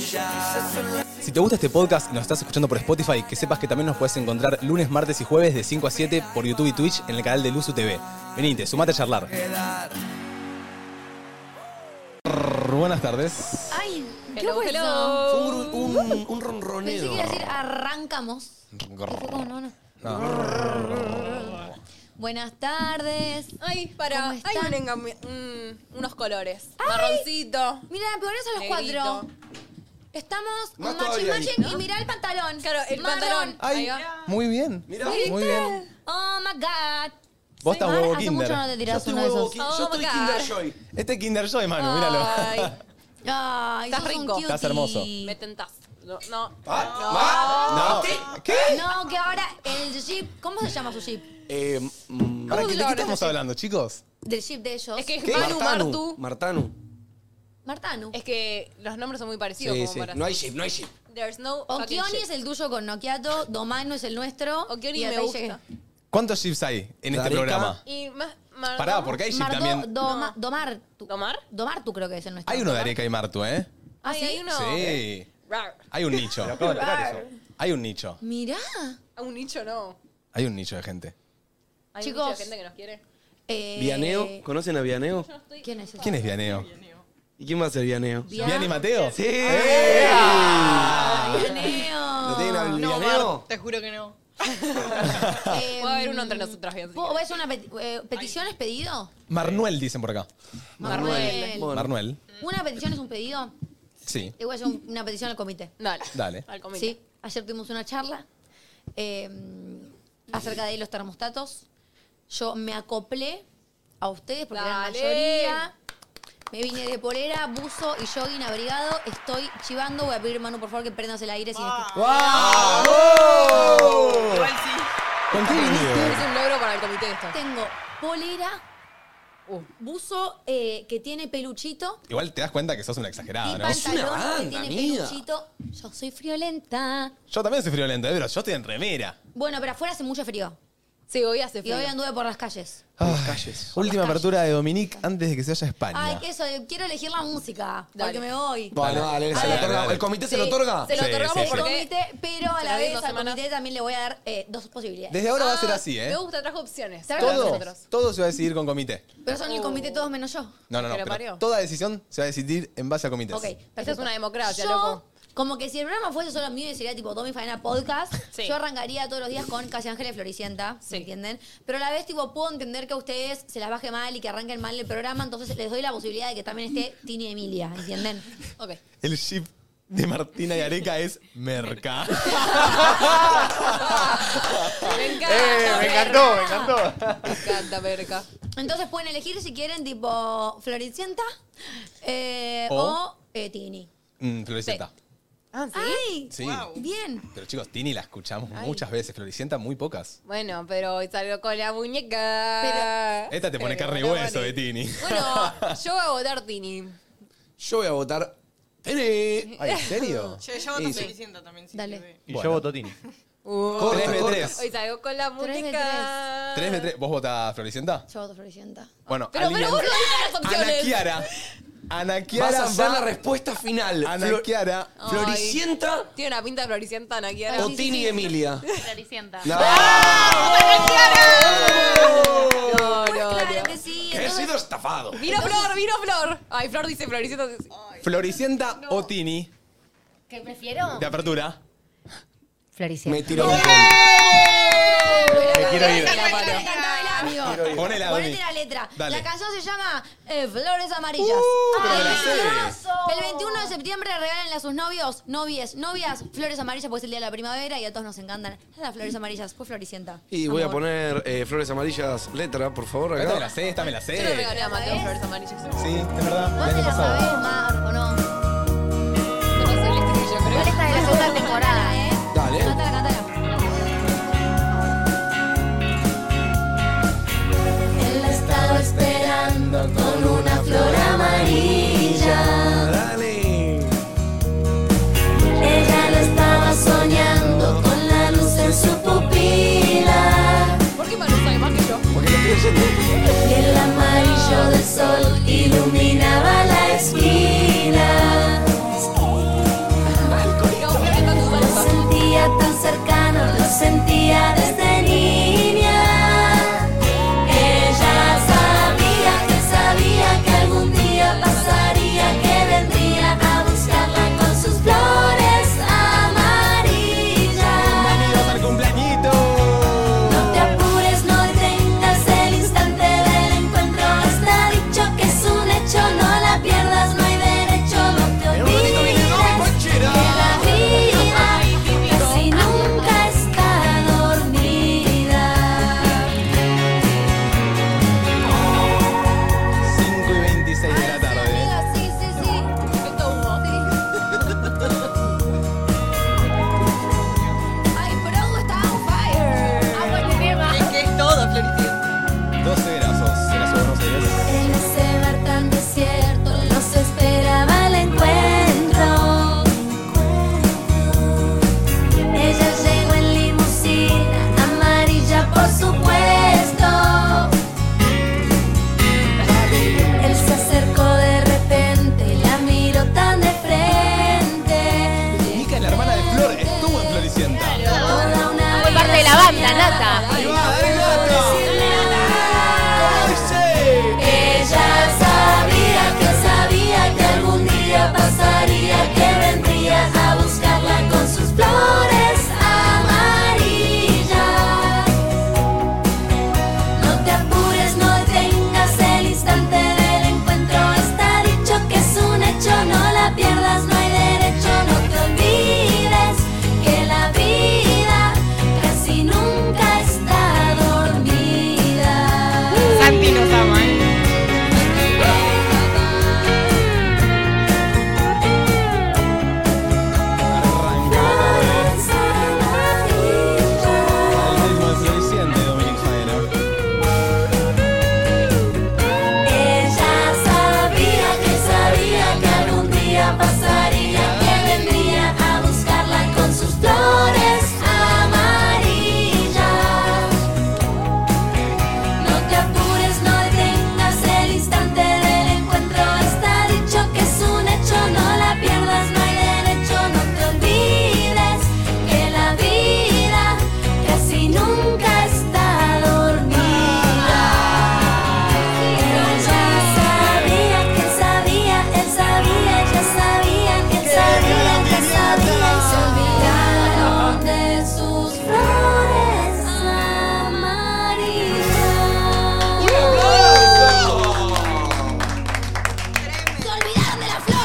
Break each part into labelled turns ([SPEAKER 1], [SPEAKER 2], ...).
[SPEAKER 1] Si te gusta este podcast y nos estás escuchando por Spotify, que sepas que también nos puedes encontrar lunes, martes y jueves de 5 a 7 por YouTube y Twitch en el canal de Luzu TV. Venite, sumate a charlar. Buenas tardes.
[SPEAKER 2] Ay, ¿qué
[SPEAKER 3] Hello,
[SPEAKER 2] fue eso?
[SPEAKER 3] hello. Fue un
[SPEAKER 4] Un, un
[SPEAKER 2] Pensé que iba
[SPEAKER 4] ronroneo.
[SPEAKER 2] a decir arrancamos. Y fue como, no, no.
[SPEAKER 4] Ah.
[SPEAKER 2] Buenas tardes.
[SPEAKER 3] Ay, para.
[SPEAKER 2] ¿Cómo
[SPEAKER 3] Hay
[SPEAKER 2] están?
[SPEAKER 3] un engami- mm, unos colores. Marroncito.
[SPEAKER 2] Mira, peores a los
[SPEAKER 3] Negrito.
[SPEAKER 2] cuatro. Estamos
[SPEAKER 4] Más
[SPEAKER 2] matching
[SPEAKER 4] todavía ahí,
[SPEAKER 2] matching y
[SPEAKER 4] ¿no?
[SPEAKER 2] mirá el pantalón.
[SPEAKER 3] Claro, el
[SPEAKER 2] Marrón.
[SPEAKER 3] pantalón.
[SPEAKER 1] Ay,
[SPEAKER 3] Ahí va.
[SPEAKER 1] muy bien.
[SPEAKER 4] Mirá.
[SPEAKER 1] Muy bien.
[SPEAKER 2] Oh my god.
[SPEAKER 1] Vos estás
[SPEAKER 2] Mar,
[SPEAKER 1] huevo
[SPEAKER 2] hace
[SPEAKER 1] kinder.
[SPEAKER 2] mucho no te
[SPEAKER 4] Yo
[SPEAKER 2] tirás
[SPEAKER 4] estoy
[SPEAKER 2] uno de
[SPEAKER 4] huevo
[SPEAKER 2] esos.
[SPEAKER 4] ki-
[SPEAKER 3] Oh
[SPEAKER 4] yo estoy
[SPEAKER 3] my
[SPEAKER 4] Kinder
[SPEAKER 3] God.
[SPEAKER 4] Joy.
[SPEAKER 1] Este es Kinder Joy, Manu, míralo.
[SPEAKER 3] Ay,
[SPEAKER 2] Ay,
[SPEAKER 3] Estás
[SPEAKER 2] sos un
[SPEAKER 3] rico.
[SPEAKER 2] cutie.
[SPEAKER 1] Estás hermoso.
[SPEAKER 3] me tentás. No, no.
[SPEAKER 4] Ah, ah, ¿Qué?
[SPEAKER 2] No, que ahora el jeep, ¿cómo se llama su jeep?
[SPEAKER 4] Eh, mm,
[SPEAKER 1] ¿Para
[SPEAKER 3] ¿Cómo
[SPEAKER 1] qué,
[SPEAKER 3] se
[SPEAKER 1] ¿De qué
[SPEAKER 3] llama
[SPEAKER 1] estamos
[SPEAKER 3] la
[SPEAKER 1] hablando, chicos?
[SPEAKER 2] Del jeep de ellos.
[SPEAKER 3] Es que
[SPEAKER 4] ¿qué?
[SPEAKER 3] Manu,
[SPEAKER 4] Martanu.
[SPEAKER 3] Martu.
[SPEAKER 4] Martanu.
[SPEAKER 2] Martanu.
[SPEAKER 3] Es que los nombres son muy parecidos.
[SPEAKER 1] Sí,
[SPEAKER 3] como
[SPEAKER 1] sí.
[SPEAKER 3] para-
[SPEAKER 4] No hay ship, no hay ship.
[SPEAKER 3] There's no. fucking
[SPEAKER 2] Okioni
[SPEAKER 3] shit.
[SPEAKER 2] es el tuyo con Nokiato, Domano es el nuestro.
[SPEAKER 3] Occhioni
[SPEAKER 2] y
[SPEAKER 3] me
[SPEAKER 2] hasta ahí
[SPEAKER 3] gusta.
[SPEAKER 2] llegué.
[SPEAKER 1] ¿Cuántos chips hay en este
[SPEAKER 4] Gareca.
[SPEAKER 1] programa?
[SPEAKER 3] Y más. Mar-
[SPEAKER 1] Pará, porque hay chip
[SPEAKER 2] Mardo-
[SPEAKER 1] también.
[SPEAKER 2] Doma-
[SPEAKER 3] No.
[SPEAKER 2] Domar. tú-
[SPEAKER 3] ¿Tomar?
[SPEAKER 2] Domar, tú creo que es el nuestro.
[SPEAKER 1] Hay uno de Areca y Martu, ¿eh?
[SPEAKER 2] ¿Ah,
[SPEAKER 3] Ay,
[SPEAKER 2] sí?
[SPEAKER 3] hay uno.
[SPEAKER 1] Sí.
[SPEAKER 3] Rar.
[SPEAKER 1] Hay un nicho. Hay un nicho.
[SPEAKER 2] Mirá.
[SPEAKER 3] A un nicho no.
[SPEAKER 1] Hay un nicho de gente.
[SPEAKER 3] Hay
[SPEAKER 2] Chicos.
[SPEAKER 3] mucha gente que nos quiere.
[SPEAKER 2] Eh,
[SPEAKER 4] ¿Vianeo? ¿Conocen a Vianeo?
[SPEAKER 2] ¿Quién es ese?
[SPEAKER 1] ¿Quién es Vianeo?
[SPEAKER 4] ¿Y quién va a ser Vianeo?
[SPEAKER 2] Via-
[SPEAKER 1] ¿Vian y Mateo?
[SPEAKER 4] ¡Sí!
[SPEAKER 2] Vianeo.
[SPEAKER 4] ¿Lo tienen al Vianeo?
[SPEAKER 5] Te juro que no.
[SPEAKER 2] Eh,
[SPEAKER 3] Puede haber uno entre nosotras bien. si
[SPEAKER 2] ¿Vos- ¿Es una peti- eh, petición es pedido?
[SPEAKER 1] Marnuel dicen por acá.
[SPEAKER 3] Manuel.
[SPEAKER 4] Bueno.
[SPEAKER 1] Marnuel.
[SPEAKER 3] Mm.
[SPEAKER 2] ¿Una petición es un pedido?
[SPEAKER 1] Sí.
[SPEAKER 2] Igual es un- una petición al comité.
[SPEAKER 3] Dale.
[SPEAKER 1] Dale.
[SPEAKER 3] Al comité.
[SPEAKER 2] Sí, ayer tuvimos una charla eh, acerca de los termostatos. Yo me acoplé a ustedes porque eran
[SPEAKER 3] Dale.
[SPEAKER 2] mayoría. Me vine de polera, buzo y jogging abrigado. Estoy chivando. Voy a pedir, Manu, por favor, que prendas el aire. sin
[SPEAKER 3] Ah.
[SPEAKER 2] este-
[SPEAKER 5] Igual sí.
[SPEAKER 1] ¿Con qué viniste?
[SPEAKER 3] Es un logro para el comité esto.
[SPEAKER 2] Tengo polera,
[SPEAKER 3] Uh.
[SPEAKER 2] buzo eh, que tiene peluchito.
[SPEAKER 1] Igual te das cuenta que sos una
[SPEAKER 2] y
[SPEAKER 1] exagerada, ¿no?
[SPEAKER 4] Es una
[SPEAKER 2] pantalón que
[SPEAKER 4] banda,
[SPEAKER 2] tiene
[SPEAKER 4] amiga.
[SPEAKER 2] peluchito. Yo soy friolenta.
[SPEAKER 1] Yo también soy friolento, ¿eh? pero yo estoy en remera.
[SPEAKER 2] Bueno, pero afuera hace mucho frío.
[SPEAKER 3] Sí, hoy hace
[SPEAKER 2] Y
[SPEAKER 3] frío.
[SPEAKER 2] hoy anduve por las calles.
[SPEAKER 4] calles.
[SPEAKER 1] Última apertura de Dominique antes de que se vaya a
[SPEAKER 2] Ay,
[SPEAKER 1] España.
[SPEAKER 2] que eso, quiero elegir la música.
[SPEAKER 3] Dale.
[SPEAKER 2] Porque me voy.
[SPEAKER 4] Bueno, dale,
[SPEAKER 1] Dale,
[SPEAKER 4] se lo
[SPEAKER 1] dale,
[SPEAKER 4] otorga.
[SPEAKER 1] dale.
[SPEAKER 4] ¿El comité se lo
[SPEAKER 2] Sí,
[SPEAKER 4] otorga?
[SPEAKER 3] Se lo
[SPEAKER 1] Sí,
[SPEAKER 3] otorgamos
[SPEAKER 1] sí, sí.
[SPEAKER 2] Al
[SPEAKER 3] porque.
[SPEAKER 2] comité, pero a
[SPEAKER 3] se
[SPEAKER 2] la
[SPEAKER 3] las di
[SPEAKER 2] vez
[SPEAKER 3] dos
[SPEAKER 2] al
[SPEAKER 3] semanas.
[SPEAKER 2] comité también le voy a dar eh, dos posibilidades.
[SPEAKER 1] Desde ahora va a ser
[SPEAKER 3] Ah,
[SPEAKER 1] así, ¿eh?
[SPEAKER 3] Me gusta, trajo opciones.
[SPEAKER 2] ¿Sabes
[SPEAKER 3] Para
[SPEAKER 2] lo que
[SPEAKER 1] Todo,
[SPEAKER 3] nosotros.
[SPEAKER 1] todo se va a decidir con comité.
[SPEAKER 2] pero son el comité todos menos yo.
[SPEAKER 1] No, no, no.
[SPEAKER 3] Que lo
[SPEAKER 1] pero
[SPEAKER 3] parió.
[SPEAKER 1] toda decisión se va a decidir en base a comités.
[SPEAKER 2] Ok,
[SPEAKER 3] Esta
[SPEAKER 2] perfecto.
[SPEAKER 3] es una democracia,
[SPEAKER 2] yo,
[SPEAKER 3] loco.
[SPEAKER 2] Como que si el programa fuese solo mío y sería tipo Tommy Faena Podcast,
[SPEAKER 3] Sí.
[SPEAKER 2] yo arrancaría todos los días con Casi Ángeles Floricienta,
[SPEAKER 3] Sí.
[SPEAKER 2] ¿me entienden? Pero a la vez, tipo, puedo entender que a ustedes se las baje mal y que arranquen mal el programa, entonces les doy la posibilidad de que también esté Tini Emilia, ¿entienden?
[SPEAKER 3] Ok.
[SPEAKER 1] El ship de Martina y Areca es Merca.
[SPEAKER 3] Me
[SPEAKER 4] Eh,
[SPEAKER 3] encanta. perca.
[SPEAKER 4] me encantó, me encantó.
[SPEAKER 3] Me encanta, perca.
[SPEAKER 2] Entonces pueden elegir si quieren tipo Floricienta eh,
[SPEAKER 1] O-
[SPEAKER 2] o, eh, Tini.
[SPEAKER 1] Mm, Floricienta.
[SPEAKER 3] Ah,
[SPEAKER 2] ¡Ay!
[SPEAKER 1] Sí.
[SPEAKER 5] Wow.
[SPEAKER 2] Bien.
[SPEAKER 1] Pero chicos, Tini la escuchamos muchas veces. Floricienta, muy pocas.
[SPEAKER 3] Bueno, pero hoy salgo con la muñeca.
[SPEAKER 1] Esta te pone
[SPEAKER 3] Pero
[SPEAKER 1] carne y
[SPEAKER 3] no
[SPEAKER 1] hueso
[SPEAKER 3] Eh, vale.
[SPEAKER 1] de Tini.
[SPEAKER 3] Bueno, yo voy a votar Tini.
[SPEAKER 4] Yo voy a votar. ¡Tere!
[SPEAKER 1] Ay, ¿en serio?
[SPEAKER 5] Yo, yo voto Floricienta también. sí,
[SPEAKER 2] Dale.
[SPEAKER 5] sirve.
[SPEAKER 6] Y
[SPEAKER 1] Bueno.
[SPEAKER 6] yo voto Tini.
[SPEAKER 3] Uh,
[SPEAKER 4] Corta,
[SPEAKER 1] Tres de
[SPEAKER 4] corta.
[SPEAKER 1] tres.
[SPEAKER 3] hoy salgo con la
[SPEAKER 2] Tres de
[SPEAKER 3] muñeca.
[SPEAKER 1] 3 de 3. ¿Vos votás Floricienta?
[SPEAKER 2] Yo voto Floricienta.
[SPEAKER 1] Bueno,
[SPEAKER 3] Pero, pero
[SPEAKER 1] alguien-
[SPEAKER 3] vos no diste las
[SPEAKER 1] Ana
[SPEAKER 3] opciones.
[SPEAKER 1] Kiara. Ana
[SPEAKER 4] Vas
[SPEAKER 1] Kiara
[SPEAKER 4] a hacer la
[SPEAKER 1] va.
[SPEAKER 4] respuesta final.
[SPEAKER 1] Ana
[SPEAKER 4] Flor-
[SPEAKER 1] Kiara.
[SPEAKER 3] Ay.
[SPEAKER 4] ¿Floricienta
[SPEAKER 3] Tiene una pinta de floricienta, Ana Kiara.
[SPEAKER 4] o Tini y Emilia?
[SPEAKER 5] Floricienta.
[SPEAKER 4] No.
[SPEAKER 3] No,
[SPEAKER 2] Pues
[SPEAKER 3] no,
[SPEAKER 2] claro
[SPEAKER 3] no.
[SPEAKER 2] que sí.
[SPEAKER 4] He
[SPEAKER 2] entonces-
[SPEAKER 4] sido estafado.
[SPEAKER 3] Vino Flor, vino Flor. Ay, Flor dice floricienta.
[SPEAKER 1] Floricienta o Tini
[SPEAKER 7] ¿Qué prefiero?
[SPEAKER 1] de apertura.
[SPEAKER 7] Floricienta.
[SPEAKER 4] Me tiró
[SPEAKER 2] Me
[SPEAKER 6] quiero ir.
[SPEAKER 2] Me encantaba el amigo.
[SPEAKER 1] Ponela,
[SPEAKER 2] Ponete
[SPEAKER 1] Domi.
[SPEAKER 2] la letra.
[SPEAKER 1] Dale. Uh,
[SPEAKER 2] La canción se llama eh, Flores Amarillas.
[SPEAKER 1] pero
[SPEAKER 2] el,
[SPEAKER 1] me la sé.
[SPEAKER 2] 21, el 21 de septiembre regalan a sus novios, novias, novias, flores amarillas, porque es el día de la primavera y a todos nos encantan las flores amarillas. Pues Floricienta.
[SPEAKER 4] Y voy a
[SPEAKER 2] Amor.
[SPEAKER 4] poner eh, flores amarillas, letra, por favor.
[SPEAKER 1] Esta me la
[SPEAKER 4] Acá.
[SPEAKER 1] sé, esta me la sé.
[SPEAKER 3] Yo le regalé a Mateo flores amarillas.
[SPEAKER 1] Sí, de verdad.
[SPEAKER 2] Vos
[SPEAKER 1] el
[SPEAKER 2] te
[SPEAKER 1] año
[SPEAKER 2] la
[SPEAKER 1] pasado.
[SPEAKER 2] sabés, Marco, ¿no?
[SPEAKER 3] No sé el estribillo, creo.
[SPEAKER 7] ¿Cuál está de la segunda temporada?
[SPEAKER 2] Cantala, ¿eh?
[SPEAKER 4] Dale.
[SPEAKER 2] Cantala, cantala.
[SPEAKER 8] Él la estaba esperando con una flor amarilla.
[SPEAKER 4] Dale.
[SPEAKER 8] Ella lo estaba soñando con la luz en su pupila.
[SPEAKER 3] ¿Por qué Manu sabe más que yo?
[SPEAKER 4] Porque lo estoy leyendo.
[SPEAKER 8] Y el amarillo del sol iluminaba la esquina.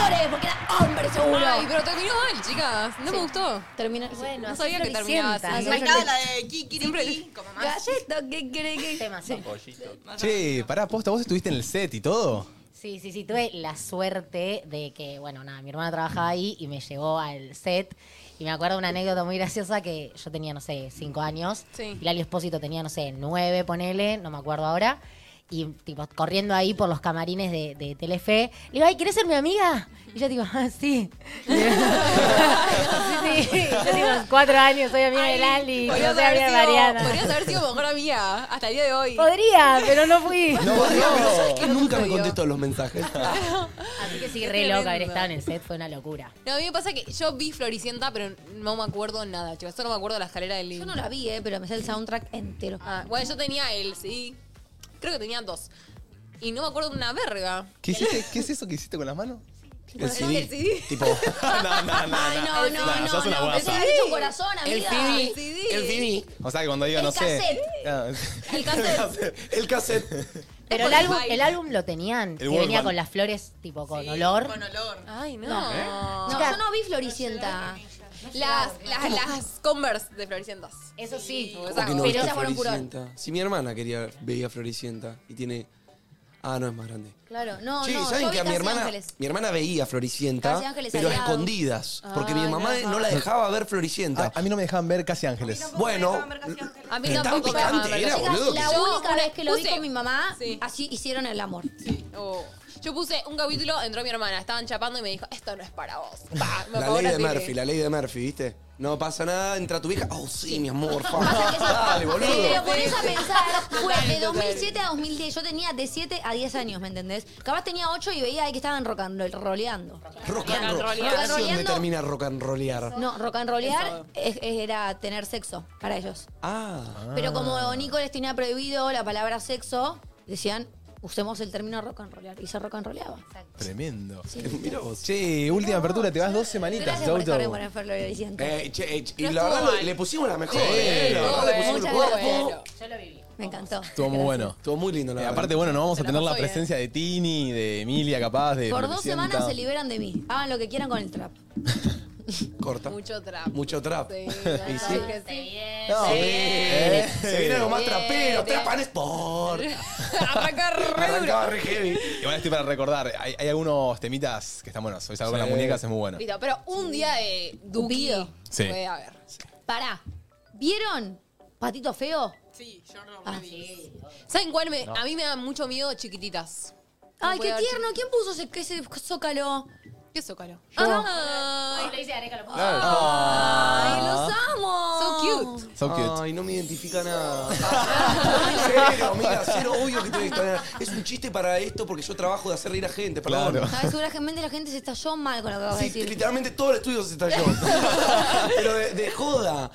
[SPEAKER 2] juro.
[SPEAKER 3] Ay, pero terminó mal, chicas. No
[SPEAKER 2] Sí.
[SPEAKER 3] me gustó.
[SPEAKER 2] Termina.
[SPEAKER 7] Bueno,
[SPEAKER 3] No
[SPEAKER 7] así
[SPEAKER 3] sabía que terminaba
[SPEAKER 7] Floricienta.
[SPEAKER 3] así.
[SPEAKER 7] Así
[SPEAKER 5] Faltaba la de Kikiriki, como más.
[SPEAKER 2] Galleta, ¿qué quiere que?
[SPEAKER 7] Temazo.
[SPEAKER 1] Che, pará, posta, vos estuviste en el set y todo.
[SPEAKER 7] Sí, sí, sí, tuve la suerte de que, bueno, nada, mi hermana trabajaba ahí y me llevó al set. Y me acuerdo una anécdota muy graciosa que yo tenía, no sé, cinco años.
[SPEAKER 3] Sí.
[SPEAKER 7] Y Lali Espósito tenía, no sé, nueve, ponele, no me acuerdo ahora. Y tipo, corriendo ahí por los camarines de, de Telefe, le digo, ay, ¿querés ser mi amiga? Y yo digo, ah, sí. sí, sí. Yo tengo cuatro años, soy amiga de Lali, no soy
[SPEAKER 3] Podrías
[SPEAKER 7] amiga de
[SPEAKER 3] haber, sido,
[SPEAKER 7] Mariana.
[SPEAKER 3] podrías haber sido mejor amiga hasta el día de hoy.
[SPEAKER 7] Podría, pero no fui.
[SPEAKER 4] No, no, ¿sabes que
[SPEAKER 3] No
[SPEAKER 4] nunca me
[SPEAKER 3] sucedió.
[SPEAKER 4] contestó los mensajes?
[SPEAKER 7] Así que sí,
[SPEAKER 3] Qué
[SPEAKER 7] re loca haber
[SPEAKER 3] tremendo.
[SPEAKER 7] estado en el set, fue una locura.
[SPEAKER 3] No, a mí me pasa que yo vi Floricienta, pero no me acuerdo nada, chicas. Solo me acuerdo la escalera del
[SPEAKER 2] Yo
[SPEAKER 3] libro.
[SPEAKER 2] no la vi, eh, pero me sé el soundtrack entero.
[SPEAKER 3] Ah, bueno, yo tenía el sí. Creo que tenía dos. Y no me acuerdo una verga.
[SPEAKER 1] ¿Qué hiciste? ¿Qué es eso que hiciste con las manos?
[SPEAKER 4] El CD.
[SPEAKER 3] el CD.
[SPEAKER 4] Tipo,
[SPEAKER 1] no, no, no.
[SPEAKER 2] Ay, no, no, no,
[SPEAKER 1] sos una
[SPEAKER 2] no,
[SPEAKER 1] guasa.
[SPEAKER 2] pensé que había hecho un corazón,
[SPEAKER 4] el
[SPEAKER 2] amiga.
[SPEAKER 4] CD.
[SPEAKER 3] CD.
[SPEAKER 4] El CD.
[SPEAKER 1] O sea, que cuando diga,
[SPEAKER 2] El
[SPEAKER 1] no sé.
[SPEAKER 2] cassette.
[SPEAKER 1] Ah,
[SPEAKER 2] El cassette.
[SPEAKER 4] El cassette.
[SPEAKER 7] Pero el
[SPEAKER 3] Spotify.
[SPEAKER 7] álbum, el álbum lo tenían, que venía
[SPEAKER 1] Walkman.
[SPEAKER 7] con las flores tipo con
[SPEAKER 5] Sí,
[SPEAKER 7] olor.
[SPEAKER 5] Con olor.
[SPEAKER 3] Ay,
[SPEAKER 4] ¿Eh?
[SPEAKER 3] no.
[SPEAKER 2] No, yo no vi Floricienta.
[SPEAKER 3] Las, las, las Converse de Floricientas.
[SPEAKER 7] Eso sí.
[SPEAKER 3] O sea,
[SPEAKER 4] ¿Por qué no
[SPEAKER 3] pero-
[SPEAKER 4] viste
[SPEAKER 2] esas fueron furor.
[SPEAKER 4] Floricienta? Si mi hermana quería veía Floricienta y tiene... Ah, no, es más grande.
[SPEAKER 2] Claro, no,
[SPEAKER 4] Sí,
[SPEAKER 2] no.
[SPEAKER 4] ¿saben
[SPEAKER 2] yo
[SPEAKER 4] que
[SPEAKER 2] vi
[SPEAKER 4] a mi
[SPEAKER 2] Casi
[SPEAKER 4] hermana,
[SPEAKER 2] Ángeles.
[SPEAKER 4] mi hermana veía Floricienta,
[SPEAKER 2] Casi Ángeles
[SPEAKER 4] pero a
[SPEAKER 2] aliados.
[SPEAKER 4] escondidas? Porque mi
[SPEAKER 3] Ay,
[SPEAKER 4] mamá
[SPEAKER 3] no.
[SPEAKER 4] no la dejaba ver Floricienta.
[SPEAKER 1] Ah, a mí no me dejaban ver casi ángeles.
[SPEAKER 4] Bueno,
[SPEAKER 3] A mí
[SPEAKER 4] qué tan
[SPEAKER 3] tampoco me dejaban
[SPEAKER 4] picante
[SPEAKER 3] ver
[SPEAKER 4] era,
[SPEAKER 3] los-
[SPEAKER 2] Chicas,
[SPEAKER 4] boludo. que-
[SPEAKER 2] la
[SPEAKER 3] Yo
[SPEAKER 2] única
[SPEAKER 3] una-
[SPEAKER 2] vez que lo vi
[SPEAKER 3] puse-
[SPEAKER 2] con mi mamá,
[SPEAKER 3] Sí.
[SPEAKER 2] así hicieron el amor.
[SPEAKER 3] Oh. Yo puse un capítulo, entró mi hermana, estaban chapando y me dijo, esto no es para vos. Pa, me
[SPEAKER 4] La
[SPEAKER 3] apagó
[SPEAKER 4] ley de
[SPEAKER 3] tele.
[SPEAKER 4] Murphy, la ley de Murphy, ¿viste? No pasa nada, entra tu vieja. Oh, sí, mi amor, fa. Dale,
[SPEAKER 2] Si me
[SPEAKER 4] boludo.
[SPEAKER 2] lo pones a pensar, fue
[SPEAKER 3] Total,
[SPEAKER 2] de
[SPEAKER 3] total.
[SPEAKER 2] 2007 a 2010. Yo tenía de 7 a 10 años, ¿me entendés? Capaz tenía 8 y veía ahí que estaban rock and roll, roleando.
[SPEAKER 4] Rock and roll.
[SPEAKER 3] Rock and
[SPEAKER 4] Ahora sí
[SPEAKER 2] roleando.
[SPEAKER 4] donde termina rock and rollear.
[SPEAKER 2] No, rock and rollear es- es- era tener sexo para ellos.
[SPEAKER 4] Ah,
[SPEAKER 2] Pero como Nico les tenía prohibido la palabra sexo, decían, usemos el término rock and rollear. Y se rock and rolleaba.
[SPEAKER 1] Tremendo.
[SPEAKER 4] mira vos.
[SPEAKER 1] Che, última apertura, te vas dos semanitas,
[SPEAKER 2] Gracias por
[SPEAKER 1] Toto.
[SPEAKER 2] estar en Buenas Floricienta.
[SPEAKER 4] Eh, che, eh, y
[SPEAKER 3] No
[SPEAKER 4] la
[SPEAKER 3] estuvo
[SPEAKER 4] verdad le-
[SPEAKER 3] mal.
[SPEAKER 4] le pusimos la mejor. eh, la verdad le pusimos el
[SPEAKER 2] Muchas
[SPEAKER 4] cuerpo.
[SPEAKER 2] gracias.
[SPEAKER 7] Yo lo viví.
[SPEAKER 2] Me encantó.
[SPEAKER 1] Estuvo muy bueno.
[SPEAKER 4] Estuvo muy lindo, la
[SPEAKER 1] Eh,
[SPEAKER 4] verdad.
[SPEAKER 1] aparte, bueno, no vamos a
[SPEAKER 3] Se la
[SPEAKER 1] tener la
[SPEAKER 3] pasó bien.
[SPEAKER 1] presencia de Tini, de Emilia, capaz,
[SPEAKER 4] Eh,
[SPEAKER 1] de
[SPEAKER 2] Por dos
[SPEAKER 1] Floricienta.
[SPEAKER 2] semanas se liberan de mí. Hagan lo que quieran con el trap.
[SPEAKER 4] corta.
[SPEAKER 3] Mucho trap.
[SPEAKER 4] Mucho trap.
[SPEAKER 3] Sí,
[SPEAKER 4] Y sí.
[SPEAKER 3] claro que sí.
[SPEAKER 4] No, eh, se viene algo más
[SPEAKER 3] Bien.
[SPEAKER 4] trapero, trapan Sport.
[SPEAKER 3] Arranca re duro.
[SPEAKER 4] Arrancaba re heavy.
[SPEAKER 1] Igual estoy para recordar, hay, hay algunos temitas que están buenos. Hoy salgo con
[SPEAKER 4] Sí.
[SPEAKER 1] las muñecas, es muy bueno.
[SPEAKER 3] Listo, pero un día de Duki
[SPEAKER 2] Dubido.
[SPEAKER 1] Sí.
[SPEAKER 3] puede haber.
[SPEAKER 2] Pará. ¿Vieron? Patito feo.
[SPEAKER 5] Sí, yo no
[SPEAKER 2] Ah,
[SPEAKER 5] lo vi.
[SPEAKER 3] ¿Saben cuál? me- A mí me da mucho miedo chiquititas.
[SPEAKER 2] Ay,
[SPEAKER 3] No
[SPEAKER 2] qué
[SPEAKER 3] puede haber
[SPEAKER 2] tierno. ¿Quién puso ese, que ese zócalo? Ah,
[SPEAKER 3] chiqui- ¿Qué zócalo?
[SPEAKER 7] Yo le hice areca a los
[SPEAKER 2] Ay, los amo.
[SPEAKER 3] So cute.
[SPEAKER 1] So cute.
[SPEAKER 4] Ay, no me identifica nada. cero, mira, cero, obvio que te voy a extrañar. Es un chiste para esto porque yo trabajo de hacer reír a gente, perdón.
[SPEAKER 1] Claro.
[SPEAKER 2] Sabes, seguramente la gente se estalló mal con lo que acabas
[SPEAKER 4] Sí,
[SPEAKER 2] de decir.
[SPEAKER 4] literalmente todo el estudio se estalló. Pero de, de joda.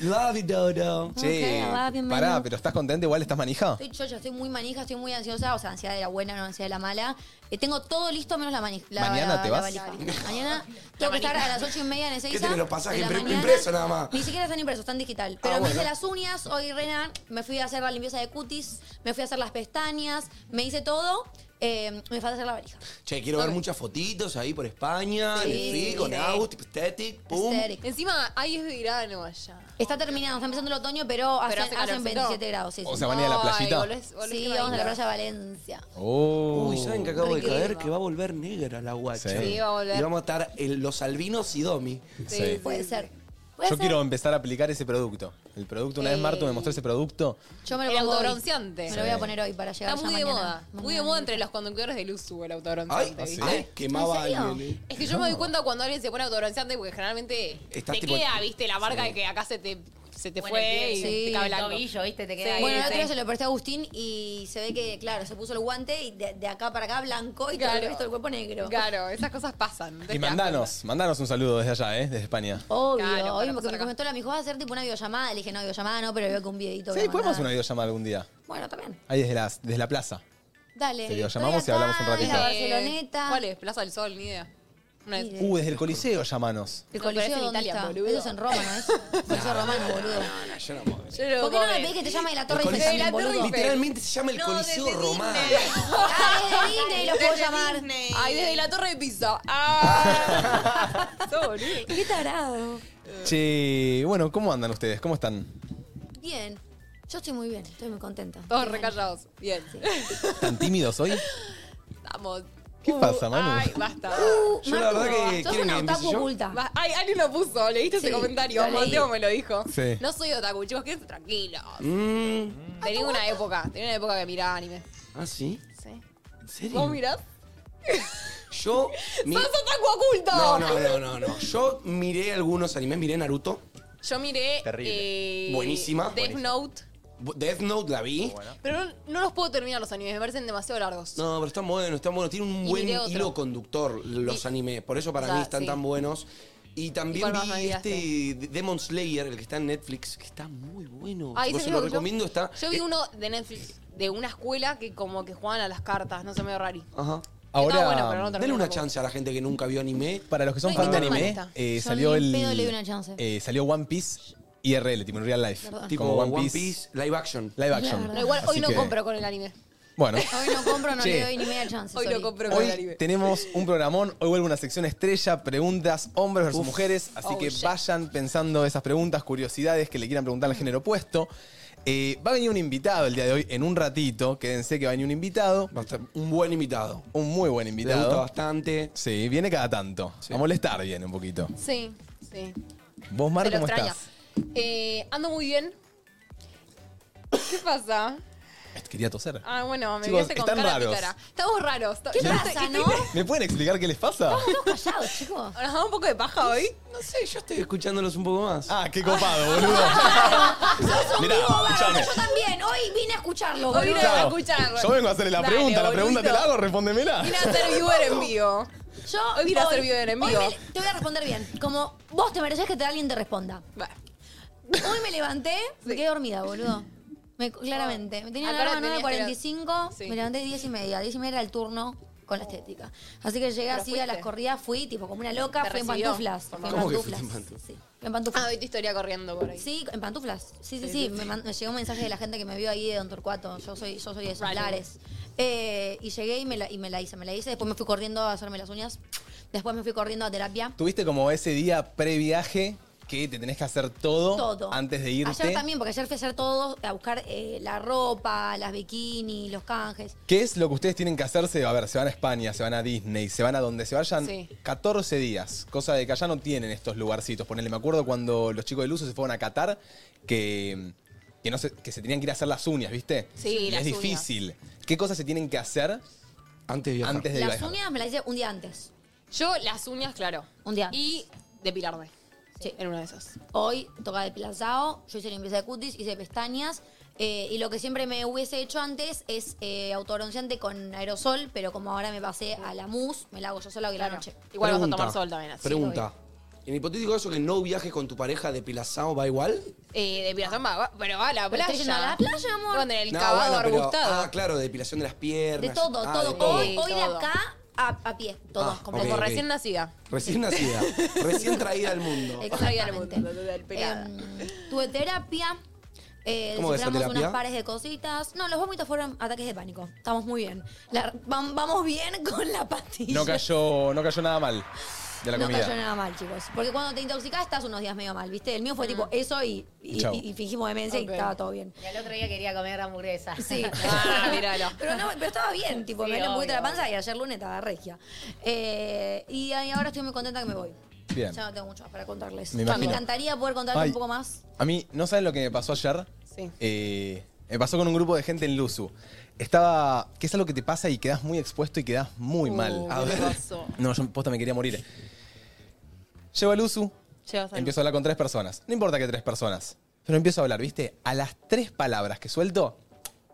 [SPEAKER 4] Love it, dodo.
[SPEAKER 1] Che,
[SPEAKER 2] Ok, va, bien,
[SPEAKER 1] pará,
[SPEAKER 2] bueno.
[SPEAKER 1] pero ¿estás contenta? Igual estás manija.
[SPEAKER 2] Estoy chocha, estoy muy manija, estoy muy ansiosa. O sea, ansiedad de la buena, no ansiedad de la mala. Eh, tengo todo listo menos la manija.
[SPEAKER 1] ¿Mañana te vas?
[SPEAKER 2] Mañana tengo que estar a las ocho y media en Ezeiza.
[SPEAKER 4] tenés los
[SPEAKER 2] de
[SPEAKER 4] pasajes
[SPEAKER 2] la
[SPEAKER 4] impre-
[SPEAKER 2] mañana.
[SPEAKER 4] impresos nada más?
[SPEAKER 2] Ni siquiera están impresos, están digital. Pero
[SPEAKER 4] Ah,
[SPEAKER 2] me hice
[SPEAKER 4] bueno.
[SPEAKER 2] las uñas, hoy Renan, me fui a hacer la limpieza de cutis, me fui a hacer las pestañas, me hice todo. eh, me falta hacer la valija.
[SPEAKER 4] Che, quiero ver muchas fotitos ahí por España.
[SPEAKER 2] Sí,
[SPEAKER 4] Sí, con
[SPEAKER 2] sí.
[SPEAKER 4] August, Aesthetic, pum.
[SPEAKER 2] Aesthetic.
[SPEAKER 3] Encima, ahí es verano allá.
[SPEAKER 2] Está terminado, está empezando el otoño, pero, hacen,
[SPEAKER 3] hace calorcito.
[SPEAKER 2] hacen 27 grados. Sí,
[SPEAKER 1] O
[SPEAKER 2] sí.
[SPEAKER 1] sea, van Oh, a ir a la
[SPEAKER 3] Ay,
[SPEAKER 1] playita.
[SPEAKER 3] volvés- volvés
[SPEAKER 2] Sí,
[SPEAKER 3] que
[SPEAKER 2] vamos a la
[SPEAKER 3] bailar.
[SPEAKER 2] playa Valencia.
[SPEAKER 1] Oh.
[SPEAKER 4] Uy, ¿saben que acabo de
[SPEAKER 3] Riquísimo.
[SPEAKER 4] caer? Que va a volver negra la guacha.
[SPEAKER 1] Sí. Sí,
[SPEAKER 3] va a volver.
[SPEAKER 4] Y vamos a estar el- los albinos y Domi.
[SPEAKER 1] Sí.
[SPEAKER 2] Puede ser. Puede
[SPEAKER 1] Yo
[SPEAKER 2] ser.
[SPEAKER 1] quiero empezar a aplicar ese producto. El producto, una vez Martu me mostró ese producto.
[SPEAKER 2] Yo me lo
[SPEAKER 3] El
[SPEAKER 2] pongo hoy.
[SPEAKER 3] autobronceante.
[SPEAKER 2] Me lo voy a poner hoy para llegar
[SPEAKER 3] Está muy
[SPEAKER 2] ya
[SPEAKER 3] de
[SPEAKER 2] mañana.
[SPEAKER 3] moda. Muy de
[SPEAKER 2] Mañana.
[SPEAKER 3] moda entre los conductores de luz el
[SPEAKER 4] Ay,
[SPEAKER 3] autobronceante.
[SPEAKER 1] sí.
[SPEAKER 3] ¿viste?
[SPEAKER 4] ay, quemaba
[SPEAKER 2] ¿En serio?
[SPEAKER 4] alguien. eh.
[SPEAKER 3] Es que yo me doy cuenta cuando alguien se pone autobronceante porque generalmente
[SPEAKER 4] Estás
[SPEAKER 3] te
[SPEAKER 4] tipo-
[SPEAKER 3] queda, viste, la marca de que acá se te, se te
[SPEAKER 7] Bueno, el
[SPEAKER 3] fue
[SPEAKER 7] pie,
[SPEAKER 3] y
[SPEAKER 2] sí,
[SPEAKER 3] te
[SPEAKER 7] El
[SPEAKER 3] cae blanco.
[SPEAKER 7] tobillo, viste, te queda
[SPEAKER 3] Sí.
[SPEAKER 7] ahí.
[SPEAKER 2] Bueno, el
[SPEAKER 3] Sí,
[SPEAKER 2] otro día
[SPEAKER 3] sí.
[SPEAKER 2] se lo presté a Agustín y se ve que, claro, se puso el guante y de, de acá para acá blanco y todo
[SPEAKER 3] Claro.
[SPEAKER 2] el resto del cuerpo negro.
[SPEAKER 3] Claro, esas cosas pasan. no te
[SPEAKER 1] Y
[SPEAKER 3] das
[SPEAKER 1] mandanos, mandanos un saludo desde allá, ¿eh? Desde España.
[SPEAKER 2] Obvio,
[SPEAKER 3] Claro,
[SPEAKER 2] hoy
[SPEAKER 3] para
[SPEAKER 2] me,
[SPEAKER 3] pasar
[SPEAKER 2] me
[SPEAKER 3] acá.
[SPEAKER 2] comentó la, me dijo, vas a hacer tipo una videollamada. Le dije, no, videollamada no, pero veo que un videito. voy
[SPEAKER 1] Sí,
[SPEAKER 2] a
[SPEAKER 1] podemos
[SPEAKER 2] mandar.
[SPEAKER 1] hacer una videollamada algún día.
[SPEAKER 2] Bueno, también.
[SPEAKER 1] Ahí desde la, desde la plaza.
[SPEAKER 2] Dale.
[SPEAKER 1] Sí,
[SPEAKER 2] Estoy
[SPEAKER 1] llamamos y
[SPEAKER 2] acá,
[SPEAKER 1] hablamos un ratito.
[SPEAKER 2] en La
[SPEAKER 3] cuenta.
[SPEAKER 2] Barceloneta.
[SPEAKER 3] ¿Cuál es? Plaza del Sol, ni idea. Una vez.
[SPEAKER 1] Uh, desde el Coliseo llamanos.
[SPEAKER 2] ¿El
[SPEAKER 3] No, pero es
[SPEAKER 2] coliseo
[SPEAKER 3] en
[SPEAKER 2] dónde
[SPEAKER 3] Italia,
[SPEAKER 2] está?
[SPEAKER 3] boludo.
[SPEAKER 2] Eso es en Roma, ¿no es? Coliseo romano, boludo.
[SPEAKER 4] Yo no puedo.
[SPEAKER 3] Yo
[SPEAKER 2] ¿Por qué no
[SPEAKER 3] puedo
[SPEAKER 2] me
[SPEAKER 3] creer.
[SPEAKER 2] pedís que te llame de la Torre
[SPEAKER 4] El
[SPEAKER 2] Eiffel
[SPEAKER 4] Coliseo-
[SPEAKER 2] también, boludo?
[SPEAKER 4] Literalmente se llama el
[SPEAKER 5] No,
[SPEAKER 4] Coliseo
[SPEAKER 5] desde
[SPEAKER 4] Romano.
[SPEAKER 5] Disney.
[SPEAKER 2] Ah, desde Disney los puedo
[SPEAKER 5] Desde
[SPEAKER 2] llamar.
[SPEAKER 5] Disney.
[SPEAKER 3] Ay, desde la torre de pizza. Ah. Sos boludo.
[SPEAKER 2] Qué tarado.
[SPEAKER 1] Che, bueno, ¿cómo andan ustedes? ¿Cómo están?
[SPEAKER 2] Bien. Yo estoy muy bien, estoy muy contenta.
[SPEAKER 3] Todos
[SPEAKER 2] Bien.
[SPEAKER 3] recallados. Bien.
[SPEAKER 1] ¿Tan tímidos hoy?
[SPEAKER 3] Vamos.
[SPEAKER 1] ¿Qué pasa, Manu?
[SPEAKER 3] Ay, basta.
[SPEAKER 2] Uh,
[SPEAKER 4] Yo la
[SPEAKER 2] Martu,
[SPEAKER 4] verdad que
[SPEAKER 2] sos
[SPEAKER 4] quieren
[SPEAKER 2] una
[SPEAKER 4] que empiece
[SPEAKER 2] otaku
[SPEAKER 4] yo.
[SPEAKER 2] oculta.
[SPEAKER 3] Va- Ay, alguien lo puso. ¿Leíste
[SPEAKER 2] Sí,
[SPEAKER 3] ese comentario?
[SPEAKER 2] lo leí.
[SPEAKER 3] Mateo me lo dijo.
[SPEAKER 1] Sí.
[SPEAKER 3] No soy otaku, chicos, quédense tranquilos. Tenía una época, tenía una época que miraba anime.
[SPEAKER 4] Mm. ¿Ah, sí?
[SPEAKER 3] Sí.
[SPEAKER 4] ¿En serio?
[SPEAKER 3] ¿Vos mirás?
[SPEAKER 4] Yo. mi-
[SPEAKER 3] ¡Sos otaku oculto!
[SPEAKER 4] No, no, no, no, no. Yo miré algunos animes, miré Naruto.
[SPEAKER 3] Yo miré.
[SPEAKER 1] Terrible.
[SPEAKER 3] eh,
[SPEAKER 4] Buenísima.
[SPEAKER 3] Death
[SPEAKER 4] Buenísima.
[SPEAKER 3] Note.
[SPEAKER 4] Death Note la vi.
[SPEAKER 3] Pero no, no los puedo terminar los animes, me parecen demasiado largos.
[SPEAKER 4] No, pero están buenos, están buenos. Tienen un
[SPEAKER 3] Y
[SPEAKER 4] buen
[SPEAKER 3] miré otro.
[SPEAKER 4] hilo conductor los
[SPEAKER 3] Y-
[SPEAKER 4] animes. Por eso para
[SPEAKER 3] O sea,
[SPEAKER 4] mí están
[SPEAKER 3] sí.
[SPEAKER 4] tan buenos. Y también
[SPEAKER 3] cuál más me
[SPEAKER 4] vi este
[SPEAKER 3] olvidaste?
[SPEAKER 4] Demon Slayer, el que está en Netflix, que está muy
[SPEAKER 1] Uh,
[SPEAKER 4] bueno.
[SPEAKER 3] Ay, Ah, ese
[SPEAKER 4] Chicos, se lo
[SPEAKER 3] mismo que yo-
[SPEAKER 4] recomiendo. Está.
[SPEAKER 3] Yo vi
[SPEAKER 4] eh,
[SPEAKER 3] uno de Netflix, de una escuela que como que jugaban a las cartas, no sé, medio rari.
[SPEAKER 4] Ajá.
[SPEAKER 1] Ahora,
[SPEAKER 3] bueno, pero no terminó
[SPEAKER 4] Dale una
[SPEAKER 3] tampoco.
[SPEAKER 4] chance a la gente que nunca vio anime.
[SPEAKER 1] para los que son
[SPEAKER 3] No,
[SPEAKER 1] fan de
[SPEAKER 3] no, no,
[SPEAKER 1] anime,
[SPEAKER 3] no, no.
[SPEAKER 1] eh,
[SPEAKER 2] Yo
[SPEAKER 1] salió
[SPEAKER 2] ni en
[SPEAKER 1] el.
[SPEAKER 2] pedo le doy una chance.
[SPEAKER 1] eh, salió One Piece IRL, tipo en real life.
[SPEAKER 2] Perdón.
[SPEAKER 4] Tipo
[SPEAKER 1] como
[SPEAKER 4] One Piece, live action.
[SPEAKER 1] Live action.
[SPEAKER 2] Claro.
[SPEAKER 3] No, igual hoy
[SPEAKER 1] Así
[SPEAKER 3] no
[SPEAKER 1] que,
[SPEAKER 3] compro con el anime.
[SPEAKER 1] Bueno.
[SPEAKER 2] Hoy no compro, no
[SPEAKER 1] Che.
[SPEAKER 2] le doy ni media chance.
[SPEAKER 3] Hoy
[SPEAKER 2] sorry.
[SPEAKER 3] no compro con el
[SPEAKER 1] Hoy
[SPEAKER 3] anime.
[SPEAKER 1] tenemos un programón, hoy vuelve una sección estrella, preguntas hombres versus mujeres, así
[SPEAKER 3] Oh,
[SPEAKER 1] que
[SPEAKER 3] shit.
[SPEAKER 1] vayan pensando esas preguntas, curiosidades que le quieran preguntar
[SPEAKER 4] Mm.
[SPEAKER 1] al género opuesto. Eh, va a venir un invitado el día de hoy, en un ratito, quédense que va a venir un invitado,
[SPEAKER 4] Va a estar un buen invitado.
[SPEAKER 1] un muy buen
[SPEAKER 4] Me gusta
[SPEAKER 1] invitado.
[SPEAKER 4] bastante.
[SPEAKER 1] Sí, viene cada tanto,
[SPEAKER 4] Sí.
[SPEAKER 1] a molestar viene un poquito.
[SPEAKER 3] Sí, sí.
[SPEAKER 1] Vos, Mar,
[SPEAKER 3] Se lo
[SPEAKER 1] ¿cómo
[SPEAKER 3] extraña.
[SPEAKER 1] estás?
[SPEAKER 3] Eh, ando muy bien. ¿Qué pasa?
[SPEAKER 1] Quería toser.
[SPEAKER 3] Ah, bueno, me
[SPEAKER 1] Chicos,
[SPEAKER 3] viste con
[SPEAKER 1] están
[SPEAKER 3] cara
[SPEAKER 1] raros.
[SPEAKER 3] pícara. Estamos raros.
[SPEAKER 2] ¿Qué
[SPEAKER 3] Yo sé-
[SPEAKER 2] pasa, no?
[SPEAKER 1] ¿Me pueden explicar qué les pasa?
[SPEAKER 2] Estamos callados, chicos.
[SPEAKER 3] ¿Nos da un poco de paja hoy?
[SPEAKER 4] No sé, yo estoy escuchándolos un poco más.
[SPEAKER 1] Ah, qué copado, boludo.
[SPEAKER 2] Ah,
[SPEAKER 1] Mirá, escuchame.
[SPEAKER 2] Yo también, hoy vine a escucharlo.
[SPEAKER 3] Hoy
[SPEAKER 2] boludo.
[SPEAKER 3] vine a escucharlo.
[SPEAKER 1] Yo vengo a hacerle la
[SPEAKER 3] Dale,
[SPEAKER 1] pregunta, la pregunta te
[SPEAKER 3] boludo.
[SPEAKER 1] la hago, respóndemela.
[SPEAKER 3] Vine a hacer viewer en vivo.
[SPEAKER 2] Yo
[SPEAKER 3] Hoy vine a hacer video en
[SPEAKER 2] hoy
[SPEAKER 3] vivo.
[SPEAKER 2] me- te voy a responder bien. Como vos te mereces que te, alguien te responda.
[SPEAKER 3] Va.
[SPEAKER 2] Hoy me levanté, me
[SPEAKER 3] Sí.
[SPEAKER 2] quedé dormida, boludo. Me- claramente. Me tenía la
[SPEAKER 3] Acá la
[SPEAKER 2] alarma
[SPEAKER 3] tenías que
[SPEAKER 2] 9.45,
[SPEAKER 3] Sí.
[SPEAKER 2] me levanté 10 y media. 10 y media era el turno con la estética. Así que llegué así a
[SPEAKER 3] fuiste.
[SPEAKER 2] las corridas, fui tipo como una loca,
[SPEAKER 3] Te
[SPEAKER 2] fui en
[SPEAKER 3] recibió.
[SPEAKER 2] pantuflas. Fui en
[SPEAKER 4] ¿Cómo que
[SPEAKER 2] pantuflas.
[SPEAKER 4] fuiste en pantuflas?
[SPEAKER 2] Sí, fui en pantuflas.
[SPEAKER 3] Ah, hoy tu historia corriendo por ahí.
[SPEAKER 2] Sí, en pantuflas. Sí, sí, sí. Me, man- me llegó un mensaje de la gente que me vio ahí de Don Torcuato. Yo soy, yo soy de esos
[SPEAKER 3] Vale.
[SPEAKER 2] lares. Eh, y llegué y me, la, y me la hice, me la hice. Después me fui corriendo a hacerme las uñas. Después me fui corriendo a terapia.
[SPEAKER 1] Tuviste como ese día pre-viaje que te tenés que hacer todo,
[SPEAKER 2] Todo.
[SPEAKER 1] antes de irte.
[SPEAKER 2] Ayer también, porque ayer fui a hacer todo, a buscar eh, la ropa, las bikinis, los canjes.
[SPEAKER 1] ¿Qué es lo que ustedes tienen que hacerse? A ver, se van a España, se van a Disney, se van a donde se vayan.
[SPEAKER 3] Sí.
[SPEAKER 1] 14 días, cosa de que allá no tienen estos lugarcitos. Ponele, me acuerdo cuando los chicos del uso se fueron a Qatar, que, que, no se, que se tenían que ir a hacer las uñas, ¿viste?
[SPEAKER 3] Sí,
[SPEAKER 1] Y
[SPEAKER 3] las
[SPEAKER 1] Es
[SPEAKER 3] uñas.
[SPEAKER 1] difícil. ¿Qué cosas se tienen que hacer
[SPEAKER 4] Antes de viajar.
[SPEAKER 1] antes de
[SPEAKER 2] Las
[SPEAKER 1] viajar?
[SPEAKER 2] uñas me las hice un día antes.
[SPEAKER 3] Yo las uñas, claro.
[SPEAKER 2] Un día.
[SPEAKER 3] Y depilarme.
[SPEAKER 2] Sí.
[SPEAKER 3] En una de esas.
[SPEAKER 2] Hoy toca depilazado, yo hice limpieza de cutis, hice pestañas. eh, y lo que siempre me hubiese hecho antes es eh, autobronceante con aerosol, pero como ahora me pasé a la mousse, me la hago yo sola hoy a la
[SPEAKER 3] Claro.
[SPEAKER 2] noche.
[SPEAKER 3] Igual
[SPEAKER 4] Pregunta,
[SPEAKER 3] vas a tomar sol también. Así
[SPEAKER 4] Pregunta. En hipotético eso que no viajes con tu pareja de Pilazao, ¿va igual?
[SPEAKER 3] Eh, depilación va, va- pero va a la
[SPEAKER 2] Pero
[SPEAKER 3] playa.
[SPEAKER 2] estoy yendo a la playa, amor.
[SPEAKER 3] Con el
[SPEAKER 4] No,
[SPEAKER 3] cavado
[SPEAKER 4] bueno, pero-
[SPEAKER 3] arbustado.
[SPEAKER 4] Ah, claro, de depilación de las piernas.
[SPEAKER 2] De todo,
[SPEAKER 4] Ah,
[SPEAKER 2] todo.
[SPEAKER 4] de
[SPEAKER 2] Hoy, hoy de
[SPEAKER 3] Todo.
[SPEAKER 2] acá a, a pie, todo,
[SPEAKER 4] Ah,
[SPEAKER 2] completo.
[SPEAKER 3] Como
[SPEAKER 4] ok.
[SPEAKER 3] recién nacida.
[SPEAKER 4] Recién nacida, recién traída al mundo.
[SPEAKER 3] Traía el mundo,
[SPEAKER 2] Exactamente.
[SPEAKER 3] la- la- la pelada.
[SPEAKER 2] Em, tuve terapia. Eh,
[SPEAKER 4] ¿Cómo ves la
[SPEAKER 2] desciframos
[SPEAKER 4] terapia?
[SPEAKER 2] unas pares de cositas. No, los vómitos fueron ataques de pánico. Estamos muy bien. La- vam- vamos bien con la pastilla.
[SPEAKER 1] No cayó, no cayó nada mal de la
[SPEAKER 2] No
[SPEAKER 1] comida.
[SPEAKER 2] cayó nada mal, chicos. Porque cuando te intoxicas estás unos días medio mal, ¿viste? El mío fue tipo eso y, y-
[SPEAKER 1] Chau.
[SPEAKER 2] y- y fingimos demencia
[SPEAKER 3] Ok.
[SPEAKER 2] y estaba todo bien.
[SPEAKER 7] Y al otro día quería comer hamburguesa.
[SPEAKER 2] Sí.
[SPEAKER 3] Ah, míralo.
[SPEAKER 2] Pero, no, pero estaba bien, tipo,
[SPEAKER 7] Sí,
[SPEAKER 2] me dio un poquito la
[SPEAKER 7] obvio,
[SPEAKER 2] panza y ayer lunes estaba regia. Eh, y, ahí ahora estoy muy contenta que me voy.
[SPEAKER 1] Bien.
[SPEAKER 2] Ya no tengo mucho más para contarles.
[SPEAKER 1] Me
[SPEAKER 2] Me,
[SPEAKER 1] imagino.
[SPEAKER 2] encantaría poder contarles
[SPEAKER 1] Ay.
[SPEAKER 2] un poco más.
[SPEAKER 1] A mí, ¿no saben lo que me pasó ayer?
[SPEAKER 3] Sí.
[SPEAKER 1] Eh, me pasó con un grupo de gente en Luzu. Estaba. ¿Qué es algo que te pasa y quedas muy expuesto y quedas muy mal?
[SPEAKER 3] Uh, ¿qué pasó?
[SPEAKER 1] No, yo posta me quería morir. Llego al Luzu,
[SPEAKER 3] Llevas al-
[SPEAKER 1] empiezo a hablar con tres personas. No importa que tres personas. Pero empiezo a hablar, ¿viste? A las tres palabras que suelto,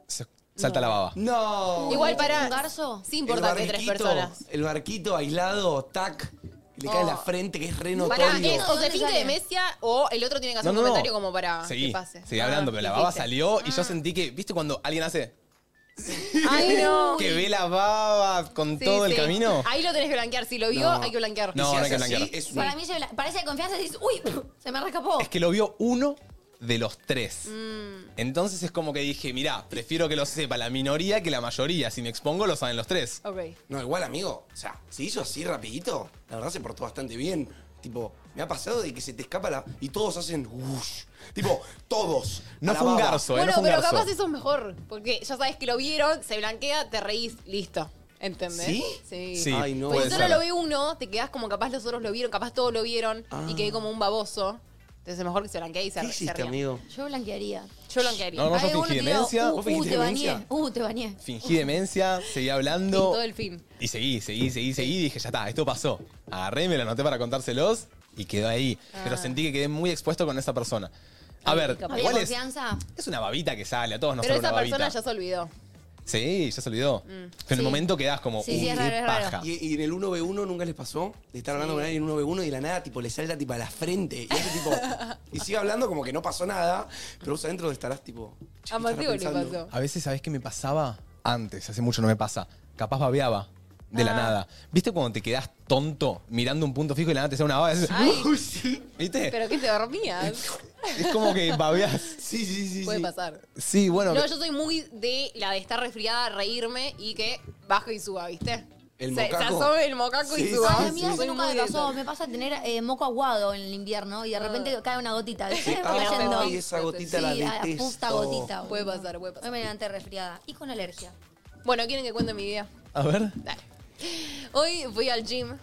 [SPEAKER 1] se salta la baba.
[SPEAKER 4] No.
[SPEAKER 3] Igual para.
[SPEAKER 2] ¿Un garzo?
[SPEAKER 3] Sí importa que tres personas. Oh.
[SPEAKER 4] El barquito aislado, tac, y le cae en la frente, que es re notorio.
[SPEAKER 3] Para, es o
[SPEAKER 2] ¿Dónde
[SPEAKER 3] se finge
[SPEAKER 2] sale?
[SPEAKER 3] de Mesia o el otro tiene que hacer un comentario como para
[SPEAKER 1] Seguí,
[SPEAKER 3] que pase.
[SPEAKER 1] Seguí hablando,
[SPEAKER 3] Ah,
[SPEAKER 1] pero la baba
[SPEAKER 3] dijiste.
[SPEAKER 1] salió y yo sentí que, ¿viste cuando alguien hace?
[SPEAKER 3] Ay, no.
[SPEAKER 1] Que ve la baba con
[SPEAKER 3] Oh. Sí,
[SPEAKER 1] todo el
[SPEAKER 3] sí.
[SPEAKER 1] camino.
[SPEAKER 3] Ahí lo tenés que blanquear. Si lo vio, hay que blanquear.
[SPEAKER 1] No,
[SPEAKER 4] si
[SPEAKER 1] no hay que
[SPEAKER 4] hace así,
[SPEAKER 1] blanquear.
[SPEAKER 4] es un-
[SPEAKER 2] Para mí, se me la- parece de confianza y dices, uy, se me rescapó.
[SPEAKER 1] Es que lo vio uno de los tres.
[SPEAKER 3] Mm.
[SPEAKER 2] Mm,
[SPEAKER 1] Entonces es como que dije, mirá, prefiero que lo sepa la minoría que la mayoría. Si me expongo, lo saben los tres.
[SPEAKER 3] Ok.
[SPEAKER 4] No, igual, amigo, o sea, se hizo así rapidito. La verdad se portó bastante bien. Tipo, me ha pasado de que se te escapa la... Y todos hacen... "Ush". Tipo, todos.
[SPEAKER 1] No
[SPEAKER 4] A la
[SPEAKER 1] fue un
[SPEAKER 4] baba.
[SPEAKER 1] garzo, eh,
[SPEAKER 3] Bueno,
[SPEAKER 1] no fue un
[SPEAKER 3] pero
[SPEAKER 1] garzo.
[SPEAKER 3] capaz eso es mejor. Porque ya sabes que lo vieron, se blanquea, te reís, listo. ¿Entendés?
[SPEAKER 4] ¿Sí?
[SPEAKER 3] Sí.
[SPEAKER 1] Sí,
[SPEAKER 4] Ay, no.
[SPEAKER 3] Porque
[SPEAKER 1] puede
[SPEAKER 4] Pues
[SPEAKER 3] solo
[SPEAKER 1] ser.
[SPEAKER 3] lo ve uno, te quedás como capaz los otros lo vieron, capaz todos lo vieron y quedé como un baboso. Entonces es mejor que se blanquee y se,
[SPEAKER 4] Ah. ¿Qué
[SPEAKER 3] se
[SPEAKER 4] hiciste,
[SPEAKER 3] ría.
[SPEAKER 4] amigo?
[SPEAKER 2] Yo blanquearía.
[SPEAKER 3] Yo blanquearía.
[SPEAKER 1] No, no, yo
[SPEAKER 2] Hay
[SPEAKER 1] fingí
[SPEAKER 2] uno que diga,
[SPEAKER 1] demencia.
[SPEAKER 2] Uh,
[SPEAKER 4] ¿Vos fingiste
[SPEAKER 2] uh, te bañé.
[SPEAKER 4] demencia?
[SPEAKER 2] Uh, te bañé.
[SPEAKER 1] Fingí demencia, seguí hablando.
[SPEAKER 3] Y todo el film.
[SPEAKER 1] Y seguí, seguí, seguí, seguí. Y dije, ya está, esto pasó. Agarré, me lo anoté para contárselos y quedó ahí. Pero sentí que quedé muy expuesto con esa persona. A ver,
[SPEAKER 3] capaz.
[SPEAKER 2] ¿Había
[SPEAKER 1] ¿cuál es?
[SPEAKER 2] confianza?
[SPEAKER 1] Es una babita que sale, a todos nos
[SPEAKER 3] Pero
[SPEAKER 1] sale
[SPEAKER 3] esa
[SPEAKER 1] una babita.
[SPEAKER 3] persona ya se olvidó. Mm.
[SPEAKER 1] Sí, ya se olvidó. Pero en el
[SPEAKER 2] Sí.
[SPEAKER 1] momento quedás como,
[SPEAKER 2] Sí, sí,
[SPEAKER 1] uy,
[SPEAKER 2] es raro,
[SPEAKER 1] qué
[SPEAKER 2] es raro.
[SPEAKER 1] paja.
[SPEAKER 4] Y, y en el 1v1 nunca les pasó de estar hablando con alguien en 1v1 y de la nada, tipo, le salta tipo a la frente. Y ese tipo, y sigue hablando como que no pasó nada, pero vos adentro estarás tipo. che,
[SPEAKER 3] A
[SPEAKER 4] ¿qué estará
[SPEAKER 3] Mateo le
[SPEAKER 4] pensando?
[SPEAKER 3] pasó.
[SPEAKER 1] A veces, ¿sabés qué me pasaba? Antes, hace mucho no me pasa. Capaz babeaba de
[SPEAKER 3] Ah.
[SPEAKER 1] la nada. ¿Viste cuando te quedás tonto mirando un punto fijo y de la nada te sale una baba? Haces,
[SPEAKER 3] Ay.
[SPEAKER 4] Uy, sí.
[SPEAKER 1] ¿Viste?
[SPEAKER 3] Pero que te dormías.
[SPEAKER 1] Es como que babeás.
[SPEAKER 4] Sí, sí, sí.
[SPEAKER 3] Puede
[SPEAKER 4] sí.
[SPEAKER 3] pasar.
[SPEAKER 1] Sí, bueno.
[SPEAKER 3] No, yo soy muy de la de estar resfriada, reírme y que baje y suba, ¿viste?
[SPEAKER 4] El
[SPEAKER 3] se, se
[SPEAKER 4] mocaco.
[SPEAKER 3] asome el mocaco
[SPEAKER 4] Sí,
[SPEAKER 3] y suba.
[SPEAKER 4] sí,
[SPEAKER 2] Ay,
[SPEAKER 4] sí.
[SPEAKER 2] amiga, eso
[SPEAKER 3] Soy
[SPEAKER 2] nunca
[SPEAKER 3] muy
[SPEAKER 2] me
[SPEAKER 3] de Ah.
[SPEAKER 2] pasó.
[SPEAKER 3] eso.
[SPEAKER 2] Me pasa tener eh, moco aguado en el invierno y de repente cae una gotita.
[SPEAKER 4] Sí,
[SPEAKER 2] Me va
[SPEAKER 4] ay,
[SPEAKER 2] cayendo.
[SPEAKER 4] ay, Ah, esa gotita la
[SPEAKER 2] Sí, a
[SPEAKER 4] detesto.
[SPEAKER 2] puta gotita.
[SPEAKER 3] Puede
[SPEAKER 2] boludo.
[SPEAKER 3] pasar, puede
[SPEAKER 2] Hoy
[SPEAKER 3] pasar.
[SPEAKER 2] me levanté resfriada y con alergia.
[SPEAKER 3] Bueno, ¿quieren que cuente mi vida?
[SPEAKER 1] A ver.
[SPEAKER 3] Dale. Hoy fui al gym.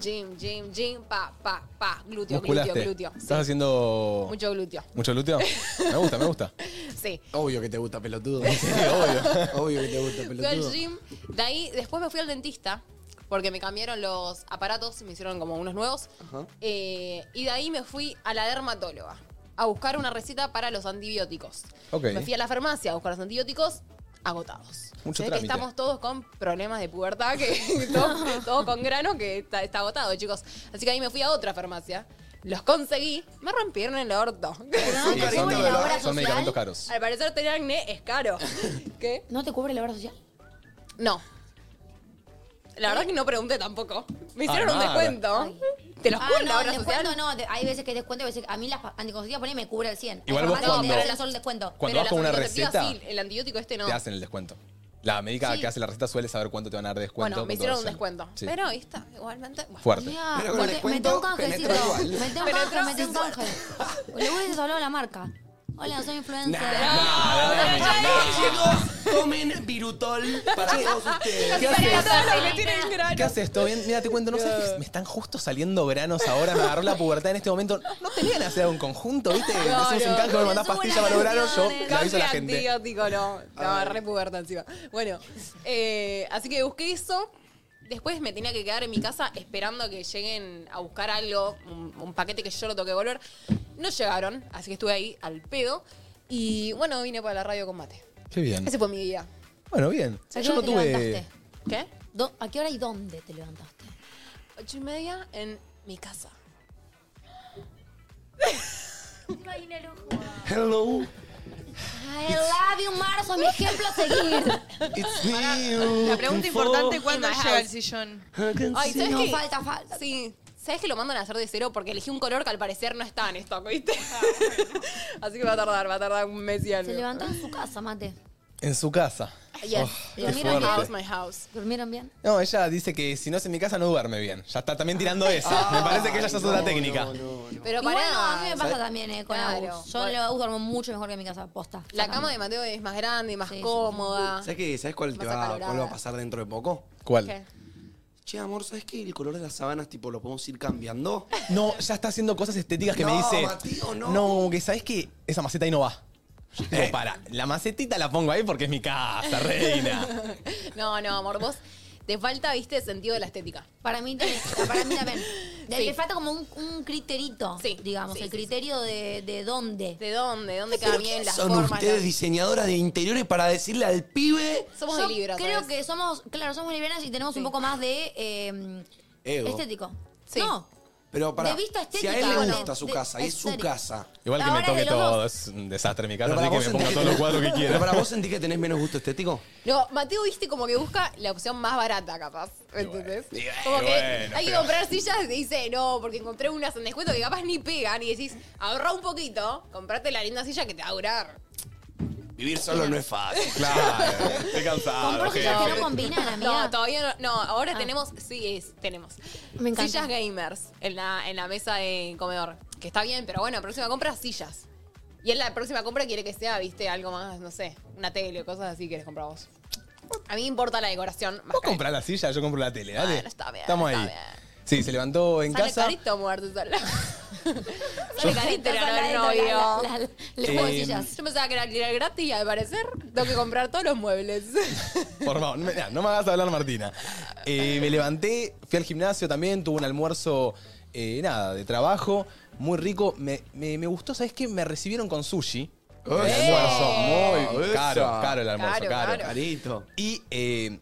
[SPEAKER 3] Gym, gym, gym, pa, pa, pa. Glúteo, glúteo,
[SPEAKER 1] Musculaste.
[SPEAKER 3] glúteo.
[SPEAKER 1] Estás haciendo.
[SPEAKER 3] Mucho glúteo.
[SPEAKER 1] ¿Mucho glúteo? Me gusta, me gusta.
[SPEAKER 3] Sí.
[SPEAKER 4] Obvio que te gusta, pelotudo. obvio. Obvio que te gusta,
[SPEAKER 3] Fui al
[SPEAKER 4] pelotudo.
[SPEAKER 3] gym. De ahí, después me fui al dentista. Porque me cambiaron los aparatos, me hicieron como unos nuevos.
[SPEAKER 4] Ajá.
[SPEAKER 3] Eh, y de ahí me fui a la dermatóloga a buscar una receta para los antibióticos.
[SPEAKER 1] Ok.
[SPEAKER 3] Me fui a la farmacia a buscar los antibióticos agotados.
[SPEAKER 1] Mucho
[SPEAKER 3] Se ve que
[SPEAKER 1] trámite.
[SPEAKER 3] estamos todos con problemas de pubertad, que todos, todos con grano que está, está agotado, chicos. Así que ahí me fui a otra farmacia. Los conseguí, me rompieron el orto.
[SPEAKER 2] No,
[SPEAKER 1] Sí,
[SPEAKER 2] te
[SPEAKER 1] son,
[SPEAKER 2] cubre
[SPEAKER 1] son
[SPEAKER 2] la obra social.
[SPEAKER 1] medicamentos caros.
[SPEAKER 3] Al parecer tener acné es caro. ¿Qué?
[SPEAKER 2] ¿No te cubre la obra social? ¿Eh?
[SPEAKER 3] No. La verdad que no pregunté tampoco. Me hicieron
[SPEAKER 1] Ah,
[SPEAKER 3] un
[SPEAKER 1] nada.
[SPEAKER 3] descuento. Te los
[SPEAKER 2] ah,
[SPEAKER 3] cuento
[SPEAKER 2] no,
[SPEAKER 3] ahora
[SPEAKER 2] el
[SPEAKER 3] social.
[SPEAKER 2] descuento no. te- hay veces que hay descuento, hay veces que a mí las pa- anticonceptivas por ahí me cubre el 100.
[SPEAKER 1] Igual vos
[SPEAKER 2] Además,
[SPEAKER 1] cuando-
[SPEAKER 2] te hacen solo el descuento.
[SPEAKER 1] Cuando
[SPEAKER 3] Pero
[SPEAKER 1] vas con
[SPEAKER 3] las
[SPEAKER 1] una
[SPEAKER 3] anticonceptivas
[SPEAKER 1] receta,
[SPEAKER 3] sí, el antibiótico este no.
[SPEAKER 1] Te hacen el descuento. La médica
[SPEAKER 2] Sí.
[SPEAKER 1] que hace la receta suele saber cuánto te van a dar de descuento.
[SPEAKER 3] bueno, me
[SPEAKER 1] con todo
[SPEAKER 3] hicieron un
[SPEAKER 1] eso.
[SPEAKER 3] descuento.
[SPEAKER 1] Sí.
[SPEAKER 3] Pero ahí está, igualmente. bueno.
[SPEAKER 1] Fuerte.
[SPEAKER 2] Mirá,
[SPEAKER 4] Pero con
[SPEAKER 2] me
[SPEAKER 4] el
[SPEAKER 2] te-
[SPEAKER 4] descuento,
[SPEAKER 2] me tengo un canjecito.
[SPEAKER 4] penetró igual.
[SPEAKER 2] Me tengo un canje, me tengo un canje. Le hubieses hablado a la marca. Hola, soy influencer.
[SPEAKER 4] Chicos, comen virutol para todos ustedes.
[SPEAKER 1] ¿Qué
[SPEAKER 3] Para
[SPEAKER 1] haces?
[SPEAKER 3] todas las que tienen grano.
[SPEAKER 1] ¿Qué haces? ¿Todo bien? Mira, te cuento, no sé, me están justo saliendo granos ahora, me agarró la pubertad en este momento. No tenían hacer un conjunto, ¿viste? Hacemos un canje, me mandás
[SPEAKER 2] Son
[SPEAKER 1] pastillas para los
[SPEAKER 2] buenas
[SPEAKER 1] granos, yo
[SPEAKER 2] opciones.
[SPEAKER 1] le aviso a la
[SPEAKER 3] Canje
[SPEAKER 1] gente.
[SPEAKER 3] antibiótico, no. No, re puberta encima. Bueno, eh, así que busqué eso. Después me tenía que quedar en mi casa esperando que lleguen a buscar algo, un, un paquete que yo lo toque volver. No llegaron, así que estuve ahí al pedo. Y bueno, vine para la radio combate.
[SPEAKER 1] Qué bien.
[SPEAKER 3] Ese fue mi día.
[SPEAKER 1] Bueno, bien.
[SPEAKER 2] ¿A qué
[SPEAKER 1] Yo
[SPEAKER 2] hora
[SPEAKER 1] no
[SPEAKER 2] te
[SPEAKER 1] tuve.
[SPEAKER 2] levantaste?
[SPEAKER 3] ¿Qué?
[SPEAKER 2] Do- ¿A qué hora y dónde te levantaste?
[SPEAKER 3] Ocho y media en mi casa.
[SPEAKER 4] Hello,
[SPEAKER 2] I love you, Mar, sos mi ejemplo a seguir.
[SPEAKER 4] it's me.
[SPEAKER 5] La pregunta importante ¿cuándo
[SPEAKER 3] In my
[SPEAKER 5] llega el
[SPEAKER 3] house.
[SPEAKER 5] sillón?
[SPEAKER 3] Ay, ¿sabes
[SPEAKER 2] no,
[SPEAKER 3] qué?
[SPEAKER 2] falta, falta.
[SPEAKER 3] Sí. ¿Sabes que lo mandan a hacer de cero? Porque elegí un color que al parecer no está en stock, ¿viste? Así que va a tardar, va a tardar un mes y algo.
[SPEAKER 2] Ah, Se levantó en su casa, mate.
[SPEAKER 1] En su casa. Oh,
[SPEAKER 2] Yes.
[SPEAKER 1] qué
[SPEAKER 2] Lo miro
[SPEAKER 1] fuerte.
[SPEAKER 3] House, my house.
[SPEAKER 2] ¿Durmieron bien?
[SPEAKER 1] No, ella dice que si no es en mi casa no duerme bien. Ya está también tirando esa. Me parece que ella ya es otra técnica.
[SPEAKER 3] Pero
[SPEAKER 2] Igual
[SPEAKER 3] para
[SPEAKER 2] no, a mí me pasa también eh, con
[SPEAKER 3] Claro.
[SPEAKER 2] Agus. Yo en
[SPEAKER 3] Bueno.
[SPEAKER 2] la Agus duermo mucho mejor que en mi casa, posta.
[SPEAKER 3] La cama de Mateo es más grande, más
[SPEAKER 2] Sí, sí,
[SPEAKER 3] cómoda.
[SPEAKER 4] ¿Sabes qué? ¿Sabes cuál te
[SPEAKER 3] Más
[SPEAKER 4] va,
[SPEAKER 3] acalorada.
[SPEAKER 4] cuál va a pasar dentro de poco?
[SPEAKER 1] ¿Cuál?
[SPEAKER 3] ¿Qué?
[SPEAKER 4] Che, amor, ¿sabes qué? El color de las sábanas, tipo, lo podemos ir cambiando.
[SPEAKER 1] No, ya está haciendo cosas estéticas que me
[SPEAKER 4] No,
[SPEAKER 1] dice.
[SPEAKER 4] Mateo, no.
[SPEAKER 1] no, que sabes que esa maceta ahí no va. Yo digo, para, la macetita la pongo ahí porque es mi casa, reina.
[SPEAKER 3] No, no, amor, vos te falta, viste, sentido de la estética.
[SPEAKER 2] Para mí también. Para mí también. De-
[SPEAKER 3] Sí.
[SPEAKER 2] Le falta como un, un criterito,
[SPEAKER 3] Sí,
[SPEAKER 2] digamos,
[SPEAKER 3] sí,
[SPEAKER 2] el
[SPEAKER 3] sí,
[SPEAKER 2] criterio de, de dónde.
[SPEAKER 3] ¿De dónde? ¿De ¿Dónde
[SPEAKER 4] ¿Pero
[SPEAKER 3] queda bien
[SPEAKER 4] quién
[SPEAKER 3] las
[SPEAKER 4] son
[SPEAKER 3] formas?
[SPEAKER 4] ustedes
[SPEAKER 3] las-
[SPEAKER 4] diseñadoras de interiores para decirle al pibe?
[SPEAKER 3] Somos
[SPEAKER 2] Yo
[SPEAKER 3] de Libra,
[SPEAKER 2] Creo
[SPEAKER 3] ¿sabes?
[SPEAKER 2] que somos, claro, somos libranas y tenemos un poco más de eh,
[SPEAKER 4] Ego.
[SPEAKER 2] estético.
[SPEAKER 3] Sí.
[SPEAKER 2] No.
[SPEAKER 4] Pero para,
[SPEAKER 2] De vista
[SPEAKER 4] si a
[SPEAKER 2] estética,
[SPEAKER 4] él le
[SPEAKER 2] bueno,
[SPEAKER 4] gusta su
[SPEAKER 2] de-
[SPEAKER 4] casa, y es su
[SPEAKER 2] estética.
[SPEAKER 4] casa.
[SPEAKER 1] Igual que
[SPEAKER 2] Ahora
[SPEAKER 1] me toque
[SPEAKER 2] de los
[SPEAKER 1] todo,
[SPEAKER 2] dos.
[SPEAKER 1] es un desastre mi casa,
[SPEAKER 4] Pero
[SPEAKER 1] así que
[SPEAKER 4] para vos
[SPEAKER 1] me ponga
[SPEAKER 4] sentí-
[SPEAKER 1] todos los cuadros que
[SPEAKER 4] Pero para
[SPEAKER 1] quiera.
[SPEAKER 4] vos sentís que tenés menos gusto estético.
[SPEAKER 3] No, Mateo, viste, como que busca la opción más barata, capaz. ¿Entendés?
[SPEAKER 1] y bueno,
[SPEAKER 3] como que
[SPEAKER 1] bueno,
[SPEAKER 3] hay que
[SPEAKER 1] pero-
[SPEAKER 3] comprar sillas y dice, no, porque encontré unas en descuento que capaz ni pegan. Y decís, ahorra un poquito, comprate la linda silla que te va a durar.
[SPEAKER 4] Vivir solo no es fácil.
[SPEAKER 1] Claro, estoy cansado,
[SPEAKER 2] Compró sillas que
[SPEAKER 1] jefe.
[SPEAKER 2] no combinan,
[SPEAKER 3] No,
[SPEAKER 2] amiga.
[SPEAKER 3] todavía no. No, ahora tenemos, sí, es, tenemos.
[SPEAKER 2] Ah. Me encanta.
[SPEAKER 3] Sillas gamers en la, en la mesa de comedor. Que está bien, pero bueno, próxima compra, sillas. Y en la próxima compra quiere que sea, viste, algo más, no sé, una tele o cosas así que les comprar vos. A mí me importa la decoración. más
[SPEAKER 1] Vos
[SPEAKER 3] que-
[SPEAKER 1] comprás la silla, yo compro la tele, dale.
[SPEAKER 3] Bueno, está bien,
[SPEAKER 1] Estamos
[SPEAKER 3] está
[SPEAKER 1] ahí.
[SPEAKER 3] bien.
[SPEAKER 1] Sí, se levantó en
[SPEAKER 3] Sale
[SPEAKER 1] casa.
[SPEAKER 3] carito mudarte sola. Sale carito el
[SPEAKER 2] Entonces, la- la- la- la-
[SPEAKER 3] novio.
[SPEAKER 2] la- Le pongo
[SPEAKER 1] Eh,
[SPEAKER 2] sillas.
[SPEAKER 3] Yo pensaba que era alquiler gratis y al parecer tengo que comprar todos los muebles.
[SPEAKER 1] Por favor, no me, nah, no me hagas hablar, Martina. Eh, me levanté, fui al gimnasio también, tuve un almuerzo, eh, nada, de trabajo, muy rico. Me, me- me gustó, ¿sabes qué? Me recibieron con sushi. El almuerzo, muy
[SPEAKER 4] Esa.
[SPEAKER 1] caro, caro el almuerzo,
[SPEAKER 3] Caro,
[SPEAKER 1] caro.
[SPEAKER 3] caro.
[SPEAKER 4] Carito.
[SPEAKER 1] Y eh,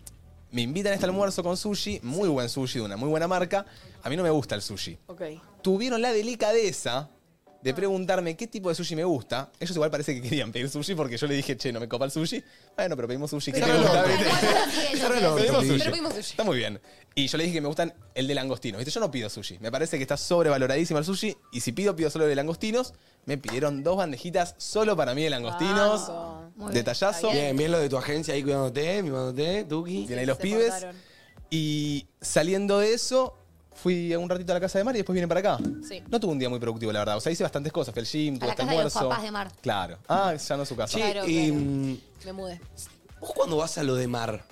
[SPEAKER 1] me invitan a este almuerzo con sushi, muy buen sushi, de una muy buena marca. A mí no me gusta el sushi.
[SPEAKER 3] ok.
[SPEAKER 1] Tuvieron la delicadeza de preguntarme qué tipo de sushi me gusta. Ellos igual parece que querían pedir sushi porque yo le dije, che, no me copa el sushi. Bueno, pero pedimos sushi. ¿Qué te
[SPEAKER 4] Pero no,
[SPEAKER 1] gusta?
[SPEAKER 4] no,
[SPEAKER 1] ¿Viste? Pedimos sushi.
[SPEAKER 3] Pero pedimos sushi.
[SPEAKER 1] Está muy bien. Y yo le dije que me gustan el de langostinos. ¿viste? Yo no pido sushi. Me parece que está sobrevaloradísimo el sushi. Y si pido, pido solo el de langostinos. Me pidieron dos bandejitas solo para mí de langostinos.
[SPEAKER 3] Vamos.
[SPEAKER 2] Muy bien.
[SPEAKER 1] Detallazo.
[SPEAKER 4] Bien, bien lo de tu agencia ahí cuidándote, mimándote, Tuki.
[SPEAKER 1] Tienen ahí los
[SPEAKER 3] Se
[SPEAKER 1] pibes.
[SPEAKER 3] portaron.
[SPEAKER 1] Y saliendo de eso, fui un ratito a la casa de Mar y después vine para acá.
[SPEAKER 3] Sí.
[SPEAKER 1] No tuve un día muy productivo, la verdad. O sea, hice bastantes cosas. Fui al gym,
[SPEAKER 2] la
[SPEAKER 1] tuve este
[SPEAKER 2] casa de los
[SPEAKER 1] almuerzo.
[SPEAKER 2] papás de Mar.
[SPEAKER 1] Claro. Ah, ya no es su casa.
[SPEAKER 4] Che,
[SPEAKER 3] Claro,
[SPEAKER 4] y,
[SPEAKER 3] claro.
[SPEAKER 4] mm,
[SPEAKER 3] Me mudé.
[SPEAKER 4] vos cuando vas a lo de mar,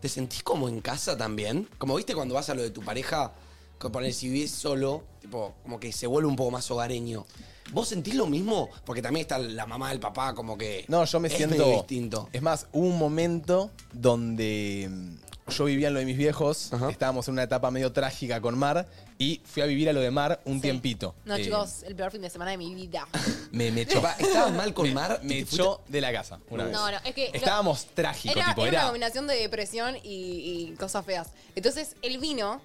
[SPEAKER 4] ¿te sentís como en casa también? Como viste cuando vas a lo de tu pareja, que poner si vivís solo, tipo, como que se vuelve un poco más hogareño. ¿Vos sentís lo mismo? Porque también está la mamá, el papá, como que.
[SPEAKER 1] No, yo me
[SPEAKER 4] es
[SPEAKER 1] siento.
[SPEAKER 4] medio distinto.
[SPEAKER 1] Es más, hubo un momento donde mm, yo vivía en lo de mis viejos,
[SPEAKER 4] Ajá.
[SPEAKER 1] estábamos en una etapa medio trágica con Mar y fui a vivir a lo de Mar un tiempito.
[SPEAKER 3] No,
[SPEAKER 1] Eh,
[SPEAKER 3] chicos, el peor fin de semana de mi vida.
[SPEAKER 1] Me, me echó.
[SPEAKER 4] Va, ¿Estabas mal con mar?
[SPEAKER 1] me
[SPEAKER 4] y te fuiste-
[SPEAKER 1] echó de la casa una vez.
[SPEAKER 3] No, no, es que lo-
[SPEAKER 1] Estábamos trágicos,
[SPEAKER 3] Era,
[SPEAKER 1] tipo,
[SPEAKER 3] era
[SPEAKER 1] era.
[SPEAKER 3] una combinación de depresión y, y cosas feas. Entonces él vino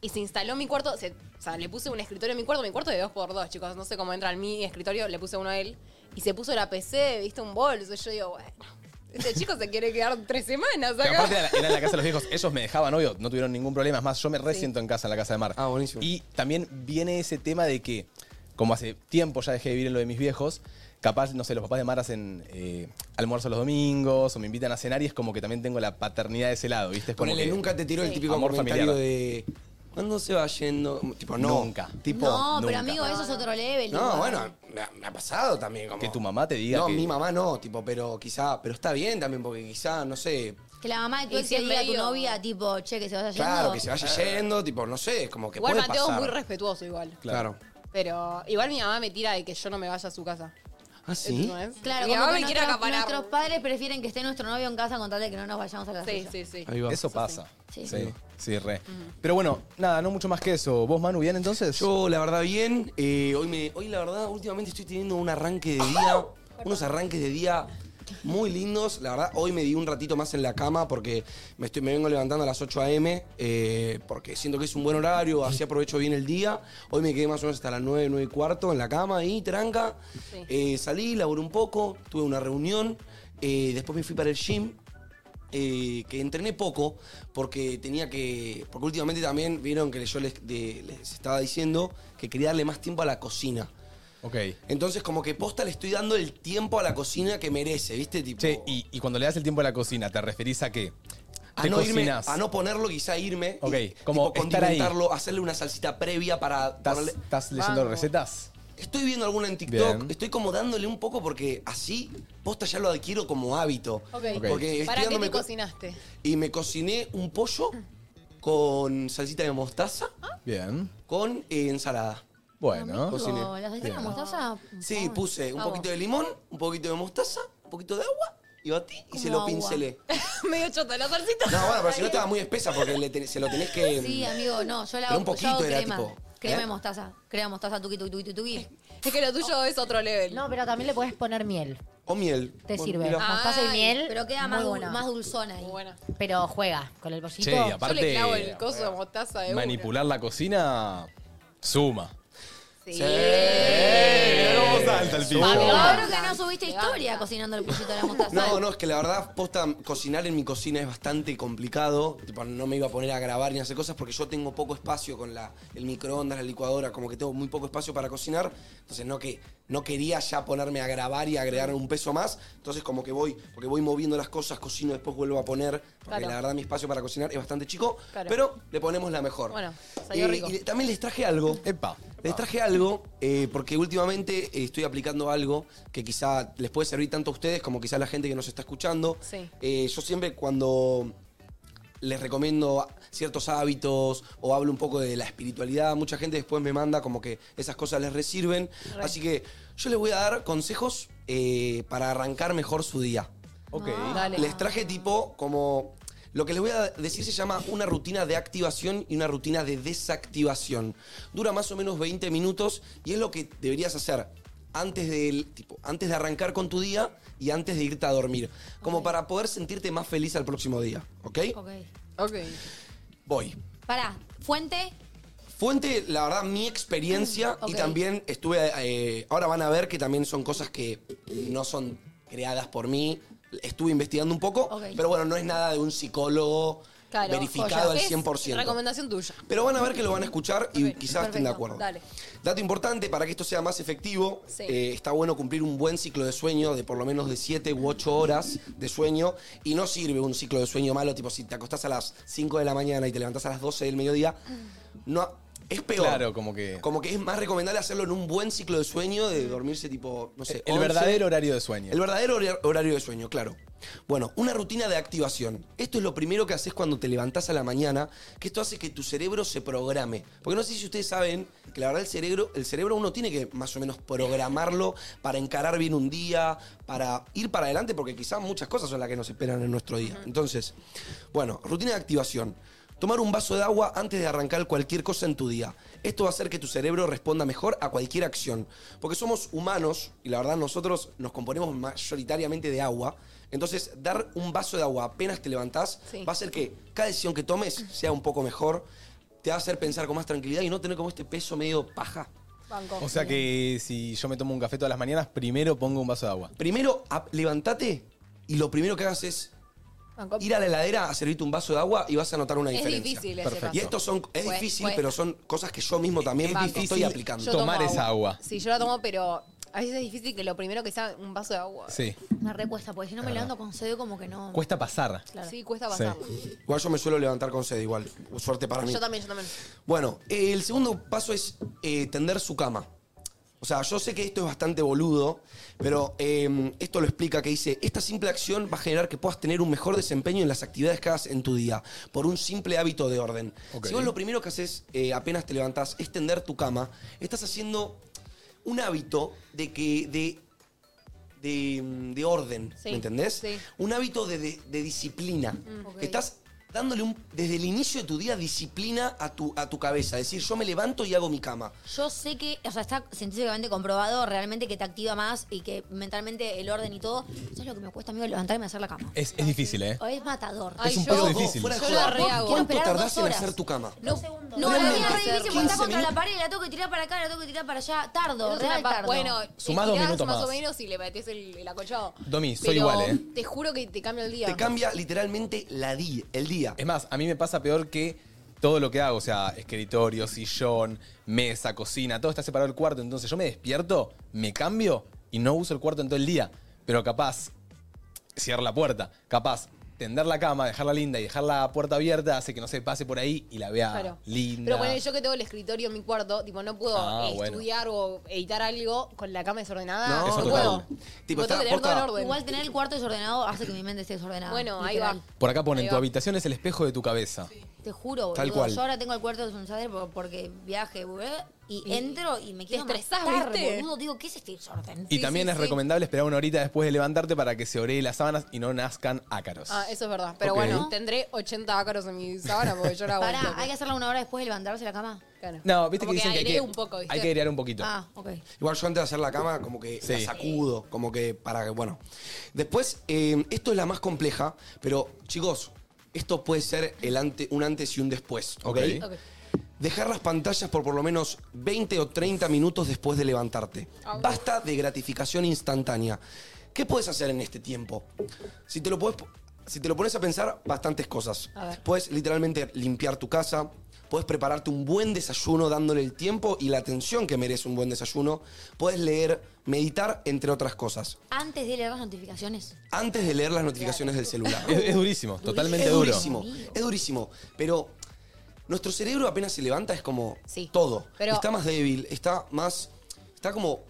[SPEAKER 3] y se instaló en mi cuarto. se- o sea, le puse un escritorio en mi cuarto. Mi cuarto de dos por dos, chicos. No sé cómo entra en mi escritorio. Le puse uno a él. Y se puso la PC, viste, un bolso. Yo digo, bueno, este chico se quiere quedar tres semanas
[SPEAKER 1] Pero
[SPEAKER 3] acá.
[SPEAKER 1] aparte era, era en la casa de los viejos, ellos me dejaban, obvio, no tuvieron ningún problema. Es más, yo me resiento en casa, en la casa de Mar.
[SPEAKER 4] Ah, buenísimo.
[SPEAKER 1] Y también viene ese tema de que, como hace tiempo ya dejé de vivir en lo de mis viejos, capaz, no sé, los papás de Mar hacen eh, almuerzo los domingos o me invitan a cenar y es como que también tengo la paternidad de ese lado, ¿viste? Es como
[SPEAKER 4] Ponele,
[SPEAKER 1] que-
[SPEAKER 4] nunca te tiró el típico
[SPEAKER 1] Amor
[SPEAKER 4] comentario
[SPEAKER 1] familiar.
[SPEAKER 4] de. ¿Cuándo se va yendo? Tipo, no.
[SPEAKER 1] Nunca.
[SPEAKER 4] Tipo,
[SPEAKER 2] No, pero
[SPEAKER 1] nunca.
[SPEAKER 2] amigo, eso es otro level.
[SPEAKER 4] No,
[SPEAKER 2] igual.
[SPEAKER 4] bueno, me ha, me ha pasado también. Como,
[SPEAKER 1] Que tu mamá te diga
[SPEAKER 4] No,
[SPEAKER 1] que-
[SPEAKER 4] mi mamá no, tipo, pero quizá, pero está bien también, porque quizá, no sé,
[SPEAKER 2] Que la mamá de tu
[SPEAKER 3] Y
[SPEAKER 2] ex
[SPEAKER 3] si
[SPEAKER 2] le
[SPEAKER 3] es
[SPEAKER 2] diga a tu
[SPEAKER 3] medio-
[SPEAKER 2] novia, tipo, che, que se vaya
[SPEAKER 4] claro,
[SPEAKER 2] yendo. Eh,
[SPEAKER 4] que se vaya yendo, tipo, no sé, es como que
[SPEAKER 3] Eh. igual
[SPEAKER 4] puede
[SPEAKER 3] Mateo es
[SPEAKER 4] pasar.
[SPEAKER 3] muy respetuoso, igual.
[SPEAKER 4] Claro.
[SPEAKER 3] Pero igual mi mamá me tira de que yo no me vaya a su casa.
[SPEAKER 4] ¿Ah, sí?
[SPEAKER 3] ¿No es?
[SPEAKER 2] Claro,
[SPEAKER 3] mi
[SPEAKER 2] como
[SPEAKER 3] mamá
[SPEAKER 2] que
[SPEAKER 3] me quiere
[SPEAKER 2] nuestros,
[SPEAKER 3] acaparar.
[SPEAKER 2] nuestros padres prefieren que esté nuestro novio en casa con tal de que no nos vayamos a la
[SPEAKER 3] Sí,
[SPEAKER 2] suya.
[SPEAKER 3] sí, sí.
[SPEAKER 4] Ahí va.
[SPEAKER 1] Eso pasa.
[SPEAKER 2] Sí.
[SPEAKER 1] sí, sí, re. Pero bueno, nada, no mucho más que eso. ¿Vos, Manu, bien entonces?
[SPEAKER 4] Yo, la verdad, bien. eh, hoy, me, hoy, la verdad, últimamente estoy teniendo un arranque de día, unos arranques de día muy lindos. La verdad, hoy me di un ratito más en la cama porque me, estoy, me vengo levantando a las 8 a.m. eh, porque siento que es un buen horario, así aprovecho bien el día. Hoy me quedé más o menos hasta las 9, 9 y cuarto en la cama y tranca. Eh, salí, laburé un poco, tuve una reunión. eh, después me fui para el gym, eh, que entrené poco porque tenía que. Porque últimamente también vieron que yo les, de- les estaba diciendo que quería darle más tiempo a la cocina.
[SPEAKER 1] Ok.
[SPEAKER 4] Entonces, como que posta le estoy dando el tiempo a la cocina que merece, ¿viste? Tipo,
[SPEAKER 1] Che, y, y cuando le das el tiempo a la cocina, ¿te referís a qué?
[SPEAKER 4] a
[SPEAKER 1] ¿Te
[SPEAKER 4] no, irme,
[SPEAKER 1] cocinas?
[SPEAKER 4] a no ponerlo, quizá irme.
[SPEAKER 1] Ok,
[SPEAKER 4] y,
[SPEAKER 1] como
[SPEAKER 4] tipo,
[SPEAKER 1] estar ahí.
[SPEAKER 4] condimentarlo, hacerle una salsita previa para
[SPEAKER 1] ¿Estás,
[SPEAKER 4] ponerle-
[SPEAKER 1] estás leyendo
[SPEAKER 3] Vamos.
[SPEAKER 1] recetas?
[SPEAKER 4] Estoy viendo alguna en TikTok,
[SPEAKER 1] Bien.
[SPEAKER 4] estoy como dándole un poco porque así posta ya lo adquiero como hábito. Porque estoy
[SPEAKER 3] ¿Para qué
[SPEAKER 4] dándome
[SPEAKER 3] te
[SPEAKER 4] cu-
[SPEAKER 3] cocinaste?
[SPEAKER 4] Y me cociné un pollo con salsita de mostaza,
[SPEAKER 1] Bien.
[SPEAKER 4] con eh, ensalada.
[SPEAKER 1] Bueno.
[SPEAKER 4] Cociné.
[SPEAKER 2] Amigo, ¿La aceituna
[SPEAKER 1] Bien.
[SPEAKER 2] mostaza?
[SPEAKER 4] Sí, puse un poquito de limón, un poquito de mostaza, un poquito de agua, y batí y se lo
[SPEAKER 2] agua.
[SPEAKER 4] pincelé.
[SPEAKER 3] Medio chota la salsita.
[SPEAKER 4] No, bueno, pero si no estaba muy espesa porque le tenés- se lo tenés que... eh,
[SPEAKER 2] Sí, amigo, no, yo la
[SPEAKER 4] Pero un
[SPEAKER 2] hago, yo hago
[SPEAKER 4] poquito era
[SPEAKER 2] crema.
[SPEAKER 4] tipo,
[SPEAKER 2] Crema
[SPEAKER 4] ¿eh?
[SPEAKER 2] de mostaza. Crema de mostaza, tuqui, tuqui, tuqui, tuqui.
[SPEAKER 3] Es que lo
[SPEAKER 2] Oh.
[SPEAKER 3] tuyo es otro level.
[SPEAKER 7] No, pero también le podés poner miel.
[SPEAKER 4] O miel.
[SPEAKER 7] Te
[SPEAKER 4] Bueno,
[SPEAKER 7] sirve.
[SPEAKER 3] Ah,
[SPEAKER 4] mira.
[SPEAKER 7] Mostaza y
[SPEAKER 3] Ay,
[SPEAKER 7] miel.
[SPEAKER 2] Pero queda
[SPEAKER 7] muy
[SPEAKER 2] más, dul-
[SPEAKER 7] bueno.
[SPEAKER 2] más dulzona ahí.
[SPEAKER 3] Muy buena.
[SPEAKER 7] Pero juega con el pollito.
[SPEAKER 1] Che, y
[SPEAKER 3] Yo le clavo
[SPEAKER 1] aparte,
[SPEAKER 3] el coso de mostaza eh. de una.
[SPEAKER 1] manipular la cocina Suma.
[SPEAKER 3] Sí.
[SPEAKER 1] Mirá
[SPEAKER 4] Eh.
[SPEAKER 1] cómo salta el piso.
[SPEAKER 2] Claro Eh, que no subiste historia cocinando el puchito de la mostaza.
[SPEAKER 4] No, no, es que la verdad, posta, cocinar en mi cocina es bastante complicado. Tipo, no me iba a poner a grabar ni a hacer cosas porque yo tengo poco espacio con la, el microondas, la licuadora, como que tengo muy poco espacio para cocinar. Entonces no que no quería ya ponerme a grabar y agregar un peso más. Entonces como que voy, porque voy moviendo las cosas, cocino, después vuelvo a poner. Porque
[SPEAKER 3] Claro.
[SPEAKER 4] la verdad mi espacio para cocinar es bastante chico.
[SPEAKER 3] Claro.
[SPEAKER 4] Pero le ponemos la mejor.
[SPEAKER 3] Bueno, salió
[SPEAKER 4] Eh,
[SPEAKER 3] rico.
[SPEAKER 4] y le- también les traje algo.
[SPEAKER 1] Epa.
[SPEAKER 4] Les traje algo, eh, porque últimamente eh, estoy aplicando algo que quizá les puede servir tanto a ustedes como quizá a la gente que nos está escuchando.
[SPEAKER 3] Sí.
[SPEAKER 4] Eh, yo siempre cuando les recomiendo ciertos hábitos o hablo un poco de la espiritualidad, mucha gente después me manda como que esas cosas les resirven. Así que yo les voy a dar consejos eh, para arrancar mejor su día.
[SPEAKER 1] Ok.
[SPEAKER 3] Dale.
[SPEAKER 4] Ah, Les traje tipo como... Lo que les voy a decir se llama una rutina de activación y una rutina de desactivación. Dura más o menos 20 minutos y es lo que deberías hacer antes, del, tipo, antes de arrancar con tu día y antes de irte a dormir. Como para poder sentirte más feliz al próximo día, ¿ok?
[SPEAKER 2] Ok.
[SPEAKER 3] Ok.
[SPEAKER 4] Voy.
[SPEAKER 2] Pará, fuente.
[SPEAKER 4] Fuente, la verdad, mi experiencia
[SPEAKER 3] Mm,
[SPEAKER 2] Ok.
[SPEAKER 4] y también estuve. eh, ahora van a ver que también son cosas que no son creadas por mí. Estuve investigando un poco,
[SPEAKER 2] Ok.
[SPEAKER 4] pero bueno, no es nada de un psicólogo
[SPEAKER 3] Claro,
[SPEAKER 4] verificado
[SPEAKER 3] joya. Es
[SPEAKER 4] al 100%.
[SPEAKER 3] recomendación tuya.
[SPEAKER 4] Pero van a ver que lo van a escuchar y
[SPEAKER 3] Perfecto.
[SPEAKER 4] quizás estén de
[SPEAKER 3] Perfecto.
[SPEAKER 4] acuerdo.
[SPEAKER 3] Dale.
[SPEAKER 4] Dato importante, para que esto sea más efectivo,
[SPEAKER 3] Sí.
[SPEAKER 4] eh, está bueno cumplir un buen ciclo de sueño de por lo menos de 7 u 8 horas de sueño. Y no sirve un ciclo de sueño malo, tipo si te acostás a las 5 de la mañana y te levantás a las 12 del mediodía. No, es peor.
[SPEAKER 1] Claro, como que-
[SPEAKER 4] Como que es más recomendable hacerlo en un buen ciclo de sueño, de dormirse tipo, no sé,
[SPEAKER 1] El
[SPEAKER 4] 11.
[SPEAKER 1] verdadero horario de sueño.
[SPEAKER 4] El verdadero hora- horario de sueño, claro. Bueno, una rutina de activación. Esto es lo primero que haces cuando te levantás a la mañana, que esto hace que tu cerebro se programe. Porque no sé si ustedes saben que la verdad el cerebro, el cerebro uno tiene que más o menos programarlo para encarar bien un día, para ir para adelante, porque quizás muchas cosas son las que nos esperan en nuestro día. Entonces, bueno, rutina de activación. Tomar un vaso de agua antes de arrancar cualquier cosa en tu día. Esto va a hacer que tu cerebro responda mejor a cualquier acción. Porque somos humanos y la verdad nosotros nos componemos mayoritariamente de agua. Entonces, dar un vaso de agua apenas te levantás
[SPEAKER 3] Sí.
[SPEAKER 4] va a hacer que cada decisión que tomes sea un poco mejor. Te va a hacer pensar con más tranquilidad y no tener como este peso medio paja.
[SPEAKER 3] Banco.
[SPEAKER 1] O sea que si yo me tomo un café todas las mañanas, primero pongo un vaso de agua.
[SPEAKER 4] Primero, a- levántate y lo primero que hagas es
[SPEAKER 3] Banco.
[SPEAKER 4] ir a la heladera a servirte un vaso de agua y vas a notar una
[SPEAKER 3] es
[SPEAKER 4] diferencia.
[SPEAKER 3] difícil ese
[SPEAKER 1] Perfecto.
[SPEAKER 3] paso.
[SPEAKER 4] Y estos son, es
[SPEAKER 3] Fue-
[SPEAKER 4] difícil,
[SPEAKER 3] fue-
[SPEAKER 4] pero son cosas que yo mismo también
[SPEAKER 1] Es
[SPEAKER 4] estoy
[SPEAKER 1] difícil
[SPEAKER 4] aplicando.
[SPEAKER 3] Yo
[SPEAKER 1] tomar
[SPEAKER 3] tomo
[SPEAKER 1] esa agua.
[SPEAKER 3] Sí, yo la tomo, pero a veces es difícil que lo primero que sea un vaso de agua.
[SPEAKER 1] Sí.
[SPEAKER 2] Me recuesta, porque si no me levanto con sed, como que no.
[SPEAKER 1] Cuesta pasar.
[SPEAKER 2] Claro.
[SPEAKER 3] Sí, cuesta pasarlo.
[SPEAKER 4] Igual yo me suelo levantar con sed, igual. Suerte para mí.
[SPEAKER 3] Yo también, yo también.
[SPEAKER 4] Bueno, eh, el segundo paso es eh, tender su cama. O sea, yo sé que esto es bastante boludo, pero eh, esto lo explica que dice, esta simple acción va a generar que puedas tener un mejor desempeño en las actividades que hagas en tu día, por un simple hábito de orden.
[SPEAKER 1] Ok.
[SPEAKER 4] Si vos lo primero que haces eh, apenas te levantás es tender tu cama, estás haciendo un hábito de que... de de, mm, de orden,
[SPEAKER 3] Sí,
[SPEAKER 4] ¿me entendés?
[SPEAKER 3] sí.
[SPEAKER 4] Un hábito de, de- de disciplina.
[SPEAKER 2] ok.
[SPEAKER 3] Mm.
[SPEAKER 4] Que estás dándole un, desde el inicio de tu día disciplina a tu, a tu cabeza. Es decir, yo me levanto y hago mi cama.
[SPEAKER 2] Yo sé que, o sea, está científicamente comprobado realmente que te activa más y que mentalmente el orden y todo. Eso es lo que me cuesta, amigo, levantarme y hacer la cama.
[SPEAKER 1] Es, es difícil, ¿eh?
[SPEAKER 2] O es matador.
[SPEAKER 3] Ay,
[SPEAKER 1] es un
[SPEAKER 3] yo-
[SPEAKER 1] poco
[SPEAKER 3] vos,
[SPEAKER 1] difícil.
[SPEAKER 4] fuera de
[SPEAKER 3] Yo
[SPEAKER 4] joda,
[SPEAKER 3] la rehago.
[SPEAKER 2] Quiero
[SPEAKER 4] ¿Cuánto
[SPEAKER 2] esperar
[SPEAKER 4] tardás
[SPEAKER 2] dos
[SPEAKER 4] en
[SPEAKER 2] horas.
[SPEAKER 4] hacer tu cama?
[SPEAKER 2] No, no,
[SPEAKER 4] No,
[SPEAKER 2] la
[SPEAKER 4] no,
[SPEAKER 2] mía
[SPEAKER 4] no.
[SPEAKER 2] es re difícil porque
[SPEAKER 4] 15
[SPEAKER 2] está contra la
[SPEAKER 4] minutos.
[SPEAKER 2] pared y la tengo que tirar para acá, la tengo que tirar para allá. Tardo,
[SPEAKER 3] Entonces,
[SPEAKER 2] real
[SPEAKER 3] capaz,
[SPEAKER 2] tardo.
[SPEAKER 3] Bueno,
[SPEAKER 1] Sumás dos
[SPEAKER 3] estirás
[SPEAKER 1] minutos
[SPEAKER 3] más
[SPEAKER 1] más.
[SPEAKER 3] o menos y le metes el, el acolchado.
[SPEAKER 1] Domi, soy
[SPEAKER 3] Pero
[SPEAKER 1] igual, ¿eh?
[SPEAKER 3] Te juro que te cambia el día.
[SPEAKER 4] Te cambia literalmente la di- el día.
[SPEAKER 1] Es más, a mí me pasa peor que todo lo que hago, o sea, escritorio, sillón, mesa, cocina, todo está separado del cuarto, entonces yo me despierto, me cambio y no uso el cuarto en todo el día, pero capaz cierro la puerta, capaz tender la cama, dejarla linda y dejar la puerta abierta hace que no se pase por ahí y la vea
[SPEAKER 3] Claro.
[SPEAKER 1] linda.
[SPEAKER 3] Pero bueno, yo que tengo el escritorio en mi cuarto, tipo, no puedo
[SPEAKER 1] Ah,
[SPEAKER 3] eh,
[SPEAKER 1] bueno.
[SPEAKER 3] estudiar o editar algo con la cama desordenada.
[SPEAKER 4] No,
[SPEAKER 1] Eso
[SPEAKER 3] ah, No,
[SPEAKER 1] total.
[SPEAKER 3] puedo.
[SPEAKER 4] Tipo,
[SPEAKER 3] Tipo,
[SPEAKER 4] está-
[SPEAKER 3] tengo que tener todo
[SPEAKER 4] posta-
[SPEAKER 3] en orden.
[SPEAKER 2] Igual tener el cuarto desordenado hace que mi mente esté desordenada.
[SPEAKER 3] bueno, ahí
[SPEAKER 2] literal.
[SPEAKER 3] va.
[SPEAKER 1] Por acá ponen,
[SPEAKER 3] Ahí
[SPEAKER 1] tu
[SPEAKER 3] va.
[SPEAKER 1] habitación es el espejo de tu cabeza.
[SPEAKER 2] Te juro,
[SPEAKER 4] Tal
[SPEAKER 2] boludo.
[SPEAKER 4] cual.
[SPEAKER 2] Yo ahora tengo el cuarto desorden por- porque viaje, boludo, y,
[SPEAKER 3] Y
[SPEAKER 2] entro y me
[SPEAKER 3] te
[SPEAKER 2] quiero
[SPEAKER 3] estresás,
[SPEAKER 2] matar,
[SPEAKER 3] ¿viste?
[SPEAKER 2] boludo. Digo, ¿qué es este desorden?
[SPEAKER 1] Y
[SPEAKER 3] Sí,
[SPEAKER 1] también
[SPEAKER 3] sí,
[SPEAKER 1] es
[SPEAKER 3] sí.
[SPEAKER 1] recomendable esperar una horita después de levantarte para que se oree las sábanas y no nazcan ácaros.
[SPEAKER 3] Ah, eso es verdad. Pero
[SPEAKER 1] Ok.
[SPEAKER 3] bueno, tendré 80 ácaros en mi sábana porque yo la hago.
[SPEAKER 2] Pará, hay que hacerla una hora después de levantarse de la cama.
[SPEAKER 1] No, viste
[SPEAKER 3] Como
[SPEAKER 1] que dicen que hay
[SPEAKER 3] aireé
[SPEAKER 1] que,
[SPEAKER 3] un poco, ¿viste?
[SPEAKER 1] hay que airear un poquito.
[SPEAKER 2] Ah, ok.
[SPEAKER 4] Igual yo antes de hacer la cama, como que
[SPEAKER 1] Sí.
[SPEAKER 4] la sacudo, como que para que, bueno. Después, eh, esto es la más compleja, pero chicos, esto puede ser el ante, un antes y un después, ¿ok?
[SPEAKER 1] Ok.
[SPEAKER 3] Ok.
[SPEAKER 4] Dejar las pantallas por por lo menos 20 o 30 minutos después de levantarte. Basta de gratificación instantánea. ¿Qué puedes hacer en este tiempo? Si te lo, podés- si te lo pones a pensar, bastantes cosas.
[SPEAKER 8] A ver.
[SPEAKER 4] Puedes literalmente limpiar tu casa. Puedes prepararte un buen desayuno dándole el tiempo y la atención que merece un buen desayuno. Puedes leer, meditar, entre otras cosas.
[SPEAKER 2] Antes de leer las notificaciones.
[SPEAKER 4] Antes de leer las notificaciones del celular.
[SPEAKER 1] Es- es durísimo, totalmente
[SPEAKER 4] es
[SPEAKER 1] duro.
[SPEAKER 4] durísimo. Es durísimo. Pero nuestro cerebro apenas se levanta es como todo.
[SPEAKER 3] Pero-
[SPEAKER 4] está más débil, está más. Está como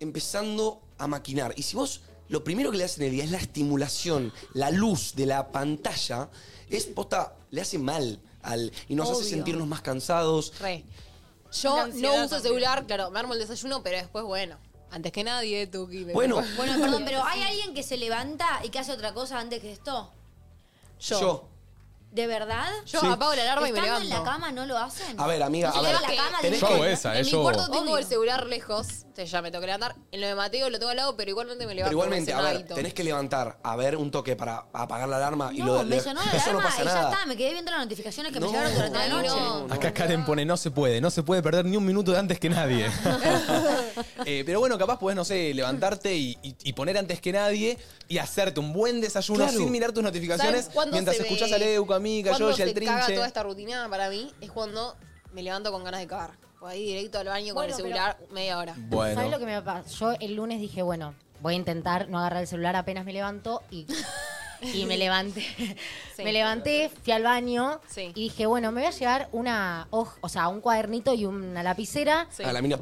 [SPEAKER 4] empezando a maquinar. Y si vos lo primero que le das en el día es la estimulación, la luz de la pantalla, es posta, le hace mal al. Y nos hace
[SPEAKER 3] Obvio.
[SPEAKER 4] sentirnos más cansados.
[SPEAKER 3] Re.
[SPEAKER 9] La
[SPEAKER 3] Yo no
[SPEAKER 9] ansiedad
[SPEAKER 3] uso
[SPEAKER 9] también.
[SPEAKER 3] celular, claro, me armo el desayuno, pero después, bueno, antes que nadie, tú,
[SPEAKER 4] Bueno.
[SPEAKER 2] Bueno, perdón, pero ¿hay alguien que se levanta y que hace otra cosa antes que esto?
[SPEAKER 4] Yo.
[SPEAKER 2] ¿De verdad?
[SPEAKER 3] Yo Sí. apago la alarma y me
[SPEAKER 2] ¿Estando en
[SPEAKER 3] levanto.
[SPEAKER 2] la cama no lo hacen?
[SPEAKER 4] A ver, amiga,
[SPEAKER 2] No se
[SPEAKER 4] a ver.
[SPEAKER 2] lava la cama,
[SPEAKER 4] tenés
[SPEAKER 1] Yo
[SPEAKER 4] que-
[SPEAKER 1] hago esa,
[SPEAKER 3] En
[SPEAKER 1] eh,
[SPEAKER 3] mi
[SPEAKER 1] yo-
[SPEAKER 3] cuarto tengo
[SPEAKER 2] Obvio.
[SPEAKER 3] el celular lejos, entonces ya me tengo que levantar. En lo de Mateo lo tengo al lado, pero igualmente me levanto.
[SPEAKER 4] Pero igualmente,
[SPEAKER 3] como
[SPEAKER 4] a
[SPEAKER 3] es un
[SPEAKER 4] ver,
[SPEAKER 3] hábito.
[SPEAKER 4] tenés que levantar a ver un toque para apagar la alarma y lo
[SPEAKER 2] No, me
[SPEAKER 4] le-
[SPEAKER 2] sonó la
[SPEAKER 4] Eso no
[SPEAKER 2] alarma
[SPEAKER 4] pasa
[SPEAKER 2] y ya
[SPEAKER 4] nada.
[SPEAKER 2] está. Me quedé viendo las notificaciones que
[SPEAKER 4] No,
[SPEAKER 2] me llegaron durante la
[SPEAKER 3] ay,
[SPEAKER 2] noche.
[SPEAKER 3] no.
[SPEAKER 1] Acá Karen pone, no se puede, no se puede perder ni un minuto de antes que nadie. Eh, pero bueno, capaz podés, no sé, levantarte y, y- y poner antes que nadie y hacerte un buen desayuno
[SPEAKER 4] Claro.
[SPEAKER 1] sin mirar tus notificaciones
[SPEAKER 3] ¿Sabes cuándo
[SPEAKER 1] mientras
[SPEAKER 3] se
[SPEAKER 1] escuchás
[SPEAKER 3] ve-
[SPEAKER 1] a Leuco, a Mica, a
[SPEAKER 3] cuándo
[SPEAKER 1] George, al
[SPEAKER 3] se caga toda
[SPEAKER 1] Trinche.
[SPEAKER 3] esta rutina para mí es cuando me levanto con ganas de cagar. Voy ahí directo al baño
[SPEAKER 7] Bueno,
[SPEAKER 3] con
[SPEAKER 7] pero-
[SPEAKER 3] el celular media hora.
[SPEAKER 1] Bueno,
[SPEAKER 7] ¿Sabes lo que me pasó? Yo el lunes dije, bueno, voy a intentar no agarrar el celular apenas me levanto y, y me levanté.
[SPEAKER 3] Sí.
[SPEAKER 7] Me levanté, fui al baño
[SPEAKER 3] Sí.
[SPEAKER 7] y dije, bueno, me voy a llevar una hoja, o sea, un cuadernito y una lapicera.
[SPEAKER 3] Sí.
[SPEAKER 4] A Ah, la mina.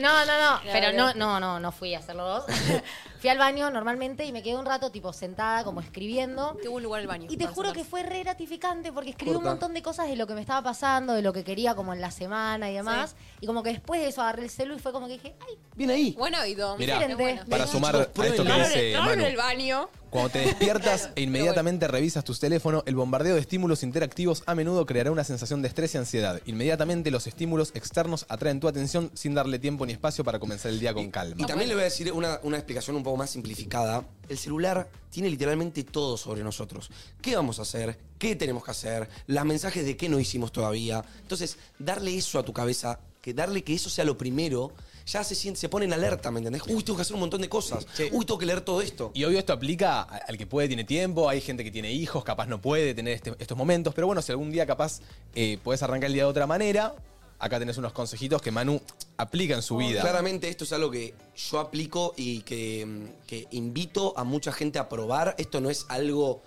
[SPEAKER 7] No, no, no, pero no,
[SPEAKER 3] verdad.
[SPEAKER 7] no, no,
[SPEAKER 3] Ah,
[SPEAKER 7] no fui a hacerlo vos. fui al baño normalmente y me quedé un rato tipo sentada, como escribiendo.
[SPEAKER 3] Tengo un lugar al baño.
[SPEAKER 7] Y te
[SPEAKER 3] para
[SPEAKER 7] juro que
[SPEAKER 3] sentarse.
[SPEAKER 7] fue re gratificante porque escribí un
[SPEAKER 4] Corta.
[SPEAKER 7] montón de cosas de lo que me estaba pasando, de lo que quería como en la semana y demás. Y como que después de eso agarré el celu y fue como que dije, ay,
[SPEAKER 4] Bien ahí.
[SPEAKER 3] Buen hábito.
[SPEAKER 1] Mirá,
[SPEAKER 3] Es bueno.
[SPEAKER 1] para sumar
[SPEAKER 4] Chicos,
[SPEAKER 1] a esto que
[SPEAKER 4] prueben.
[SPEAKER 1] dice
[SPEAKER 3] Raro en
[SPEAKER 1] Manu.
[SPEAKER 3] el baño.
[SPEAKER 1] Cuando te despiertas e inmediatamente revisas tus teléfonos, el bombardeo de estímulos interactivos a menudo creará una sensación de estrés y ansiedad. Inmediatamente los estímulos externos atraen tu atención sin darle tiempo ni espacio para comenzar el día con calma.
[SPEAKER 4] Y también le voy a decir una, una explicación un poco más simplificada. El celular tiene literalmente todo sobre nosotros. ¿Qué vamos a hacer? ¿Qué tenemos que hacer? Las mensajes de qué no hicimos todavía. Entonces, darle eso a tu cabeza, que darle que eso sea lo primero, ya se, siente- se pone en alerta, ¿me entendés? Uy, tengo que hacer un montón de cosas. Uy, tengo que leer todo esto.
[SPEAKER 1] Y obvio esto aplica a- al que puede, tiene tiempo, hay gente que tiene hijos, capaz no puede tener este- estos momentos, pero bueno, si algún día capaz eh, podés arrancar el día de otra manera, acá tenés unos consejitos que Manu aplica en
[SPEAKER 4] Oh,
[SPEAKER 1] su vida.
[SPEAKER 4] Claramente esto es algo que yo aplico y que, mm, que invito a mucha gente a probar. Esto no es algo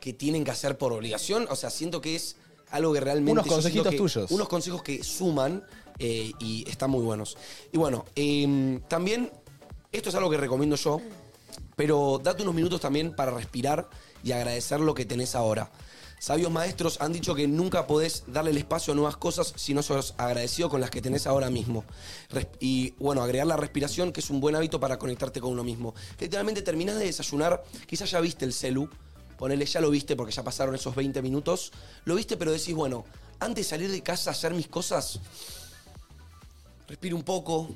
[SPEAKER 4] que tienen que hacer por obligación. O sea, siento que es algo que realmente...
[SPEAKER 1] Unos
[SPEAKER 4] yo siento
[SPEAKER 1] consejitos
[SPEAKER 4] que-
[SPEAKER 1] tuyos.
[SPEAKER 4] Unos consejos que suman eh, y están muy buenos. Y bueno, em, también esto es algo que recomiendo yo, pero date unos minutos también para respirar y agradecer lo que tenés ahora. Sabios maestros han dicho que nunca podés darle el espacio a nuevas cosas si no sos agradecido con las que tenés ahora mismo. Res- y bueno, agregar la respiración, que es un buen hábito para conectarte con uno mismo. Literalmente terminás de desayunar, quizás ya viste el celu, ponele, ya lo viste porque ya pasaron esos 20 minutos, lo viste pero decís, bueno, antes de salir de casa a hacer mis cosas, respiro un poco,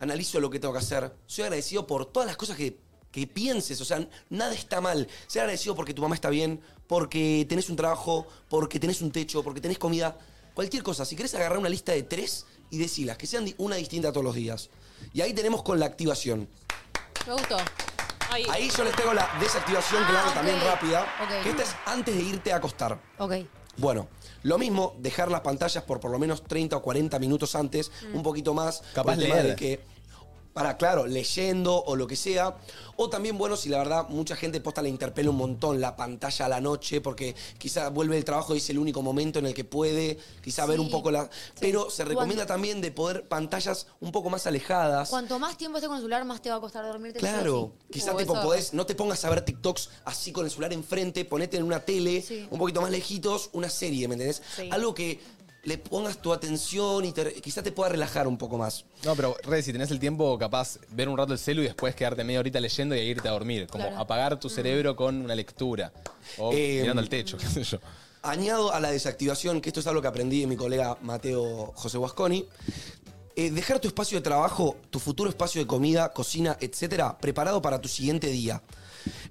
[SPEAKER 4] analizo lo que tengo que hacer. Soy agradecido por todas las cosas que, que pienses. O sea, nada está mal. Ser agradecido porque tu mamá está bien, porque tenés un trabajo, porque tenés un techo, porque tenés comida. Cualquier cosa. Si querés agarrar una lista de tres y decilas, que sean di- una distinta todos los días. Y ahí tenemos con la activación.
[SPEAKER 3] Me gustó. Ay,
[SPEAKER 4] Ahí yo les tengo la desactivación,
[SPEAKER 2] Ah,
[SPEAKER 4] claro,
[SPEAKER 2] ok.
[SPEAKER 4] también rápida.
[SPEAKER 2] Ok.
[SPEAKER 4] Que esta es antes de irte a acostar.
[SPEAKER 2] Ok.
[SPEAKER 4] Bueno, lo mismo, dejar las pantallas por por lo menos 30 o 40 minutos antes,
[SPEAKER 2] Mm.
[SPEAKER 4] un poquito más. por
[SPEAKER 1] Capaz
[SPEAKER 4] el tema
[SPEAKER 1] leer.
[SPEAKER 4] de que para, claro, leyendo o lo que sea. O también, bueno, si la verdad mucha gente posta le interpela un montón la pantalla a la noche, porque quizá vuelve el trabajo y es el único momento en el que puede, quizá ver un poco la... Pero se recomienda también de poder pantallas un poco más alejadas.
[SPEAKER 2] Cuanto más tiempo estés con el celular, más te va a costar dormirte. sí o
[SPEAKER 4] Claro,
[SPEAKER 2] sí.
[SPEAKER 4] quizá
[SPEAKER 3] O
[SPEAKER 4] tipo
[SPEAKER 3] eso-
[SPEAKER 4] podés, no te pongas a ver TikToks así con el celular enfrente, ponete en una tele,
[SPEAKER 2] Sí.
[SPEAKER 4] un poquito más lejitos, una serie, ¿me entendés?
[SPEAKER 3] Sí.
[SPEAKER 4] Algo que le pongas tu atención y te- quizá te pueda relajar un poco más.
[SPEAKER 1] No, pero Red, si tenés el tiempo, capaz ver un rato el celu y después quedarte media horita leyendo y ahí irte a dormir. Como apagar tu cerebro con una lectura. O
[SPEAKER 4] Eh,
[SPEAKER 1] mirando al techo, qué sé yo.
[SPEAKER 4] Añado a la desactivación, que esto es algo que aprendí de mi colega Mateo José Guasconi, eh, dejar tu espacio de trabajo, tu futuro espacio de comida, cocina, etcétera, preparado para tu siguiente día.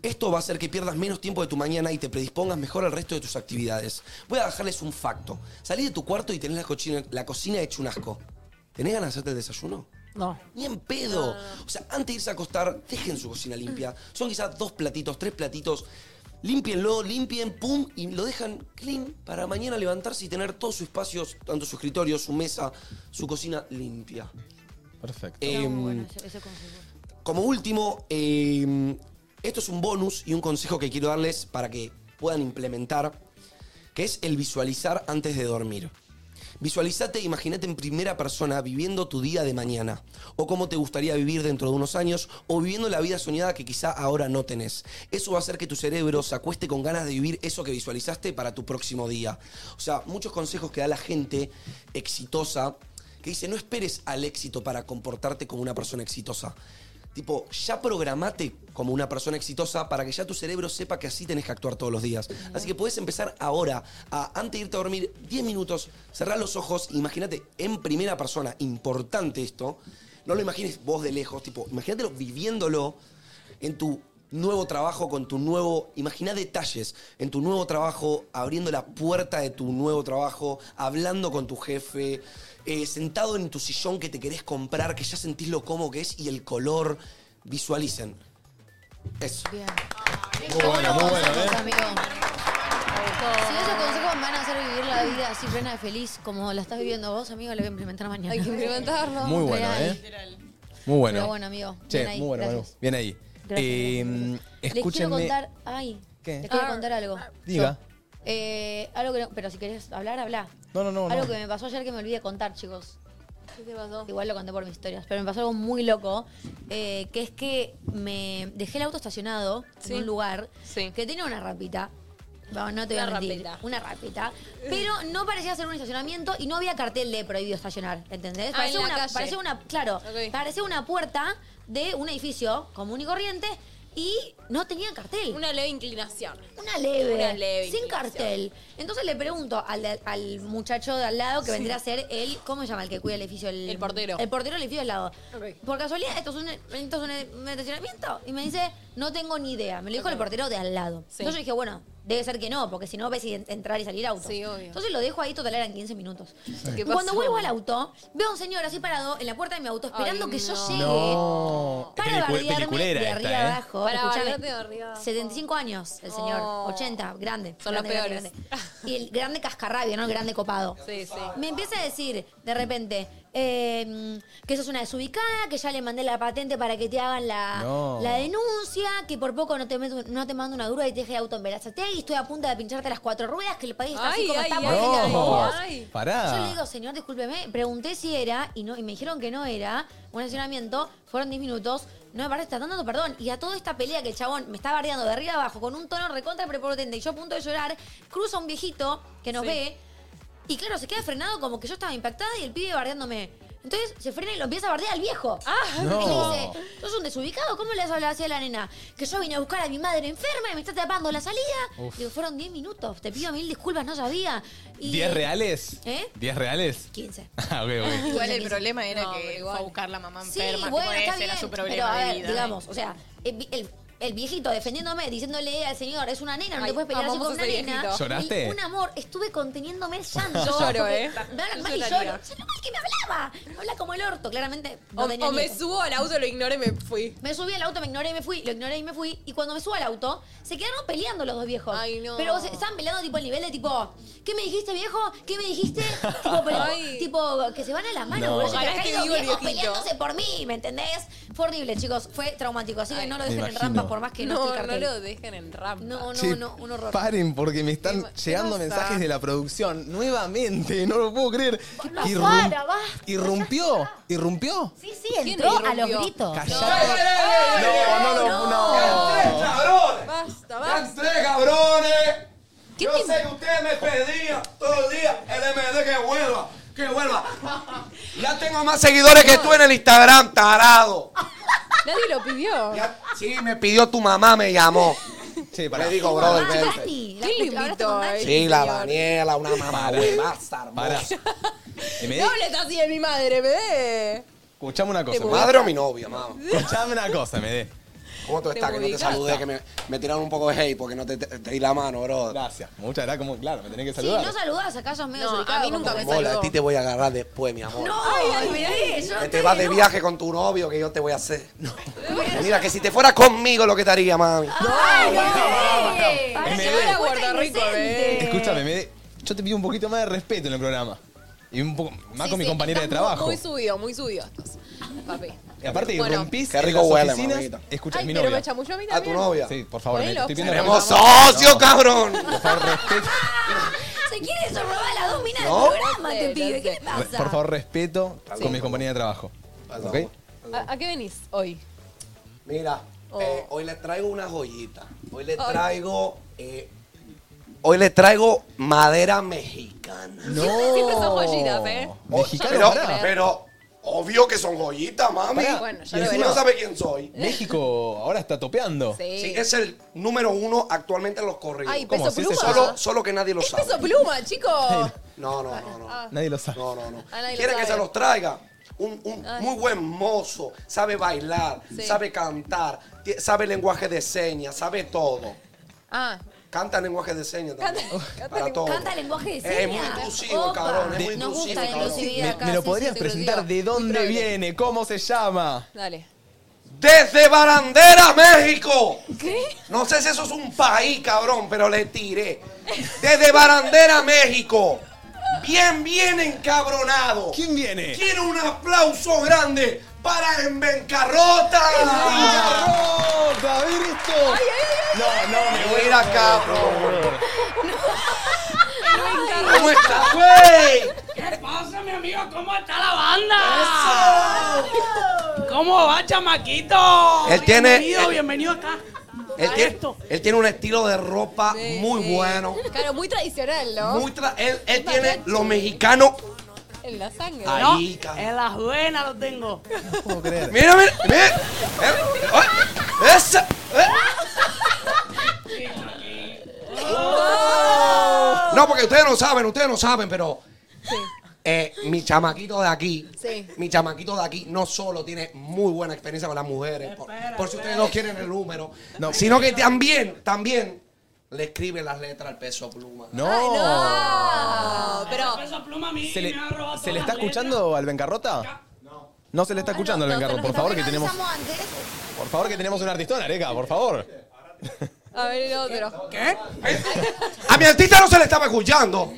[SPEAKER 4] Esto va a hacer que pierdas menos tiempo de tu mañana y te predispongas mejor al resto de tus actividades. Voy a dejarles un facto. Salí de tu cuarto y tenés la cocina, la cocina hecha un asco. ¿Tenés ganas de hacerte el desayuno?
[SPEAKER 7] No.
[SPEAKER 4] Ni en pedo. O sea, antes de irse a acostar, dejen su cocina limpia. Son quizás dos platitos, tres platitos. Límpienlo, limpien, pum, y lo dejan clean para mañana levantarse y tener todo su espacio, tanto su escritorio, su mesa, su cocina limpia.
[SPEAKER 1] Perfecto.
[SPEAKER 4] Em, como último, eh, esto es un bonus y un consejo que quiero darles para que puedan implementar, que es el visualizar antes de dormir. Visualizate e imagínate en primera persona viviendo tu día de mañana, o cómo te gustaría vivir dentro de unos años, o viviendo la vida soñada que quizá ahora no tenés. Eso va a hacer que tu cerebro se acueste con ganas de vivir eso que visualizaste para tu próximo día. O sea, muchos consejos que da la gente exitosa que dice, no esperes al éxito para comportarte como una persona exitosa. Tipo, ya programate como una persona exitosa para que ya tu cerebro sepa que así tenés que actuar todos los días. Así que puedes empezar ahora, a, antes de irte a dormir, 10 minutos, cerrar los ojos, imagínate en primera persona, importante esto, no lo imagines vos de lejos, tipo, imagínatelo viviéndolo en tu nuevo trabajo, con tu nuevo. Imagina detalles en tu nuevo trabajo, abriendo la puerta de tu nuevo trabajo, hablando con tu jefe, eh, sentado en tu sillón que te querés comprar, que ya sentís lo cómodo que es y el color. Visualicen. Eso.
[SPEAKER 1] Muy bueno, muy bueno, ¿eh?
[SPEAKER 2] amigo. Si esos consejos me van a hacer vivir la vida así plena de feliz como la estás viviendo vos, amigo, la voy a implementar mañana.
[SPEAKER 3] Hay que implementarlo.
[SPEAKER 1] Muy bueno,
[SPEAKER 2] Real.
[SPEAKER 1] ¿eh? Muy bueno.
[SPEAKER 2] Pero bueno, amigo,
[SPEAKER 1] Che,
[SPEAKER 2] bien ahí,
[SPEAKER 1] muy bueno, Manu.
[SPEAKER 2] gracias.
[SPEAKER 1] Bien ahí.
[SPEAKER 2] Gracias,
[SPEAKER 1] Eh,
[SPEAKER 2] Les quiero
[SPEAKER 1] escúchenme.
[SPEAKER 2] contar. Ay,
[SPEAKER 1] ¿Qué? Ah,
[SPEAKER 2] les quiero contar algo.
[SPEAKER 3] Ah.
[SPEAKER 1] Diga.
[SPEAKER 2] Yo, eh, algo que no- pero si querés hablar, habla.
[SPEAKER 1] No, no, no.
[SPEAKER 2] algo
[SPEAKER 1] no.
[SPEAKER 2] que me pasó ayer que me olvidé contar, chicos.
[SPEAKER 3] ¿Qué te pasó?
[SPEAKER 2] Igual lo conté por mis historias, pero me pasó algo muy loco, eh, que es que me dejé el auto estacionado
[SPEAKER 3] Sí.
[SPEAKER 2] en un lugar
[SPEAKER 3] Sí.
[SPEAKER 2] que tenía una rampita. No, no te voy a
[SPEAKER 3] Una
[SPEAKER 2] mentir.
[SPEAKER 3] rampita.
[SPEAKER 2] Una rampita. Pero no parecía ser un estacionamiento y no había cartel de prohibido estacionar, ¿entendés?
[SPEAKER 3] Ah,
[SPEAKER 2] Parecía,
[SPEAKER 3] en la
[SPEAKER 2] una,
[SPEAKER 3] calle.
[SPEAKER 2] parecía una- claro,
[SPEAKER 3] Ok.
[SPEAKER 2] parecía una puerta de un edificio común y corriente y no tenía cartel.
[SPEAKER 3] Una leve inclinación.
[SPEAKER 2] Una leve.
[SPEAKER 3] Una leve
[SPEAKER 2] Sin
[SPEAKER 3] inclinación.
[SPEAKER 2] cartel. Entonces le pregunto al, de- al muchacho de al lado que vendría a ser el. ¿Cómo se llama el que cuida el edificio? El,
[SPEAKER 3] El portero.
[SPEAKER 2] El portero del edificio de al lado.
[SPEAKER 3] Ok.
[SPEAKER 2] Por casualidad, ¿esto es, un, esto es un- un estacionamiento? Y me dice, no tengo ni idea. Me lo dijo el portero de al lado.
[SPEAKER 3] Sí.
[SPEAKER 2] Entonces yo dije, bueno, debe ser que no, porque si no ves y en- entrar y salir auto.
[SPEAKER 3] Sí, obvio.
[SPEAKER 2] Entonces lo dejo ahí, total eran 15 minutos.
[SPEAKER 3] ¿Qué
[SPEAKER 2] Y cuando
[SPEAKER 3] pasó?
[SPEAKER 2] vuelvo al auto, veo a un señor así parado en la puerta de mi auto esperando
[SPEAKER 3] Ay,
[SPEAKER 2] que yo
[SPEAKER 3] no.
[SPEAKER 2] llegue.
[SPEAKER 1] No. Es
[SPEAKER 2] Para
[SPEAKER 1] pelicu-
[SPEAKER 2] bardearme
[SPEAKER 1] peliculera
[SPEAKER 2] de
[SPEAKER 1] esta,
[SPEAKER 2] arriba
[SPEAKER 1] ¿eh?
[SPEAKER 2] abajo.
[SPEAKER 3] Para
[SPEAKER 2] Escuchame,
[SPEAKER 3] bardearte de arriba abajo.
[SPEAKER 2] 75 años el señor.
[SPEAKER 3] Oh.
[SPEAKER 2] 80, grande.
[SPEAKER 3] Son
[SPEAKER 2] grande,
[SPEAKER 3] los
[SPEAKER 2] grande,
[SPEAKER 3] peores.
[SPEAKER 2] grande. Y el grande cascarrabia, ¿no? El grande copado.
[SPEAKER 3] Sí, sí.
[SPEAKER 2] Me empieza a decir, de repente, eh, que sos una desubicada, que ya le mandé la patente para que te hagan la,
[SPEAKER 1] No.
[SPEAKER 2] la denuncia, que por poco no te, meto- no te mando una dura y te deje el auto en Verazategui, estoy a punta de pincharte las cuatro ruedas, que el país está así
[SPEAKER 3] Ay,
[SPEAKER 2] como
[SPEAKER 3] ay,
[SPEAKER 2] está
[SPEAKER 3] ay,
[SPEAKER 2] por gente
[SPEAKER 3] ay,
[SPEAKER 2] como vos".
[SPEAKER 1] No.
[SPEAKER 3] Ay.
[SPEAKER 1] Pará.
[SPEAKER 2] Yo le digo, señor, discúlpeme, pregunté si era y no y me dijeron que no era un estacionamiento, fueron 10 minutos, no me parece, está dando perdón. Y a toda esta pelea que el chabón me está bardeando de arriba abajo con un tono recontra prepotente y yo a punto de llorar, cruza un viejito que nos
[SPEAKER 3] Sí.
[SPEAKER 2] ve y claro, se queda frenado como que yo estaba impactada y el pibe bardeándome. Entonces se frena y lo empieza a bardear al viejo.
[SPEAKER 3] Ah,
[SPEAKER 1] No.
[SPEAKER 2] Y le dice, sos un desubicado, ¿cómo le has hablado así a la nena? Que yo vine a buscar a mi madre enferma y me está tapando la salida. Digo, fueron 10 minutos, te pido mil disculpas, no sabía. Y-
[SPEAKER 1] ¿Diez reales?
[SPEAKER 2] ¿Eh?
[SPEAKER 1] ¿Diez reales?
[SPEAKER 2] 15.
[SPEAKER 1] Ah, ok, ok.
[SPEAKER 5] Igual el problema era
[SPEAKER 3] No, pero
[SPEAKER 5] que
[SPEAKER 3] igual.
[SPEAKER 5] fue a buscar la mamá
[SPEAKER 2] Sí,
[SPEAKER 5] enferma. tipo,
[SPEAKER 2] bueno,
[SPEAKER 5] ese
[SPEAKER 2] está bien.
[SPEAKER 5] era su
[SPEAKER 2] pero
[SPEAKER 5] problema
[SPEAKER 2] a ver,
[SPEAKER 5] de vida.
[SPEAKER 2] digamos, o sea, el, el- el viejito defendiéndome, diciéndole al señor, es una nena, no te
[SPEAKER 3] Ay,
[SPEAKER 2] puedes pelear así
[SPEAKER 3] amamos
[SPEAKER 2] con
[SPEAKER 3] a
[SPEAKER 2] una
[SPEAKER 3] ese
[SPEAKER 2] nena.
[SPEAKER 3] viejito.
[SPEAKER 1] ¿Lloraste?
[SPEAKER 2] Y Un amor, estuve conteniéndome el llanto.
[SPEAKER 3] Yo lloro,
[SPEAKER 2] porque
[SPEAKER 3] ¿eh?
[SPEAKER 2] Me hablan
[SPEAKER 3] Yo
[SPEAKER 2] mal y lloro.
[SPEAKER 3] lloraría.
[SPEAKER 2] Yo lo mal que me hablaba. Me habla como el orto, claramente. no
[SPEAKER 3] O,
[SPEAKER 2] tenía
[SPEAKER 3] o me
[SPEAKER 2] nieto.
[SPEAKER 3] subo al auto, lo ignoro y me fui.
[SPEAKER 2] Me subí al auto, me ignoré y me fui, lo ignoré y me fui. Y cuando me subo al auto, se quedaron peleando los dos viejos.
[SPEAKER 3] Ay, no.
[SPEAKER 2] Pero se- estaban peleando tipo el nivel de tipo, ¿qué me dijiste, viejo? ¿Qué me dijiste? tipo, pero-
[SPEAKER 3] Ay.
[SPEAKER 2] tipo, que se van a la mano,
[SPEAKER 1] No.
[SPEAKER 2] boludo. Yo
[SPEAKER 3] Ojalá
[SPEAKER 2] te
[SPEAKER 3] esté
[SPEAKER 2] caigo
[SPEAKER 3] vivo el
[SPEAKER 2] viejos
[SPEAKER 3] viejito.
[SPEAKER 2] peleándose por mí, ¿me entendés? Fue horrible, chicos. Fue traumático. Así que no lo
[SPEAKER 1] Me
[SPEAKER 2] dejen en
[SPEAKER 1] imagino.
[SPEAKER 2] rampa por más que no, esté
[SPEAKER 3] No,
[SPEAKER 2] el
[SPEAKER 3] no
[SPEAKER 2] cartel.
[SPEAKER 3] lo dejen en rampa.
[SPEAKER 2] No, no,
[SPEAKER 1] Che,
[SPEAKER 2] no, un horror.
[SPEAKER 1] Paren, porque me están
[SPEAKER 3] ¿Qué- qué
[SPEAKER 1] llegando
[SPEAKER 3] pasa?
[SPEAKER 1] mensajes de la producción nuevamente, no lo puedo creer.
[SPEAKER 7] pasa?
[SPEAKER 1] Irrum-
[SPEAKER 7] Ahora, basta,
[SPEAKER 1] irrumpió, irrumpió.
[SPEAKER 7] Sí, sí, entró
[SPEAKER 3] ¿Quién
[SPEAKER 7] a los
[SPEAKER 3] irrumpió?
[SPEAKER 7] gritos.
[SPEAKER 1] Callate. No, no, no,
[SPEAKER 4] ¡Cansé,
[SPEAKER 1] no.
[SPEAKER 4] cabrones!
[SPEAKER 3] Basta, basta.
[SPEAKER 4] ¡Cansé, cabrones!
[SPEAKER 3] ¿Qué
[SPEAKER 4] Yo
[SPEAKER 3] te-
[SPEAKER 4] sé que ustedes me pedían todo el día el MD que vuelva, que vuelva. Ya tengo más seguidores que tú en el Instagram, tarado.
[SPEAKER 3] Nadie lo pidió.
[SPEAKER 4] Ya- sí, me pidió tu mamá, me llamó.
[SPEAKER 1] Che,
[SPEAKER 4] Le
[SPEAKER 1] pará.
[SPEAKER 4] digo,
[SPEAKER 2] Ah,
[SPEAKER 4] brother, vente.
[SPEAKER 2] Dani, la
[SPEAKER 3] ¿Quién le
[SPEAKER 2] escuch- hablaste
[SPEAKER 3] invitó
[SPEAKER 2] con
[SPEAKER 3] a
[SPEAKER 2] Dani.
[SPEAKER 3] él?
[SPEAKER 4] Sí, la Daniela, una mamá huevaza,
[SPEAKER 1] Pará.
[SPEAKER 4] hermosa.
[SPEAKER 1] Y me-
[SPEAKER 3] No hables así de mi madre, bebé.
[SPEAKER 1] Escuchame una cosa.
[SPEAKER 4] ¿Tu madre o mi novia, mamá?
[SPEAKER 1] Escuchame una cosa, me dé.
[SPEAKER 4] ¿Cómo tú
[SPEAKER 3] Te
[SPEAKER 4] estás? Que no te
[SPEAKER 3] ubicaste.
[SPEAKER 4] saludé, que me, me tiraron un poco de hate porque no te, te- te di la mano, bro.
[SPEAKER 1] Gracias. Muchas gracias. Como, claro, me tenés que
[SPEAKER 2] Sí,
[SPEAKER 1] saludar.
[SPEAKER 2] no saludás, acá sos medio
[SPEAKER 3] No, a mí
[SPEAKER 2] delicado,
[SPEAKER 3] nunca
[SPEAKER 2] como-
[SPEAKER 3] me
[SPEAKER 4] Hola,
[SPEAKER 3] saludó.
[SPEAKER 4] a ti te voy a agarrar después, mi amor.
[SPEAKER 2] No, ay, ay, mirá, yo
[SPEAKER 4] Que te
[SPEAKER 2] estoy-
[SPEAKER 4] vas de viaje con tu novio, que yo te voy a hacer. Mira, que si te fueras conmigo lo que te haría, mami.
[SPEAKER 2] Ah, ¡Ay, no!
[SPEAKER 1] Me
[SPEAKER 2] Para
[SPEAKER 1] ve.
[SPEAKER 2] que vaya a ¿eh?
[SPEAKER 3] Puerto Rico, ve.
[SPEAKER 1] Escúchame, me- yo te pido un poquito más de respeto en el programa. Y un poco más
[SPEAKER 3] Sí,
[SPEAKER 1] con mi
[SPEAKER 3] sí,
[SPEAKER 1] compañera de
[SPEAKER 3] estás
[SPEAKER 1] trabajo.
[SPEAKER 3] Muy, muy subido, muy subido estás, papi.
[SPEAKER 1] Y aparte,
[SPEAKER 3] Bueno.
[SPEAKER 1] rompís
[SPEAKER 4] Qué
[SPEAKER 1] en
[SPEAKER 4] rico
[SPEAKER 1] las
[SPEAKER 4] huele,
[SPEAKER 1] oficinas.
[SPEAKER 4] mamita.
[SPEAKER 1] Escucha,
[SPEAKER 3] Ay,
[SPEAKER 1] mi
[SPEAKER 3] pero
[SPEAKER 1] novia.
[SPEAKER 3] me chamulló a mí
[SPEAKER 4] A tu
[SPEAKER 3] también.
[SPEAKER 4] novia.
[SPEAKER 1] Sí, por favor, me,
[SPEAKER 3] Ponelo,
[SPEAKER 1] estoy pidiendo
[SPEAKER 4] Tenemos
[SPEAKER 1] respeto.
[SPEAKER 4] socio,
[SPEAKER 1] No.
[SPEAKER 4] cabrón.
[SPEAKER 1] Por favor, respeto.
[SPEAKER 2] Se quiere sorrobar a las dos minas
[SPEAKER 4] ¿No? Eh,
[SPEAKER 2] del programa, te pibe. ¿Qué le
[SPEAKER 1] Re-
[SPEAKER 2] pasa?
[SPEAKER 1] por favor, respeto con mis compañeras de trabajo. ¿Ok?
[SPEAKER 3] ¿A, a qué venís hoy?
[SPEAKER 4] Mira,
[SPEAKER 3] Oh.
[SPEAKER 4] eh, hoy les traigo una joyita. Hoy les traigo. eh, hoy les traigo madera mexicana.
[SPEAKER 1] No.
[SPEAKER 3] siempre son joyitas, ¿eh?
[SPEAKER 4] Oh,
[SPEAKER 1] Mexicano,
[SPEAKER 4] pero,
[SPEAKER 1] pará.
[SPEAKER 4] pero obvio que son joyitas, mami.
[SPEAKER 1] Pará,
[SPEAKER 3] bueno, ya
[SPEAKER 4] y
[SPEAKER 3] lo
[SPEAKER 4] encima
[SPEAKER 3] veremos.
[SPEAKER 4] no sabe quién soy.
[SPEAKER 1] México ahora está topeando.
[SPEAKER 4] Sí, es el número uno actualmente en los corridos.
[SPEAKER 3] Ay,
[SPEAKER 1] ¿Cómo
[SPEAKER 3] peso
[SPEAKER 1] se dice
[SPEAKER 3] pluma.
[SPEAKER 1] eso?
[SPEAKER 4] Solo, solo que nadie lo
[SPEAKER 3] Es
[SPEAKER 4] sabe.
[SPEAKER 3] peso pluma, Ah, chicos.
[SPEAKER 4] No, no, no, no.
[SPEAKER 1] Nadie lo sabe.
[SPEAKER 4] No, no, no.
[SPEAKER 3] Ah, nadie lo
[SPEAKER 4] Quieren que
[SPEAKER 3] sabe.
[SPEAKER 4] se los traiga. Un, un muy buen mozo, sabe bailar,
[SPEAKER 3] Sí.
[SPEAKER 4] sabe cantar, ti- sabe lenguaje de señas, sabe todo.
[SPEAKER 3] Ah,
[SPEAKER 4] Canta lenguaje de señas también.
[SPEAKER 3] Canta-
[SPEAKER 4] para
[SPEAKER 3] canta-
[SPEAKER 4] todo.
[SPEAKER 2] Canta lenguaje de
[SPEAKER 4] Es
[SPEAKER 2] señas.
[SPEAKER 4] muy inclusivo,
[SPEAKER 2] Opa.
[SPEAKER 4] cabrón, es muy
[SPEAKER 2] Nos
[SPEAKER 4] inclusivo,
[SPEAKER 2] gusta la
[SPEAKER 4] cabrón.
[SPEAKER 2] inclusividad
[SPEAKER 1] Me,
[SPEAKER 2] acá.
[SPEAKER 1] me lo
[SPEAKER 2] sí,
[SPEAKER 1] podrías
[SPEAKER 2] sí,
[SPEAKER 1] presentar de dónde
[SPEAKER 3] Increíble.
[SPEAKER 1] viene, cómo se llama.
[SPEAKER 3] dale.
[SPEAKER 4] Desde Barandera, México. ¿Qué? No sé si eso es un país, cabrón, pero le tiré. Desde Barandera, México. Bien, bien encabronado.
[SPEAKER 1] ¿Quién viene?
[SPEAKER 4] Quiero un aplauso grande para En Bancarrota.
[SPEAKER 1] ¡Bancarrota! ¡A ver esto! No, no, me
[SPEAKER 4] Me
[SPEAKER 1] voy
[SPEAKER 4] voy a ir acá, bro.
[SPEAKER 3] Venga.
[SPEAKER 4] ¿Cómo estás, güey?
[SPEAKER 8] ¿Qué pasa, mi amigo? ¿Cómo está la banda? ¿Cómo va, chamaquito?
[SPEAKER 4] Él tiene-
[SPEAKER 8] Bienvenido,
[SPEAKER 4] él-
[SPEAKER 8] bienvenido acá.
[SPEAKER 4] Él
[SPEAKER 8] a
[SPEAKER 4] tiene,
[SPEAKER 8] esto.
[SPEAKER 4] él tiene un estilo de ropa muy bueno.
[SPEAKER 3] Claro, muy tradicional, ¿no?
[SPEAKER 4] Muy tra- él, él tiene lo mexicano.
[SPEAKER 3] En la sangre.
[SPEAKER 8] No,
[SPEAKER 4] Ahí, cabrón.
[SPEAKER 8] en las venas lo tengo.
[SPEAKER 1] puedo creer.
[SPEAKER 4] Mira, mira, mira. Eh, oh, esa- eh.
[SPEAKER 3] ¡Oh!
[SPEAKER 4] No, porque ustedes no saben, ustedes no saben, pero. eh, mi chamaquito de aquí,
[SPEAKER 3] Sí.
[SPEAKER 4] mi chamaquito de aquí no solo tiene muy buena experiencia con las mujeres, por, por si ustedes no quieren el número,
[SPEAKER 1] No.
[SPEAKER 4] sino que también, también le escribe las letras al peso pluma.
[SPEAKER 1] No.
[SPEAKER 3] Ah, pero.
[SPEAKER 8] Esa pluma a mí
[SPEAKER 1] ¿Se le,
[SPEAKER 8] me ha robado
[SPEAKER 1] ¿se le
[SPEAKER 8] todas
[SPEAKER 1] está
[SPEAKER 8] las letras.
[SPEAKER 1] escuchando al Bencarrota? No. No se le está escuchando al Bencarrota. Por favor, que tenemos, por favor, que tenemos un artistón, Areca, por favor.
[SPEAKER 3] A ver el otro.
[SPEAKER 8] ¿Qué?
[SPEAKER 4] A mi artista no se le estaba escuchando.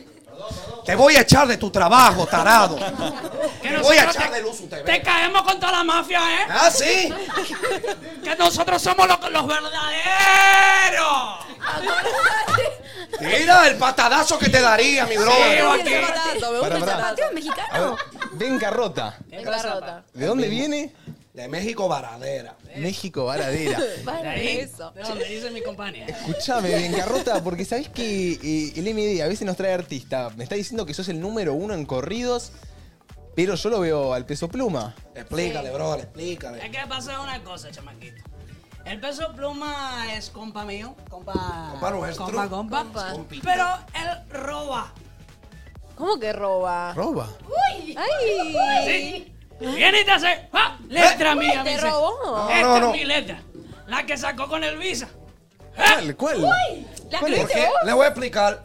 [SPEAKER 4] Te voy a echar de tu trabajo, tarado.
[SPEAKER 8] Que
[SPEAKER 4] Te voy a
[SPEAKER 8] nosotros
[SPEAKER 4] echar
[SPEAKER 8] te-
[SPEAKER 4] de luz usted.
[SPEAKER 8] Te caemos contra la mafia, ¿eh?
[SPEAKER 4] Ah, sí.
[SPEAKER 8] Que nosotros somos los, los verdaderos.
[SPEAKER 4] Mira el patadazo que te daría, mi
[SPEAKER 8] Sí,
[SPEAKER 4] brother.
[SPEAKER 8] va-
[SPEAKER 3] Me gusta el zapato, me gusta
[SPEAKER 1] Pará,
[SPEAKER 3] el
[SPEAKER 1] pará.
[SPEAKER 3] zapato.
[SPEAKER 1] A ver, Bencarrota.
[SPEAKER 3] Venga, rota.
[SPEAKER 1] ¿De dónde viene?
[SPEAKER 4] De México Varadera.
[SPEAKER 1] México Varadera.
[SPEAKER 8] De
[SPEAKER 3] Vale,
[SPEAKER 8] ahí,
[SPEAKER 3] eso.
[SPEAKER 8] de donde dice mi compañía.
[SPEAKER 1] Escuchame, Bencarrota, porque sabés que eh, el MD a veces nos trae artista. Me está diciendo que sos el número uno en corridos, pero yo lo veo al peso pluma.
[SPEAKER 4] Explícale, brother,
[SPEAKER 8] Es
[SPEAKER 4] explícale.
[SPEAKER 8] que pasa una cosa, chamaquito. El peso pluma es compa mío, compa.
[SPEAKER 4] Compa nuestro.
[SPEAKER 8] Compa, compa.
[SPEAKER 3] Compa. ¿Eh?
[SPEAKER 4] Compita.
[SPEAKER 8] Pero él roba.
[SPEAKER 3] ¿Cómo que roba?
[SPEAKER 1] Roba.
[SPEAKER 3] ¡Ay!
[SPEAKER 8] ¿Sí? Viene y te hace. ¡Ah! Letra mía,
[SPEAKER 3] ¿Te
[SPEAKER 8] me dice.
[SPEAKER 3] robó?
[SPEAKER 8] Esta
[SPEAKER 4] No, no,
[SPEAKER 8] es
[SPEAKER 4] no.
[SPEAKER 8] mi letra. La que sacó con el visa.
[SPEAKER 1] ¿Cuál? ¿Cuál?
[SPEAKER 3] La
[SPEAKER 1] ¿Cuál es?
[SPEAKER 4] Porque le voy a explicar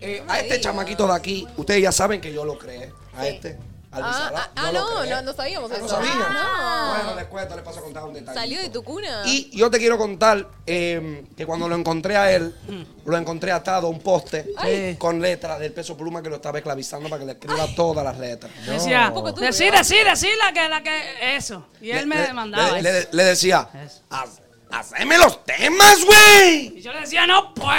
[SPEAKER 4] eh, a este chamaquito de aquí. Ustedes ya saben que yo lo creé. A este. Al
[SPEAKER 3] Ah,
[SPEAKER 4] Bizarrap,
[SPEAKER 3] ah, ah,
[SPEAKER 4] yo lo
[SPEAKER 3] no,
[SPEAKER 4] creé.
[SPEAKER 3] no, no sabíamos
[SPEAKER 4] Ah,
[SPEAKER 3] eso.
[SPEAKER 4] No sabían.
[SPEAKER 3] Ah, no.
[SPEAKER 4] Bueno, les cuento, les paso a contar un detalle.
[SPEAKER 3] Salió de tu cuna.
[SPEAKER 4] Y yo te quiero contar eh, que cuando lo encontré a él, lo encontré atado a un poste
[SPEAKER 8] Mm. Ay.
[SPEAKER 4] con letras del peso pluma que lo estaba esclavizando para que le escriba todas las letras.
[SPEAKER 8] Decía,
[SPEAKER 3] poco turbio.
[SPEAKER 8] decí, decí, decí la que, la que, eso. Y él me
[SPEAKER 4] Le-
[SPEAKER 8] demandaba.
[SPEAKER 4] Le, ah, le- le decía,
[SPEAKER 8] Eso.
[SPEAKER 4] "Haz- ¡Haceme los temas, güey!
[SPEAKER 8] y yo le decía, no puedo.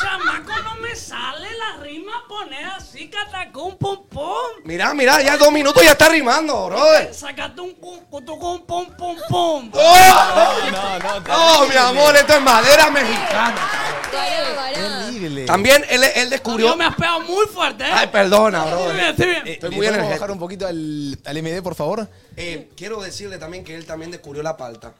[SPEAKER 8] Chamaco, no me sale la rima poner así, catacum, pum, pum.
[SPEAKER 4] Mirá, mirá, ya dos minutos ya está rimando, brother.
[SPEAKER 8] Sacate un cum, cutucum, pum, pum, pum.
[SPEAKER 4] ¡Oh!
[SPEAKER 1] No, no,
[SPEAKER 4] ¡Oh, mi amor, esto es madera mexicana!
[SPEAKER 3] Pará, pará.
[SPEAKER 1] Terrible.
[SPEAKER 4] También él, él descubrió...
[SPEAKER 8] Yo me has pegado muy fuerte, ¿eh?
[SPEAKER 4] Ay, perdona,
[SPEAKER 8] Estoy bien,
[SPEAKER 4] brother.
[SPEAKER 8] estoy bien.
[SPEAKER 1] Eh,
[SPEAKER 4] Estoy
[SPEAKER 1] ¿le podemos
[SPEAKER 4] muy energético.
[SPEAKER 1] bajar un poquito al, al MD, por favor?
[SPEAKER 4] Eh, quiero decirle también que él también descubrió la palta.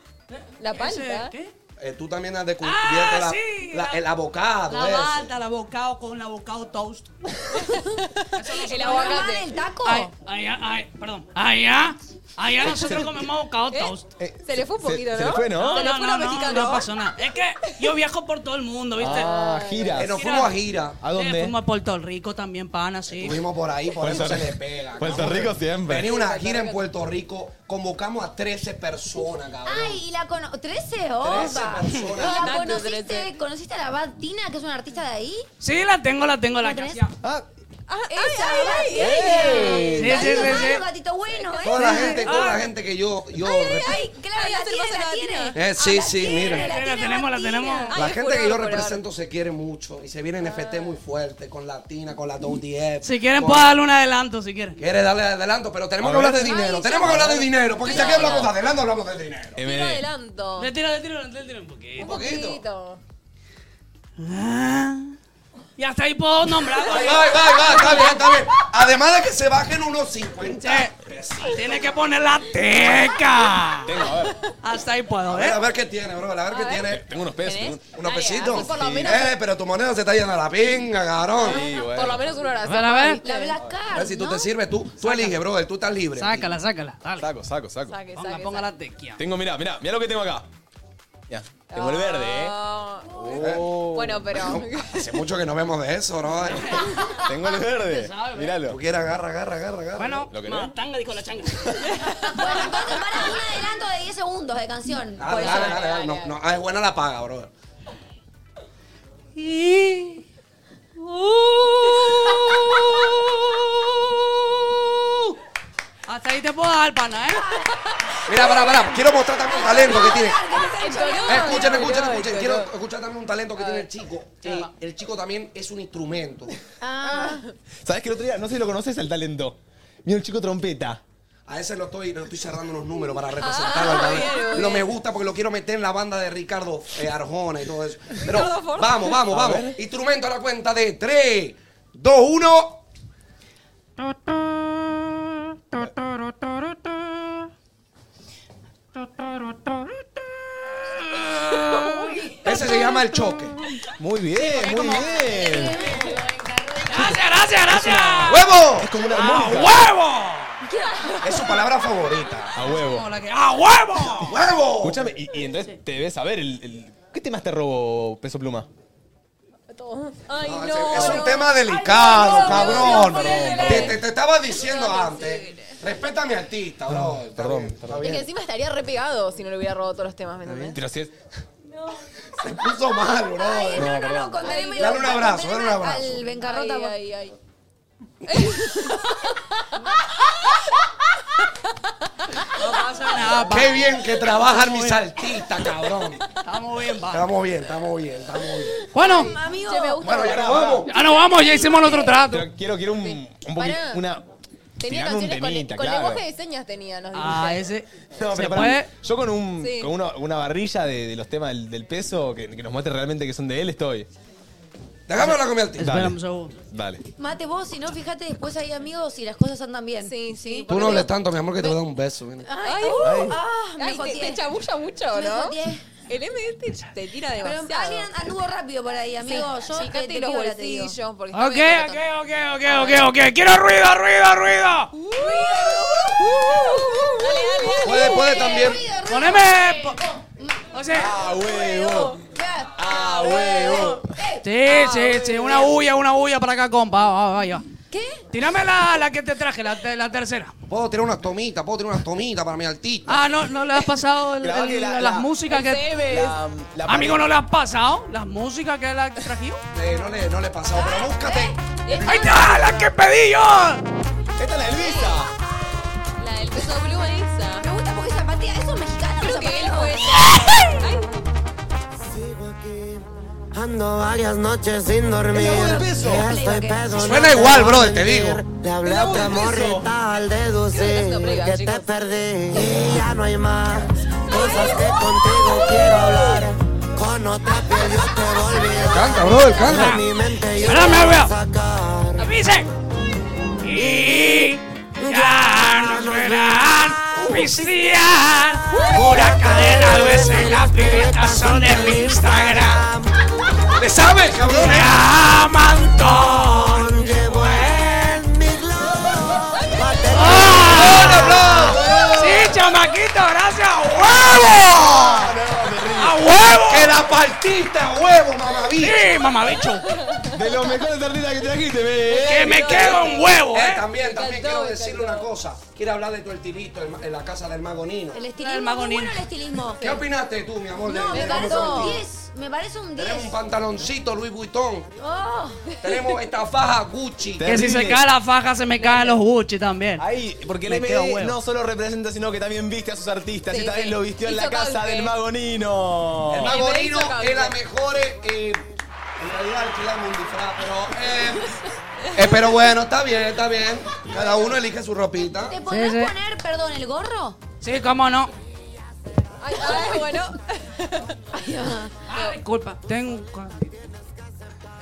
[SPEAKER 3] La
[SPEAKER 8] Ese,
[SPEAKER 3] palta.
[SPEAKER 8] ¿Qué?
[SPEAKER 4] eh, tú también has descubierto la-
[SPEAKER 8] sí,
[SPEAKER 4] la-
[SPEAKER 8] la-
[SPEAKER 4] el abocado.
[SPEAKER 10] La
[SPEAKER 4] ese.
[SPEAKER 10] bata, el abocado con el abocado toast.
[SPEAKER 3] El aguacate.
[SPEAKER 2] el taco?
[SPEAKER 10] Ay,
[SPEAKER 8] Allá, ay, perdón. Allá, allá nosotros comemos abocado
[SPEAKER 3] Eh,
[SPEAKER 8] toast.
[SPEAKER 3] Se le fue un
[SPEAKER 1] se-
[SPEAKER 3] poquito, ¿no?
[SPEAKER 1] se le fue, ¿no?
[SPEAKER 3] Se le
[SPEAKER 8] no,
[SPEAKER 3] fue
[SPEAKER 8] no,
[SPEAKER 3] lo
[SPEAKER 8] no,
[SPEAKER 3] mexicano.
[SPEAKER 8] no pasó nada. Es que yo viajo por todo el mundo, ¿viste?
[SPEAKER 1] Ah, giras.
[SPEAKER 4] Eh, nos fuimos a gira.
[SPEAKER 1] ¿A
[SPEAKER 8] Sí,
[SPEAKER 1] dónde?
[SPEAKER 8] Eh, fuimos a Puerto Rico también, pana, sí.
[SPEAKER 4] Estuvimos por ahí, por
[SPEAKER 1] Puerto
[SPEAKER 4] eso se
[SPEAKER 1] Rico.
[SPEAKER 4] le pega.
[SPEAKER 1] Puerto
[SPEAKER 4] cabrón.
[SPEAKER 1] Rico siempre.
[SPEAKER 4] Venía una gira en Puerto Rico, convocamos a 13 personas, cabrón.
[SPEAKER 2] Ay, y la cono... ¿13? opa.
[SPEAKER 4] 13 personas.
[SPEAKER 2] ¿Y la
[SPEAKER 3] Tanto,
[SPEAKER 2] conociste,
[SPEAKER 3] 13.
[SPEAKER 2] conociste a la Bad Tina, que es una artista de ahí?
[SPEAKER 8] Sí, la tengo, la tengo, la
[SPEAKER 2] ¿La tenés?
[SPEAKER 8] casa.
[SPEAKER 1] Ah,
[SPEAKER 2] ¡Esa! Bad Tina.
[SPEAKER 8] Sí, sí,
[SPEAKER 2] Gatito
[SPEAKER 8] sí,
[SPEAKER 2] malo,
[SPEAKER 8] sí.
[SPEAKER 2] gatito bueno, ¿eh?
[SPEAKER 4] Toda la gente, toda la gente que yo, yo rep-
[SPEAKER 2] Ay, claro,
[SPEAKER 3] Ay,
[SPEAKER 2] la
[SPEAKER 3] hace
[SPEAKER 2] tiene,
[SPEAKER 3] cosa
[SPEAKER 2] la
[SPEAKER 3] la
[SPEAKER 2] tiene.
[SPEAKER 3] tiene.
[SPEAKER 4] Eh, sí, sí,
[SPEAKER 2] tiene,
[SPEAKER 4] mira.
[SPEAKER 8] Sí, la
[SPEAKER 2] tiene
[SPEAKER 8] tenemos, la
[SPEAKER 2] Bad Tina.
[SPEAKER 8] tenemos.
[SPEAKER 4] La
[SPEAKER 3] Ay,
[SPEAKER 4] gente que yo
[SPEAKER 3] furor, furor.
[SPEAKER 4] represento se quiere mucho y se viene NFT muy fuerte con Latina, con la DF.
[SPEAKER 8] Si quieren, puedo darle un adelanto, si quieren.
[SPEAKER 4] Quiere darle adelanto, pero tenemos
[SPEAKER 1] A
[SPEAKER 4] que
[SPEAKER 1] ver.
[SPEAKER 4] hablar de dinero. tenemos que hablar de dinero, porque si aquí hablamos de adelanto, hablamos de dinero.
[SPEAKER 3] Tiro
[SPEAKER 1] MD.
[SPEAKER 3] adelanto.
[SPEAKER 8] Le tiro, le tiro, le tiro un poquito.
[SPEAKER 3] Un poquito.
[SPEAKER 8] Ah. Y hasta ahí puedo nombrar.
[SPEAKER 4] Ay, ay, ay, ay, está bien, está bien. Además de que se bajen unos 50 pesitos.
[SPEAKER 8] Tiene que poner la teca.
[SPEAKER 1] Tengo, a ver.
[SPEAKER 8] Hasta ahí puedo,
[SPEAKER 4] A ver,
[SPEAKER 8] ¿eh?
[SPEAKER 4] a ver qué tiene, bro. A ver qué tiene.
[SPEAKER 1] Tengo unos pesos. tengo
[SPEAKER 3] ¿Tenés?
[SPEAKER 1] un-
[SPEAKER 4] ¿Unos
[SPEAKER 3] Dale,
[SPEAKER 4] pesitos?
[SPEAKER 3] así por lo
[SPEAKER 4] Sí.
[SPEAKER 3] menos-
[SPEAKER 4] Eh, pero tu moneda se está yendo a la pinga, cabrón.
[SPEAKER 1] Sí,
[SPEAKER 3] Por lo
[SPEAKER 1] bueno.
[SPEAKER 3] menos ah, una
[SPEAKER 8] A
[SPEAKER 3] hora.
[SPEAKER 8] ver, a ver.
[SPEAKER 2] La Black Card,
[SPEAKER 4] A ver si tú
[SPEAKER 2] ¿no?
[SPEAKER 4] te sirves, tú, tú eliges, bro. Tú estás libre.
[SPEAKER 8] Sácala, sácala. Dale.
[SPEAKER 1] Saco, saco, saco.
[SPEAKER 3] Saque,
[SPEAKER 8] Ponga,
[SPEAKER 3] saque,
[SPEAKER 8] ponga
[SPEAKER 3] saque.
[SPEAKER 8] la tequia.
[SPEAKER 1] Tengo, mirá, mirá, mirá lo que tengo acá. Ya, tengo el verde, ¿eh?
[SPEAKER 3] Ah.
[SPEAKER 1] Oh.
[SPEAKER 3] Bueno, pero.
[SPEAKER 4] Hace mucho que no vemos de eso, ¿no?
[SPEAKER 1] Tengo el verde.
[SPEAKER 3] ¿eh?
[SPEAKER 8] sabe,
[SPEAKER 4] Tú
[SPEAKER 1] Míralo.
[SPEAKER 4] quieres agarra, agarra, agarra, agarra.
[SPEAKER 8] Bueno,
[SPEAKER 1] ¿Lo querés?
[SPEAKER 8] matanga dijo la changa.
[SPEAKER 2] Bueno, entonces para un adelanto de 10 segundos de canción.
[SPEAKER 4] Dale,
[SPEAKER 3] Pues
[SPEAKER 2] Por
[SPEAKER 4] dale,
[SPEAKER 2] eso.
[SPEAKER 4] dale, dale. No, no, ah, es buena la paga, bro.
[SPEAKER 8] Y- Uh. Hasta ahí te puedo dar, pana, ¿eh?
[SPEAKER 4] Mira, pará, pará. Quiero mostrar también un talento que tiene. Eh,
[SPEAKER 3] Entonó,
[SPEAKER 4] Escuchen,
[SPEAKER 3] entonó,
[SPEAKER 4] escuchen, escuchen.
[SPEAKER 3] entonó.
[SPEAKER 4] Quiero escuchar también un talento que tiene el chico. Eh, el chico también es un instrumento.
[SPEAKER 3] Ah.
[SPEAKER 7] Ah.
[SPEAKER 1] ¿Sabes que el otro día? No sé si lo conoces al talento. Mira un chico trompeta.
[SPEAKER 4] A ese lo estoy, lo estoy cerrando unos números
[SPEAKER 3] Ah,
[SPEAKER 4] para representarlo. al talento. no me gusta porque lo quiero meter en la banda de Ricardo eh, Arjona y todo eso. Pero vamos, vamos, vamos. Instrumento a la cuenta de 3, 2, 1. Ese se llama el choque.
[SPEAKER 1] Muy bien, muy bien.
[SPEAKER 8] Gracias, gracias, gracias.
[SPEAKER 4] ¡Huevo!
[SPEAKER 1] Es como una
[SPEAKER 8] ¡A
[SPEAKER 1] armónica.
[SPEAKER 8] huevo!
[SPEAKER 4] Es su palabra favorita.
[SPEAKER 1] A huevo.
[SPEAKER 8] Hola, que- ¡A huevo!
[SPEAKER 4] ¡Huevo!
[SPEAKER 1] Escúchame, y, y entonces te debes saber el, el- ¿Qué temas te robó Peso Pluma?
[SPEAKER 3] Ay, no.
[SPEAKER 4] No, ese- es,
[SPEAKER 3] no.
[SPEAKER 4] un tema delicado,
[SPEAKER 3] Ay, no,
[SPEAKER 4] cabrón.
[SPEAKER 3] no, no, no, no, no.
[SPEAKER 4] te, te- te estaba diciendo antes. Respeta a mi artista, bro. Está
[SPEAKER 1] perdón,
[SPEAKER 4] bien, está
[SPEAKER 1] perdón.
[SPEAKER 3] Es
[SPEAKER 4] bien.
[SPEAKER 3] que encima estaría re pegado si no le hubiera robado todos los temas, ¿me entendés?
[SPEAKER 1] Pero si es-
[SPEAKER 4] Se puso mal, bro.
[SPEAKER 2] Ay, no, no, no, conténeme.
[SPEAKER 4] Dale un abrazo, dale un abrazo.
[SPEAKER 2] Al
[SPEAKER 3] Ay,
[SPEAKER 2] Bencarrota. por-
[SPEAKER 3] ay, ay.
[SPEAKER 8] No pasa
[SPEAKER 3] Ah,
[SPEAKER 8] nada, pana.
[SPEAKER 4] Qué bien que trabajan mis artistas, cabrón.
[SPEAKER 8] Estamos bien, pana.
[SPEAKER 4] Estamos bien, estamos bien, estamos bien.
[SPEAKER 8] Bueno,
[SPEAKER 2] Amigo,
[SPEAKER 3] Che, me gusta.
[SPEAKER 4] Bueno, ya nos vamos.
[SPEAKER 8] ya nos vamos, ya hicimos nuestro trato.
[SPEAKER 1] pero quiero, quiero un, un poquito,
[SPEAKER 3] Pará.
[SPEAKER 1] una...
[SPEAKER 3] Tenía
[SPEAKER 1] tirame un
[SPEAKER 3] canciones con,
[SPEAKER 1] temita,
[SPEAKER 3] con
[SPEAKER 1] claro.
[SPEAKER 3] lenguaje de señas tenía, nos dice.
[SPEAKER 8] Ah, ese.
[SPEAKER 1] No,
[SPEAKER 8] se
[SPEAKER 1] pero
[SPEAKER 8] puede.
[SPEAKER 1] para, yo con, un,
[SPEAKER 3] Sí.
[SPEAKER 1] con una, una barrilla de, de los temas del, del peso que, que nos muestre realmente que son de él, estoy.
[SPEAKER 4] Déjame hablar con mi artista.
[SPEAKER 8] Espera un segundo.
[SPEAKER 1] Dale.
[SPEAKER 2] mate vos, si no, fíjate después ahí, amigos, si las cosas andan bien.
[SPEAKER 3] Sí, sí.
[SPEAKER 4] Tú no hables tanto, mi amor, que te voy a dar un beso. mira.
[SPEAKER 3] Ay,
[SPEAKER 2] Uh, ah, me
[SPEAKER 3] ay, te,
[SPEAKER 2] joteé.
[SPEAKER 3] te chamulla mucho,
[SPEAKER 2] Me
[SPEAKER 3] ¿no?
[SPEAKER 2] joteé.
[SPEAKER 3] El este MD te tira
[SPEAKER 2] Pero
[SPEAKER 3] demasiado.
[SPEAKER 2] alguien anduvo rápido por ahí, amigo. Yo eh,
[SPEAKER 3] Fíjate
[SPEAKER 2] te
[SPEAKER 3] los
[SPEAKER 2] pido la te digo. Ah.
[SPEAKER 3] bolsillos. Porque está
[SPEAKER 8] Ok,
[SPEAKER 3] bien
[SPEAKER 8] ok, ok,
[SPEAKER 3] cortón.
[SPEAKER 8] ok, ok, ok. Quiero ruido, ruido, ruido.
[SPEAKER 3] Dale,
[SPEAKER 4] Puede,
[SPEAKER 3] dale,
[SPEAKER 4] puede
[SPEAKER 3] dale.
[SPEAKER 4] también. Ah,
[SPEAKER 8] Poneme. po- o sea,
[SPEAKER 1] ¡A huevo! ¡A huevo!
[SPEAKER 8] sí, sí, sí. Una bulla, una bulla para acá, compa. Va, va, va, ahí va.
[SPEAKER 2] ¿Qué?
[SPEAKER 8] Tírame la, la que te traje, la, te- la tercera.
[SPEAKER 4] Puedo tirar unas tomitas, puedo tirar unas tomitas para mi artista.
[SPEAKER 8] Ah, no, no le has pasado el-
[SPEAKER 1] Claro
[SPEAKER 8] el-
[SPEAKER 1] que la-
[SPEAKER 8] las
[SPEAKER 1] la-
[SPEAKER 8] músicas que.
[SPEAKER 1] La, la
[SPEAKER 8] Amigo, ¿no le has pasado las músicas que la trajió?
[SPEAKER 4] Eh, no le, no le he pasado, pero búscate.
[SPEAKER 8] ¡Ahí está! ¡La que pedí yo!
[SPEAKER 1] ¡Esta es la Elvisa!
[SPEAKER 3] La del peso pluma esa.
[SPEAKER 2] Me gusta porque zapatilla. ¿Eso es mexicano?
[SPEAKER 3] Creo que él
[SPEAKER 2] zapatero?
[SPEAKER 3] fue. Ay,
[SPEAKER 11] Ando varias noches sin dormir. Ya estoy pedo, no
[SPEAKER 4] Suena
[SPEAKER 11] te
[SPEAKER 4] igual,
[SPEAKER 11] voy a
[SPEAKER 4] bro, te
[SPEAKER 11] mentir.
[SPEAKER 4] digo.
[SPEAKER 11] Le hablé a otra morrita al
[SPEAKER 3] Creo que
[SPEAKER 11] deducir
[SPEAKER 3] no briga,
[SPEAKER 11] que
[SPEAKER 3] chicos.
[SPEAKER 11] te perdí. Y ya no hay más cosas que contigo quiero hablar. Con otra piel yo te volví.
[SPEAKER 4] Canta, bro, canta.
[SPEAKER 11] Mi mente yo
[SPEAKER 8] Espérame,
[SPEAKER 11] te voy a
[SPEAKER 8] vea.
[SPEAKER 11] sacar.
[SPEAKER 8] ¡Avise! Y. Ya no suenan pistear. Pura cadena, a veces las pibetas son del Instagram.
[SPEAKER 4] ¿Le sabes, cabrón?
[SPEAKER 8] Me aman ton. ¡Sí, chamaquito! ¡Gracias! ¡A huevo! ¡A huevo!
[SPEAKER 4] ¡Que la partiste a huevo, mamabicho!
[SPEAKER 8] ¡Sí, mamabicho!
[SPEAKER 1] De los mejores tartitas que trajiste, ve.
[SPEAKER 8] ¡Que me queda un huevo, eh!
[SPEAKER 4] también, también quiero decirle una cosa. Quiero hablar de tu estilito en ma- en la casa del mago Nino.
[SPEAKER 2] El estilismo, muy bueno el estilismo.
[SPEAKER 4] ¿Qué opinaste tú, mi amor? de-
[SPEAKER 2] No, me
[SPEAKER 4] de-
[SPEAKER 2] parece
[SPEAKER 4] de-
[SPEAKER 2] un 10. Me parece un 10.
[SPEAKER 4] Tenemos un pantaloncito Louis Vuitton.
[SPEAKER 2] Oh.
[SPEAKER 4] Tenemos esta faja Gucci.
[SPEAKER 8] Que si se cae la faja, se me caen los Gucci también.
[SPEAKER 1] Ahí, porque
[SPEAKER 8] Me
[SPEAKER 1] el
[SPEAKER 8] queda
[SPEAKER 1] MD
[SPEAKER 8] huevo.
[SPEAKER 1] no solo representa, sino que también viste a sus artistas
[SPEAKER 3] Sí,
[SPEAKER 1] y también
[SPEAKER 3] sí.
[SPEAKER 1] lo vistió en
[SPEAKER 3] Hizo
[SPEAKER 1] la casa
[SPEAKER 3] cosplay.
[SPEAKER 1] del mago Nino.
[SPEAKER 4] El mago
[SPEAKER 3] Me
[SPEAKER 4] Nino
[SPEAKER 3] hizo cambio.
[SPEAKER 4] era mejor. eh, eh, en realidad alquilamos un disfraz, pero. eh, eh, pero bueno, está bien, está bien. Cada uno elige su ropita.
[SPEAKER 2] ¿Te podrás
[SPEAKER 8] Sí, sí.
[SPEAKER 2] poner, perdón, el gorro?
[SPEAKER 8] Sí, cómo no.
[SPEAKER 3] Ay, ay, bueno.
[SPEAKER 8] Ay, Ah, Disculpa, tengo un co-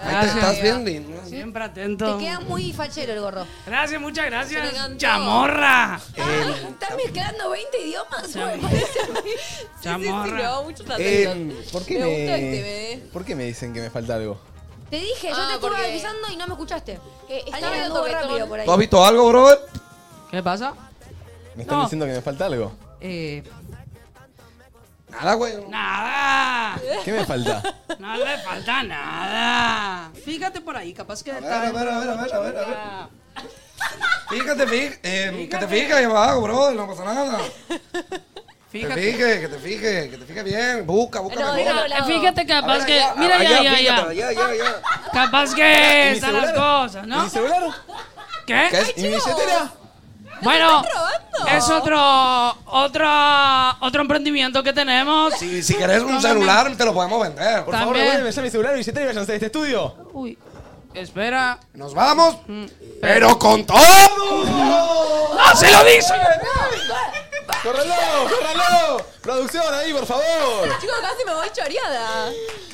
[SPEAKER 4] Ahí te estás bien lindo.
[SPEAKER 8] Siempre
[SPEAKER 2] Te
[SPEAKER 8] atento.
[SPEAKER 2] queda muy fachero el gorro.
[SPEAKER 8] Gracias, muchas
[SPEAKER 3] Se me
[SPEAKER 8] gracias.
[SPEAKER 3] encantó.
[SPEAKER 8] Chamorra.
[SPEAKER 4] Eh,
[SPEAKER 2] ¿Estás mezclando 20 idiomas?
[SPEAKER 8] Chamo.
[SPEAKER 2] Me parece a mí.
[SPEAKER 8] Chamorra.
[SPEAKER 3] mucho
[SPEAKER 1] Eh, ¿por, qué
[SPEAKER 3] Me gusta este, el
[SPEAKER 1] me,
[SPEAKER 3] TVD.
[SPEAKER 1] ¿Por qué me dicen que me falta algo?
[SPEAKER 2] Te dije, yo
[SPEAKER 3] Ah,
[SPEAKER 2] te estuve
[SPEAKER 3] porque-
[SPEAKER 2] avisando y no me escuchaste.
[SPEAKER 3] estaba
[SPEAKER 2] Alguien
[SPEAKER 3] de
[SPEAKER 2] anduvo
[SPEAKER 3] toquetón.
[SPEAKER 2] rápido por ahí.
[SPEAKER 4] ¿Tú has visto algo, brother?
[SPEAKER 8] ¿Qué pasa?
[SPEAKER 1] ¿Me están
[SPEAKER 8] No.
[SPEAKER 1] diciendo que me falta algo?
[SPEAKER 8] Eh,
[SPEAKER 4] Nada, güey.
[SPEAKER 8] nada.
[SPEAKER 1] ¿Qué me falta?
[SPEAKER 8] No le falta nada. Fíjate por ahí, capaz que
[SPEAKER 4] A ver,
[SPEAKER 8] está-
[SPEAKER 4] a ver, a ver, a ver, a ver, a ver.
[SPEAKER 8] Ah,
[SPEAKER 4] Fíjate, fíjate, eh, que te fijes ahí abajo, brother, no pasa nada. Que te
[SPEAKER 8] Fíjate.
[SPEAKER 4] fijes, que te fijes, que te fijes bien. Busca, busca.
[SPEAKER 2] No, diga-
[SPEAKER 4] mejor.
[SPEAKER 8] Eh, Fíjate
[SPEAKER 4] A ver,
[SPEAKER 8] capaz que.
[SPEAKER 4] allá,
[SPEAKER 8] Mira ya,
[SPEAKER 4] allá,
[SPEAKER 8] ya,
[SPEAKER 4] fíjate,
[SPEAKER 8] ya.
[SPEAKER 4] allá, allá, allá.
[SPEAKER 8] Capaz
[SPEAKER 1] ¿Y
[SPEAKER 8] que
[SPEAKER 1] mi
[SPEAKER 8] están las
[SPEAKER 1] celular?
[SPEAKER 8] cosas,
[SPEAKER 1] ¿Y
[SPEAKER 8] ¿no?
[SPEAKER 1] mi celular?
[SPEAKER 8] ¿Qué?
[SPEAKER 4] ¿Qué es?
[SPEAKER 1] ¿Y mi billetera?
[SPEAKER 8] Bueno, es otro, otro, otro emprendimiento que tenemos.
[SPEAKER 4] Si, si querés un celular, te lo podemos vender.
[SPEAKER 1] Por favor,
[SPEAKER 8] También.
[SPEAKER 1] devuélveme ya mi celular, mi billetera y váyanse de este estudio.
[SPEAKER 8] Uy, espera. Mm.
[SPEAKER 4] Nos vamos, pero con todo.
[SPEAKER 8] ¡No ¡Ah, se lo dice!
[SPEAKER 1] ¡Córralo! ¡Córralo! ¡Producción ahí, por favor!
[SPEAKER 3] Chicos, casi me voy choreada.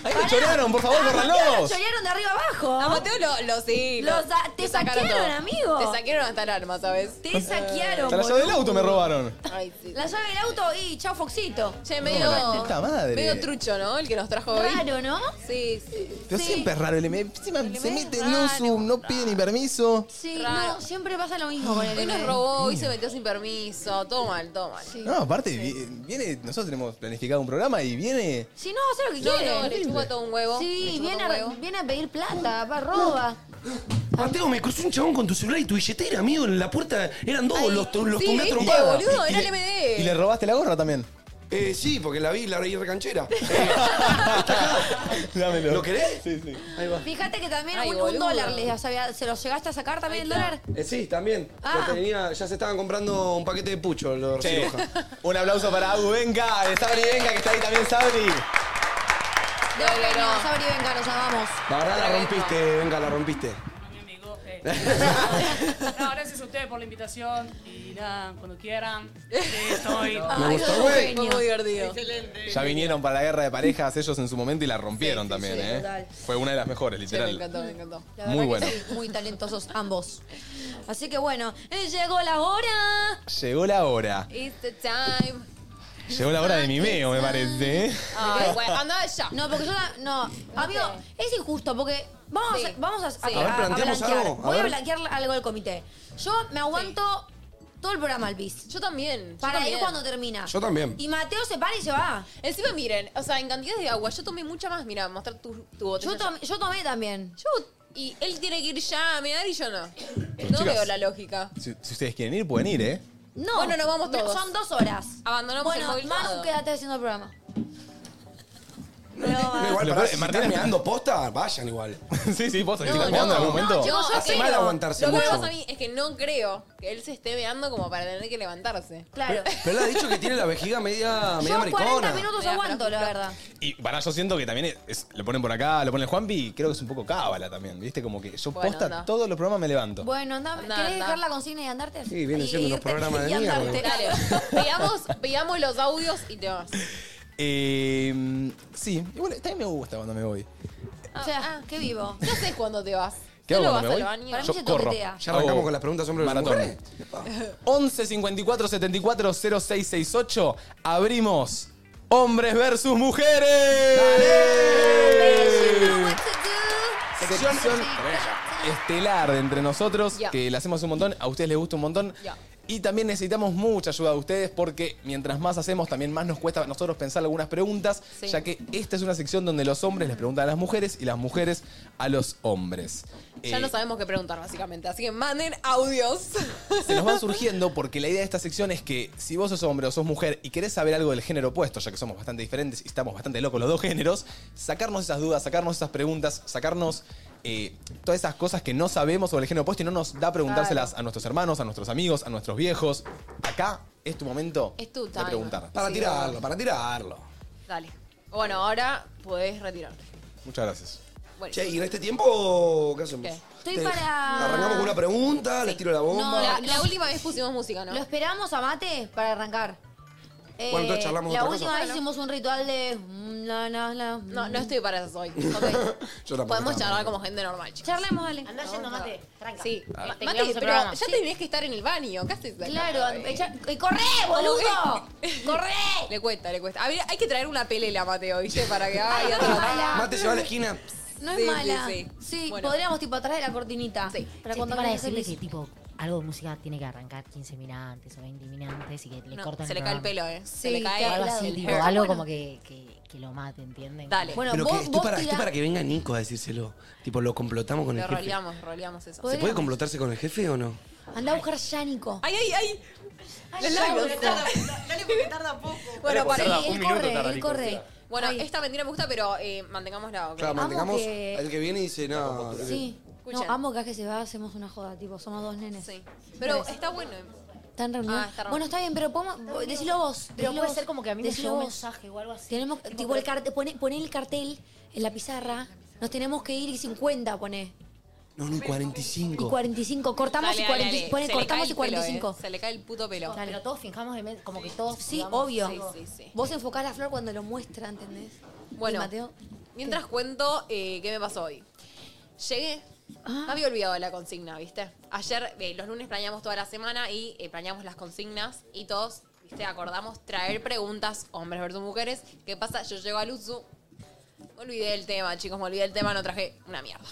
[SPEAKER 1] ¡Ahí me chorearon, por favor,
[SPEAKER 2] Lo
[SPEAKER 1] córralos!
[SPEAKER 2] Ah, chorearon de arriba abajo.
[SPEAKER 3] A Mateo lo, lo sí.
[SPEAKER 2] Lo
[SPEAKER 3] lo-
[SPEAKER 2] sa- te
[SPEAKER 3] sacaron
[SPEAKER 2] saquearon,
[SPEAKER 3] todo.
[SPEAKER 2] amigo.
[SPEAKER 3] Te saquearon hasta el arma, ¿sabes?
[SPEAKER 2] Te saquearon.
[SPEAKER 1] Hasta la llave del auto me robaron.
[SPEAKER 3] Ay, sí.
[SPEAKER 2] La llave del auto y chao Foxito.
[SPEAKER 3] Che, medio.
[SPEAKER 1] la puta madre.
[SPEAKER 3] Medio trucho, ¿no? El que nos trajo hoy.
[SPEAKER 2] Raro, ¿no?
[SPEAKER 3] Sí, sí.
[SPEAKER 1] Pero
[SPEAKER 2] Sí.
[SPEAKER 1] siempre es raro, el M. Encima se mete en un
[SPEAKER 3] raro.
[SPEAKER 1] Zoom, no pide ni permiso.
[SPEAKER 2] Sí,
[SPEAKER 3] Raro.
[SPEAKER 2] no, siempre pasa lo mismo con el
[SPEAKER 3] Hoy nos
[SPEAKER 2] M.
[SPEAKER 3] robó, hoy se metió sin permiso. Todo mal, todo mal.
[SPEAKER 2] Sí.
[SPEAKER 1] No, aparte, vi- viene, nosotros tenemos planificado un programa y viene.
[SPEAKER 2] Si no, hace lo que
[SPEAKER 3] No,
[SPEAKER 2] quiere.
[SPEAKER 3] no, le chupa todo un huevo. le
[SPEAKER 2] Sí,
[SPEAKER 3] chupa
[SPEAKER 2] viene
[SPEAKER 3] todo un
[SPEAKER 2] a,
[SPEAKER 3] huevo.
[SPEAKER 2] viene a pedir plata, va, roba.
[SPEAKER 4] Mateo, me cruzó un chabón con tu celular y tu billetera, amigo, en la puerta. Eran dos, los, tu- los
[SPEAKER 3] sí,
[SPEAKER 4] tumbé a
[SPEAKER 3] viste,
[SPEAKER 4] trompadas.
[SPEAKER 3] boludo,
[SPEAKER 1] Y
[SPEAKER 3] era
[SPEAKER 1] le-
[SPEAKER 3] el MD.
[SPEAKER 1] Y le robaste la gorra también.
[SPEAKER 4] Eh, sí, porque la vi, la vi recanchera. Eh,
[SPEAKER 1] Dámelo.
[SPEAKER 4] ¿Lo querés?
[SPEAKER 1] Sí, sí.
[SPEAKER 2] Fíjate que también
[SPEAKER 3] Ay,
[SPEAKER 2] un, un
[SPEAKER 3] boludo.
[SPEAKER 2] dólar les o sea, se los llegaste a sacar también el dólar.
[SPEAKER 4] Eh, sí, también.
[SPEAKER 2] Ah.
[SPEAKER 4] Lo tenía- ya se estaban comprando un paquete de pucho los
[SPEAKER 1] Sí.
[SPEAKER 4] cirujanos.
[SPEAKER 1] Un aplauso para Abu Venga, de Sabri Venga, que está ahí también, Sabri.
[SPEAKER 2] De
[SPEAKER 3] No,
[SPEAKER 2] Ocaña,
[SPEAKER 3] no, no.
[SPEAKER 2] Sabri, venga, nos llamamos.
[SPEAKER 4] La verdad la rompiste, venga, la rompiste.
[SPEAKER 8] No, gracias a ustedes por la invitación. Y nada, cuando quieran. Estoy.
[SPEAKER 4] Me gustó,
[SPEAKER 2] Ay,
[SPEAKER 4] güey.
[SPEAKER 2] genio.
[SPEAKER 3] Fue muy divertido.
[SPEAKER 1] Ya vinieron para la guerra de parejas ellos en su momento y la rompieron también,
[SPEAKER 2] sí,
[SPEAKER 1] ¿eh?
[SPEAKER 2] total.
[SPEAKER 1] Fue una de las mejores,
[SPEAKER 3] Che, me
[SPEAKER 1] literal.
[SPEAKER 3] encantó, me encantó.
[SPEAKER 2] La
[SPEAKER 1] Muy
[SPEAKER 2] verdad que
[SPEAKER 1] bueno.
[SPEAKER 2] sí, muy talentosos ambos. Así que bueno, eh, llegó la hora.
[SPEAKER 1] Llegó la hora.
[SPEAKER 3] It's the time.
[SPEAKER 1] Llegó la hora de mi meo, me parece. ¿eh?
[SPEAKER 3] Ay, güey, anda ya.
[SPEAKER 2] Ah. No, porque yo la- no, amigo, es injusto porque vamos
[SPEAKER 3] Sí.
[SPEAKER 2] a, vamos a,
[SPEAKER 3] A ver,
[SPEAKER 4] planteamos
[SPEAKER 2] blanquear.
[SPEAKER 4] algo, a
[SPEAKER 2] Voy a
[SPEAKER 4] ver.
[SPEAKER 2] blanquear algo del comité. Yo me aguanto todo el programa al bis.
[SPEAKER 3] Yo también. yo
[SPEAKER 2] Para ir
[SPEAKER 3] también.
[SPEAKER 2] cuando termina.
[SPEAKER 4] Yo también.
[SPEAKER 2] Y Mateo se para y se va.
[SPEAKER 3] Encima, miren, o sea, en cantidades de agua. Yo tomé mucha más. Mira, mostrar tu, tu botella.
[SPEAKER 2] Yo tomé, yo tomé también.
[SPEAKER 3] Yo- y él tiene que ir ya a mear y yo no. No
[SPEAKER 1] chicas.
[SPEAKER 3] veo la lógica.
[SPEAKER 1] Si, si ustedes quieren ir, pueden ir, ¿eh?
[SPEAKER 2] No.
[SPEAKER 3] Bueno, nos vamos todos.
[SPEAKER 2] Son dos horas.
[SPEAKER 3] Abandonamos el
[SPEAKER 2] Bueno,
[SPEAKER 3] móvil
[SPEAKER 2] Manu,
[SPEAKER 3] todo.
[SPEAKER 2] quédate haciendo el programa.
[SPEAKER 4] No, igual,
[SPEAKER 1] Ah, Lo
[SPEAKER 4] pará,
[SPEAKER 1] peor-
[SPEAKER 4] si
[SPEAKER 1] Martín
[SPEAKER 4] están
[SPEAKER 1] está-
[SPEAKER 4] mirando posta, vayan igual.
[SPEAKER 1] sí, sí, vos, si
[SPEAKER 3] No,
[SPEAKER 1] estás
[SPEAKER 3] no,
[SPEAKER 1] meando en algún
[SPEAKER 3] no,
[SPEAKER 1] momento.
[SPEAKER 3] chicos, yo
[SPEAKER 4] Hace
[SPEAKER 3] creo-
[SPEAKER 4] mal aguantarse
[SPEAKER 3] Lo que me
[SPEAKER 4] mucho.
[SPEAKER 3] pasa a mí es que no creo que él se esté meando como para tener que levantarse.
[SPEAKER 2] Claro.
[SPEAKER 4] Pero él ha dicho que tiene la vejiga media, media
[SPEAKER 2] Yo 40
[SPEAKER 4] maricona.
[SPEAKER 2] minutos
[SPEAKER 3] Mira,
[SPEAKER 2] aguanto, la
[SPEAKER 3] pará,
[SPEAKER 2] verdad.
[SPEAKER 1] Y para, yo siento que también es- es- lo ponen por acá, lo pone el Juanpi y creo que es un poco cábala también, ¿viste? Como que yo
[SPEAKER 3] Bueno,
[SPEAKER 1] posta
[SPEAKER 3] anda.
[SPEAKER 1] todos los programas me levanto.
[SPEAKER 2] Bueno, anda,
[SPEAKER 3] Anda,
[SPEAKER 2] ¿querés
[SPEAKER 3] anda.
[SPEAKER 2] dejar la consigna y andarte?
[SPEAKER 4] Sí, vienen
[SPEAKER 2] Y-
[SPEAKER 4] siendo
[SPEAKER 2] y
[SPEAKER 4] unos
[SPEAKER 2] irte-
[SPEAKER 4] programas de
[SPEAKER 2] y
[SPEAKER 4] mierda,
[SPEAKER 2] andarte.
[SPEAKER 3] Dale, veamos, veamos los audios y te vas.
[SPEAKER 1] Eh, sí, Em, igual también me gusta cuando me voy.
[SPEAKER 2] O sea, Ah, qué vivo.
[SPEAKER 3] ¿Qué haces cuando te vas?
[SPEAKER 1] ¿Qué hago cuando me voy? Yo corro.
[SPEAKER 4] Ya arrancamos
[SPEAKER 1] Hago
[SPEAKER 4] con las preguntas hombres
[SPEAKER 1] maratón.
[SPEAKER 4] y mujeres.
[SPEAKER 1] 11 54 74 0668 abrimos Hombres versus Mujeres. Sección estelar de entre nosotros,
[SPEAKER 3] Ya.
[SPEAKER 1] que la hacemos un montón, a ustedes les gusta un montón.
[SPEAKER 3] Ya.
[SPEAKER 1] Y también necesitamos mucha ayuda de ustedes porque mientras más hacemos, también más nos cuesta a nosotros pensar algunas preguntas,
[SPEAKER 3] Sí.
[SPEAKER 1] ya que esta es una sección donde los hombres les preguntan a las mujeres y las mujeres a los hombres.
[SPEAKER 3] Ya
[SPEAKER 1] Eh,
[SPEAKER 3] no sabemos qué preguntar, básicamente. Así que manden audios.
[SPEAKER 1] se nos van surgiendo porque la idea de esta sección es que si vos sos hombre o sos mujer y querés saber algo del género opuesto, ya que somos bastante diferentes y estamos bastante locos los dos géneros, sacarnos esas dudas, sacarnos esas preguntas, sacarnos eh, todas esas cosas que no sabemos sobre el género opuesto y no nos da preguntárselas a nuestros hermanos, a nuestros amigos, a nuestros viejos. Acá es tu momento
[SPEAKER 3] Es tu
[SPEAKER 1] de
[SPEAKER 3] time.
[SPEAKER 1] preguntar.
[SPEAKER 3] Para Sí. tirarlo,
[SPEAKER 1] para tirarlo.
[SPEAKER 3] Dale. Bueno, ahora podés retirarte.
[SPEAKER 1] Muchas gracias.
[SPEAKER 3] Bueno.
[SPEAKER 4] Che, ¿y en este tiempo qué hacemos?
[SPEAKER 3] ¿Qué?
[SPEAKER 2] Estoy
[SPEAKER 4] Te-
[SPEAKER 2] para-
[SPEAKER 4] Arrancamos con una pregunta, les tiro la bomba.
[SPEAKER 2] No,
[SPEAKER 3] La, la última vez pusimos música, ¿no?
[SPEAKER 2] Lo esperamos a mate para arrancar. Eh,
[SPEAKER 4] Bueno, entonces charlamos
[SPEAKER 2] La
[SPEAKER 4] otra
[SPEAKER 2] última
[SPEAKER 4] cosa.
[SPEAKER 2] vez hicimos un ritual de. mm, la, la, la, mm.
[SPEAKER 3] No, no estoy para eso hoy.
[SPEAKER 4] Yo tampoco
[SPEAKER 3] Podemos
[SPEAKER 4] estaba.
[SPEAKER 3] charlar como gente normal, chicos.
[SPEAKER 2] Charlemos, dale.
[SPEAKER 7] Andá yendo, mate. Tranca.
[SPEAKER 3] Sí.
[SPEAKER 7] Ah.
[SPEAKER 3] Mate,
[SPEAKER 7] Terminamos el
[SPEAKER 3] pero
[SPEAKER 7] programa.
[SPEAKER 3] ya tenés que estar en el baño. ¿Qué haces acá?
[SPEAKER 2] Claro,
[SPEAKER 3] Ay.
[SPEAKER 2] echa- eh, ¡corre, boludo! ¡Corre!
[SPEAKER 3] Le cuesta, le cuesta. A ver, hay que traer una pelela, Mateo, ¿viste? Para que
[SPEAKER 2] Ay,
[SPEAKER 3] vaya
[SPEAKER 2] no es
[SPEAKER 3] a
[SPEAKER 2] mala.
[SPEAKER 4] Mate se va a la esquina.
[SPEAKER 2] No es
[SPEAKER 3] Sí, sí,
[SPEAKER 2] mala. Sí,
[SPEAKER 3] sí. Bueno.
[SPEAKER 2] podríamos tipo atrás de la cortinita. Sí. Para
[SPEAKER 7] Che,
[SPEAKER 2] cuando
[SPEAKER 7] para
[SPEAKER 2] vengas
[SPEAKER 7] decirle
[SPEAKER 2] el
[SPEAKER 7] que tipo algo de música tiene que arrancar 15 mil antes o 20 mil antes y que le
[SPEAKER 3] No,
[SPEAKER 7] cortan
[SPEAKER 3] se le cae el
[SPEAKER 7] programa.
[SPEAKER 3] pelo, ¿eh?
[SPEAKER 2] Sí,
[SPEAKER 3] Se le
[SPEAKER 2] te
[SPEAKER 3] cae
[SPEAKER 7] Algo
[SPEAKER 2] habla
[SPEAKER 7] así,
[SPEAKER 2] del
[SPEAKER 7] tipo,
[SPEAKER 2] hair.
[SPEAKER 7] algo
[SPEAKER 2] Bueno.
[SPEAKER 7] como que, que, que lo mate, ¿entienden?
[SPEAKER 3] Dale.
[SPEAKER 2] Bueno,
[SPEAKER 4] Pero que
[SPEAKER 2] vos,
[SPEAKER 4] estoy,
[SPEAKER 2] vos
[SPEAKER 4] para, estoy
[SPEAKER 2] tirá-
[SPEAKER 4] para que venga Nico a decírselo. Tipo, lo complotamos con
[SPEAKER 3] Lo
[SPEAKER 4] el jefe.
[SPEAKER 3] roleamos, roleamos eso.
[SPEAKER 4] ¿Se
[SPEAKER 2] Podríamos.
[SPEAKER 4] puede complotarse con el jefe o no?
[SPEAKER 2] Andá a buscar Yánico.
[SPEAKER 3] ¡Ay, ay, ay! Los
[SPEAKER 2] ya,
[SPEAKER 3] labios.
[SPEAKER 2] boludo.
[SPEAKER 5] Dale porque tarda poco.
[SPEAKER 3] Bueno,
[SPEAKER 2] Sí,
[SPEAKER 3] para.
[SPEAKER 2] él corre, él corre.
[SPEAKER 3] Bueno,
[SPEAKER 2] Ay.
[SPEAKER 3] esta mentira me gusta, pero eh, mantengámosla. ok.
[SPEAKER 4] Claro,
[SPEAKER 2] Amo
[SPEAKER 4] mantengamos
[SPEAKER 2] que-
[SPEAKER 4] al que viene y dice, no.
[SPEAKER 2] Sí. No,
[SPEAKER 3] Escuchen.
[SPEAKER 2] amo que acá que se va, hacemos una joda, tipo, somos dos nenes.
[SPEAKER 3] Sí. Pero está bueno.
[SPEAKER 2] Está en reunión.
[SPEAKER 3] Ah, está reunión.
[SPEAKER 2] bueno, está bien, pero podemos. Decilo vos.
[SPEAKER 7] Pero
[SPEAKER 2] decilo
[SPEAKER 7] puede
[SPEAKER 2] vos,
[SPEAKER 7] ser como que a mí me
[SPEAKER 2] decilo
[SPEAKER 7] llegó un
[SPEAKER 2] vos.
[SPEAKER 7] mensaje o algo así.
[SPEAKER 2] Tenemos,
[SPEAKER 7] Tipo,
[SPEAKER 2] tipo, el
[SPEAKER 7] pero-
[SPEAKER 2] cartel, poné, poné el cartel en la pizarra. Nos tenemos que ir y 50 poné.
[SPEAKER 4] No, no, 45.
[SPEAKER 2] Y 45, cortamos
[SPEAKER 3] Dale,
[SPEAKER 2] y
[SPEAKER 3] dale,
[SPEAKER 2] 40,
[SPEAKER 3] dale.
[SPEAKER 2] poné,
[SPEAKER 3] Se le cae
[SPEAKER 2] cortamos y
[SPEAKER 3] el pelo,
[SPEAKER 2] 45.
[SPEAKER 3] eh. Se le cae el puto pelo.
[SPEAKER 7] Pero, todos fijamos, como que todos.
[SPEAKER 2] Sí,
[SPEAKER 7] digamos,
[SPEAKER 2] obvio.
[SPEAKER 3] sí, sí.
[SPEAKER 2] Vos enfocás la flor cuando lo muestra, ¿entendés?
[SPEAKER 3] Bueno,
[SPEAKER 2] Y Mateo.
[SPEAKER 3] Mientras cuento eh, qué me pasó hoy. Llegué.
[SPEAKER 2] Ah.
[SPEAKER 3] Me había olvidado de la consigna, ¿viste? Ayer, eh, los lunes planeamos toda la semana y eh, planeamos las consignas y todos, ¿viste? Acordamos traer preguntas, hombres versus mujeres. ¿Qué pasa? Yo llego al Uzu. Me olvidé del tema, chicos, me olvidé del tema, no traje una mierda.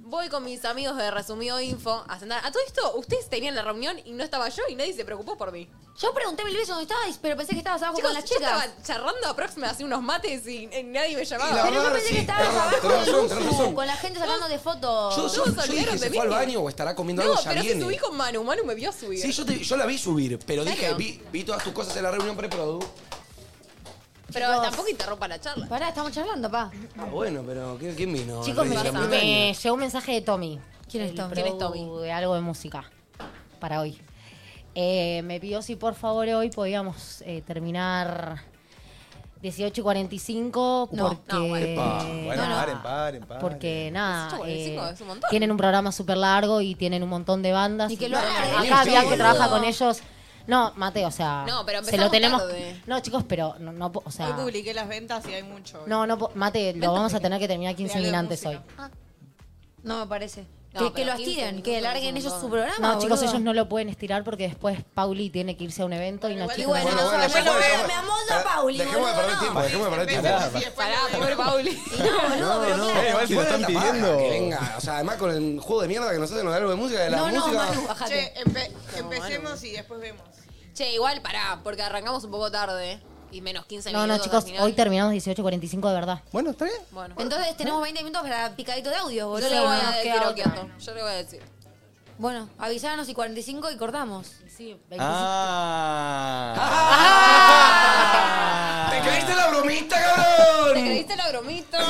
[SPEAKER 3] Voy con mis amigos de Resumido Info a cenar. A todo esto, ustedes tenían la reunión y no estaba yo y nadie se preocupó por mí.
[SPEAKER 2] Yo pregunté mil veces dónde estabais, pero pensé que estabas abajo
[SPEAKER 3] Chicos,
[SPEAKER 2] con las
[SPEAKER 3] yo
[SPEAKER 2] chicas.
[SPEAKER 3] estaba charlando a próxima hace unos mates y eh, nadie me llamaba.
[SPEAKER 4] la
[SPEAKER 2] Pero yo
[SPEAKER 4] verdad,
[SPEAKER 2] pensé que
[SPEAKER 4] sí,
[SPEAKER 2] estabas
[SPEAKER 4] tenés
[SPEAKER 2] abajo
[SPEAKER 4] razón,
[SPEAKER 2] del
[SPEAKER 4] tenés
[SPEAKER 2] uso,
[SPEAKER 4] razón.
[SPEAKER 2] con la gente sacando de fotos.
[SPEAKER 4] Yo, yo,
[SPEAKER 3] Todos
[SPEAKER 4] yo
[SPEAKER 3] olvidaron de
[SPEAKER 4] dije, se
[SPEAKER 3] mí.
[SPEAKER 4] fue al baño o estará comiendo
[SPEAKER 3] No,
[SPEAKER 4] algo, ya
[SPEAKER 3] pero si
[SPEAKER 4] viene.
[SPEAKER 3] subí con Manu, Manu me vio subir.
[SPEAKER 4] Sí, yo, te- yo la vi subir, pero dije,
[SPEAKER 3] Claro.
[SPEAKER 4] vi, vi todas tus cosas en la reunión preprodu.
[SPEAKER 3] pero
[SPEAKER 2] Chicos.
[SPEAKER 3] tampoco interrumpa la charla.
[SPEAKER 2] Pará, estamos charlando, pa.
[SPEAKER 4] Ah, bueno, pero ¿qué- ¿quién vino?
[SPEAKER 7] Chicos,
[SPEAKER 4] El
[SPEAKER 7] me,
[SPEAKER 4] rey de la
[SPEAKER 7] me
[SPEAKER 4] montaña.
[SPEAKER 7] llegó un mensaje de Tommy.
[SPEAKER 2] ¿Quién es
[SPEAKER 7] el
[SPEAKER 2] Tommy?
[SPEAKER 7] produ
[SPEAKER 3] ¿Quién es Tommy?
[SPEAKER 7] De algo de música para hoy. Eh, me pidió si por favor hoy podíamos eh, terminar 18 y 45
[SPEAKER 2] No,
[SPEAKER 7] porque...
[SPEAKER 3] Eh, no, bueno.
[SPEAKER 1] Epa, bueno,
[SPEAKER 7] nada,
[SPEAKER 1] paren, paren, paren.
[SPEAKER 7] Ah. Porque nada,
[SPEAKER 3] 45
[SPEAKER 7] eh,
[SPEAKER 3] es un montón.
[SPEAKER 7] tienen un programa súper largo y tienen un montón de bandas.
[SPEAKER 2] Y que lo hagan
[SPEAKER 7] Acá
[SPEAKER 2] de
[SPEAKER 7] había
[SPEAKER 4] noche,
[SPEAKER 7] que
[SPEAKER 4] boludo.
[SPEAKER 7] trabaja con ellos. No, Mateo, o sea,
[SPEAKER 3] No, pero
[SPEAKER 7] se lo
[SPEAKER 3] empezamos
[SPEAKER 7] tenemos.
[SPEAKER 3] tarde.
[SPEAKER 7] No, chicos, pero no, no po- o
[SPEAKER 5] Hoy
[SPEAKER 7] sea,
[SPEAKER 5] publiqué las ventas y hay mucho.
[SPEAKER 7] no, no, po- Mate, lo vamos a tener que terminar 15
[SPEAKER 5] algo de
[SPEAKER 7] minutos antes hoy.
[SPEAKER 5] música.
[SPEAKER 2] No me parece.
[SPEAKER 3] No,
[SPEAKER 2] que, que
[SPEAKER 3] pero
[SPEAKER 2] lo
[SPEAKER 3] 15
[SPEAKER 2] estiren,
[SPEAKER 3] minutos
[SPEAKER 2] que
[SPEAKER 3] es un
[SPEAKER 2] larguen ellos
[SPEAKER 3] montón.
[SPEAKER 2] su programa.
[SPEAKER 7] No, chicos,
[SPEAKER 2] boludo.
[SPEAKER 7] ellos no lo pueden estirar porque después Pauli tiene que irse a un evento y no
[SPEAKER 2] Y
[SPEAKER 7] chicos.
[SPEAKER 2] bueno,
[SPEAKER 7] no-
[SPEAKER 2] no
[SPEAKER 4] bueno, ya
[SPEAKER 2] bueno,
[SPEAKER 4] fue, ya
[SPEAKER 2] pero
[SPEAKER 4] fue.
[SPEAKER 2] me amoso a
[SPEAKER 1] Ah.
[SPEAKER 4] Pará,
[SPEAKER 2] Pauli,
[SPEAKER 4] dejemos de
[SPEAKER 2] boludo,
[SPEAKER 4] perder
[SPEAKER 2] no.
[SPEAKER 4] tiempo, dejemos de perder tiempo.
[SPEAKER 1] Pará,
[SPEAKER 3] Pará, pobre Pauli.
[SPEAKER 2] No, pero
[SPEAKER 4] no,
[SPEAKER 2] claro.
[SPEAKER 1] Eh, igual si lo están
[SPEAKER 4] Igual la paga,
[SPEAKER 1] pidiendo.
[SPEAKER 4] que venga, o sea, además con el juego de mierda que nos hacen los de algo de música, de la
[SPEAKER 2] No, no,
[SPEAKER 4] música.
[SPEAKER 2] Manu, bajate.
[SPEAKER 5] Che, empe- empecemos y después vemos.
[SPEAKER 3] Che, igual pará, porque arrancamos un poco tarde y menos 15
[SPEAKER 7] No,
[SPEAKER 3] minutos.
[SPEAKER 7] no, chicos,
[SPEAKER 3] al final.
[SPEAKER 7] hoy terminamos 18.45 de verdad.
[SPEAKER 1] Bueno, está bien.
[SPEAKER 3] Bueno,
[SPEAKER 2] Entonces tenemos 20 minutos para picadito de audio,
[SPEAKER 3] yo
[SPEAKER 2] boludo.
[SPEAKER 3] le voy a
[SPEAKER 7] nos
[SPEAKER 3] decir
[SPEAKER 7] queda
[SPEAKER 3] a
[SPEAKER 7] otra.
[SPEAKER 3] Okiato, Yo le voy a decir.
[SPEAKER 2] Bueno, avisanos y 45 y cortamos.
[SPEAKER 7] Sí,
[SPEAKER 1] Ah.
[SPEAKER 4] ¿Te caíste la bromita, cabrón?
[SPEAKER 3] Ah. ¿Te creíste la bromita?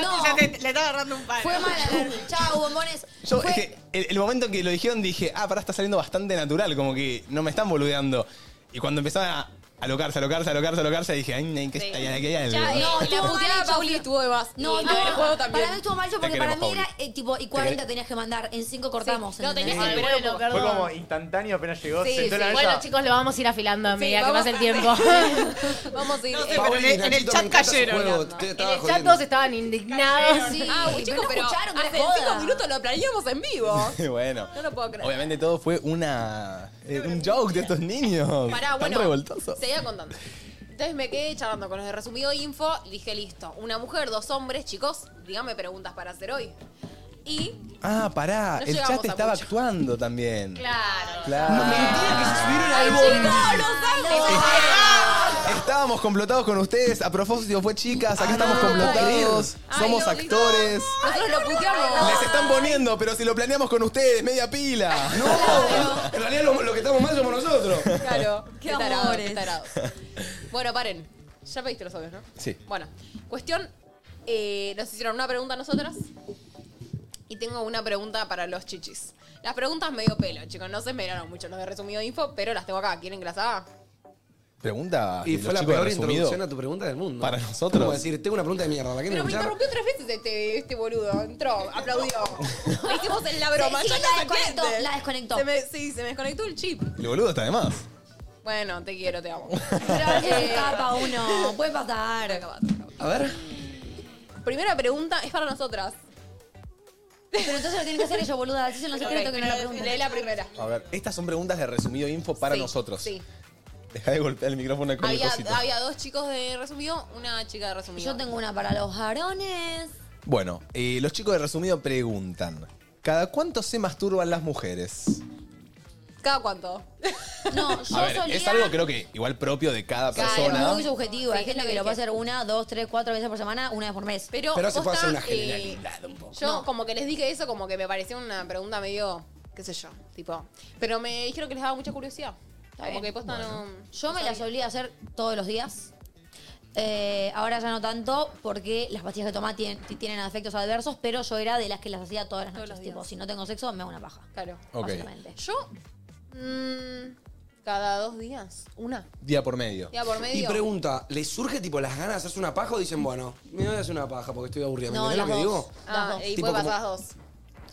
[SPEAKER 2] No,
[SPEAKER 5] Ya te- le estaba agarrando un palo.
[SPEAKER 2] fue mala. la- Chau, bombones.
[SPEAKER 1] Yo,
[SPEAKER 2] Fue-
[SPEAKER 1] es que el, el momento en que lo dijeron dije, ah, pará, está saliendo bastante natural, como que no me están boludeando. Y cuando empezaba a alocarse, alocarse, alocarse, alocarse. Dije, ay, ay, que
[SPEAKER 3] Sí.
[SPEAKER 1] ay, ay, ay, ay,
[SPEAKER 3] Ya,
[SPEAKER 1] ay.
[SPEAKER 3] eh,
[SPEAKER 2] No, estuvo
[SPEAKER 3] la
[SPEAKER 2] mal
[SPEAKER 3] puteada de
[SPEAKER 2] hecho,
[SPEAKER 3] Pauli
[SPEAKER 2] Flo.
[SPEAKER 3] estuvo de más.
[SPEAKER 2] No,
[SPEAKER 3] Y
[SPEAKER 2] no,
[SPEAKER 3] la del juego también.
[SPEAKER 2] Para mí estuvo mal yo
[SPEAKER 1] Te
[SPEAKER 2] porque para mí
[SPEAKER 1] queremos,
[SPEAKER 2] era eh, tipo, y 40 tenías que mandar, en 5 cortamos.
[SPEAKER 3] No, tenías
[SPEAKER 2] ¿entendés?
[SPEAKER 3] que esperar un poco.
[SPEAKER 12] Fue como instantáneo, apenas llegó,
[SPEAKER 3] Sí,
[SPEAKER 12] sentó en la
[SPEAKER 3] sí.
[SPEAKER 12] mesa.
[SPEAKER 7] Bueno, chicos, lo vamos a ir afilando a
[SPEAKER 3] Sí,
[SPEAKER 7] medida que
[SPEAKER 3] vamos
[SPEAKER 7] pasa el
[SPEAKER 3] a-
[SPEAKER 7] tiempo.
[SPEAKER 3] Vamos a ir. eh,
[SPEAKER 4] Pauli,
[SPEAKER 5] en el
[SPEAKER 4] Nachito,
[SPEAKER 5] chat
[SPEAKER 4] me encanta su
[SPEAKER 5] cayeron.
[SPEAKER 4] juego, te- estaba
[SPEAKER 7] El chat
[SPEAKER 4] jodiendo.
[SPEAKER 7] todos estaban indignados.
[SPEAKER 2] Sí,
[SPEAKER 3] Ah, bueno, chicos, pero,
[SPEAKER 2] no escucharon que
[SPEAKER 3] hace
[SPEAKER 2] era
[SPEAKER 3] cinco
[SPEAKER 2] joda.
[SPEAKER 3] minutos lo planeamos en vivo.
[SPEAKER 1] bueno.
[SPEAKER 3] No lo puedo creer.
[SPEAKER 1] Obviamente todo fue una eh, un joke de estos niños.
[SPEAKER 3] Pará,
[SPEAKER 1] tan
[SPEAKER 3] bueno,
[SPEAKER 1] revoltosos.
[SPEAKER 3] seguía contando. Entonces me quedé charlando con los de resumido info y dije, listo, una mujer, dos hombres, chicos, díganme preguntas para hacer hoy. Y
[SPEAKER 1] Ah, pará,
[SPEAKER 3] No
[SPEAKER 1] el
[SPEAKER 3] llegamos
[SPEAKER 1] chat
[SPEAKER 3] a
[SPEAKER 1] estaba
[SPEAKER 3] mucho.
[SPEAKER 1] actuando también.
[SPEAKER 7] Claro.
[SPEAKER 1] Claro.
[SPEAKER 4] Mentira que se subieron al
[SPEAKER 3] ¡Chicos, los amo!
[SPEAKER 1] Estábamos complotados con ustedes. A propósito, fue chicas. Acá estamos complotados.
[SPEAKER 3] Ay,
[SPEAKER 1] Somos
[SPEAKER 3] no,
[SPEAKER 1] actores.
[SPEAKER 3] Nosotros lo
[SPEAKER 1] Les
[SPEAKER 3] puteamos.
[SPEAKER 1] están poniendo, pero si lo planeamos con ustedes, media pila.
[SPEAKER 4] No, en realidad lo, lo que estamos mal somos nosotros.
[SPEAKER 3] Claro, qué, tarados,
[SPEAKER 2] amores.
[SPEAKER 3] qué tarados. Bueno, paren. Ya pediste los audios, ¿no?
[SPEAKER 1] Sí.
[SPEAKER 3] Bueno, cuestión, eh, nos hicieron una pregunta a nosotras y tengo una pregunta para los chichis. Las preguntas medio pelo, chicos, no se miraron mucho los de resumido info, pero las tengo acá. ¿Quieren que las haga?
[SPEAKER 1] Pregunta.
[SPEAKER 4] Y
[SPEAKER 1] de
[SPEAKER 4] fue
[SPEAKER 1] los chicos
[SPEAKER 4] la
[SPEAKER 1] de
[SPEAKER 4] peor
[SPEAKER 1] Resumido.
[SPEAKER 4] introducción a tu pregunta del mundo.
[SPEAKER 1] Para nosotros.
[SPEAKER 4] Como decir, tengo una pregunta de mierda, ¿la quieren
[SPEAKER 3] Pero me
[SPEAKER 4] escuchar?
[SPEAKER 3] interrumpió tres veces este, este boludo. Entró, aplaudió. Le hicimos en la broma.
[SPEAKER 2] Sí,
[SPEAKER 3] yo
[SPEAKER 2] sí,
[SPEAKER 3] no
[SPEAKER 2] la
[SPEAKER 3] sé qué
[SPEAKER 2] desconectó,
[SPEAKER 3] hacer.
[SPEAKER 2] la desconectó.
[SPEAKER 3] Se me- sí, se me desconectó el chip.
[SPEAKER 1] El boludo está de más.
[SPEAKER 3] Bueno, te quiero, te amo.
[SPEAKER 2] Pero a veces se
[SPEAKER 3] Eh,
[SPEAKER 2] escapa uno, puede pasar.
[SPEAKER 4] A ver.
[SPEAKER 3] Primera pregunta es para nosotras.
[SPEAKER 2] Pero entonces lo tienen que hacer ellos, boluda. Así son los secretos
[SPEAKER 3] Ok,
[SPEAKER 2] que no la
[SPEAKER 3] Lee
[SPEAKER 2] preguntan.
[SPEAKER 3] la primera.
[SPEAKER 1] A ver, estas son preguntas de Resumido Info para
[SPEAKER 3] Sí,
[SPEAKER 1] nosotros.
[SPEAKER 3] Sí.
[SPEAKER 1] Deja de golpear el micrófono con el
[SPEAKER 3] Había,
[SPEAKER 1] cosito.
[SPEAKER 3] había dos chicos de resumido, una chica de resumido.
[SPEAKER 2] Yo tengo una para los varones.
[SPEAKER 1] Bueno, eh, los chicos de Resumido preguntan. ¿Cada cuánto se masturban las mujeres?
[SPEAKER 3] ¿Cada cuánto?
[SPEAKER 2] No, yo
[SPEAKER 1] A ver,
[SPEAKER 2] solía...
[SPEAKER 1] es algo creo que igual propio de cada
[SPEAKER 2] Claro,
[SPEAKER 1] persona.
[SPEAKER 2] es muy subjetivo. Hay
[SPEAKER 3] Sí,
[SPEAKER 2] gente
[SPEAKER 3] es lo
[SPEAKER 2] que
[SPEAKER 3] que
[SPEAKER 2] lo puede
[SPEAKER 3] dije.
[SPEAKER 2] hacer una, Ah, dos, tres, cuatro veces por semana, una vez por mes.
[SPEAKER 3] Pero,
[SPEAKER 4] Pero se puede
[SPEAKER 3] posta,
[SPEAKER 4] hacer una
[SPEAKER 3] eh,
[SPEAKER 4] generalidad un poco.
[SPEAKER 3] Yo
[SPEAKER 2] No.
[SPEAKER 3] como que les dije eso, como que me pareció una pregunta medio, qué sé yo, tipo. Pero me dijeron que les daba mucha curiosidad. Como
[SPEAKER 2] bien.
[SPEAKER 3] que posta no.
[SPEAKER 2] Yo me
[SPEAKER 3] no sabía.
[SPEAKER 2] las solía hacer todos los días. Eh, ahora ya no tanto porque las pastillas que tomás tienen, ti- tienen efectos adversos, pero yo era de las que las hacía todas las
[SPEAKER 3] Todos
[SPEAKER 2] noches.
[SPEAKER 3] los días.
[SPEAKER 2] tipo, si no tengo sexo, me hago una paja.
[SPEAKER 3] Claro.
[SPEAKER 1] Ok.
[SPEAKER 2] Básicamente.
[SPEAKER 3] Yo. mm, cada dos días. Una.
[SPEAKER 1] Día por medio.
[SPEAKER 3] Día por
[SPEAKER 4] Y
[SPEAKER 3] medio.
[SPEAKER 4] pregunta, ¿les surge tipo las ganas de hacerse una paja o dicen, bueno, me voy a hacer una paja porque estoy aburrida? ¿Me
[SPEAKER 2] No,
[SPEAKER 4] entendés lo
[SPEAKER 2] las
[SPEAKER 4] que
[SPEAKER 2] dos.
[SPEAKER 4] digo?
[SPEAKER 2] Las
[SPEAKER 3] Ah,
[SPEAKER 2] dos.
[SPEAKER 3] y
[SPEAKER 4] Tipo
[SPEAKER 3] puede pasar
[SPEAKER 4] como-
[SPEAKER 3] las dos.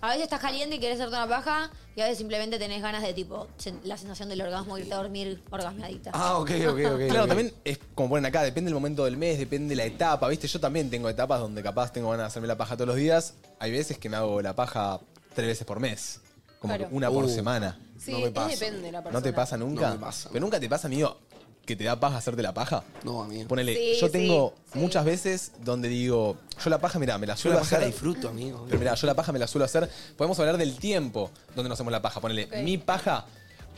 [SPEAKER 2] A veces estás caliente y querés hacerte una paja, y a veces simplemente tenés ganas de tipo sen- la sensación del orgasmo, irte a dormir orgasmeadita.
[SPEAKER 4] Ah, ok, ok, ok.
[SPEAKER 1] Claro,
[SPEAKER 4] ok.
[SPEAKER 1] también es como ponen acá, depende del momento del mes, depende la etapa, ¿viste? Yo también tengo etapas donde capaz tengo ganas de hacerme la paja todos los días. Hay veces que me hago la paja tres veces por mes, como
[SPEAKER 3] Claro.
[SPEAKER 1] una por
[SPEAKER 4] Uh.
[SPEAKER 1] semana.
[SPEAKER 3] Sí,
[SPEAKER 4] No me
[SPEAKER 3] es
[SPEAKER 4] pasa.
[SPEAKER 3] depende de la persona.
[SPEAKER 1] ¿No te pasa nunca?
[SPEAKER 4] No me pasa.
[SPEAKER 1] Pero nunca te pasa, amigo, que te da paja hacerte la paja.
[SPEAKER 4] No, amigo.
[SPEAKER 1] Ponele,
[SPEAKER 3] Sí,
[SPEAKER 1] yo
[SPEAKER 3] sí,
[SPEAKER 1] tengo
[SPEAKER 3] sí.
[SPEAKER 1] muchas veces donde digo, yo la paja, mirá, me la
[SPEAKER 4] Yo
[SPEAKER 1] suelo
[SPEAKER 4] la paja
[SPEAKER 1] hacer.
[SPEAKER 4] la disfruto, amigo.
[SPEAKER 1] Pero mira, yo la paja me la suelo hacer. Podemos hablar del tiempo donde nos hacemos la paja. Ponele,
[SPEAKER 3] Ok.
[SPEAKER 1] mi paja.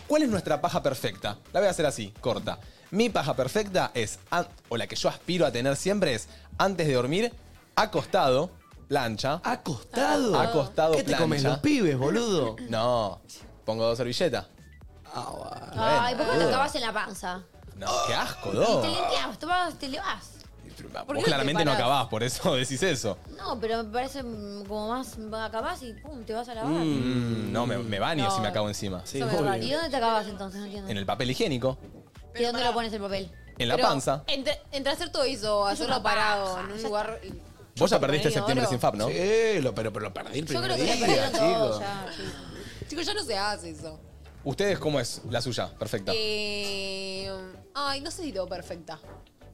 [SPEAKER 1] ¿Cuál es nuestra paja perfecta? La voy a hacer así, corta. Mi paja perfecta es, an- o la que yo aspiro a tener siempre es, antes de dormir, acostado, plancha.
[SPEAKER 4] ¿Acostado?
[SPEAKER 1] Acostado,
[SPEAKER 4] ¿Qué te
[SPEAKER 1] plancha.
[SPEAKER 4] comes los pibes, boludo?
[SPEAKER 1] No, pongo dos servilletas.
[SPEAKER 4] Ah, bueno.
[SPEAKER 2] Ay,
[SPEAKER 1] Bueno,
[SPEAKER 2] ¿por qué no te
[SPEAKER 1] boludo.
[SPEAKER 2] acabas en la panza?
[SPEAKER 1] No, qué asco,
[SPEAKER 2] Y
[SPEAKER 1] dos.
[SPEAKER 2] te limpias, tomás, te levas.
[SPEAKER 3] ¿Por qué
[SPEAKER 1] Vos
[SPEAKER 3] no
[SPEAKER 1] claramente
[SPEAKER 3] te
[SPEAKER 1] no
[SPEAKER 3] parás?
[SPEAKER 1] acabás, por eso decís eso.
[SPEAKER 2] No, pero me parece mm, como más acabás y pum, te vas a lavar.
[SPEAKER 1] Mm, no, me, me baño
[SPEAKER 3] No.
[SPEAKER 1] si me acabo encima.
[SPEAKER 4] Sí,
[SPEAKER 3] Eso me
[SPEAKER 4] obvio.
[SPEAKER 2] ¿Y dónde te acabas entonces? No entiendo.
[SPEAKER 1] En el papel higiénico,
[SPEAKER 2] ¿Y dónde lo pones el papel?
[SPEAKER 1] en la
[SPEAKER 3] Pero
[SPEAKER 1] panza.
[SPEAKER 3] Entre, entre hacer todo eso, hacerlo
[SPEAKER 2] una
[SPEAKER 3] parado
[SPEAKER 2] paja,
[SPEAKER 3] en un
[SPEAKER 2] ya
[SPEAKER 3] lugar.
[SPEAKER 1] Vos ya
[SPEAKER 3] Yo
[SPEAKER 1] perdiste
[SPEAKER 3] me digo,
[SPEAKER 1] septiembre
[SPEAKER 3] bro.
[SPEAKER 1] sin FAP, ¿no?
[SPEAKER 4] Sí, lo, pero, pero lo perdí el
[SPEAKER 2] Yo
[SPEAKER 4] primer
[SPEAKER 2] creo que lo
[SPEAKER 4] día,
[SPEAKER 2] perdieron todo
[SPEAKER 4] chicos.
[SPEAKER 2] ya, chicos.
[SPEAKER 3] Chicos, ya no se hace eso.
[SPEAKER 1] ¿Ustedes cómo es la suya? Perfecta.
[SPEAKER 3] Eh, ay, no sé si todo perfecta.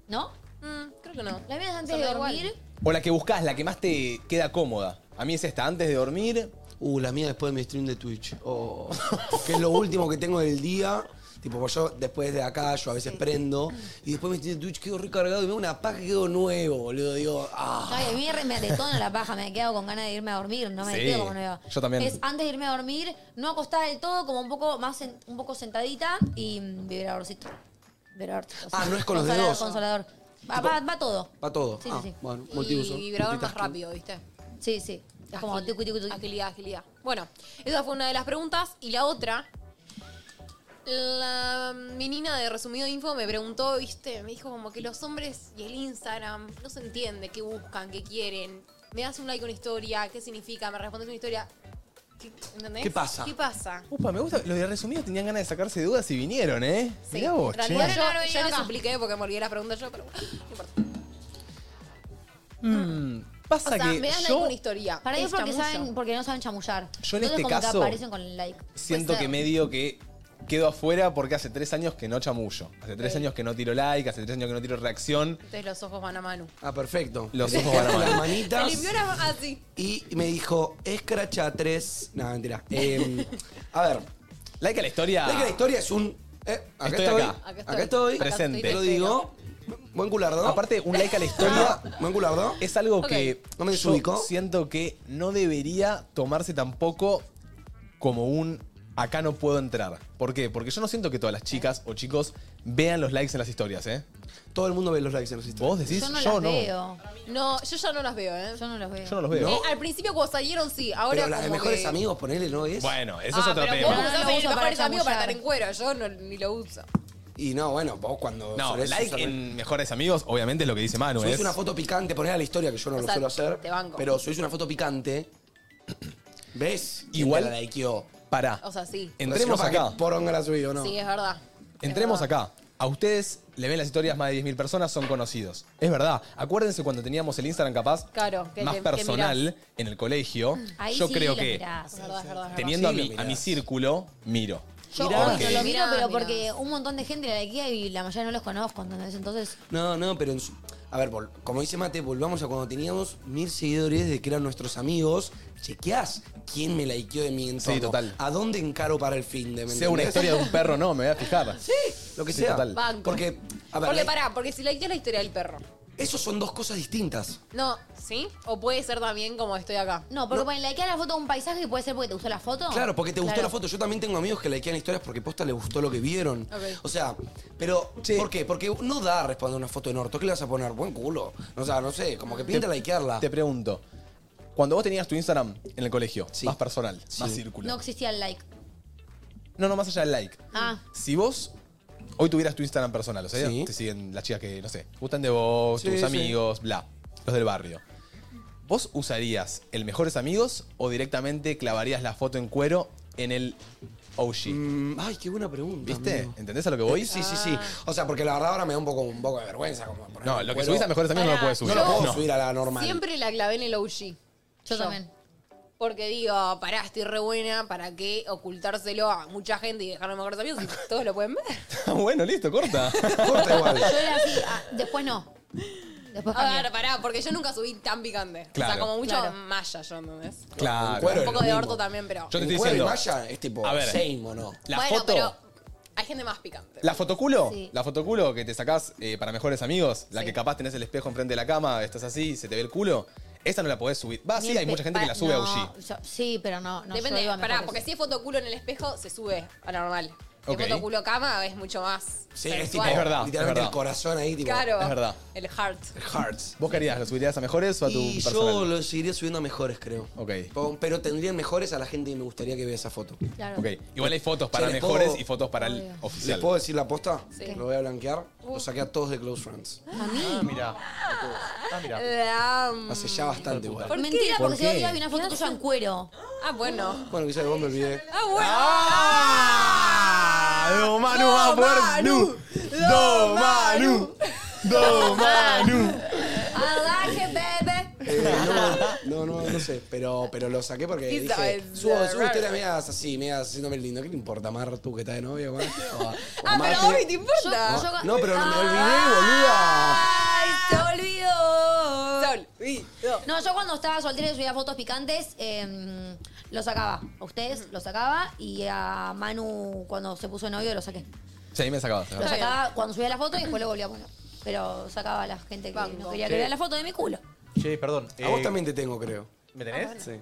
[SPEAKER 2] ¿No?
[SPEAKER 3] Mm, creo que no.
[SPEAKER 2] La mía es antes
[SPEAKER 3] Se me
[SPEAKER 2] de
[SPEAKER 3] da igual.
[SPEAKER 2] dormir.
[SPEAKER 1] O la que buscas, la que más te queda cómoda. A mí es esta, antes de dormir.
[SPEAKER 4] Uh, la mía después de mi stream de Twitch. Oh, que es lo último que tengo del día. Tipo, pues yo después de acá, yo a veces prendo. Y después de mi stream de Twitch quedo recargado y me veo una paja que quedo nuevo, boludo. Digo, ah.
[SPEAKER 2] Ay, a mí me- me detona la paja, me quedo con ganas de irme a dormir, no me
[SPEAKER 1] Sí,
[SPEAKER 2] quedo como nueva.
[SPEAKER 1] yo también.
[SPEAKER 2] Es antes de irme a dormir, no acostada del todo, como un poco más sen- un poco sentadita y mm, vibradorcito. Vibradorcito.
[SPEAKER 4] Ah, no es con los
[SPEAKER 2] Consolador,
[SPEAKER 4] dedos.
[SPEAKER 2] Consolador. Va, va, va todo.
[SPEAKER 4] Va todo.
[SPEAKER 2] Sí,
[SPEAKER 4] ah,
[SPEAKER 2] sí, sí.
[SPEAKER 4] Bueno, multiuso.
[SPEAKER 3] Y vibrador más
[SPEAKER 4] multitasking.
[SPEAKER 3] rápido, ¿viste?
[SPEAKER 2] Sí, sí. Es como
[SPEAKER 3] Agil-
[SPEAKER 2] ticu, ticu, ticu.
[SPEAKER 3] Agilidad, agilidad. Bueno, esa fue una de las preguntas. Y la otra, la menina de Resumido Info me preguntó, viste, me dijo como que los hombres y el Instagram no se entiende qué buscan, qué quieren. Me das un like a una historia, qué significa, me respondes una historia. ¿Entendés?
[SPEAKER 1] ¿Qué pasa?
[SPEAKER 3] ¿Qué pasa?
[SPEAKER 1] Upa, me gusta. Los de resumidos tenían ganas de sacarse de dudas y vinieron, ¿eh?
[SPEAKER 3] Sí.
[SPEAKER 1] Mirá vos,
[SPEAKER 3] En realidad
[SPEAKER 1] che.
[SPEAKER 3] yo, yo le supliqué porque me olvidé la pregunta yo, pero
[SPEAKER 1] Mm, pasa
[SPEAKER 3] O sea,
[SPEAKER 1] que
[SPEAKER 3] me dan
[SPEAKER 1] yo
[SPEAKER 3] alguna historia.
[SPEAKER 2] Para ellos
[SPEAKER 3] Es
[SPEAKER 2] porque,
[SPEAKER 3] chamullo.
[SPEAKER 2] saben, porque no saben chamullar.
[SPEAKER 1] Yo en
[SPEAKER 2] Entonces
[SPEAKER 1] este
[SPEAKER 2] como
[SPEAKER 1] caso
[SPEAKER 2] que aparecen con el like.
[SPEAKER 1] siento que medio que quedo afuera porque hace tres años que no chamullo. Hace tres
[SPEAKER 3] Ok.
[SPEAKER 1] años que no tiro like, hace tres años que no tiro reacción.
[SPEAKER 3] Entonces los ojos van a Manu.
[SPEAKER 4] Ah, perfecto.
[SPEAKER 1] Los ojos van a
[SPEAKER 4] Las
[SPEAKER 1] mano.
[SPEAKER 3] Me
[SPEAKER 4] manitas.
[SPEAKER 3] limpió
[SPEAKER 1] Ah,
[SPEAKER 3] la- así.
[SPEAKER 4] Y me dijo, escracha 3. No, mentira. Eh, a ver.
[SPEAKER 1] Like a la historia.
[SPEAKER 4] Like a la historia es un. eh, acá
[SPEAKER 1] Estoy
[SPEAKER 4] estoy.
[SPEAKER 1] acá.
[SPEAKER 4] Acá
[SPEAKER 1] Acá
[SPEAKER 4] estoy.
[SPEAKER 1] estoy. Presente.
[SPEAKER 4] Te lo digo. Buen culardo. Ah,
[SPEAKER 1] Aparte, un like a la historia.
[SPEAKER 4] Buen culardo.
[SPEAKER 1] Es algo
[SPEAKER 4] Ok.
[SPEAKER 1] que
[SPEAKER 4] No me
[SPEAKER 1] yo
[SPEAKER 4] desubicó.
[SPEAKER 1] siento que no debería tomarse tampoco como un acá no puedo entrar. ¿Por qué? Porque yo no siento que todas las chicas o chicos vean los likes en las historias, ¿eh?
[SPEAKER 4] Todo el mundo ve los likes en las historias.
[SPEAKER 1] ¿Vos decís?
[SPEAKER 3] Yo no las veo. No, yo ya no las veo, ¿eh? Yo no las veo.
[SPEAKER 1] Yo no los veo.
[SPEAKER 3] Eh, al principio cuando salieron sí, ahora
[SPEAKER 4] pero las de
[SPEAKER 3] como
[SPEAKER 4] mejores
[SPEAKER 3] que-
[SPEAKER 4] amigos, ponele, ¿no es?
[SPEAKER 1] Bueno, eso
[SPEAKER 3] Ah,
[SPEAKER 1] es otro
[SPEAKER 3] pero
[SPEAKER 1] tema.
[SPEAKER 3] Vos usás
[SPEAKER 2] lo
[SPEAKER 3] el mejores
[SPEAKER 2] uso para
[SPEAKER 3] amigos para
[SPEAKER 2] chamullar.
[SPEAKER 3] estar en cuero, yo no- ni lo uso.
[SPEAKER 4] Y no, bueno, vos cuando.
[SPEAKER 1] No,
[SPEAKER 4] solés
[SPEAKER 1] like
[SPEAKER 4] usar-
[SPEAKER 1] en mejores amigos, obviamente es lo que dice Manu.
[SPEAKER 4] Subís
[SPEAKER 1] Ah, Es,
[SPEAKER 4] una foto picante, ponele a la historia, que yo no
[SPEAKER 3] O
[SPEAKER 4] lo
[SPEAKER 3] sea,
[SPEAKER 4] suelo hacer.
[SPEAKER 3] te banco.
[SPEAKER 4] Pero subís una foto picante. ¿Ves?
[SPEAKER 1] Igual-
[SPEAKER 4] Quién te La likeó.
[SPEAKER 1] Pará,
[SPEAKER 3] O sea, sí.
[SPEAKER 1] entremos
[SPEAKER 4] Si no, ¿para
[SPEAKER 1] acá.
[SPEAKER 4] qué Poronga la subí o no.
[SPEAKER 3] Sí, es verdad.
[SPEAKER 1] Entremos acá. A ustedes le ven las historias más de 10.000 personas, son conocidos. Es verdad. Acuérdense cuando teníamos el Instagram capaz
[SPEAKER 3] Claro, que
[SPEAKER 1] más
[SPEAKER 3] te- que
[SPEAKER 1] personal en el colegio. yo creo que
[SPEAKER 3] Es verdad, es verdad, es
[SPEAKER 1] teniendo
[SPEAKER 3] verdad.
[SPEAKER 1] a, mi, a mi círculo, miro.
[SPEAKER 2] Yo
[SPEAKER 1] Mirá.
[SPEAKER 2] hoy no
[SPEAKER 1] Ok.
[SPEAKER 2] lo miro,
[SPEAKER 3] Mirá,
[SPEAKER 2] pero
[SPEAKER 3] mirá.
[SPEAKER 2] porque un montón de gente la likea y la mayoría no los conozco, ¿entendés? Entonces,
[SPEAKER 4] No, no, pero en su- a ver, vol- como dice Mate, volvamos a cuando teníamos mil seguidores de que eran nuestros amigos. Chequeás quién me likeó de mi entorno.
[SPEAKER 1] total.
[SPEAKER 4] ¿A dónde encaro para el fin de
[SPEAKER 1] Sea una historia de un perro, no, me voy a fijar. Sí,
[SPEAKER 4] Lo que sea.
[SPEAKER 1] total.
[SPEAKER 3] Banco.
[SPEAKER 4] Porque, a ver,
[SPEAKER 3] Porque
[SPEAKER 4] like-
[SPEAKER 3] pará, porque si la es la historia del perro.
[SPEAKER 4] esos son dos cosas distintas.
[SPEAKER 3] No, ¿sí? O puede ser también como estoy acá.
[SPEAKER 2] no, porque ponen likear la foto de un paisaje y puede ser porque te gustó la foto.
[SPEAKER 4] Claro, porque te gustó
[SPEAKER 2] Claro.
[SPEAKER 4] la foto. Yo también tengo amigos que likean historias porque posta le gustó lo que vieron.
[SPEAKER 2] Ok.
[SPEAKER 4] O sea, pero ¿por qué? Porque no da responder una foto en orto. ¿Qué le vas a poner? Buen culo. O sea, no sé, como que pinta likearla.
[SPEAKER 1] Te pregunto, cuando vos tenías tu Instagram en el colegio, más personal, más
[SPEAKER 2] No
[SPEAKER 1] círculo.
[SPEAKER 2] existía el like.
[SPEAKER 1] No, no, más allá del like.
[SPEAKER 2] Ah,
[SPEAKER 1] Si vos hoy tuvieras tu Instagram personal, o sea,
[SPEAKER 4] Sí.
[SPEAKER 1] te siguen las chicas que, no sé, gustan de vos,
[SPEAKER 4] Sí,
[SPEAKER 1] tus
[SPEAKER 4] sí.
[SPEAKER 1] amigos, bla, los del barrio. ¿Vos usarías el mejores amigos o directamente clavarías la foto en cuero en el OG?
[SPEAKER 4] Mm, ay, qué buena pregunta.
[SPEAKER 1] ¿Viste?
[SPEAKER 4] amigo.
[SPEAKER 1] ¿Entendés a lo que voy?
[SPEAKER 4] Sí, sí, sí. O sea, porque la verdad ahora me da un poco, un poco de vergüenza. Como poner
[SPEAKER 1] No,
[SPEAKER 4] el
[SPEAKER 1] lo que
[SPEAKER 4] cuero.
[SPEAKER 1] subís a mejores amigos no lo
[SPEAKER 3] Pará,
[SPEAKER 1] puedes subir.
[SPEAKER 4] No lo puedo subir a la normal.
[SPEAKER 3] Siempre la clavé en el OG. Yo,
[SPEAKER 2] yo también.
[SPEAKER 3] Porque digo, pará, estoy re buena, ¿para qué ocultárselo a mucha gente y dejarme mejores amigos si todos lo pueden ver?
[SPEAKER 1] Ah, bueno, listo, corta.
[SPEAKER 4] Corta igual.
[SPEAKER 2] Yo era así, ah, después no. Después
[SPEAKER 3] A ver,
[SPEAKER 2] cambié.
[SPEAKER 3] pará, porque yo nunca subí tan picante. O
[SPEAKER 1] Claro.
[SPEAKER 3] sea, como mucho
[SPEAKER 2] Claro.
[SPEAKER 3] malla yo, ¿entendés?
[SPEAKER 1] claro.
[SPEAKER 4] Un cuero
[SPEAKER 3] Un
[SPEAKER 4] es
[SPEAKER 3] poco
[SPEAKER 4] lo
[SPEAKER 3] de
[SPEAKER 4] mismo.
[SPEAKER 3] orto también, pero...
[SPEAKER 1] Yo te
[SPEAKER 4] Un
[SPEAKER 1] estoy
[SPEAKER 4] cuero y
[SPEAKER 1] diciendo.
[SPEAKER 4] malla es tipo
[SPEAKER 1] A ver.
[SPEAKER 4] same o no.
[SPEAKER 1] La
[SPEAKER 3] bueno,
[SPEAKER 1] foto.
[SPEAKER 3] pero hay gente más picante.
[SPEAKER 1] La fotoculo,
[SPEAKER 2] Sí.
[SPEAKER 1] la fotoculo que te sacás eh, para mejores amigos, la
[SPEAKER 3] Sí.
[SPEAKER 1] que capaz tenés el espejo enfrente de la cama, estás así, se te ve el culo, esa no la podés subir. Va, sí,
[SPEAKER 2] Ni
[SPEAKER 1] hay
[SPEAKER 2] pe-
[SPEAKER 1] mucha gente que la
[SPEAKER 2] pa-
[SPEAKER 1] sube
[SPEAKER 2] no,
[SPEAKER 1] a OG.
[SPEAKER 2] yo- sí, pero no, no
[SPEAKER 3] Depende,
[SPEAKER 2] yo iba a
[SPEAKER 3] pará,
[SPEAKER 2] mejores.
[SPEAKER 3] porque si es foto culo en el espejo, se sube a la normal.
[SPEAKER 1] Ok.
[SPEAKER 3] Si es foto culo cama, es mucho más
[SPEAKER 4] Sí, es tipo.
[SPEAKER 3] sensual.
[SPEAKER 1] Es verdad,
[SPEAKER 4] Literalmente
[SPEAKER 1] es verdad.
[SPEAKER 4] el corazón ahí, tipo.
[SPEAKER 3] Claro.
[SPEAKER 1] Es verdad.
[SPEAKER 3] El heart.
[SPEAKER 4] Hearts.
[SPEAKER 1] ¿Vos querías? ¿Lo subirías a mejores o a tu
[SPEAKER 4] Y
[SPEAKER 1] personal?
[SPEAKER 4] yo lo seguiría subiendo a mejores, creo.
[SPEAKER 1] Ok.
[SPEAKER 4] Po- Pero tendrían mejores a la gente que me gustaría que vea esa foto.
[SPEAKER 2] Claro.
[SPEAKER 1] Ok, igual hay fotos para
[SPEAKER 4] Che, les
[SPEAKER 1] mejores
[SPEAKER 4] puedo-
[SPEAKER 1] y fotos para el
[SPEAKER 2] Obvio.
[SPEAKER 4] ¿Les
[SPEAKER 1] oficial.
[SPEAKER 4] puedo decir la posta?
[SPEAKER 3] Sí.
[SPEAKER 4] Lo voy a blanquear. Lo saqué a todos de Close Friends. Eh,
[SPEAKER 1] Ah, mirá. Ah, mirá.
[SPEAKER 3] La-
[SPEAKER 4] Hace ya bastante, igual.
[SPEAKER 3] ¿Por
[SPEAKER 2] Mentira,
[SPEAKER 3] qué?
[SPEAKER 2] porque
[SPEAKER 1] ¿Por
[SPEAKER 2] si vos
[SPEAKER 1] qué?
[SPEAKER 2] ibas, había una foto tuya en cuero.
[SPEAKER 3] Ah, bueno.
[SPEAKER 4] Bueno, quizás vos me olvidé.
[SPEAKER 3] Ah, bueno.
[SPEAKER 1] ¡Ah! ¡Do Manu va a poder! ¡Nu! ¡Do Manu! ¡Do Manu!
[SPEAKER 3] I like it, baby.
[SPEAKER 4] Eh, no, no, no, no sé. Pero, pero lo saqué porque
[SPEAKER 3] Sí,
[SPEAKER 4] dije,
[SPEAKER 3] sabes,
[SPEAKER 4] subo,
[SPEAKER 3] eh,
[SPEAKER 4] subo ustedes
[SPEAKER 3] raro.
[SPEAKER 4] medias así, medias haciéndome el lindo. ¿Qué le importa, Mar, tú que estás de novia? Mar? O, o
[SPEAKER 3] Ah, pero Ah.
[SPEAKER 4] Mate.
[SPEAKER 3] a te importa.
[SPEAKER 2] Yo- yo-
[SPEAKER 4] No, pero no me olvidé,
[SPEAKER 1] Ah,
[SPEAKER 4] boluda.
[SPEAKER 3] Ay, se olvidó. Sol.
[SPEAKER 2] No, yo cuando estaba soltera y subía fotos picantes, eh, lo sacaba. A ustedes lo sacaba y a Manu cuando se puso novio lo saqué.
[SPEAKER 1] Sí, ahí me sacabas.
[SPEAKER 2] Lo
[SPEAKER 3] bien.
[SPEAKER 2] sacaba cuando subía la foto y después lo volvía a poner. Pero sacaba a la gente que
[SPEAKER 3] Banco.
[SPEAKER 2] no quería que
[SPEAKER 12] Sí.
[SPEAKER 2] vea la foto de mi culo.
[SPEAKER 12] Che, perdón.
[SPEAKER 1] Ah,
[SPEAKER 4] A vos
[SPEAKER 12] eh,
[SPEAKER 4] también te tengo, creo.
[SPEAKER 12] ¿Me tenés? Sí.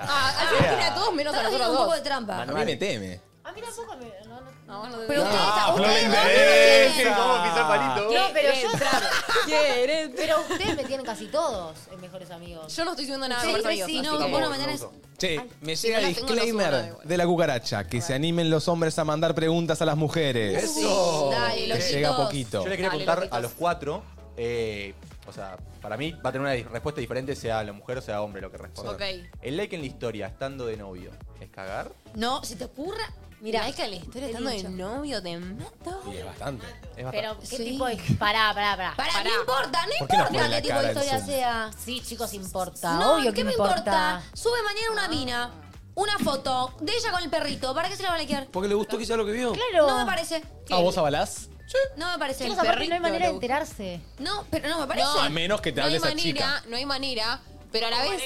[SPEAKER 3] Ah, así que tiene a todos menos a
[SPEAKER 2] Estás haciendo
[SPEAKER 3] nosotros
[SPEAKER 2] un poco
[SPEAKER 3] dos.
[SPEAKER 2] de trampa.
[SPEAKER 1] A mí me teme.
[SPEAKER 13] A mí tampoco me. No, no.
[SPEAKER 3] No, vos no te-
[SPEAKER 2] Pero ustedes,
[SPEAKER 12] Ah, Flor
[SPEAKER 2] ustedes
[SPEAKER 12] le
[SPEAKER 2] dos no
[SPEAKER 12] interesa.
[SPEAKER 2] me tienen.
[SPEAKER 12] ¿Cómo pisar palito?
[SPEAKER 13] No, pero yo.
[SPEAKER 3] ¿Quieren?
[SPEAKER 13] Pero ustedes me tienen casi todos en mejores amigos.
[SPEAKER 3] Yo no estoy subiendo nada
[SPEAKER 2] Sí,
[SPEAKER 3] con los
[SPEAKER 2] sí,
[SPEAKER 3] amigos.
[SPEAKER 2] sí,
[SPEAKER 3] así
[SPEAKER 2] no,
[SPEAKER 3] que-
[SPEAKER 2] vos no me tenés.
[SPEAKER 1] Che, me
[SPEAKER 3] si
[SPEAKER 1] llega
[SPEAKER 3] no
[SPEAKER 1] el
[SPEAKER 3] la tengo, no subo nada
[SPEAKER 1] disclaimer
[SPEAKER 3] igual.
[SPEAKER 1] de la cucaracha. Que se animen los hombres a mandar preguntas a las mujeres.
[SPEAKER 4] Eso.
[SPEAKER 2] Dale,
[SPEAKER 1] Que
[SPEAKER 2] los
[SPEAKER 1] llega poquito.
[SPEAKER 12] Yo le quería
[SPEAKER 3] Dale,
[SPEAKER 12] contar
[SPEAKER 3] loquitos.
[SPEAKER 12] a los cuatro eh, O sea, para mí va a tener una di- respuesta diferente sea la mujer o sea hombre lo que responda.
[SPEAKER 2] Ok.
[SPEAKER 12] El like en la historia estando de novio, ¿es cagar?
[SPEAKER 2] No, si te ocurra. Mira,
[SPEAKER 3] Like a la historia estando de novio, te mato.
[SPEAKER 12] Y es bastante. Es bastante.
[SPEAKER 13] Pero, ¿qué tipo de.? Pará, pará, pará.
[SPEAKER 2] Para, no importa, no
[SPEAKER 12] ¿Por qué
[SPEAKER 2] importa
[SPEAKER 12] nos pone
[SPEAKER 2] qué
[SPEAKER 12] la
[SPEAKER 2] tipo de
[SPEAKER 12] cara
[SPEAKER 2] historia
[SPEAKER 12] encima?
[SPEAKER 2] sea.
[SPEAKER 13] Sí, chicos, importa.
[SPEAKER 2] No,
[SPEAKER 13] Obvio
[SPEAKER 2] ¿qué
[SPEAKER 13] que
[SPEAKER 2] me importa? Sube mañana una mina, una foto de ella con el perrito. ¿Para qué se la van a quedar?
[SPEAKER 4] Porque le gustó quizá lo que vio.
[SPEAKER 2] Claro. No me parece.
[SPEAKER 1] ¿A vos avalás?
[SPEAKER 2] No me parece.
[SPEAKER 13] Chicos, aparte no hay manera de enterarse.
[SPEAKER 2] No, pero no me
[SPEAKER 1] parece. A menos que te
[SPEAKER 3] no
[SPEAKER 1] hable
[SPEAKER 3] hay
[SPEAKER 1] esa
[SPEAKER 3] manera,
[SPEAKER 1] chica.
[SPEAKER 3] No hay manera, pero a la vez.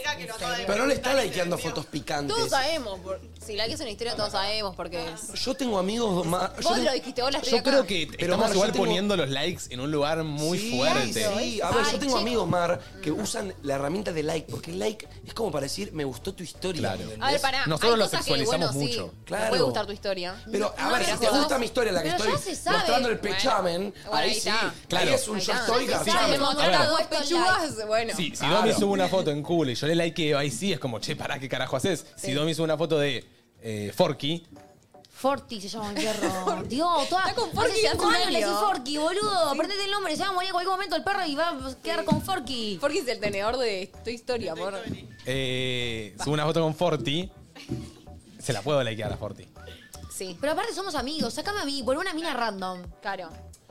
[SPEAKER 4] Pero no le está likeando fotos picantes.
[SPEAKER 3] Todos sabemos. por- si la que es una historia, todos sabemos
[SPEAKER 13] Ah.
[SPEAKER 3] porque es.
[SPEAKER 4] Yo tengo amigos más. yo
[SPEAKER 3] Vos
[SPEAKER 4] tengo-
[SPEAKER 3] lo dijiste, hola, estoy
[SPEAKER 1] Yo
[SPEAKER 3] acá.
[SPEAKER 1] creo que
[SPEAKER 4] Pero,
[SPEAKER 1] pero
[SPEAKER 4] Mar,
[SPEAKER 1] estamos
[SPEAKER 4] yo
[SPEAKER 1] igual
[SPEAKER 4] tengo-
[SPEAKER 1] poniendo los likes en un lugar muy
[SPEAKER 4] Sí,
[SPEAKER 1] fuerte.
[SPEAKER 4] Sí, a ver,
[SPEAKER 3] Ay,
[SPEAKER 4] yo tengo
[SPEAKER 3] chico.
[SPEAKER 4] amigos, Mar, que usan la herramienta de like, porque el like es como para decir, me gustó tu historia. ¿entendés?
[SPEAKER 3] A ver, pará. hay cosas que, bueno, Sí,
[SPEAKER 4] Claro.
[SPEAKER 3] Puede gustar tu historia.
[SPEAKER 4] Pero, a
[SPEAKER 3] No,
[SPEAKER 4] ver,
[SPEAKER 3] pero
[SPEAKER 4] si te
[SPEAKER 3] jodas.
[SPEAKER 4] gusta mi historia, la que
[SPEAKER 3] Pero ya
[SPEAKER 4] estoy
[SPEAKER 3] se sabe.
[SPEAKER 4] mostrando el pechamen,
[SPEAKER 3] Bueno,
[SPEAKER 4] ahí,
[SPEAKER 3] ahí
[SPEAKER 4] sí.
[SPEAKER 3] está.
[SPEAKER 4] Claro, es un
[SPEAKER 3] Ahí
[SPEAKER 4] yo
[SPEAKER 3] está. Ya
[SPEAKER 4] estoy
[SPEAKER 3] se sabe,
[SPEAKER 4] garchando.
[SPEAKER 3] me mostraste
[SPEAKER 1] A ver.
[SPEAKER 3] dos pechugas, bueno.
[SPEAKER 1] Si, si
[SPEAKER 4] Claro.
[SPEAKER 1] Domi sube una foto en culo y yo le likeo, ahí sí es como, che, pará, ¿qué carajo haces? Si Domi sube una foto de eh, Forky,
[SPEAKER 2] Forti se llama mi perro. Dios, toda.
[SPEAKER 3] con Forky
[SPEAKER 2] hace cinco
[SPEAKER 3] hace un
[SPEAKER 2] años le
[SPEAKER 3] año.
[SPEAKER 2] decís Forky, boludo. Aprendete el nombre, se va a morir en cualquier momento el perro y va a quedar con Forky.
[SPEAKER 3] Porque es el tenedor de tu historia, amor.
[SPEAKER 1] eh, sube una foto con Forti, se la puedo likear a Forti.
[SPEAKER 3] Sí.
[SPEAKER 2] Pero aparte somos amigos, sacame a mí, por una mina random.
[SPEAKER 3] Claro.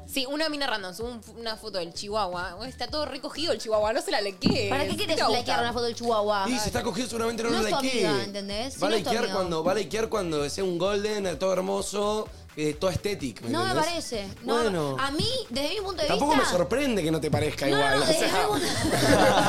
[SPEAKER 3] Sí, una mina random sube un- una foto del chihuahua. Uy, Está todo recogido el chihuahua, no se la lequees.
[SPEAKER 2] ¿Para qué querés likear una foto del chihuahua?
[SPEAKER 4] Y si está cogido seguramente no,
[SPEAKER 2] No
[SPEAKER 4] lo
[SPEAKER 2] es tu
[SPEAKER 4] likee.
[SPEAKER 2] amiga, ¿entendés? Sí,
[SPEAKER 4] Va a
[SPEAKER 2] no es tu
[SPEAKER 4] likear
[SPEAKER 2] amiga.
[SPEAKER 4] cuando, va a likear cuando sea un golden, todo hermoso, eh, todo estético.
[SPEAKER 2] No me parece. No,
[SPEAKER 4] Bueno.
[SPEAKER 2] A mí, desde mi punto de
[SPEAKER 4] Tampoco me
[SPEAKER 2] vista.
[SPEAKER 4] sorprende que no te parezca
[SPEAKER 2] No,
[SPEAKER 4] igual.
[SPEAKER 2] no,
[SPEAKER 4] o
[SPEAKER 2] desde
[SPEAKER 4] sea,
[SPEAKER 2] mi punto-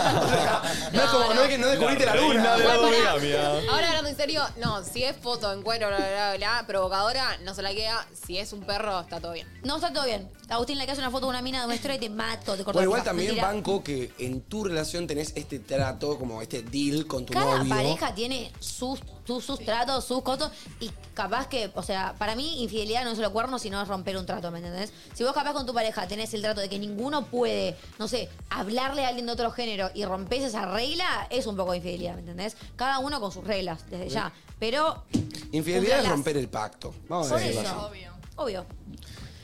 [SPEAKER 4] no es como, no es que no descubriste la luna.
[SPEAKER 3] Ahora hablando en serio, no, si es foto, encuero, bla, bla, bla, bla, provocadora, no se la queda. Si es un perro, está todo bien.
[SPEAKER 2] No, está todo bien. Agustín, le hace una foto de una mina de una historia y te mato, te corto
[SPEAKER 4] Bueno,
[SPEAKER 2] la
[SPEAKER 4] igual
[SPEAKER 2] cabeza.
[SPEAKER 4] también
[SPEAKER 2] Mentira.
[SPEAKER 4] banco que en tu relación tenés este trato, como este deal con tu
[SPEAKER 2] Cada
[SPEAKER 4] novio.
[SPEAKER 2] pareja tiene sus, sus, sus tratos, sus cotos y capaz que, o sea, para mí infidelidad no es solo cuerno, sino es romper un trato, ¿me entendés? Si vos capaz con tu pareja tenés el trato de que ninguno puede, no sé, hablarle a alguien de otro género y rompés esa regla, es un poco de infidelidad, ¿me entendés? Cada uno con sus reglas, desde ya. Pero,
[SPEAKER 4] Infidelidad es
[SPEAKER 2] Cumplirás.
[SPEAKER 4] romper el pacto. Vamos a
[SPEAKER 2] por
[SPEAKER 4] ver.
[SPEAKER 2] eso, obvio.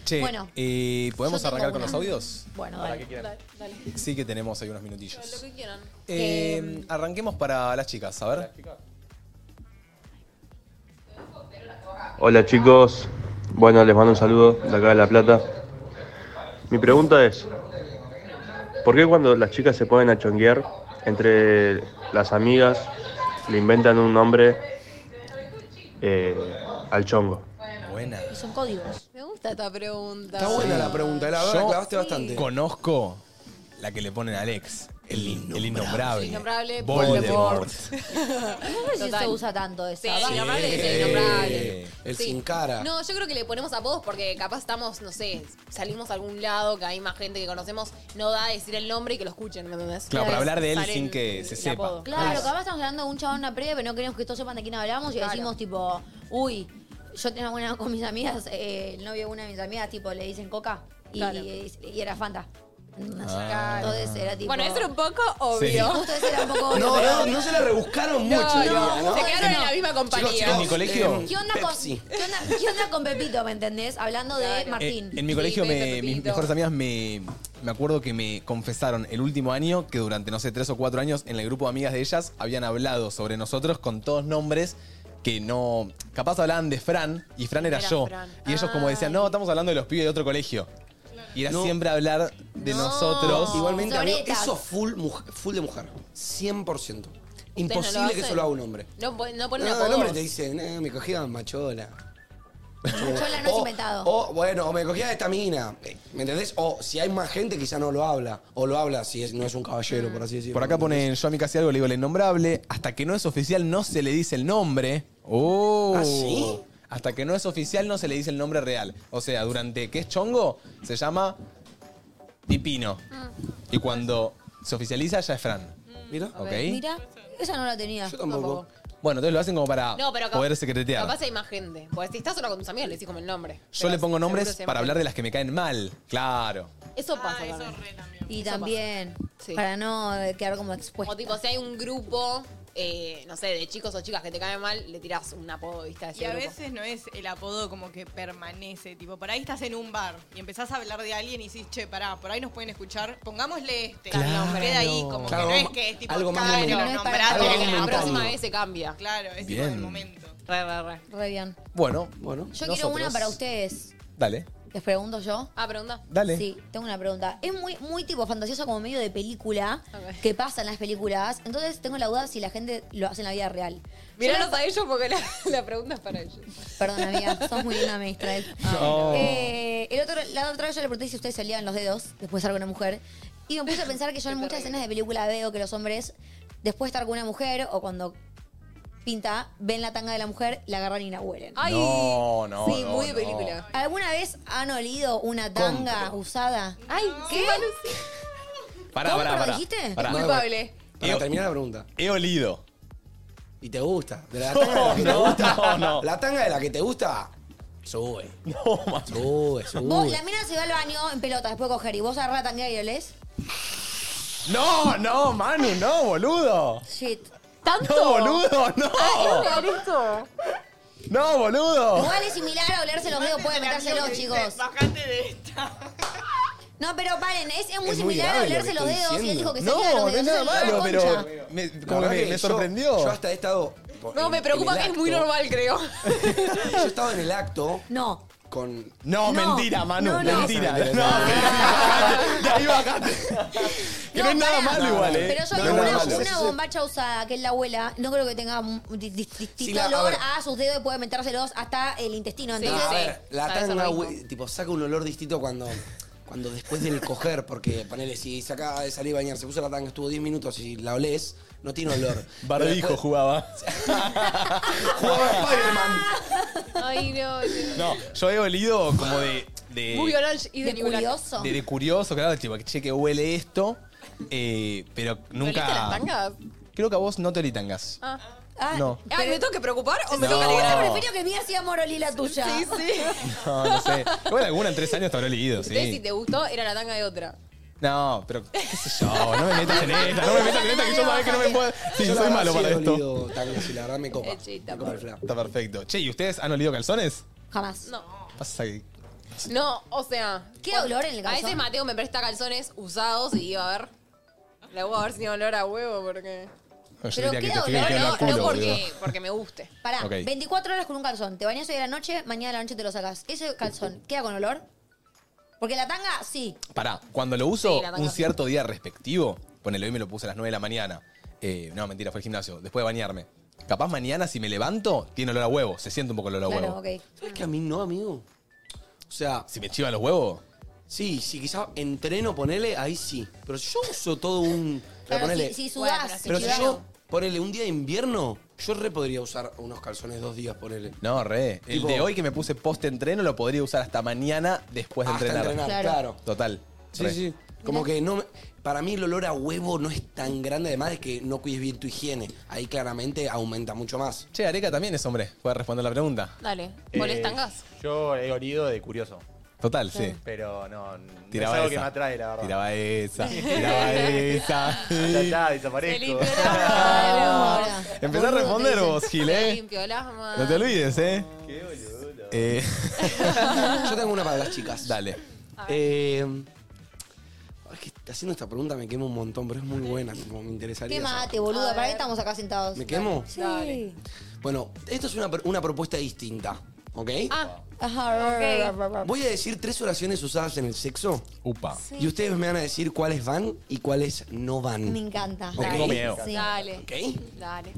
[SPEAKER 1] Che,
[SPEAKER 2] Bueno.
[SPEAKER 1] eh, ¿podemos
[SPEAKER 2] Yo tengo
[SPEAKER 1] arrancar con
[SPEAKER 2] una.
[SPEAKER 1] los audios?
[SPEAKER 2] Bueno,
[SPEAKER 1] Ahora,
[SPEAKER 2] dale.
[SPEAKER 1] ¿qué quieren?
[SPEAKER 3] Dale.
[SPEAKER 1] Sí que tenemos ahí unos minutillos.
[SPEAKER 3] Lo que quieran.
[SPEAKER 1] Eh, arranquemos para las chicas, a ver.
[SPEAKER 14] Hola chicos, bueno les mando un saludo de acá de La Plata. Mi pregunta es, ¿por qué cuando las chicas se ponen a chonguear entre las amigas le inventan un nombre eh, al chongo?
[SPEAKER 1] Buena.
[SPEAKER 2] Y son códigos.
[SPEAKER 3] Me gusta esta pregunta.
[SPEAKER 4] Está buena la pregunta, la verdad
[SPEAKER 1] Yo
[SPEAKER 4] clavaste bastante.
[SPEAKER 1] Conozco la que le ponen a Alex, el, in- el innombrable.
[SPEAKER 3] Innombrable,
[SPEAKER 1] Voldemort.
[SPEAKER 2] No sé si
[SPEAKER 3] Total.
[SPEAKER 2] se usa tanto esa.
[SPEAKER 3] Sí,
[SPEAKER 2] va.
[SPEAKER 3] innombrable es
[SPEAKER 1] Eh,
[SPEAKER 3] innombrable.
[SPEAKER 4] El
[SPEAKER 3] Sí.
[SPEAKER 4] sin cara.
[SPEAKER 3] No, yo creo que le ponemos apodos porque capaz estamos, no sé, salimos a algún lado que hay más gente que conocemos, no da a decir el nombre y que lo escuchen, ¿me entendés?
[SPEAKER 1] Claro, para hablar de él
[SPEAKER 3] Sale
[SPEAKER 1] sin
[SPEAKER 3] el-
[SPEAKER 1] que se
[SPEAKER 3] el
[SPEAKER 1] sepa.
[SPEAKER 3] apodo.
[SPEAKER 2] Claro, capaz estamos hablando de un chabón en una previa, pero no queremos que todos sepan de quién hablamos y
[SPEAKER 3] Claro.
[SPEAKER 2] decimos tipo, uy, yo tenía una con mis amigas, eh, el novio de una de mis amigas, tipo, le dicen coca y,
[SPEAKER 3] Claro.
[SPEAKER 2] y- y era Fanta.
[SPEAKER 1] Ah.
[SPEAKER 2] Entonces era tipo.
[SPEAKER 3] Bueno, eso era un poco
[SPEAKER 1] Sí.
[SPEAKER 3] obvio.
[SPEAKER 2] Justo eso era un poco. obvio,
[SPEAKER 4] No,
[SPEAKER 2] pero-
[SPEAKER 4] no, no se la rebuscaron mucho.
[SPEAKER 3] No,
[SPEAKER 4] diría,
[SPEAKER 3] no, se quedaron en la misma compañía.
[SPEAKER 4] Chicos, chicos,
[SPEAKER 1] En mi colegio-
[SPEAKER 4] eh,
[SPEAKER 2] ¿Qué onda, con,
[SPEAKER 4] Pepsi.
[SPEAKER 2] qué onda- qué onda con Pepito, me entendés? Hablando de Martín.
[SPEAKER 1] Eh, en mi colegio,
[SPEAKER 2] Sí,
[SPEAKER 1] me-
[SPEAKER 2] Pepito,
[SPEAKER 1] mis
[SPEAKER 2] Pepito.
[SPEAKER 1] mejores amigas me, me acuerdo que me confesaron el último año que durante, no sé, tres o cuatro años en el grupo de amigas de ellas habían hablado sobre nosotros con todos nombres que no. Capaz hablaban de Fran y Fran era,
[SPEAKER 3] Era
[SPEAKER 1] yo.
[SPEAKER 3] Fran.
[SPEAKER 1] Y ellos, como decían, no, estamos hablando de los pibes de otro colegio. Y era
[SPEAKER 4] No.
[SPEAKER 1] siempre hablar de nosotros.
[SPEAKER 4] Igualmente, amigo,
[SPEAKER 2] Floretas.
[SPEAKER 4] eso full, muj- full de mujer. 100%.
[SPEAKER 3] ¿Ustedes no lo
[SPEAKER 4] Imposible que
[SPEAKER 3] hacen?
[SPEAKER 4] eso lo haga un hombre.
[SPEAKER 3] No, pon- no ponen
[SPEAKER 4] No, el
[SPEAKER 3] apodos.
[SPEAKER 4] hombre te dice, "Nah, me cogía machola.
[SPEAKER 2] Machola no
[SPEAKER 1] Oh,
[SPEAKER 2] es
[SPEAKER 4] O-
[SPEAKER 2] inventado.
[SPEAKER 4] O, bueno, o me cogía de esta mina. Eh, ¿Me entendés? O si hay más gente, quizá no lo habla. O lo habla si es- no es un caballero,
[SPEAKER 3] Mm.
[SPEAKER 4] por así decirlo.
[SPEAKER 1] Por acá ponen yo a mí casi algo, le digo el innombrable. Hasta que no es oficial no se le dice el nombre. ¡Oh!
[SPEAKER 4] ¿Ah, sí?
[SPEAKER 1] Hasta que no es oficial no se le dice el nombre real. O sea, durante que es chongo, se llama Pipino. Y cuando se oficializa ya es Fran.
[SPEAKER 4] Mira.
[SPEAKER 1] ¿Ok?
[SPEAKER 2] Mira, esa no la tenía.
[SPEAKER 4] Yo tampoco.
[SPEAKER 1] Bueno, entonces lo hacen como para
[SPEAKER 3] No, pero cap-
[SPEAKER 1] Ah, poder secretear.
[SPEAKER 3] Capaz hay más gente. Porque si estás solo con tus amigos, le decís como el nombre.
[SPEAKER 1] Yo
[SPEAKER 3] Pero
[SPEAKER 1] le pongo
[SPEAKER 3] seguro
[SPEAKER 1] nombres
[SPEAKER 3] se
[SPEAKER 1] para hablar de
[SPEAKER 3] encuentra.
[SPEAKER 1] las que me caen mal. Claro.
[SPEAKER 3] Ah, Eso pasa. también.
[SPEAKER 2] Y
[SPEAKER 3] Eso
[SPEAKER 2] también,
[SPEAKER 3] pasa. Sí.
[SPEAKER 2] para no eh, quedar como expuesto.
[SPEAKER 3] O tipo, si hay un grupo eh, no sé, de chicos o chicas que te caen mal, le tirás un apodo, ¿viste? A ese
[SPEAKER 5] Y a
[SPEAKER 3] grupo.
[SPEAKER 5] veces no es el apodo como que permanece, tipo, por ahí estás en un bar y empezás a hablar de alguien y decís, che, pará, por ahí nos pueden escuchar, pongámosle este.
[SPEAKER 4] Claro.
[SPEAKER 5] Queda ahí, como
[SPEAKER 4] Claro,
[SPEAKER 5] que no
[SPEAKER 4] algo
[SPEAKER 5] es que es tipo,
[SPEAKER 4] algo más
[SPEAKER 5] claro,
[SPEAKER 4] momentáneo.
[SPEAKER 5] nombrás
[SPEAKER 4] Algo
[SPEAKER 5] a alguien.
[SPEAKER 4] más
[SPEAKER 3] La próxima
[SPEAKER 4] momentáneo.
[SPEAKER 3] vez se cambia.
[SPEAKER 5] Claro, es tipo del
[SPEAKER 1] Bien.
[SPEAKER 5] momento.
[SPEAKER 3] Re, re, re.
[SPEAKER 2] Re bien.
[SPEAKER 1] Bueno, bueno.
[SPEAKER 2] Yo quiero una para ustedes.
[SPEAKER 1] Dale.
[SPEAKER 2] ¿Les pregunto yo?
[SPEAKER 3] Ah, pregunta.
[SPEAKER 1] Dale.
[SPEAKER 2] Sí, tengo una pregunta. Es muy, muy tipo fantasiosa como medio de película que pasa en las películas. Entonces tengo la duda si la gente lo hace en la vida real.
[SPEAKER 3] Míralos
[SPEAKER 2] Yo-
[SPEAKER 3] a ellos porque la, la pregunta es para ellos. Ah,
[SPEAKER 2] Perdón, amiga, sos muy linda, me distraes.
[SPEAKER 3] No.
[SPEAKER 2] Eh, el otro, la otra vez yo le pregunté si ustedes se olían los dedos después de estar con una mujer. Y me puse a pensar que yo en muchas escenas de película veo que los hombres, después de estar con una mujer o cuando pinta, ven la tanga de la mujer, la agarran y la huelen.
[SPEAKER 1] Ay. No, no,
[SPEAKER 3] Sí,
[SPEAKER 1] no,
[SPEAKER 3] muy de
[SPEAKER 1] no.
[SPEAKER 3] película.
[SPEAKER 2] ¿Alguna vez han olido una tanga usada? Ay, ¿qué?
[SPEAKER 1] Pará,
[SPEAKER 2] ¿Cómo?
[SPEAKER 1] pará,
[SPEAKER 2] ¿Lo
[SPEAKER 1] pará.
[SPEAKER 2] dijiste?
[SPEAKER 1] Pará.
[SPEAKER 2] Es culpable.
[SPEAKER 4] Para terminar la pregunta.
[SPEAKER 1] He olido.
[SPEAKER 4] ¿Y te gusta? ¿De la tanga de la que te gusta? ¿La tanga de la que te gusta? Sube.
[SPEAKER 1] No, más.
[SPEAKER 4] Sube, sube.
[SPEAKER 2] Vos, la mina se va al baño en pelota después de coger y vos agarrás la tanga y olés.
[SPEAKER 1] No, no, Manu, no, boludo.
[SPEAKER 2] Shit.
[SPEAKER 1] ¿Tanto? No, boludo, no.
[SPEAKER 2] Ah,
[SPEAKER 1] Ay, No, boludo.
[SPEAKER 2] Igual es similar a olerse los dedos, puede metérselos, chicos. Bajate de esta. No, pero paren, es, es muy
[SPEAKER 1] Es muy
[SPEAKER 2] similar a
[SPEAKER 1] grave lo
[SPEAKER 2] olerse
[SPEAKER 1] que
[SPEAKER 2] los
[SPEAKER 1] estoy
[SPEAKER 2] dedos y él
[SPEAKER 1] diciendo.
[SPEAKER 2] dijo que
[SPEAKER 1] No,
[SPEAKER 2] se olía
[SPEAKER 1] no
[SPEAKER 2] los dedos.
[SPEAKER 1] es nada
[SPEAKER 2] se olía la
[SPEAKER 1] malo, pero
[SPEAKER 2] concha.
[SPEAKER 1] me-
[SPEAKER 4] La
[SPEAKER 1] como que
[SPEAKER 4] verdad
[SPEAKER 1] me,
[SPEAKER 4] que
[SPEAKER 1] me
[SPEAKER 4] yo-
[SPEAKER 1] sorprendió.
[SPEAKER 4] Yo hasta he estado. por-
[SPEAKER 3] No, me
[SPEAKER 4] en
[SPEAKER 3] preocupa
[SPEAKER 4] el
[SPEAKER 3] que es
[SPEAKER 4] acto.
[SPEAKER 3] muy normal, creo.
[SPEAKER 4] Yo he estado en el acto.
[SPEAKER 2] No.
[SPEAKER 4] Con.
[SPEAKER 1] No,
[SPEAKER 4] No.
[SPEAKER 1] mentira, Manu,
[SPEAKER 4] No, no.
[SPEAKER 1] mentira.
[SPEAKER 4] No, no,
[SPEAKER 1] No,
[SPEAKER 4] no.
[SPEAKER 1] mentira. De ahí bajate. Que no es nada malo igual, eh.
[SPEAKER 2] Pero yo
[SPEAKER 1] No
[SPEAKER 2] creo
[SPEAKER 1] es nada malo.
[SPEAKER 2] una, una bombacha usada, que es la abuela, no creo que tenga un di- di- distinto
[SPEAKER 4] la- a
[SPEAKER 2] olor
[SPEAKER 4] ver.
[SPEAKER 2] a, sus dedos y puede metérselos hasta el intestino. Entonces,
[SPEAKER 4] No, a ver, la
[SPEAKER 2] Sabe
[SPEAKER 4] tanga,
[SPEAKER 2] eso rico.
[SPEAKER 4] güey, tipo, saca un olor distinto cuando, cuando después del coger, porque ponele, si se acaba de salir a bañar, se puso la tanga, estuvo 10 minutos y la olés, no tiene olor.
[SPEAKER 1] Barbijo jugaba.
[SPEAKER 4] Jugaba a Spider-Man.
[SPEAKER 3] Ay, no.
[SPEAKER 1] No, yo he olido como de. de
[SPEAKER 3] Muy orange y de,
[SPEAKER 2] Eh, De curioso.
[SPEAKER 1] de, de curioso, claro, tipo, che, que huele esto. eh, pero nunca.
[SPEAKER 3] ¿Oliste las tangas?
[SPEAKER 1] Creo que a vos no te olí tangas.
[SPEAKER 3] Ah.
[SPEAKER 2] Ah,
[SPEAKER 1] No.
[SPEAKER 3] Ay, ¿me tengo que preocupar o
[SPEAKER 1] No.
[SPEAKER 3] me tengo que alegrar?
[SPEAKER 2] Yo prefiero que mía sea amor y la tuya. Sí,
[SPEAKER 3] sí.
[SPEAKER 1] No, no sé. Igual alguna en tres años te habrá olido,
[SPEAKER 3] Ustedes, si
[SPEAKER 1] sí.
[SPEAKER 3] te gustó, era la tanga de otra.
[SPEAKER 1] No, pero qué sé yo, no me metas en esta, no me metas en esta, que yo sabés que no me puedo. Sí,
[SPEAKER 4] Yo la
[SPEAKER 1] soy
[SPEAKER 4] verdad
[SPEAKER 1] malo
[SPEAKER 4] sí
[SPEAKER 1] para
[SPEAKER 4] he
[SPEAKER 1] esto.
[SPEAKER 4] olido tangas y la verdad me copa. Me copa el fla.
[SPEAKER 1] Está perfecto. Che, ¿y ustedes han olido calzones?
[SPEAKER 2] Jamás.
[SPEAKER 3] No.
[SPEAKER 1] Pasa que.
[SPEAKER 3] No, o sea.
[SPEAKER 2] ¿Qué olor en el
[SPEAKER 3] A
[SPEAKER 2] calzón?
[SPEAKER 3] veces Mateo me presta calzones usados y digo, a ver. Le voy a ver si tiene olor a huevo porque.
[SPEAKER 1] No, yo
[SPEAKER 2] Pero
[SPEAKER 1] diría que
[SPEAKER 2] queda
[SPEAKER 1] te tiene que
[SPEAKER 2] olor,
[SPEAKER 1] oler
[SPEAKER 2] no,
[SPEAKER 1] a culo,
[SPEAKER 2] no,
[SPEAKER 1] boludo.
[SPEAKER 3] porque, porque me guste.
[SPEAKER 2] Pará,
[SPEAKER 1] Ok.
[SPEAKER 2] 24 horas con un calzón. Te bañas hoy a la noche, mañana a la noche te lo sacas. ¿Ese calzón queda con olor? Porque la tanga, sí.
[SPEAKER 1] Pará, cuando lo
[SPEAKER 2] Sí,
[SPEAKER 1] uso
[SPEAKER 2] la banco.
[SPEAKER 1] un cierto día respectivo, ponele, hoy me lo puse a las 9 de la mañana. Eh, no, mentira, fue al gimnasio, después de bañarme. Capaz mañana si me levanto, tiene olor a huevo, se siente un poco el olor a huevo.
[SPEAKER 4] ¿Sabes que a mí no, amigo? O sea.
[SPEAKER 1] Si me chivan los huevos.
[SPEAKER 4] Sí, sí, quizá entreno, ponele, ahí sí. Pero yo uso todo un.
[SPEAKER 2] Claro,
[SPEAKER 4] ponele-
[SPEAKER 2] si- si sudás, Bueno, si
[SPEAKER 4] pero si
[SPEAKER 2] chivas,
[SPEAKER 4] yo,
[SPEAKER 2] no.
[SPEAKER 4] ponele, un día de invierno, yo re podría usar unos calzones dos días, ponele.
[SPEAKER 1] No, re. El
[SPEAKER 4] Tipo-
[SPEAKER 1] de hoy que me puse post-entreno lo podría usar hasta mañana después de
[SPEAKER 4] Hasta
[SPEAKER 1] entrenar.
[SPEAKER 4] entrenar, Claro. claro.
[SPEAKER 1] Total.
[SPEAKER 4] Sí,
[SPEAKER 1] re.
[SPEAKER 4] sí. Como que no. me- Para mí el olor a huevo no es tan grande, además de que no cuides bien tu higiene. Ahí claramente aumenta mucho más.
[SPEAKER 1] Che, Areca también es hombre. Puede responder la pregunta.
[SPEAKER 3] Dale.
[SPEAKER 1] Eh,
[SPEAKER 3] ¿Molestan gas?
[SPEAKER 12] Yo he olido de curioso.
[SPEAKER 1] Total, sí.
[SPEAKER 12] Pero no, no
[SPEAKER 1] Tiraba
[SPEAKER 12] es algo
[SPEAKER 1] esa.
[SPEAKER 12] que me atrae, la verdad.
[SPEAKER 1] Tiraba esa, tiraba esa.
[SPEAKER 12] Ya está, desaparezco.
[SPEAKER 1] Empezá a responder vos, Gil,
[SPEAKER 3] Se
[SPEAKER 1] eh.
[SPEAKER 3] limpió las manos.
[SPEAKER 1] No te olvides, eh. Eh.
[SPEAKER 4] Yo tengo una para las chicas.
[SPEAKER 1] Dale.
[SPEAKER 4] Eh, es que haciendo esta pregunta me quemo un montón, pero es muy buena, tipo, me interesaría.
[SPEAKER 2] Qué
[SPEAKER 4] saber.
[SPEAKER 2] mate, boluda. Para qué estamos acá sentados.
[SPEAKER 4] ¿Me quemo?
[SPEAKER 2] Sí.
[SPEAKER 4] Dale. Bueno, esto es una, una propuesta distinta, ¿ok?
[SPEAKER 3] Ah.
[SPEAKER 2] Ajá.
[SPEAKER 4] Voy a decir tres oraciones usadas en el sexo.
[SPEAKER 1] Upa.
[SPEAKER 4] Y ustedes me van a decir cuáles van y cuáles no van.
[SPEAKER 2] Me encanta.
[SPEAKER 4] Ok. Mm. Tengo miedo.
[SPEAKER 2] Sí.
[SPEAKER 3] Dale.
[SPEAKER 4] ¿Ok?
[SPEAKER 3] Dale.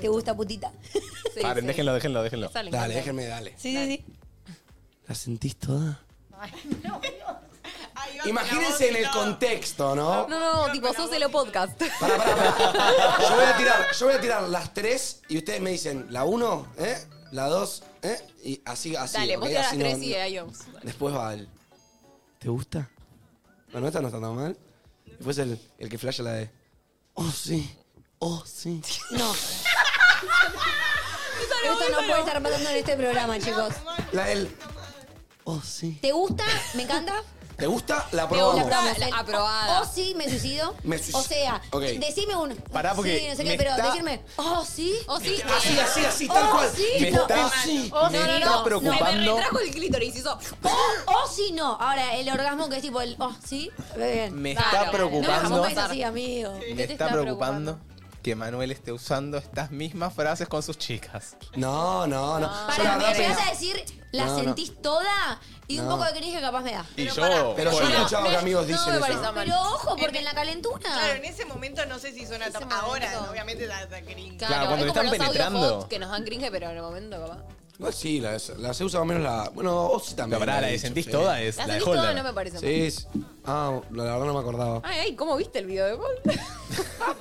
[SPEAKER 2] ¿Te gusta, putita?
[SPEAKER 3] Sí,
[SPEAKER 1] Paren,
[SPEAKER 3] sí.
[SPEAKER 1] déjenlo, déjenlo, déjenlo.
[SPEAKER 3] Esa le
[SPEAKER 4] Dale,
[SPEAKER 3] encanta.
[SPEAKER 4] déjenme, dale.
[SPEAKER 2] Sí, sí, sí.
[SPEAKER 4] ¿La sentís toda?
[SPEAKER 5] Ay,
[SPEAKER 4] Imagínense en el contexto, ¿no?
[SPEAKER 3] No, no, no, tipo, sos el podcast.
[SPEAKER 4] Yo voy a tirar, yo voy a tirar las tres y ustedes me dicen la uno, ¿eh? La dos, ¿eh? Y así, así.
[SPEAKER 3] Dale,
[SPEAKER 4] ¿ok?
[SPEAKER 3] vos tirás
[SPEAKER 4] Así
[SPEAKER 3] las tres
[SPEAKER 4] no-
[SPEAKER 3] y ahí vamos.
[SPEAKER 4] Después va el. ¿Te gusta? Bueno, esta no está tan mal. Después el, el que flasha la de. Oh, sí. Oh, sí.
[SPEAKER 2] No. Esto no puede estar pasando en este programa, chicos.
[SPEAKER 4] La del. Oh, sí.
[SPEAKER 2] ¿Te gusta? ¿Me encanta?
[SPEAKER 4] ¿Te gusta? La
[SPEAKER 2] Me gusta
[SPEAKER 4] probamos.
[SPEAKER 2] el- O, sí, me suicido.
[SPEAKER 4] Me suicido.
[SPEAKER 2] O sea,
[SPEAKER 4] Ok.
[SPEAKER 2] decime un.
[SPEAKER 4] Pará, porque
[SPEAKER 2] Sí, no sé
[SPEAKER 4] me
[SPEAKER 2] qué, pero
[SPEAKER 4] está-
[SPEAKER 2] decirme. Oh, sí. Oh, sí.
[SPEAKER 4] Así, así, así, tal
[SPEAKER 2] Oh,
[SPEAKER 4] cual.
[SPEAKER 2] sí,
[SPEAKER 4] Me
[SPEAKER 2] no.
[SPEAKER 4] está-
[SPEAKER 2] Oh, sí.
[SPEAKER 4] me
[SPEAKER 2] No, no,
[SPEAKER 4] está
[SPEAKER 2] no, no.
[SPEAKER 4] preocupando.
[SPEAKER 2] Me retrajo
[SPEAKER 3] el clítoris hizo.
[SPEAKER 2] Oh, oh, sí, no. Ahora, el orgasmo que es tipo el. Oh, sí. Bien.
[SPEAKER 1] Me está preocupando.
[SPEAKER 2] No, me así, amigo. ¿Qué
[SPEAKER 1] Me
[SPEAKER 2] te
[SPEAKER 1] está preocupando que Manuel esté usando estas mismas frases con sus chicas.
[SPEAKER 4] No, no, no. Yo
[SPEAKER 2] Para,
[SPEAKER 4] la
[SPEAKER 2] me
[SPEAKER 4] verdad
[SPEAKER 2] llegas
[SPEAKER 4] pensé-
[SPEAKER 2] a decir, la
[SPEAKER 4] No, no.
[SPEAKER 2] sentís toda y un
[SPEAKER 4] No.
[SPEAKER 2] poco de cringe capaz me da.
[SPEAKER 1] Y yo.
[SPEAKER 4] Pero yo he escuchado que amigos dicen eso.
[SPEAKER 2] Pero ojo, porque en la calentura.
[SPEAKER 5] Claro, en ese momento no sé si suena tan. Ahora, obviamente, da da cringe.
[SPEAKER 4] Claro, cuando
[SPEAKER 3] es
[SPEAKER 4] te
[SPEAKER 3] como
[SPEAKER 4] están
[SPEAKER 3] los audio
[SPEAKER 4] penetrando.
[SPEAKER 3] hot que nos dan cringe, pero en el momento, capaz.
[SPEAKER 4] No, Pues sí, la, la se usa más o menos la. Bueno, vos sí también.
[SPEAKER 1] No, pará, la de
[SPEAKER 4] he dicho,
[SPEAKER 1] sentís
[SPEAKER 4] sí.
[SPEAKER 1] toda es
[SPEAKER 3] La la de sentís toda Holder. no me parece
[SPEAKER 4] Sí,
[SPEAKER 3] mal.
[SPEAKER 4] sí. Ah, la la verdad no me acordaba.
[SPEAKER 3] Ay, ay, ¿cómo viste el video de Paul?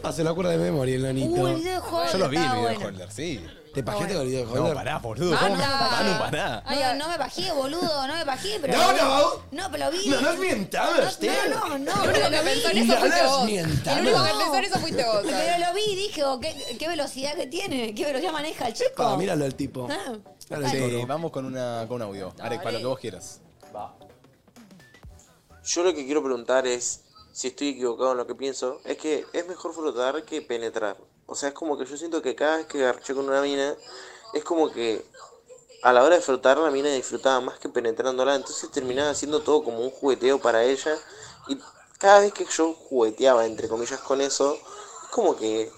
[SPEAKER 4] Ah, se lo acuerda de memoria el nonito.
[SPEAKER 3] Uh, el video de Holder
[SPEAKER 1] Yo los vi el
[SPEAKER 3] estaba
[SPEAKER 1] video de
[SPEAKER 3] bueno.
[SPEAKER 1] Holder, sí.
[SPEAKER 4] ¿Te pajeaste con el video de
[SPEAKER 1] No,
[SPEAKER 4] Holder?
[SPEAKER 1] pará, boludo. ¿Cómo? Manu, pará.
[SPEAKER 2] No, no me bajé, boludo, no me bajé, pero.
[SPEAKER 4] No, no.
[SPEAKER 2] No, pero vi.
[SPEAKER 4] No nos mientamos,
[SPEAKER 2] No,
[SPEAKER 4] tío.
[SPEAKER 2] no, no, no.
[SPEAKER 3] El único
[SPEAKER 2] lo
[SPEAKER 3] que
[SPEAKER 2] vi.
[SPEAKER 3] pensó en eso
[SPEAKER 4] No
[SPEAKER 3] fuiste
[SPEAKER 4] nos
[SPEAKER 3] vos.
[SPEAKER 4] mientas,
[SPEAKER 3] El único
[SPEAKER 4] no.
[SPEAKER 3] que pensó en eso fuiste vos. ¿sabes?
[SPEAKER 2] Pero lo vi y dije, oh, ¿qué, qué velocidad que tiene, qué velocidad maneja el chico.
[SPEAKER 4] Ah, míralo al tipo.
[SPEAKER 2] Ah.
[SPEAKER 4] Míralo al
[SPEAKER 1] Sí,
[SPEAKER 4] tipo.
[SPEAKER 1] Eh, vamos con, una, con un audio. Arek, para lo que vos quieras.
[SPEAKER 15] Yo lo que quiero preguntar es, si estoy equivocado en lo que pienso, es que es mejor frotar que penetrar. O sea, es como que yo siento que cada vez que garché con una mina, es como que a la hora de frotar la mina disfrutaba más que penetrándola. Entonces terminaba haciendo todo como un jugueteo para ella. Y cada vez que yo jugueteaba, entre comillas, con eso, es como que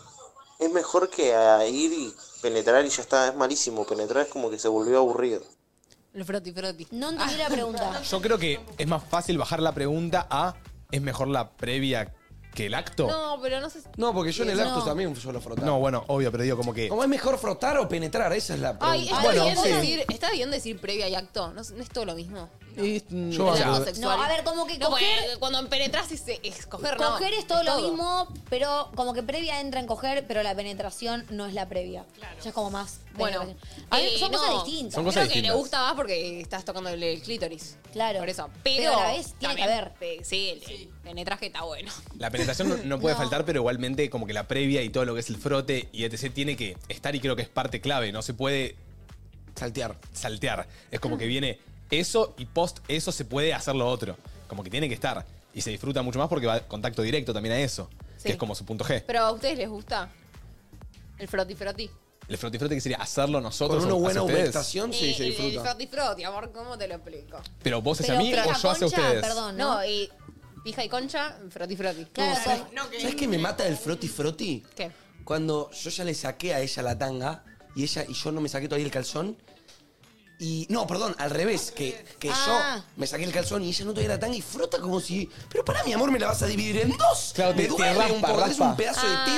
[SPEAKER 15] es mejor que a ir y penetrar y ya está. Es malísimo. Penetrar es como que se volvió aburrido.
[SPEAKER 3] El froti, froti.
[SPEAKER 2] No entendí la pregunta.
[SPEAKER 1] Yo creo que es más fácil bajar la pregunta a ¿es mejor la previa que el acto?
[SPEAKER 3] No, pero no sé. si-
[SPEAKER 4] No, porque yo en el
[SPEAKER 3] No.
[SPEAKER 4] acto también yo lo frotaba.
[SPEAKER 1] No, bueno, obvio, pero digo como que...
[SPEAKER 4] ¿Cómo es mejor frotar o penetrar? Esa es la pregunta.
[SPEAKER 3] Ay, ¿está,
[SPEAKER 1] Bueno,
[SPEAKER 3] bien
[SPEAKER 1] sí.
[SPEAKER 3] decir, ¿está bien decir previa y acto? ¿No, es- no es todo lo mismo?
[SPEAKER 4] Yo
[SPEAKER 3] El acto
[SPEAKER 4] banco.
[SPEAKER 3] sexual.
[SPEAKER 2] No, a ver, como que
[SPEAKER 3] No, porque
[SPEAKER 2] coger-
[SPEAKER 3] cuando penetras es, es coger, no.
[SPEAKER 2] Coger es todo lo mismo, pero como que previa entra en coger, pero la penetración no es la previa. Ya es como más.
[SPEAKER 3] Bueno,
[SPEAKER 2] penetración. A ver,
[SPEAKER 3] eh,
[SPEAKER 2] son
[SPEAKER 3] no.
[SPEAKER 2] cosas distintas.
[SPEAKER 1] Son cosas
[SPEAKER 3] Creo que le
[SPEAKER 1] distintas.
[SPEAKER 3] gusta más porque estás tocando el, el clítoris.
[SPEAKER 2] Claro.
[SPEAKER 3] Por eso. Pero,
[SPEAKER 2] Pero a la vez tiene que
[SPEAKER 3] también, eh, Sí, el, el penetraje está bueno.
[SPEAKER 1] La penetración no, no puede faltar, pero igualmente como que la previa y todo lo que es el frote y etc. tiene que estar y creo que es parte clave. No se puede...
[SPEAKER 4] Saltear.
[SPEAKER 1] Saltear. Es como que viene eso y post eso se puede hacer lo otro. Como que tiene que estar. Y se disfruta mucho más porque va contacto directo también a eso.
[SPEAKER 3] Sí.
[SPEAKER 1] Que es como su punto G.
[SPEAKER 3] Pero ¿a ustedes les gusta el froti froti?
[SPEAKER 1] El frote y frote que sería hacerlo nosotros.
[SPEAKER 4] Con una
[SPEAKER 1] o- hacia
[SPEAKER 4] buena
[SPEAKER 1] ustedes.
[SPEAKER 4] humectación, sí, se
[SPEAKER 3] El- El,
[SPEAKER 4] disfruta.
[SPEAKER 3] froti froti, amor, ¿cómo te lo explico?
[SPEAKER 1] Pero vos hacia
[SPEAKER 3] Pero
[SPEAKER 1] mí o
[SPEAKER 3] pija,
[SPEAKER 1] yo hacia
[SPEAKER 3] concha,
[SPEAKER 1] ustedes.
[SPEAKER 3] Perdón, ¿no? No, y pija y concha, froti froti.
[SPEAKER 4] ¿sabes, ¿sabes qué me mata el froti froti?
[SPEAKER 3] ¿Qué?
[SPEAKER 4] Cuando yo ya le saqué a ella la tanga y ella y yo no me saqué todavía el calzón. Y. No, perdón, al revés, que, que
[SPEAKER 2] Ah.
[SPEAKER 4] yo me saqué el calzón y ella no todavía la tanga y frota como si. Pero para mi amor, me la vas a dividir en dos.
[SPEAKER 1] Claro,
[SPEAKER 4] me
[SPEAKER 1] te- te
[SPEAKER 4] duele un
[SPEAKER 1] raspa,
[SPEAKER 4] poco, es un
[SPEAKER 1] raspa.
[SPEAKER 4] pedazo
[SPEAKER 3] Ah.
[SPEAKER 4] de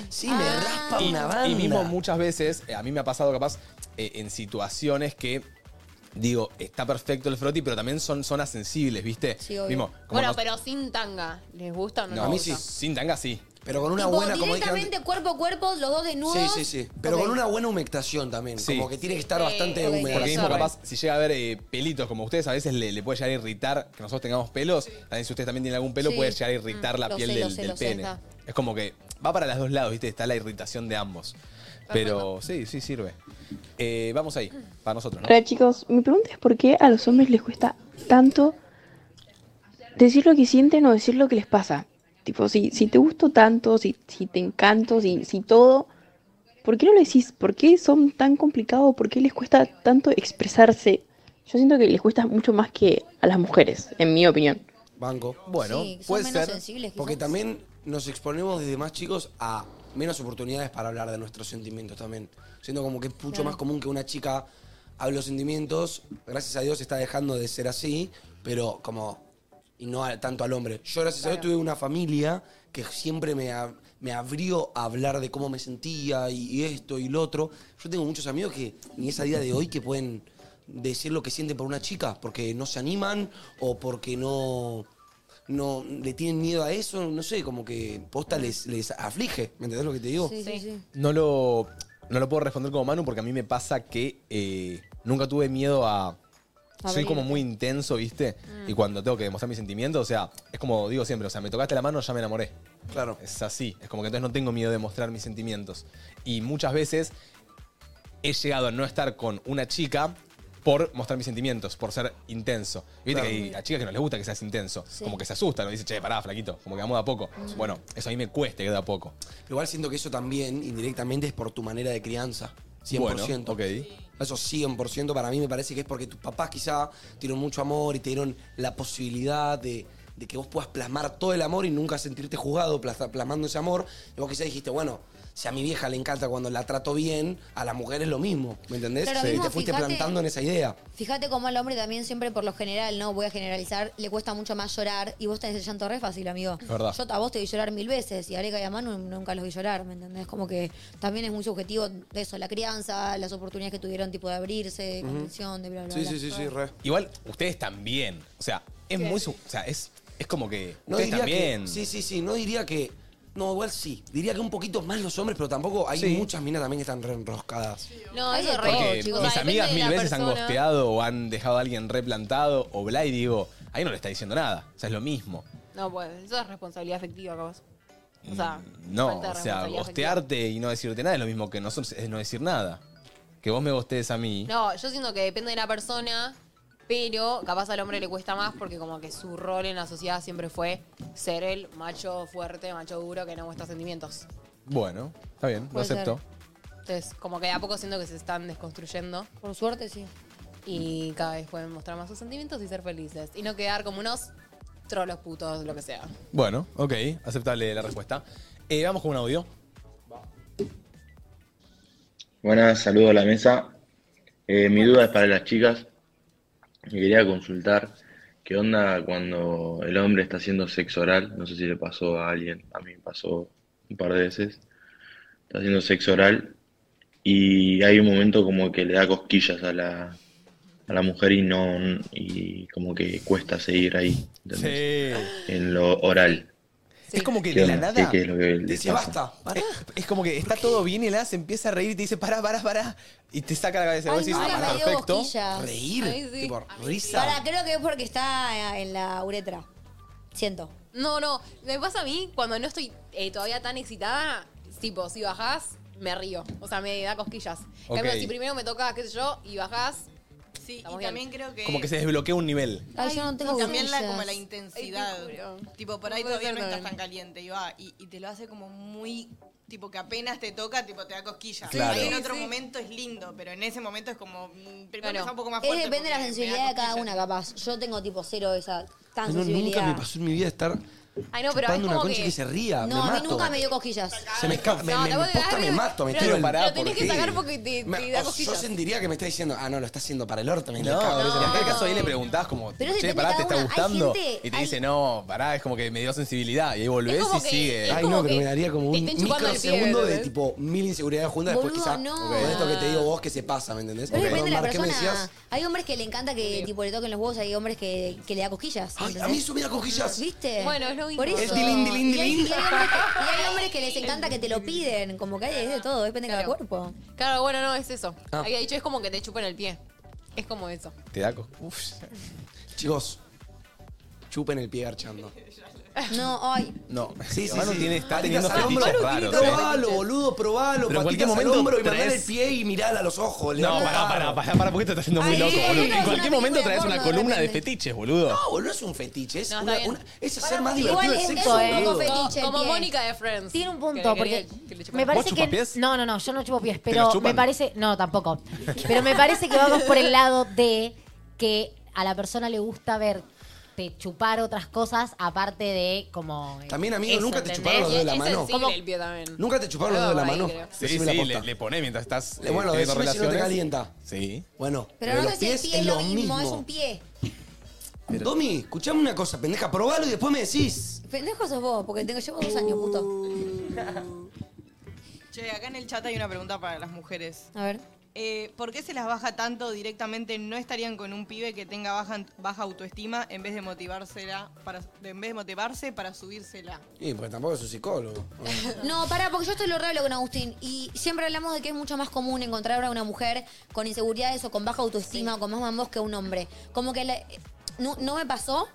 [SPEAKER 4] tela. Sí, me raspa
[SPEAKER 1] y,
[SPEAKER 2] Ah.
[SPEAKER 4] una banda.
[SPEAKER 1] y mismo muchas veces, eh, a mí me ha pasado capaz eh, en situaciones que digo, está perfecto el frotti, pero también son zonas sensibles, ¿viste?
[SPEAKER 3] Sí, obvio.
[SPEAKER 1] Mismo, como
[SPEAKER 3] bueno,
[SPEAKER 1] nos-
[SPEAKER 3] pero sin tanga, ¿les gusta o no?
[SPEAKER 1] no,
[SPEAKER 3] les
[SPEAKER 1] a mí sí,
[SPEAKER 3] gusta?
[SPEAKER 1] sin tanga sí.
[SPEAKER 4] Pero con una
[SPEAKER 2] Tipo,
[SPEAKER 4] buena, como dije antes.
[SPEAKER 2] directamente cuerpo a cuerpo, los dos
[SPEAKER 4] Sí,
[SPEAKER 2] desnudos.
[SPEAKER 4] sí, sí. Pero
[SPEAKER 2] Ok.
[SPEAKER 4] con una buena humectación también.
[SPEAKER 1] Sí.
[SPEAKER 4] Como que tiene que estar
[SPEAKER 2] Sí,
[SPEAKER 4] bastante
[SPEAKER 2] ok,
[SPEAKER 4] húmeda.
[SPEAKER 1] Porque mismo capaz, si llega a haber eh, pelitos como ustedes, a veces le, le puede llegar a irritar que nosotros tengamos pelos. También si ustedes también tienen algún pelo,
[SPEAKER 3] Sí.
[SPEAKER 1] puede llegar a irritar
[SPEAKER 3] Mm,
[SPEAKER 1] la
[SPEAKER 3] lo
[SPEAKER 1] piel
[SPEAKER 3] sé,
[SPEAKER 1] del,
[SPEAKER 3] lo sé,
[SPEAKER 1] del
[SPEAKER 3] lo sé,
[SPEAKER 1] pene.
[SPEAKER 3] está.
[SPEAKER 1] es como que va para los dos lados, ¿viste? Está la irritación de ambos. Pero sí, sí sirve. Eh, vamos ahí, para nosotros. ¿no?
[SPEAKER 16] Hola chicos, mi pregunta es por qué a los hombres les cuesta tanto decir lo que sienten o decir lo que les pasa. Tipo, si, si te gusto tanto, si, si te encanto, si, si todo, ¿por qué no lo decís? ¿Por qué son tan complicados? ¿Por qué les cuesta tanto expresarse? Yo siento que les cuesta mucho más que a las mujeres, en mi opinión.
[SPEAKER 4] Banco.
[SPEAKER 1] Bueno,
[SPEAKER 2] Sí, son puede menos ser. sensibles, quizás.
[SPEAKER 4] Porque también nos exponemos desde más chicos a menos oportunidades para hablar de nuestros sentimientos también. Siendo como que es mucho
[SPEAKER 2] Claro.
[SPEAKER 4] más común que una chica hable los sentimientos. Gracias a Dios está dejando de ser así, pero como. Y no a- tanto al hombre. Yo, gracias a Dios, tuve una familia que siempre me, ab- me abrió a hablar de cómo me sentía y, y esto y lo otro. Yo tengo muchos amigos que ni esa día de hoy que pueden decir lo que sienten por una chica porque no se animan o porque no no le tienen miedo a eso, no sé, como que posta les, les aflige, ¿me entendés lo que te digo?
[SPEAKER 2] Sí, sí, sí.
[SPEAKER 1] No lo, no lo puedo responder como Manu porque a mí me pasa que eh, nunca tuve miedo a... Soy
[SPEAKER 2] Abrirte.
[SPEAKER 1] como muy intenso, ¿viste?
[SPEAKER 4] Mm.
[SPEAKER 1] Y cuando tengo que demostrar mis sentimientos, o sea, es como digo siempre, o sea, me tocaste la mano, ya me enamoré.
[SPEAKER 4] Claro.
[SPEAKER 1] Es así, es como que entonces no tengo miedo de mostrar mis sentimientos. Y muchas veces he llegado a no estar con una chica por mostrar mis sentimientos, por ser intenso. Y viste
[SPEAKER 4] Claro.
[SPEAKER 1] que hay a chicas que no les gusta que seas intenso.
[SPEAKER 4] Sí.
[SPEAKER 1] Como que se asustan, ¿no? dice, che, pará, flaquito, como que vamos de a poco.
[SPEAKER 4] Mm.
[SPEAKER 1] Bueno, eso a mí me cuesta que de a poco.
[SPEAKER 4] Igual siento que eso también, indirectamente, es por tu manera de crianza. 100%.
[SPEAKER 1] Bueno, ok.
[SPEAKER 4] Eso 100% para mí me parece que es porque tus papás quizá te dieron mucho amor y te dieron la posibilidad de, de que vos puedas plasmar todo el amor y nunca sentirte juzgado plas- plasmando ese amor. Y vos quizá dijiste, bueno, si a mi vieja le encanta cuando la trato bien, a las mujeres lo mismo, ¿me entendés?
[SPEAKER 2] Claro,
[SPEAKER 4] y
[SPEAKER 2] mismo,
[SPEAKER 4] te fuiste
[SPEAKER 2] fíjate-
[SPEAKER 4] plantando en esa idea.
[SPEAKER 2] Fíjate cómo al hombre también siempre por lo general, no voy a generalizar, le cuesta mucho más llorar y vos tenés el llanto re fácil, amigo.
[SPEAKER 4] Es verdad.
[SPEAKER 2] Yo a vos te vi llorar mil veces y a Areca y a Manu nunca los vi llorar, ¿me entendés? Como que también es muy subjetivo de eso, la crianza, las oportunidades que tuvieron tipo de abrirse, de
[SPEAKER 1] Ujú.
[SPEAKER 2] contención, de bla, bla, bla.
[SPEAKER 4] re.
[SPEAKER 1] Igual, ustedes también. O sea, es muy. su- o sea, es, es como que.
[SPEAKER 4] No
[SPEAKER 1] ustedes
[SPEAKER 4] diría
[SPEAKER 1] también.
[SPEAKER 4] que- sí, sí, sí. No diría que. No, igual sí. Diría que un poquito más los hombres, pero tampoco hay muchas minas también que están re enroscadas.
[SPEAKER 3] No,
[SPEAKER 2] eso es
[SPEAKER 1] Porque
[SPEAKER 3] re, chicos.
[SPEAKER 1] mis
[SPEAKER 3] O sea,
[SPEAKER 1] amigas
[SPEAKER 3] depende de
[SPEAKER 1] mil
[SPEAKER 3] la
[SPEAKER 1] veces han
[SPEAKER 3] persona.
[SPEAKER 1] gosteado o han dejado a alguien replantado o bla y digo, ahí no le está diciendo nada. O sea, es lo mismo.
[SPEAKER 3] No, pues, eso es responsabilidad afectiva, capaz. O sea,
[SPEAKER 1] No,
[SPEAKER 3] falta de
[SPEAKER 1] o sea,
[SPEAKER 3] responsabilidad
[SPEAKER 1] gostearte y no decirte nada es lo mismo que nosotros es no decir nada. Que vos me gostees a mí.
[SPEAKER 3] No, yo siento que depende de la persona, pero capaz al hombre le cuesta más porque como que su rol en la sociedad siempre fue ser el macho fuerte, macho duro que no muestra sentimientos.
[SPEAKER 1] Bueno, está bien, lo
[SPEAKER 3] Puede ser.
[SPEAKER 1] acepto.
[SPEAKER 3] Entonces, como que de a poco siento que se están desconstruyendo.
[SPEAKER 2] Por suerte, sí.
[SPEAKER 3] Y cada vez pueden mostrar más sus sentimientos y ser felices. Y no quedar como unos trolos putos, lo que sea.
[SPEAKER 1] Bueno, ok, aceptable la respuesta. Eh, vamos con un audio.
[SPEAKER 17] Buenas, saludo a la mesa. Eh, mi duda es para las chicas. Me quería consultar qué onda cuando el hombre está haciendo sexo oral. No sé si le pasó a alguien, a mí me pasó un par de veces. Está haciendo sexo oral y hay un momento como que le da cosquillas a la, a la mujer y no, y como que cuesta seguir ahí, ¿entendés? En lo oral.
[SPEAKER 1] Es como que
[SPEAKER 17] ¿Qué
[SPEAKER 1] de la
[SPEAKER 17] onda?
[SPEAKER 1] nada.
[SPEAKER 17] ¿Qué- qué es lo que le
[SPEAKER 1] Dice,
[SPEAKER 17] pasa?
[SPEAKER 1] basta,
[SPEAKER 2] Eh,
[SPEAKER 1] pará. Es, como que está todo bien y la se empieza a reír y te dice, pará, pará, pará. Y te saca la cabeza. Y
[SPEAKER 2] Ay,
[SPEAKER 1] vos decís,
[SPEAKER 2] nunca
[SPEAKER 1] "Ah,
[SPEAKER 2] me dio
[SPEAKER 1] perfecto.
[SPEAKER 2] cosquillas.
[SPEAKER 1] Reír.
[SPEAKER 2] Ay, sí.
[SPEAKER 1] tipo, risa.
[SPEAKER 2] Para, creo que es porque está eh, en la uretra. Siento.
[SPEAKER 3] No, no, me pasa a mí cuando no estoy eh, todavía tan excitada, tipo, si bajás, me río. O sea, me da cosquillas. En
[SPEAKER 1] Ok.
[SPEAKER 3] Cambio, si primero me toca, qué sé yo, y bajás.
[SPEAKER 5] Sí,
[SPEAKER 3] estamos
[SPEAKER 5] y
[SPEAKER 3] bien.
[SPEAKER 5] también creo que.
[SPEAKER 1] Como que se desbloquea un nivel.
[SPEAKER 2] Ay, Ah, yo no tengo
[SPEAKER 5] y también la,
[SPEAKER 2] cosquillas.
[SPEAKER 5] como la intensidad. tipo, por
[SPEAKER 3] No
[SPEAKER 5] ahí
[SPEAKER 3] puede
[SPEAKER 5] todavía
[SPEAKER 3] ser
[SPEAKER 5] no estás
[SPEAKER 3] también.
[SPEAKER 5] tan caliente y va. Y, y te lo hace como muy. Tipo, que apenas te toca, tipo, te da cosquillas.
[SPEAKER 1] Claro.
[SPEAKER 5] Ahí en
[SPEAKER 1] Sí,
[SPEAKER 5] otro
[SPEAKER 1] sí.
[SPEAKER 5] momento es lindo, pero en ese momento es como. mm, Primero
[SPEAKER 2] Claro.
[SPEAKER 5] está un poco más
[SPEAKER 2] Es
[SPEAKER 5] fuerte.
[SPEAKER 2] depende de la
[SPEAKER 5] porque me da
[SPEAKER 2] sensibilidad de cada
[SPEAKER 5] cosquillas.
[SPEAKER 2] una, capaz. Yo tengo tipo cero esa tan
[SPEAKER 4] No,
[SPEAKER 2] sensibilidad.
[SPEAKER 4] nunca me pasó en mi vida estar
[SPEAKER 2] Ay, no, pero
[SPEAKER 4] chupando
[SPEAKER 2] es
[SPEAKER 4] una
[SPEAKER 2] como
[SPEAKER 4] concha
[SPEAKER 2] que-
[SPEAKER 4] que... se
[SPEAKER 2] No,
[SPEAKER 4] ría. me
[SPEAKER 2] a mí
[SPEAKER 4] mato.
[SPEAKER 2] nunca me dio cosquillas.
[SPEAKER 4] Se me escapa, me,
[SPEAKER 2] No,
[SPEAKER 4] me-
[SPEAKER 2] te voy a
[SPEAKER 4] posta
[SPEAKER 2] dejar-
[SPEAKER 4] me mato, me
[SPEAKER 2] pero
[SPEAKER 4] tiro el
[SPEAKER 2] lo
[SPEAKER 4] parado.
[SPEAKER 2] tenés que sacar porque te-
[SPEAKER 4] Me-
[SPEAKER 2] te da
[SPEAKER 4] o- Yo
[SPEAKER 2] cosquillas.
[SPEAKER 4] sentiría que me está diciendo, ah, no, lo está haciendo para el orto. Me
[SPEAKER 1] No,
[SPEAKER 4] encanta.
[SPEAKER 1] en aquel caso ahí le preguntás como,
[SPEAKER 2] Pero
[SPEAKER 1] che,
[SPEAKER 2] depende
[SPEAKER 1] pará,
[SPEAKER 2] cada
[SPEAKER 1] ¿te está
[SPEAKER 2] una. Hay
[SPEAKER 1] gustando?
[SPEAKER 2] gente-
[SPEAKER 1] y te
[SPEAKER 2] hay-
[SPEAKER 1] dice, no, pará, es como que me dio sensibilidad. Y ahí volvés
[SPEAKER 2] como
[SPEAKER 1] y
[SPEAKER 2] que-
[SPEAKER 1] sigue.
[SPEAKER 2] es
[SPEAKER 4] Ay,
[SPEAKER 2] como
[SPEAKER 4] no, pero
[SPEAKER 2] que
[SPEAKER 4] me daría como
[SPEAKER 2] te
[SPEAKER 4] un
[SPEAKER 2] estén chupando el pie,
[SPEAKER 4] microsegundo de
[SPEAKER 2] ¿entendés?
[SPEAKER 4] tipo mil inseguridades juntas. Después
[SPEAKER 2] Boludo,
[SPEAKER 4] quizá,
[SPEAKER 2] no.
[SPEAKER 4] con esto que te digo vos, que se pasa, ¿me entendés?
[SPEAKER 2] Pero
[SPEAKER 4] Porque
[SPEAKER 2] depende de la
[SPEAKER 4] Mar, ¿qué me
[SPEAKER 2] persona.
[SPEAKER 4] decías?
[SPEAKER 2] Hay hombres que le encanta que tipo le toquen los huevos, hay hombres que, que le da cosquillas.
[SPEAKER 4] Ay, a mí eso me da cosquillas.
[SPEAKER 2] ¿Viste?
[SPEAKER 3] Bueno, es lo mismo.
[SPEAKER 2] Por eso.
[SPEAKER 4] Es dilín, dilín,
[SPEAKER 2] Y hay,
[SPEAKER 4] dilín.
[SPEAKER 2] y hay hombres que, y hay hombres que les encanta que te lo piden. Como que hay es de todo, depende de cada cuerpo.
[SPEAKER 3] Claro, bueno, no, es eso.
[SPEAKER 4] Ah.
[SPEAKER 3] Había dicho, es como que te chupan el pie. Es como eso.
[SPEAKER 1] Te da cos- Uf.
[SPEAKER 4] Chicos, chupen el pie garchando.
[SPEAKER 2] No, ay.
[SPEAKER 1] No,
[SPEAKER 4] Sí, sí,
[SPEAKER 1] Manu
[SPEAKER 4] sí.
[SPEAKER 1] tiene, está
[SPEAKER 4] Patitas
[SPEAKER 1] teniendo
[SPEAKER 4] al hombro,
[SPEAKER 1] fetiches raros. ¿eh?
[SPEAKER 4] Probalo, boludo, probalo.
[SPEAKER 1] Pero en cualquier
[SPEAKER 4] patitas al
[SPEAKER 1] momento
[SPEAKER 4] hombro y mandar el
[SPEAKER 1] traes-
[SPEAKER 4] pie y mirala a los ojos.
[SPEAKER 1] No, pará, pará, pará, pará, porque te estás haciendo muy
[SPEAKER 4] Ay,
[SPEAKER 1] loco,
[SPEAKER 4] eh,
[SPEAKER 1] boludo.
[SPEAKER 4] esto
[SPEAKER 1] En
[SPEAKER 4] es
[SPEAKER 1] cualquier
[SPEAKER 4] una
[SPEAKER 1] momento
[SPEAKER 4] película
[SPEAKER 1] traes
[SPEAKER 4] de
[SPEAKER 1] una
[SPEAKER 4] porno,
[SPEAKER 1] columna de
[SPEAKER 4] depende.
[SPEAKER 1] fetish, boludo.
[SPEAKER 4] No, boludo, es un fetiche. Es,
[SPEAKER 3] No, está
[SPEAKER 4] una,
[SPEAKER 3] bien.
[SPEAKER 4] una- es hacer más
[SPEAKER 3] Igual
[SPEAKER 4] divertido el
[SPEAKER 3] es-
[SPEAKER 4] sexo,
[SPEAKER 3] es un poco
[SPEAKER 4] boludo.
[SPEAKER 3] fetiche.
[SPEAKER 13] Che,
[SPEAKER 3] Como
[SPEAKER 13] bien.
[SPEAKER 3] Mónica de Friends.
[SPEAKER 13] Tiene un
[SPEAKER 3] Que
[SPEAKER 13] punto,
[SPEAKER 3] le quería-
[SPEAKER 13] porque
[SPEAKER 3] que le chupan.
[SPEAKER 13] me parece
[SPEAKER 1] chupas
[SPEAKER 13] que...
[SPEAKER 1] pies?
[SPEAKER 13] No, no, no, yo no chupo pies,
[SPEAKER 1] los
[SPEAKER 13] pero
[SPEAKER 1] chupan?
[SPEAKER 13] me parece... No, tampoco. Pero me parece que vamos por el lado de que a la persona le gusta ver te chupar otras cosas aparte de como... eh,
[SPEAKER 4] También, amigo,
[SPEAKER 13] eso,
[SPEAKER 4] nunca te
[SPEAKER 13] ¿entendés?
[SPEAKER 4] chuparon los dedos de la
[SPEAKER 3] Es
[SPEAKER 4] mano.
[SPEAKER 3] sensible el pie también.
[SPEAKER 4] Nunca te chuparon los dedos de la
[SPEAKER 3] Ahí,
[SPEAKER 4] mano.
[SPEAKER 3] creo.
[SPEAKER 1] Sí, sí,
[SPEAKER 4] Decime la
[SPEAKER 1] le,
[SPEAKER 4] posta.
[SPEAKER 1] le pone mientras estás eh,
[SPEAKER 4] Bueno,
[SPEAKER 1] teniendo
[SPEAKER 4] decime si no te
[SPEAKER 1] relaciones.
[SPEAKER 4] calienta.
[SPEAKER 1] Sí.
[SPEAKER 4] Bueno,
[SPEAKER 2] Pero no,
[SPEAKER 4] los
[SPEAKER 2] sé si el
[SPEAKER 4] pies
[SPEAKER 2] pie es lo mismo, es un pie.
[SPEAKER 4] Domi, escuchame una cosa, pendeja, probalo y después me decís.
[SPEAKER 2] Pendejo sos vos, porque tengo llevo dos años, puto.
[SPEAKER 4] Uh.
[SPEAKER 5] Che, acá en el chat hay una pregunta para las mujeres.
[SPEAKER 2] A ver.
[SPEAKER 5] Eh, ¿Por qué se las baja tanto directamente? ¿No estarían con un pibe que tenga baja, baja autoestima en vez de motivársela para, en vez de motivarse para subírsela?
[SPEAKER 4] Y porque tampoco es un psicólogo.
[SPEAKER 3] Ah,
[SPEAKER 2] No, pará, porque yo esto lo re hablo con Agustín y siempre hablamos de que es mucho más común encontrar a una mujer con inseguridades o con baja eh, autoestima o con más mambos que un hombre. Como que la- no, no me pasó,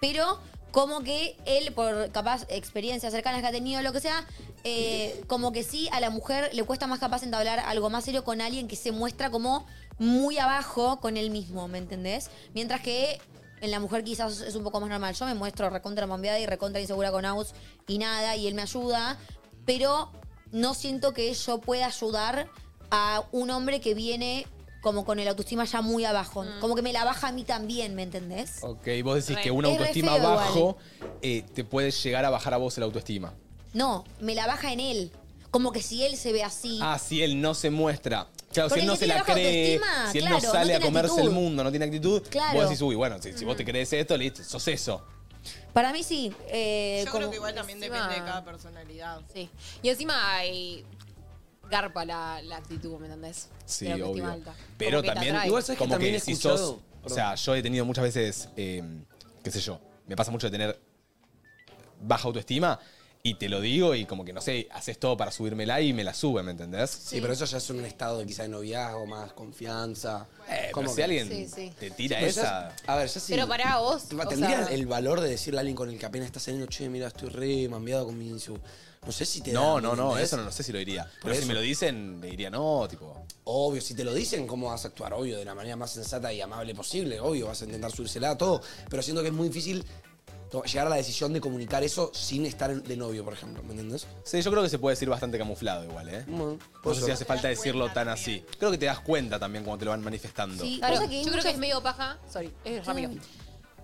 [SPEAKER 2] pero como que él, por capaz experiencias cercanas que ha tenido, lo que sea, eh, como que sí, a la mujer le cuesta más capaz entablar algo más serio con alguien que se muestra como muy abajo con él mismo, ¿me entendés? Mientras que en la mujer quizás es un poco más normal. Yo me muestro recontra bombeada y recontra insegura con Aus y nada, y él me ayuda, pero no siento que yo pueda ayudar a un hombre que viene como con el autoestima ya muy abajo. Como que me la baja a mí también, ¿me entendés?
[SPEAKER 1] Ok, vos decís que una
[SPEAKER 2] Es re
[SPEAKER 1] autoestima
[SPEAKER 2] feo
[SPEAKER 1] bajo eh, te puede llegar a bajar a vos el autoestima.
[SPEAKER 2] No, me la baja en él. Como que si él se ve así.
[SPEAKER 1] Ah, si él no se muestra. Claro,
[SPEAKER 2] Porque
[SPEAKER 1] si él no
[SPEAKER 2] si
[SPEAKER 1] se
[SPEAKER 2] tiene
[SPEAKER 1] la
[SPEAKER 2] baja
[SPEAKER 1] cree,
[SPEAKER 2] autoestima,
[SPEAKER 1] si él
[SPEAKER 2] claro,
[SPEAKER 1] no
[SPEAKER 2] no
[SPEAKER 1] sale a
[SPEAKER 2] tiene
[SPEAKER 1] comerse el
[SPEAKER 2] actitud.
[SPEAKER 1] mundo, no tiene actitud,
[SPEAKER 2] Claro. Mm.
[SPEAKER 1] vos decís, uy, bueno, si, si vos te crees esto, listo, sos eso.
[SPEAKER 2] Para mí sí. eh,
[SPEAKER 5] Yo
[SPEAKER 2] como-
[SPEAKER 5] creo que igual también
[SPEAKER 3] encima-
[SPEAKER 5] depende de cada personalidad.
[SPEAKER 3] Sí. Y encima hay garpa la, la actitud, ¿me entendés?
[SPEAKER 1] Sí,
[SPEAKER 3] La autoestima
[SPEAKER 1] obvio.
[SPEAKER 3] alta.
[SPEAKER 1] Pero
[SPEAKER 3] Como que te
[SPEAKER 1] también,
[SPEAKER 3] atrae.
[SPEAKER 1] como que si sos.
[SPEAKER 4] escuchado-
[SPEAKER 1] O sea, yo he tenido muchas veces, eh, qué sé yo, me pasa mucho de tener baja autoestima y te lo digo y como que no sé, haces todo para subírmela y me la sube, ¿me entendés?
[SPEAKER 4] Sí, pero eso ya es un estado de quizá de noviazgo, más confianza.
[SPEAKER 1] Eh,
[SPEAKER 4] Como
[SPEAKER 1] pero si
[SPEAKER 4] que-
[SPEAKER 1] alguien
[SPEAKER 3] Sí, sí.
[SPEAKER 1] te tira
[SPEAKER 4] Pero ya-
[SPEAKER 1] esa.
[SPEAKER 4] a ver, ya sí.
[SPEAKER 3] Pero pará, vos, o
[SPEAKER 4] ¿Tendrías
[SPEAKER 3] sea-
[SPEAKER 4] el valor de decirle a alguien con el que apenas estás saliendo, che, mira, estoy re mambiado con mi insu? No sé si te
[SPEAKER 1] No,
[SPEAKER 4] da,
[SPEAKER 1] no, no,
[SPEAKER 4] ¿entendés?
[SPEAKER 1] eso no, no sé si lo diría.
[SPEAKER 4] ¿eh? Por
[SPEAKER 1] Pero si
[SPEAKER 4] eso.
[SPEAKER 1] me lo dicen, le diría no, tipo.
[SPEAKER 4] Obvio, si te lo dicen, ¿cómo vas a actuar? Obvio, de la manera más sensata y amable posible. Obvio, vas a intentar subírsela a todo. Pero siento que es muy difícil to- llegar a la decisión de comunicar eso sin estar en- de novio, por ejemplo. ¿Me entendés?
[SPEAKER 1] Sí, yo creo que se puede decir bastante camuflado igual, ¿eh? No
[SPEAKER 4] puede
[SPEAKER 1] sé
[SPEAKER 4] ser.
[SPEAKER 1] si hace falta decirlo tan así. Creo que te das cuenta también cuando te lo van manifestando.
[SPEAKER 3] Sí, claro, yo creo que es medio paja. Sorry, es rápido.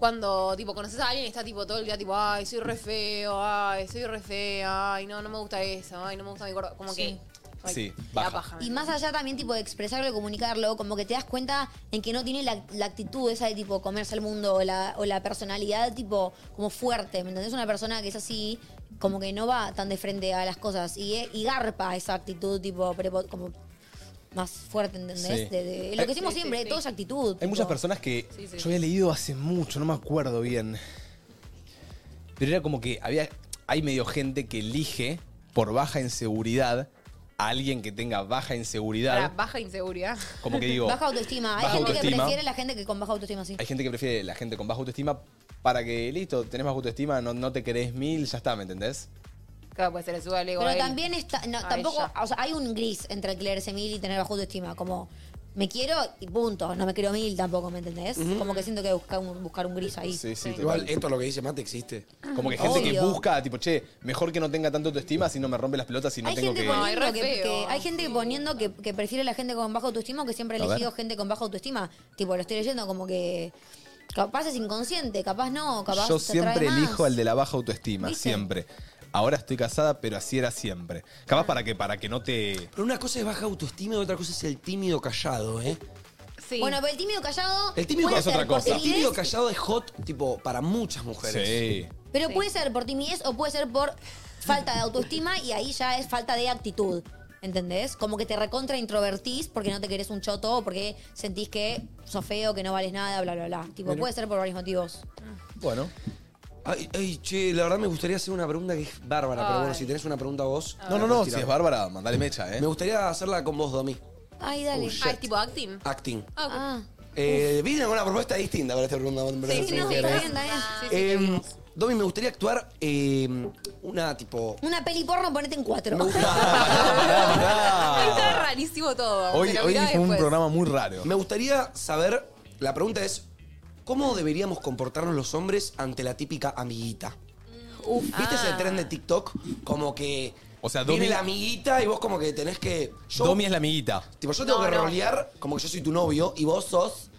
[SPEAKER 3] Cuando tipo conoces a alguien y está tipo todo el día tipo, ay, soy re feo, ay, soy re fea, ay, no, no me gusta eso, ay, no me gusta mi gordo. Como que. ay,
[SPEAKER 1] Sí,
[SPEAKER 3] la
[SPEAKER 1] baja.
[SPEAKER 3] paja.
[SPEAKER 2] Y más allá también tipo de expresarlo y comunicarlo, como que te das cuenta en que no tiene la, la actitud esa de tipo comerse al mundo o la, o la personalidad tipo como fuerte, ¿me entendés? Una persona que es así, como que no va tan de frente a las cosas y, y garpa esa actitud tipo prepo- como más fuerte, ¿entendés?
[SPEAKER 1] Sí.
[SPEAKER 2] De- de- lo que
[SPEAKER 1] Eh,
[SPEAKER 2] decimos
[SPEAKER 3] sí, sí,
[SPEAKER 2] siempre,
[SPEAKER 3] sí.
[SPEAKER 2] todo es actitud.
[SPEAKER 1] Hay
[SPEAKER 2] tipo.
[SPEAKER 1] muchas personas que
[SPEAKER 2] Sí, sí.
[SPEAKER 1] yo había leído hace mucho, no me acuerdo bien. Pero era como que había. Hay medio gente que elige por baja inseguridad a alguien que tenga baja inseguridad.
[SPEAKER 3] Para baja inseguridad.
[SPEAKER 1] Como que digo,
[SPEAKER 2] baja autoestima. Hay
[SPEAKER 1] baja
[SPEAKER 2] gente que
[SPEAKER 1] autoestima.
[SPEAKER 2] prefiere la gente que con baja autoestima, sí.
[SPEAKER 1] Hay gente que prefiere la gente con baja autoestima para que, listo, tenés baja autoestima, no, no te querés mil, ya está, ¿me entendés?
[SPEAKER 3] Claro, pues se le sube el ego. a
[SPEAKER 2] Pero
[SPEAKER 3] él.
[SPEAKER 2] también está, no,
[SPEAKER 3] A
[SPEAKER 2] tampoco,
[SPEAKER 3] ella.
[SPEAKER 2] o sea, hay un gris entre el creerse mil y tener bajo autoestima, como me quiero y punto, no me quiero mil tampoco, ¿me entendés?
[SPEAKER 4] Ujú.
[SPEAKER 2] Como que siento que buscar un, buscar un gris ahí.
[SPEAKER 4] Igual, esto lo que dice Mate existe.
[SPEAKER 1] Como que gente que
[SPEAKER 2] Obvio.
[SPEAKER 1] busca, tipo, che, mejor que no tenga tanto autoestima si no me rompe las pelotas y no
[SPEAKER 2] Hay
[SPEAKER 1] tengo
[SPEAKER 2] gente,
[SPEAKER 1] que.
[SPEAKER 2] poniendo que,
[SPEAKER 3] re feo.
[SPEAKER 2] que- hay gente poniendo que, que prefiere la gente con baja autoestima o que siempre ha
[SPEAKER 1] A ver.
[SPEAKER 2] elegido gente con baja autoestima. Tipo, lo estoy leyendo como que capaz es inconsciente, capaz no, capaz
[SPEAKER 1] Yo
[SPEAKER 2] te atrae
[SPEAKER 1] siempre
[SPEAKER 2] más.
[SPEAKER 1] elijo al de la baja autoestima,
[SPEAKER 2] ¿Viste?
[SPEAKER 1] siempre. Ahora estoy casada, pero así era siempre. Capaz para que para que no te.
[SPEAKER 4] Pero una cosa es baja autoestima y otra cosa Pues es el tímido callado, ¿eh?
[SPEAKER 2] Bueno, pero el tímido callado.
[SPEAKER 4] El tímido,
[SPEAKER 2] puede ser por
[SPEAKER 4] El
[SPEAKER 2] timidez,
[SPEAKER 4] tímido callado es hot, tipo, para muchas mujeres.
[SPEAKER 1] Sí.
[SPEAKER 2] Pero puede ser por timidez o puede ser por falta de autoestima y ahí ya es falta de actitud. ¿Entendés? Como que te recontra introvertís porque no te querés un choto o porque sentís que sos feo, que no vales nada, bla, bla, bla. Tipo,
[SPEAKER 4] Bueno.
[SPEAKER 2] puede ser por varios motivos.
[SPEAKER 1] Bueno.
[SPEAKER 4] Ay, ay, che, la verdad me gustaría hacer una pregunta que es bárbara, pero bueno,
[SPEAKER 2] Ay.
[SPEAKER 4] si tenés una pregunta vos.
[SPEAKER 1] No, no, no, si es bárbara, mandale mecha, ¿eh?
[SPEAKER 4] Me gustaría hacerla con vos, Domi.
[SPEAKER 2] Ay, dale.
[SPEAKER 4] Oh, shit.
[SPEAKER 3] Ah, es tipo acting.
[SPEAKER 4] Acting.
[SPEAKER 3] Ah, ok.
[SPEAKER 4] Eh, vine con una propuesta distinta para este esta pregunta. para
[SPEAKER 3] Sí,
[SPEAKER 4] esta
[SPEAKER 3] sí,
[SPEAKER 4] pregunta,
[SPEAKER 3] sí,
[SPEAKER 4] ¿eh?
[SPEAKER 3] está bien, está bien.
[SPEAKER 4] Eh, Domi, me gustaría actuar eh, una tipo.
[SPEAKER 2] Una peli porno, ponete en cuatro.
[SPEAKER 3] Está rarísimo todo.
[SPEAKER 1] Hoy,
[SPEAKER 3] pero
[SPEAKER 1] hoy
[SPEAKER 3] mirá
[SPEAKER 1] fue un
[SPEAKER 3] después.
[SPEAKER 1] programa muy raro.
[SPEAKER 4] Me gustaría saber. La pregunta es: ¿cómo deberíamos comportarnos los hombres ante la típica amiguita? ¿Viste ese
[SPEAKER 3] Ah.
[SPEAKER 4] tren de TikTok? Como que.
[SPEAKER 1] O sea,
[SPEAKER 4] viene
[SPEAKER 1] Domi-
[SPEAKER 4] la amiguita y vos como que tenés que. yo-
[SPEAKER 1] Domi es la amiguita.
[SPEAKER 4] Tipo, yo tengo
[SPEAKER 1] No,
[SPEAKER 4] que
[SPEAKER 1] no.
[SPEAKER 4] rolear como que yo soy tu novio y vos sos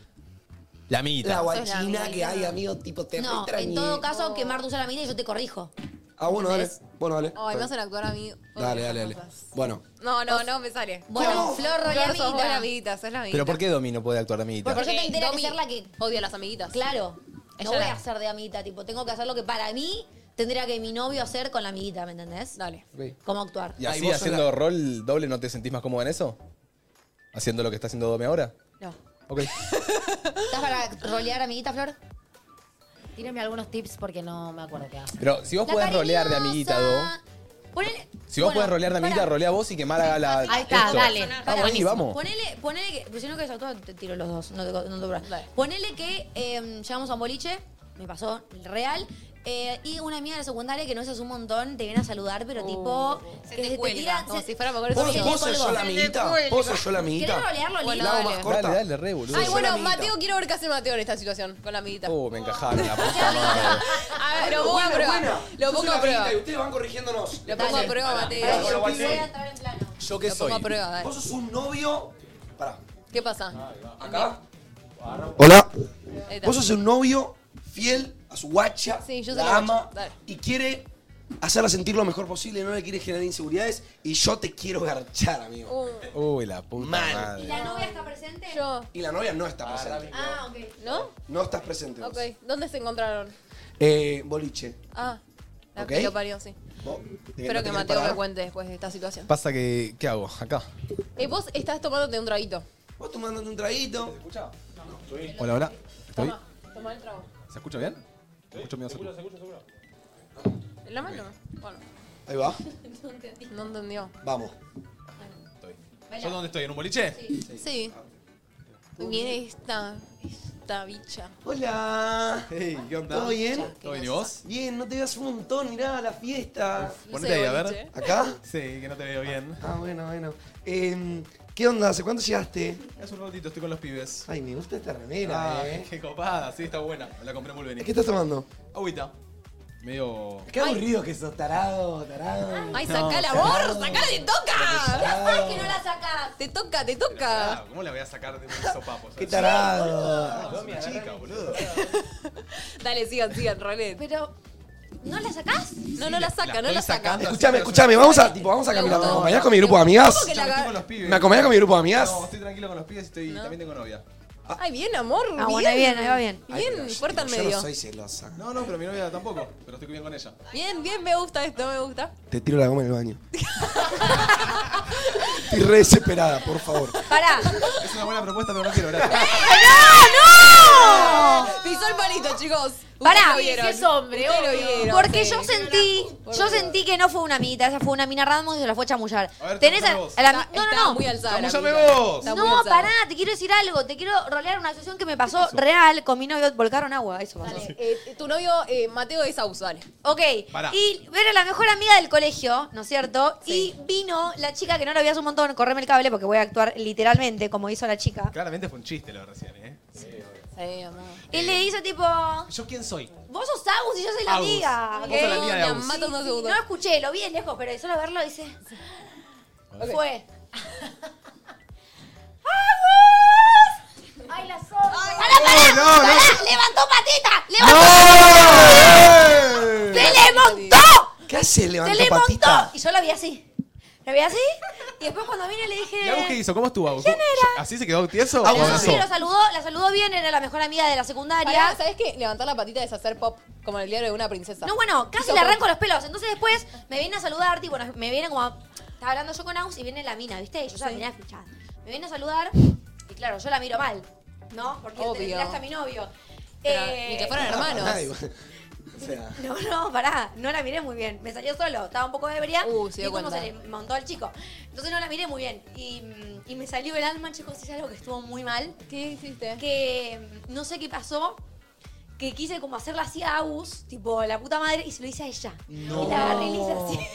[SPEAKER 1] La amiguita.
[SPEAKER 4] la
[SPEAKER 2] Sos la
[SPEAKER 4] guachina
[SPEAKER 2] amiguita.
[SPEAKER 4] que hay, amigo, tipo, te
[SPEAKER 2] No,
[SPEAKER 4] re
[SPEAKER 2] en
[SPEAKER 4] extrañé.
[SPEAKER 2] todo caso, quemar tu salamina y yo te corrijo.
[SPEAKER 4] Ah, bueno, dale. Bueno, dale.
[SPEAKER 3] Ay, me hacen actuar a mí.
[SPEAKER 4] Dale, dale, dale. Bueno.
[SPEAKER 3] No, no, no, me sale.
[SPEAKER 2] Bueno,
[SPEAKER 3] ¿Cómo?
[SPEAKER 2] Flor, la
[SPEAKER 3] sos vos
[SPEAKER 2] amiguita.
[SPEAKER 3] la amiguita, sos la amiguita.
[SPEAKER 1] Pero ¿por qué Domi no puede actuar de amiguita?
[SPEAKER 2] Porque yo te entera que
[SPEAKER 3] Domi
[SPEAKER 2] ser la que.
[SPEAKER 3] Odio a las amiguitas.
[SPEAKER 2] Claro.
[SPEAKER 3] Ella
[SPEAKER 2] No voy
[SPEAKER 3] la-
[SPEAKER 2] a hacer de amiguita, tipo, tengo que hacer lo que para mí tendría que mi novio hacer con la amiguita, ¿me entendés?
[SPEAKER 3] Dale.
[SPEAKER 2] ¿Cómo actuar?
[SPEAKER 1] ¿Y así haciendo rol doble no te sentís más cómoda en eso? ¿Haciendo lo que está haciendo Domi ahora?
[SPEAKER 2] No.
[SPEAKER 1] Ok.
[SPEAKER 2] ¿Estás para rolear, amiguita, Flor?
[SPEAKER 7] Tírame algunos tips porque no me acuerdo qué hace.
[SPEAKER 1] Pero si vos
[SPEAKER 7] La
[SPEAKER 1] podés rolear de amiguita, Do.
[SPEAKER 2] Ponele.
[SPEAKER 1] Si vos
[SPEAKER 2] Bueno,
[SPEAKER 1] podés rolear de amiguita,
[SPEAKER 2] pará.
[SPEAKER 1] rolea vos y que Mara haga la.
[SPEAKER 2] Ahí está,
[SPEAKER 1] esto.
[SPEAKER 2] dale.
[SPEAKER 1] Vamos ahí, vamos.
[SPEAKER 2] Ponele, ponele que. Pues si no querés actuar, te tiro los dos. No te, no te preocupes. Ponele que eh, em, llegamos a un boliche me pasó real. Eh, y una amiga de la secundaria que no es hace un montón, te viene a saludar, pero tipo. que Se te,
[SPEAKER 3] Uh. cuelga, como si fuera Macaulay
[SPEAKER 4] ¿Puedo,
[SPEAKER 3] Culkin.
[SPEAKER 4] ¿puedo ser yo la amiguita? ¿Puedo ser yo la amiguita?
[SPEAKER 3] ¿Querés rolearlo, Lili?
[SPEAKER 4] La hago
[SPEAKER 3] Dale.
[SPEAKER 4] más corta.
[SPEAKER 1] Dale, dale, re, boludo.
[SPEAKER 3] Ay,
[SPEAKER 1] Soy
[SPEAKER 3] bueno,
[SPEAKER 1] la amiguita.
[SPEAKER 3] Mateo, quiero ver qué hace Mateo en esta situación con la amiguita.
[SPEAKER 1] Uh, me encajaron la puta madre.
[SPEAKER 3] A ver, lo pongo a prueba. Lo pongo a prueba.
[SPEAKER 4] ustedes van corrigiéndonos.
[SPEAKER 3] Lo pongo a prueba, Mateo.
[SPEAKER 4] Pará, pará, pará.
[SPEAKER 1] ¿Yo qué
[SPEAKER 3] Lo pongo
[SPEAKER 1] soy?
[SPEAKER 3] a prueba, dale.
[SPEAKER 4] Vos sos un novio. Pará.
[SPEAKER 3] ¿Qué pasa?
[SPEAKER 4] Acá. Hola. Vos sos un novio fiel a su guacha.
[SPEAKER 3] Sí, yo soy
[SPEAKER 4] la
[SPEAKER 3] la
[SPEAKER 4] ama
[SPEAKER 3] guacha, dale.
[SPEAKER 4] y quiere hacerla sentir lo mejor posible, no le quiere generar inseguridades y yo te quiero garchar, amigo.
[SPEAKER 1] Uy, la puta
[SPEAKER 4] Mal.
[SPEAKER 1] madre.
[SPEAKER 2] ¿La novia está presente?
[SPEAKER 3] Yo.
[SPEAKER 4] Y la novia no está presente.
[SPEAKER 2] Ah, ok.
[SPEAKER 3] ¿No?
[SPEAKER 4] No estás presente. vos.
[SPEAKER 3] Ok. ¿Dónde se encontraron?
[SPEAKER 4] Eh, boliche.
[SPEAKER 3] Ah, la
[SPEAKER 4] Ok.
[SPEAKER 3] que lo parió, sí.
[SPEAKER 4] Vos, te-
[SPEAKER 3] Espero
[SPEAKER 4] no te
[SPEAKER 3] que
[SPEAKER 4] querés
[SPEAKER 3] Mateo
[SPEAKER 4] parar.
[SPEAKER 3] me cuente después de esta situación.
[SPEAKER 1] Pasa que, ¿qué hago? Acá.
[SPEAKER 3] Eh, vos estás tomándote un traguito.
[SPEAKER 4] Vos tomándote un traguito. ¿Se escucha?
[SPEAKER 1] Hola, hola. ¿Estoy?
[SPEAKER 3] Tomá el trago.
[SPEAKER 1] ¿Se escucha bien? ¿Se escucha medio cerca?
[SPEAKER 3] ¿En la mano? Bueno.
[SPEAKER 4] Ahí va.
[SPEAKER 3] No entendí. No entendió.
[SPEAKER 4] Vamos.
[SPEAKER 1] ¿Yo dónde estoy? ¿En un boliche?
[SPEAKER 3] Sí. Viene esta, esta bicha.
[SPEAKER 4] Hola.
[SPEAKER 1] Hey, ¿qué onda?
[SPEAKER 4] ¿Todo bien?
[SPEAKER 1] ¿Todo bien y vos?
[SPEAKER 4] Bien, no te veas un montón, mirá, la fiesta.
[SPEAKER 1] Ponete ahí, a ver.
[SPEAKER 4] ¿Acá?
[SPEAKER 1] Sí, que no te veo bien.
[SPEAKER 4] Ah, bueno, bueno. Em, ¿Qué onda? ¿Hace cuánto llegaste?
[SPEAKER 1] Hace un ratito estoy con los pibes.
[SPEAKER 4] Ay, me gusta esta remera,
[SPEAKER 1] Ah,
[SPEAKER 4] eh.
[SPEAKER 1] Qué copada, sí, está buena. Me la compré muy bien.
[SPEAKER 4] ¿Qué estás tomando?
[SPEAKER 1] Agüita. Medio.
[SPEAKER 4] Qué aburrido que sos, tarado, tarado.
[SPEAKER 3] ¡Ay,
[SPEAKER 1] No,
[SPEAKER 3] sacá la
[SPEAKER 1] sacá.
[SPEAKER 3] amor! ¡Sacá te toca!
[SPEAKER 4] Ya sabes
[SPEAKER 3] que no la sacás! ¡Te toca, te
[SPEAKER 1] Ah,
[SPEAKER 3] toca!
[SPEAKER 1] ¿Cómo la voy a sacar de un sopapo?
[SPEAKER 4] Qué tarado.
[SPEAKER 1] Es una chica, boludo.
[SPEAKER 3] Dale, sigan, sigan, Rolet.
[SPEAKER 2] Pero. ¿No la sacás?
[SPEAKER 3] No, no la saca, no la saca.
[SPEAKER 4] Escuchame, escuchame, vamos a, tipo, vamos a caminar. ¿Me acompañás con mi grupo de amigas?
[SPEAKER 3] ¿Cómo que la
[SPEAKER 1] Estoy
[SPEAKER 3] agar-
[SPEAKER 1] con los pibes.
[SPEAKER 4] ¿Me acompañás con mi grupo de amigas?
[SPEAKER 1] No, estoy tranquilo con los pibes y estoy, también tengo novia.
[SPEAKER 3] Ay, bien, amor.
[SPEAKER 2] Ah, bueno, ahí bien, ahí va bien.
[SPEAKER 3] Bien, puerta en
[SPEAKER 4] Yo no
[SPEAKER 3] medio.
[SPEAKER 4] soy celosa.
[SPEAKER 1] No, no, pero mi novia tampoco. Pero estoy bien con ella.
[SPEAKER 3] Bien, bien, me gusta esto, me gusta.
[SPEAKER 4] Te tiro la goma en el baño. Estoy re desesperada, por favor.
[SPEAKER 2] Pará.
[SPEAKER 1] Es una buena propuesta, pero no
[SPEAKER 2] ¡Eh,
[SPEAKER 1] quiero, gracias.
[SPEAKER 2] ¡No! ¡No!
[SPEAKER 3] Pisó el palito, chicos. Ustedes
[SPEAKER 2] Pará,
[SPEAKER 3] lo vieron.
[SPEAKER 2] sí, es hombre,
[SPEAKER 3] Ustedes
[SPEAKER 2] obvio.
[SPEAKER 3] lo vieron.
[SPEAKER 2] Porque
[SPEAKER 3] Sí.
[SPEAKER 2] yo sentí, yo
[SPEAKER 3] boludo.
[SPEAKER 2] sentí que no fue una amiguita, esa fue una mina random que se la fue a chamullar.
[SPEAKER 1] A ver,
[SPEAKER 2] Tenés a,
[SPEAKER 1] chamullar vos.
[SPEAKER 2] a la-
[SPEAKER 3] Está-
[SPEAKER 2] no,
[SPEAKER 3] está
[SPEAKER 2] no,
[SPEAKER 3] muy alzada la
[SPEAKER 1] ¡Chamuyame
[SPEAKER 3] mina.
[SPEAKER 1] vos!
[SPEAKER 3] Está
[SPEAKER 2] no.
[SPEAKER 3] muy
[SPEAKER 2] No,
[SPEAKER 3] alzada.
[SPEAKER 2] pará, te quiero decir algo, te quiero rolear una situación que me pasó, real, con mi novio volcaron agua, eso pasó.
[SPEAKER 3] Dale, eh, tu novio eh, Mateo es aus, dale.
[SPEAKER 2] Ok,
[SPEAKER 1] Pará.
[SPEAKER 2] y era la mejor amiga del colegio, ¿no es cierto? Y vino la chica que no la veías un montón, correme el cable porque voy a actuar literalmente como hizo la chica.
[SPEAKER 1] Claramente fue un chiste lo de recién, ¿eh?
[SPEAKER 3] Sí, amor.
[SPEAKER 2] Él le hizo tipo,
[SPEAKER 1] ¿Yo quién soy?
[SPEAKER 2] vos sos Agus y yo soy la
[SPEAKER 1] Agus.
[SPEAKER 2] amiga.
[SPEAKER 1] Vos sos la
[SPEAKER 2] ¿ok?
[SPEAKER 1] amiga de
[SPEAKER 3] Te
[SPEAKER 1] Agus.
[SPEAKER 3] mato en dos
[SPEAKER 2] Sí, no
[SPEAKER 3] segundos.
[SPEAKER 2] lo escuché, lo vi de lejos, pero de solo verlo dice. Fue. ¡Agus! ¡Ay, la sombra!
[SPEAKER 18] Oh,
[SPEAKER 2] ¡Para, para!
[SPEAKER 1] No, no, no.
[SPEAKER 2] para! ¡Levantó patita! ¡Levantó!
[SPEAKER 1] ¡No!
[SPEAKER 2] ¡Se le montó!
[SPEAKER 4] ¿Qué haces?
[SPEAKER 2] ¡Se
[SPEAKER 4] Levanta
[SPEAKER 2] le montó!
[SPEAKER 4] patita.
[SPEAKER 2] Y yo lo vi así. Lo vi así. Y después cuando vine le
[SPEAKER 1] ¿Y Agus qué
[SPEAKER 2] dije.
[SPEAKER 1] hizo? ¿Cómo estuvo Agus?
[SPEAKER 2] ¿Quién era?
[SPEAKER 1] ¿Así se quedó tieso?
[SPEAKER 4] Agus
[SPEAKER 1] ¿O
[SPEAKER 2] No, sí,
[SPEAKER 1] abrazó?
[SPEAKER 2] lo saludó, la saludó bien, era la mejor amiga de la
[SPEAKER 3] Pará,
[SPEAKER 2] secundaria.
[SPEAKER 3] ¿sabes qué? Levantar la patita es hacer pop, como en el diario de una princesa.
[SPEAKER 2] No, bueno, casi
[SPEAKER 3] Hizo
[SPEAKER 2] le
[SPEAKER 3] pop.
[SPEAKER 2] arranco los pelos. Entonces después me viene a saludar, tipo, nos- me viene como. a- Estaba hablando yo con Aus y viene la mina, ¿viste? Y yo ya la miraba fichada. Me viene a saludar y claro, yo la miro mal, ¿no? Porque
[SPEAKER 3] Obvio.
[SPEAKER 2] te tiraste a mi novio.
[SPEAKER 3] Pero
[SPEAKER 2] Eh,
[SPEAKER 3] ni que fueran hermanos.
[SPEAKER 4] Nadie- O sea,
[SPEAKER 2] No, no, pará, no la miré muy bien. Me salió solo, estaba un poco ebria.
[SPEAKER 3] Uh, se
[SPEAKER 2] y
[SPEAKER 3] dio
[SPEAKER 2] como
[SPEAKER 3] cuenta.
[SPEAKER 2] se le montó al chico. Entonces no la miré muy bien. Y, mm, y me salió el alma, chicos, es algo que estuvo muy mal.
[SPEAKER 3] ¿Qué hiciste?
[SPEAKER 2] Que mm, no sé qué pasó. Que quise como hacerla así a Agus, tipo la puta madre, y se lo hice a ella. Y la agarré y le hice así.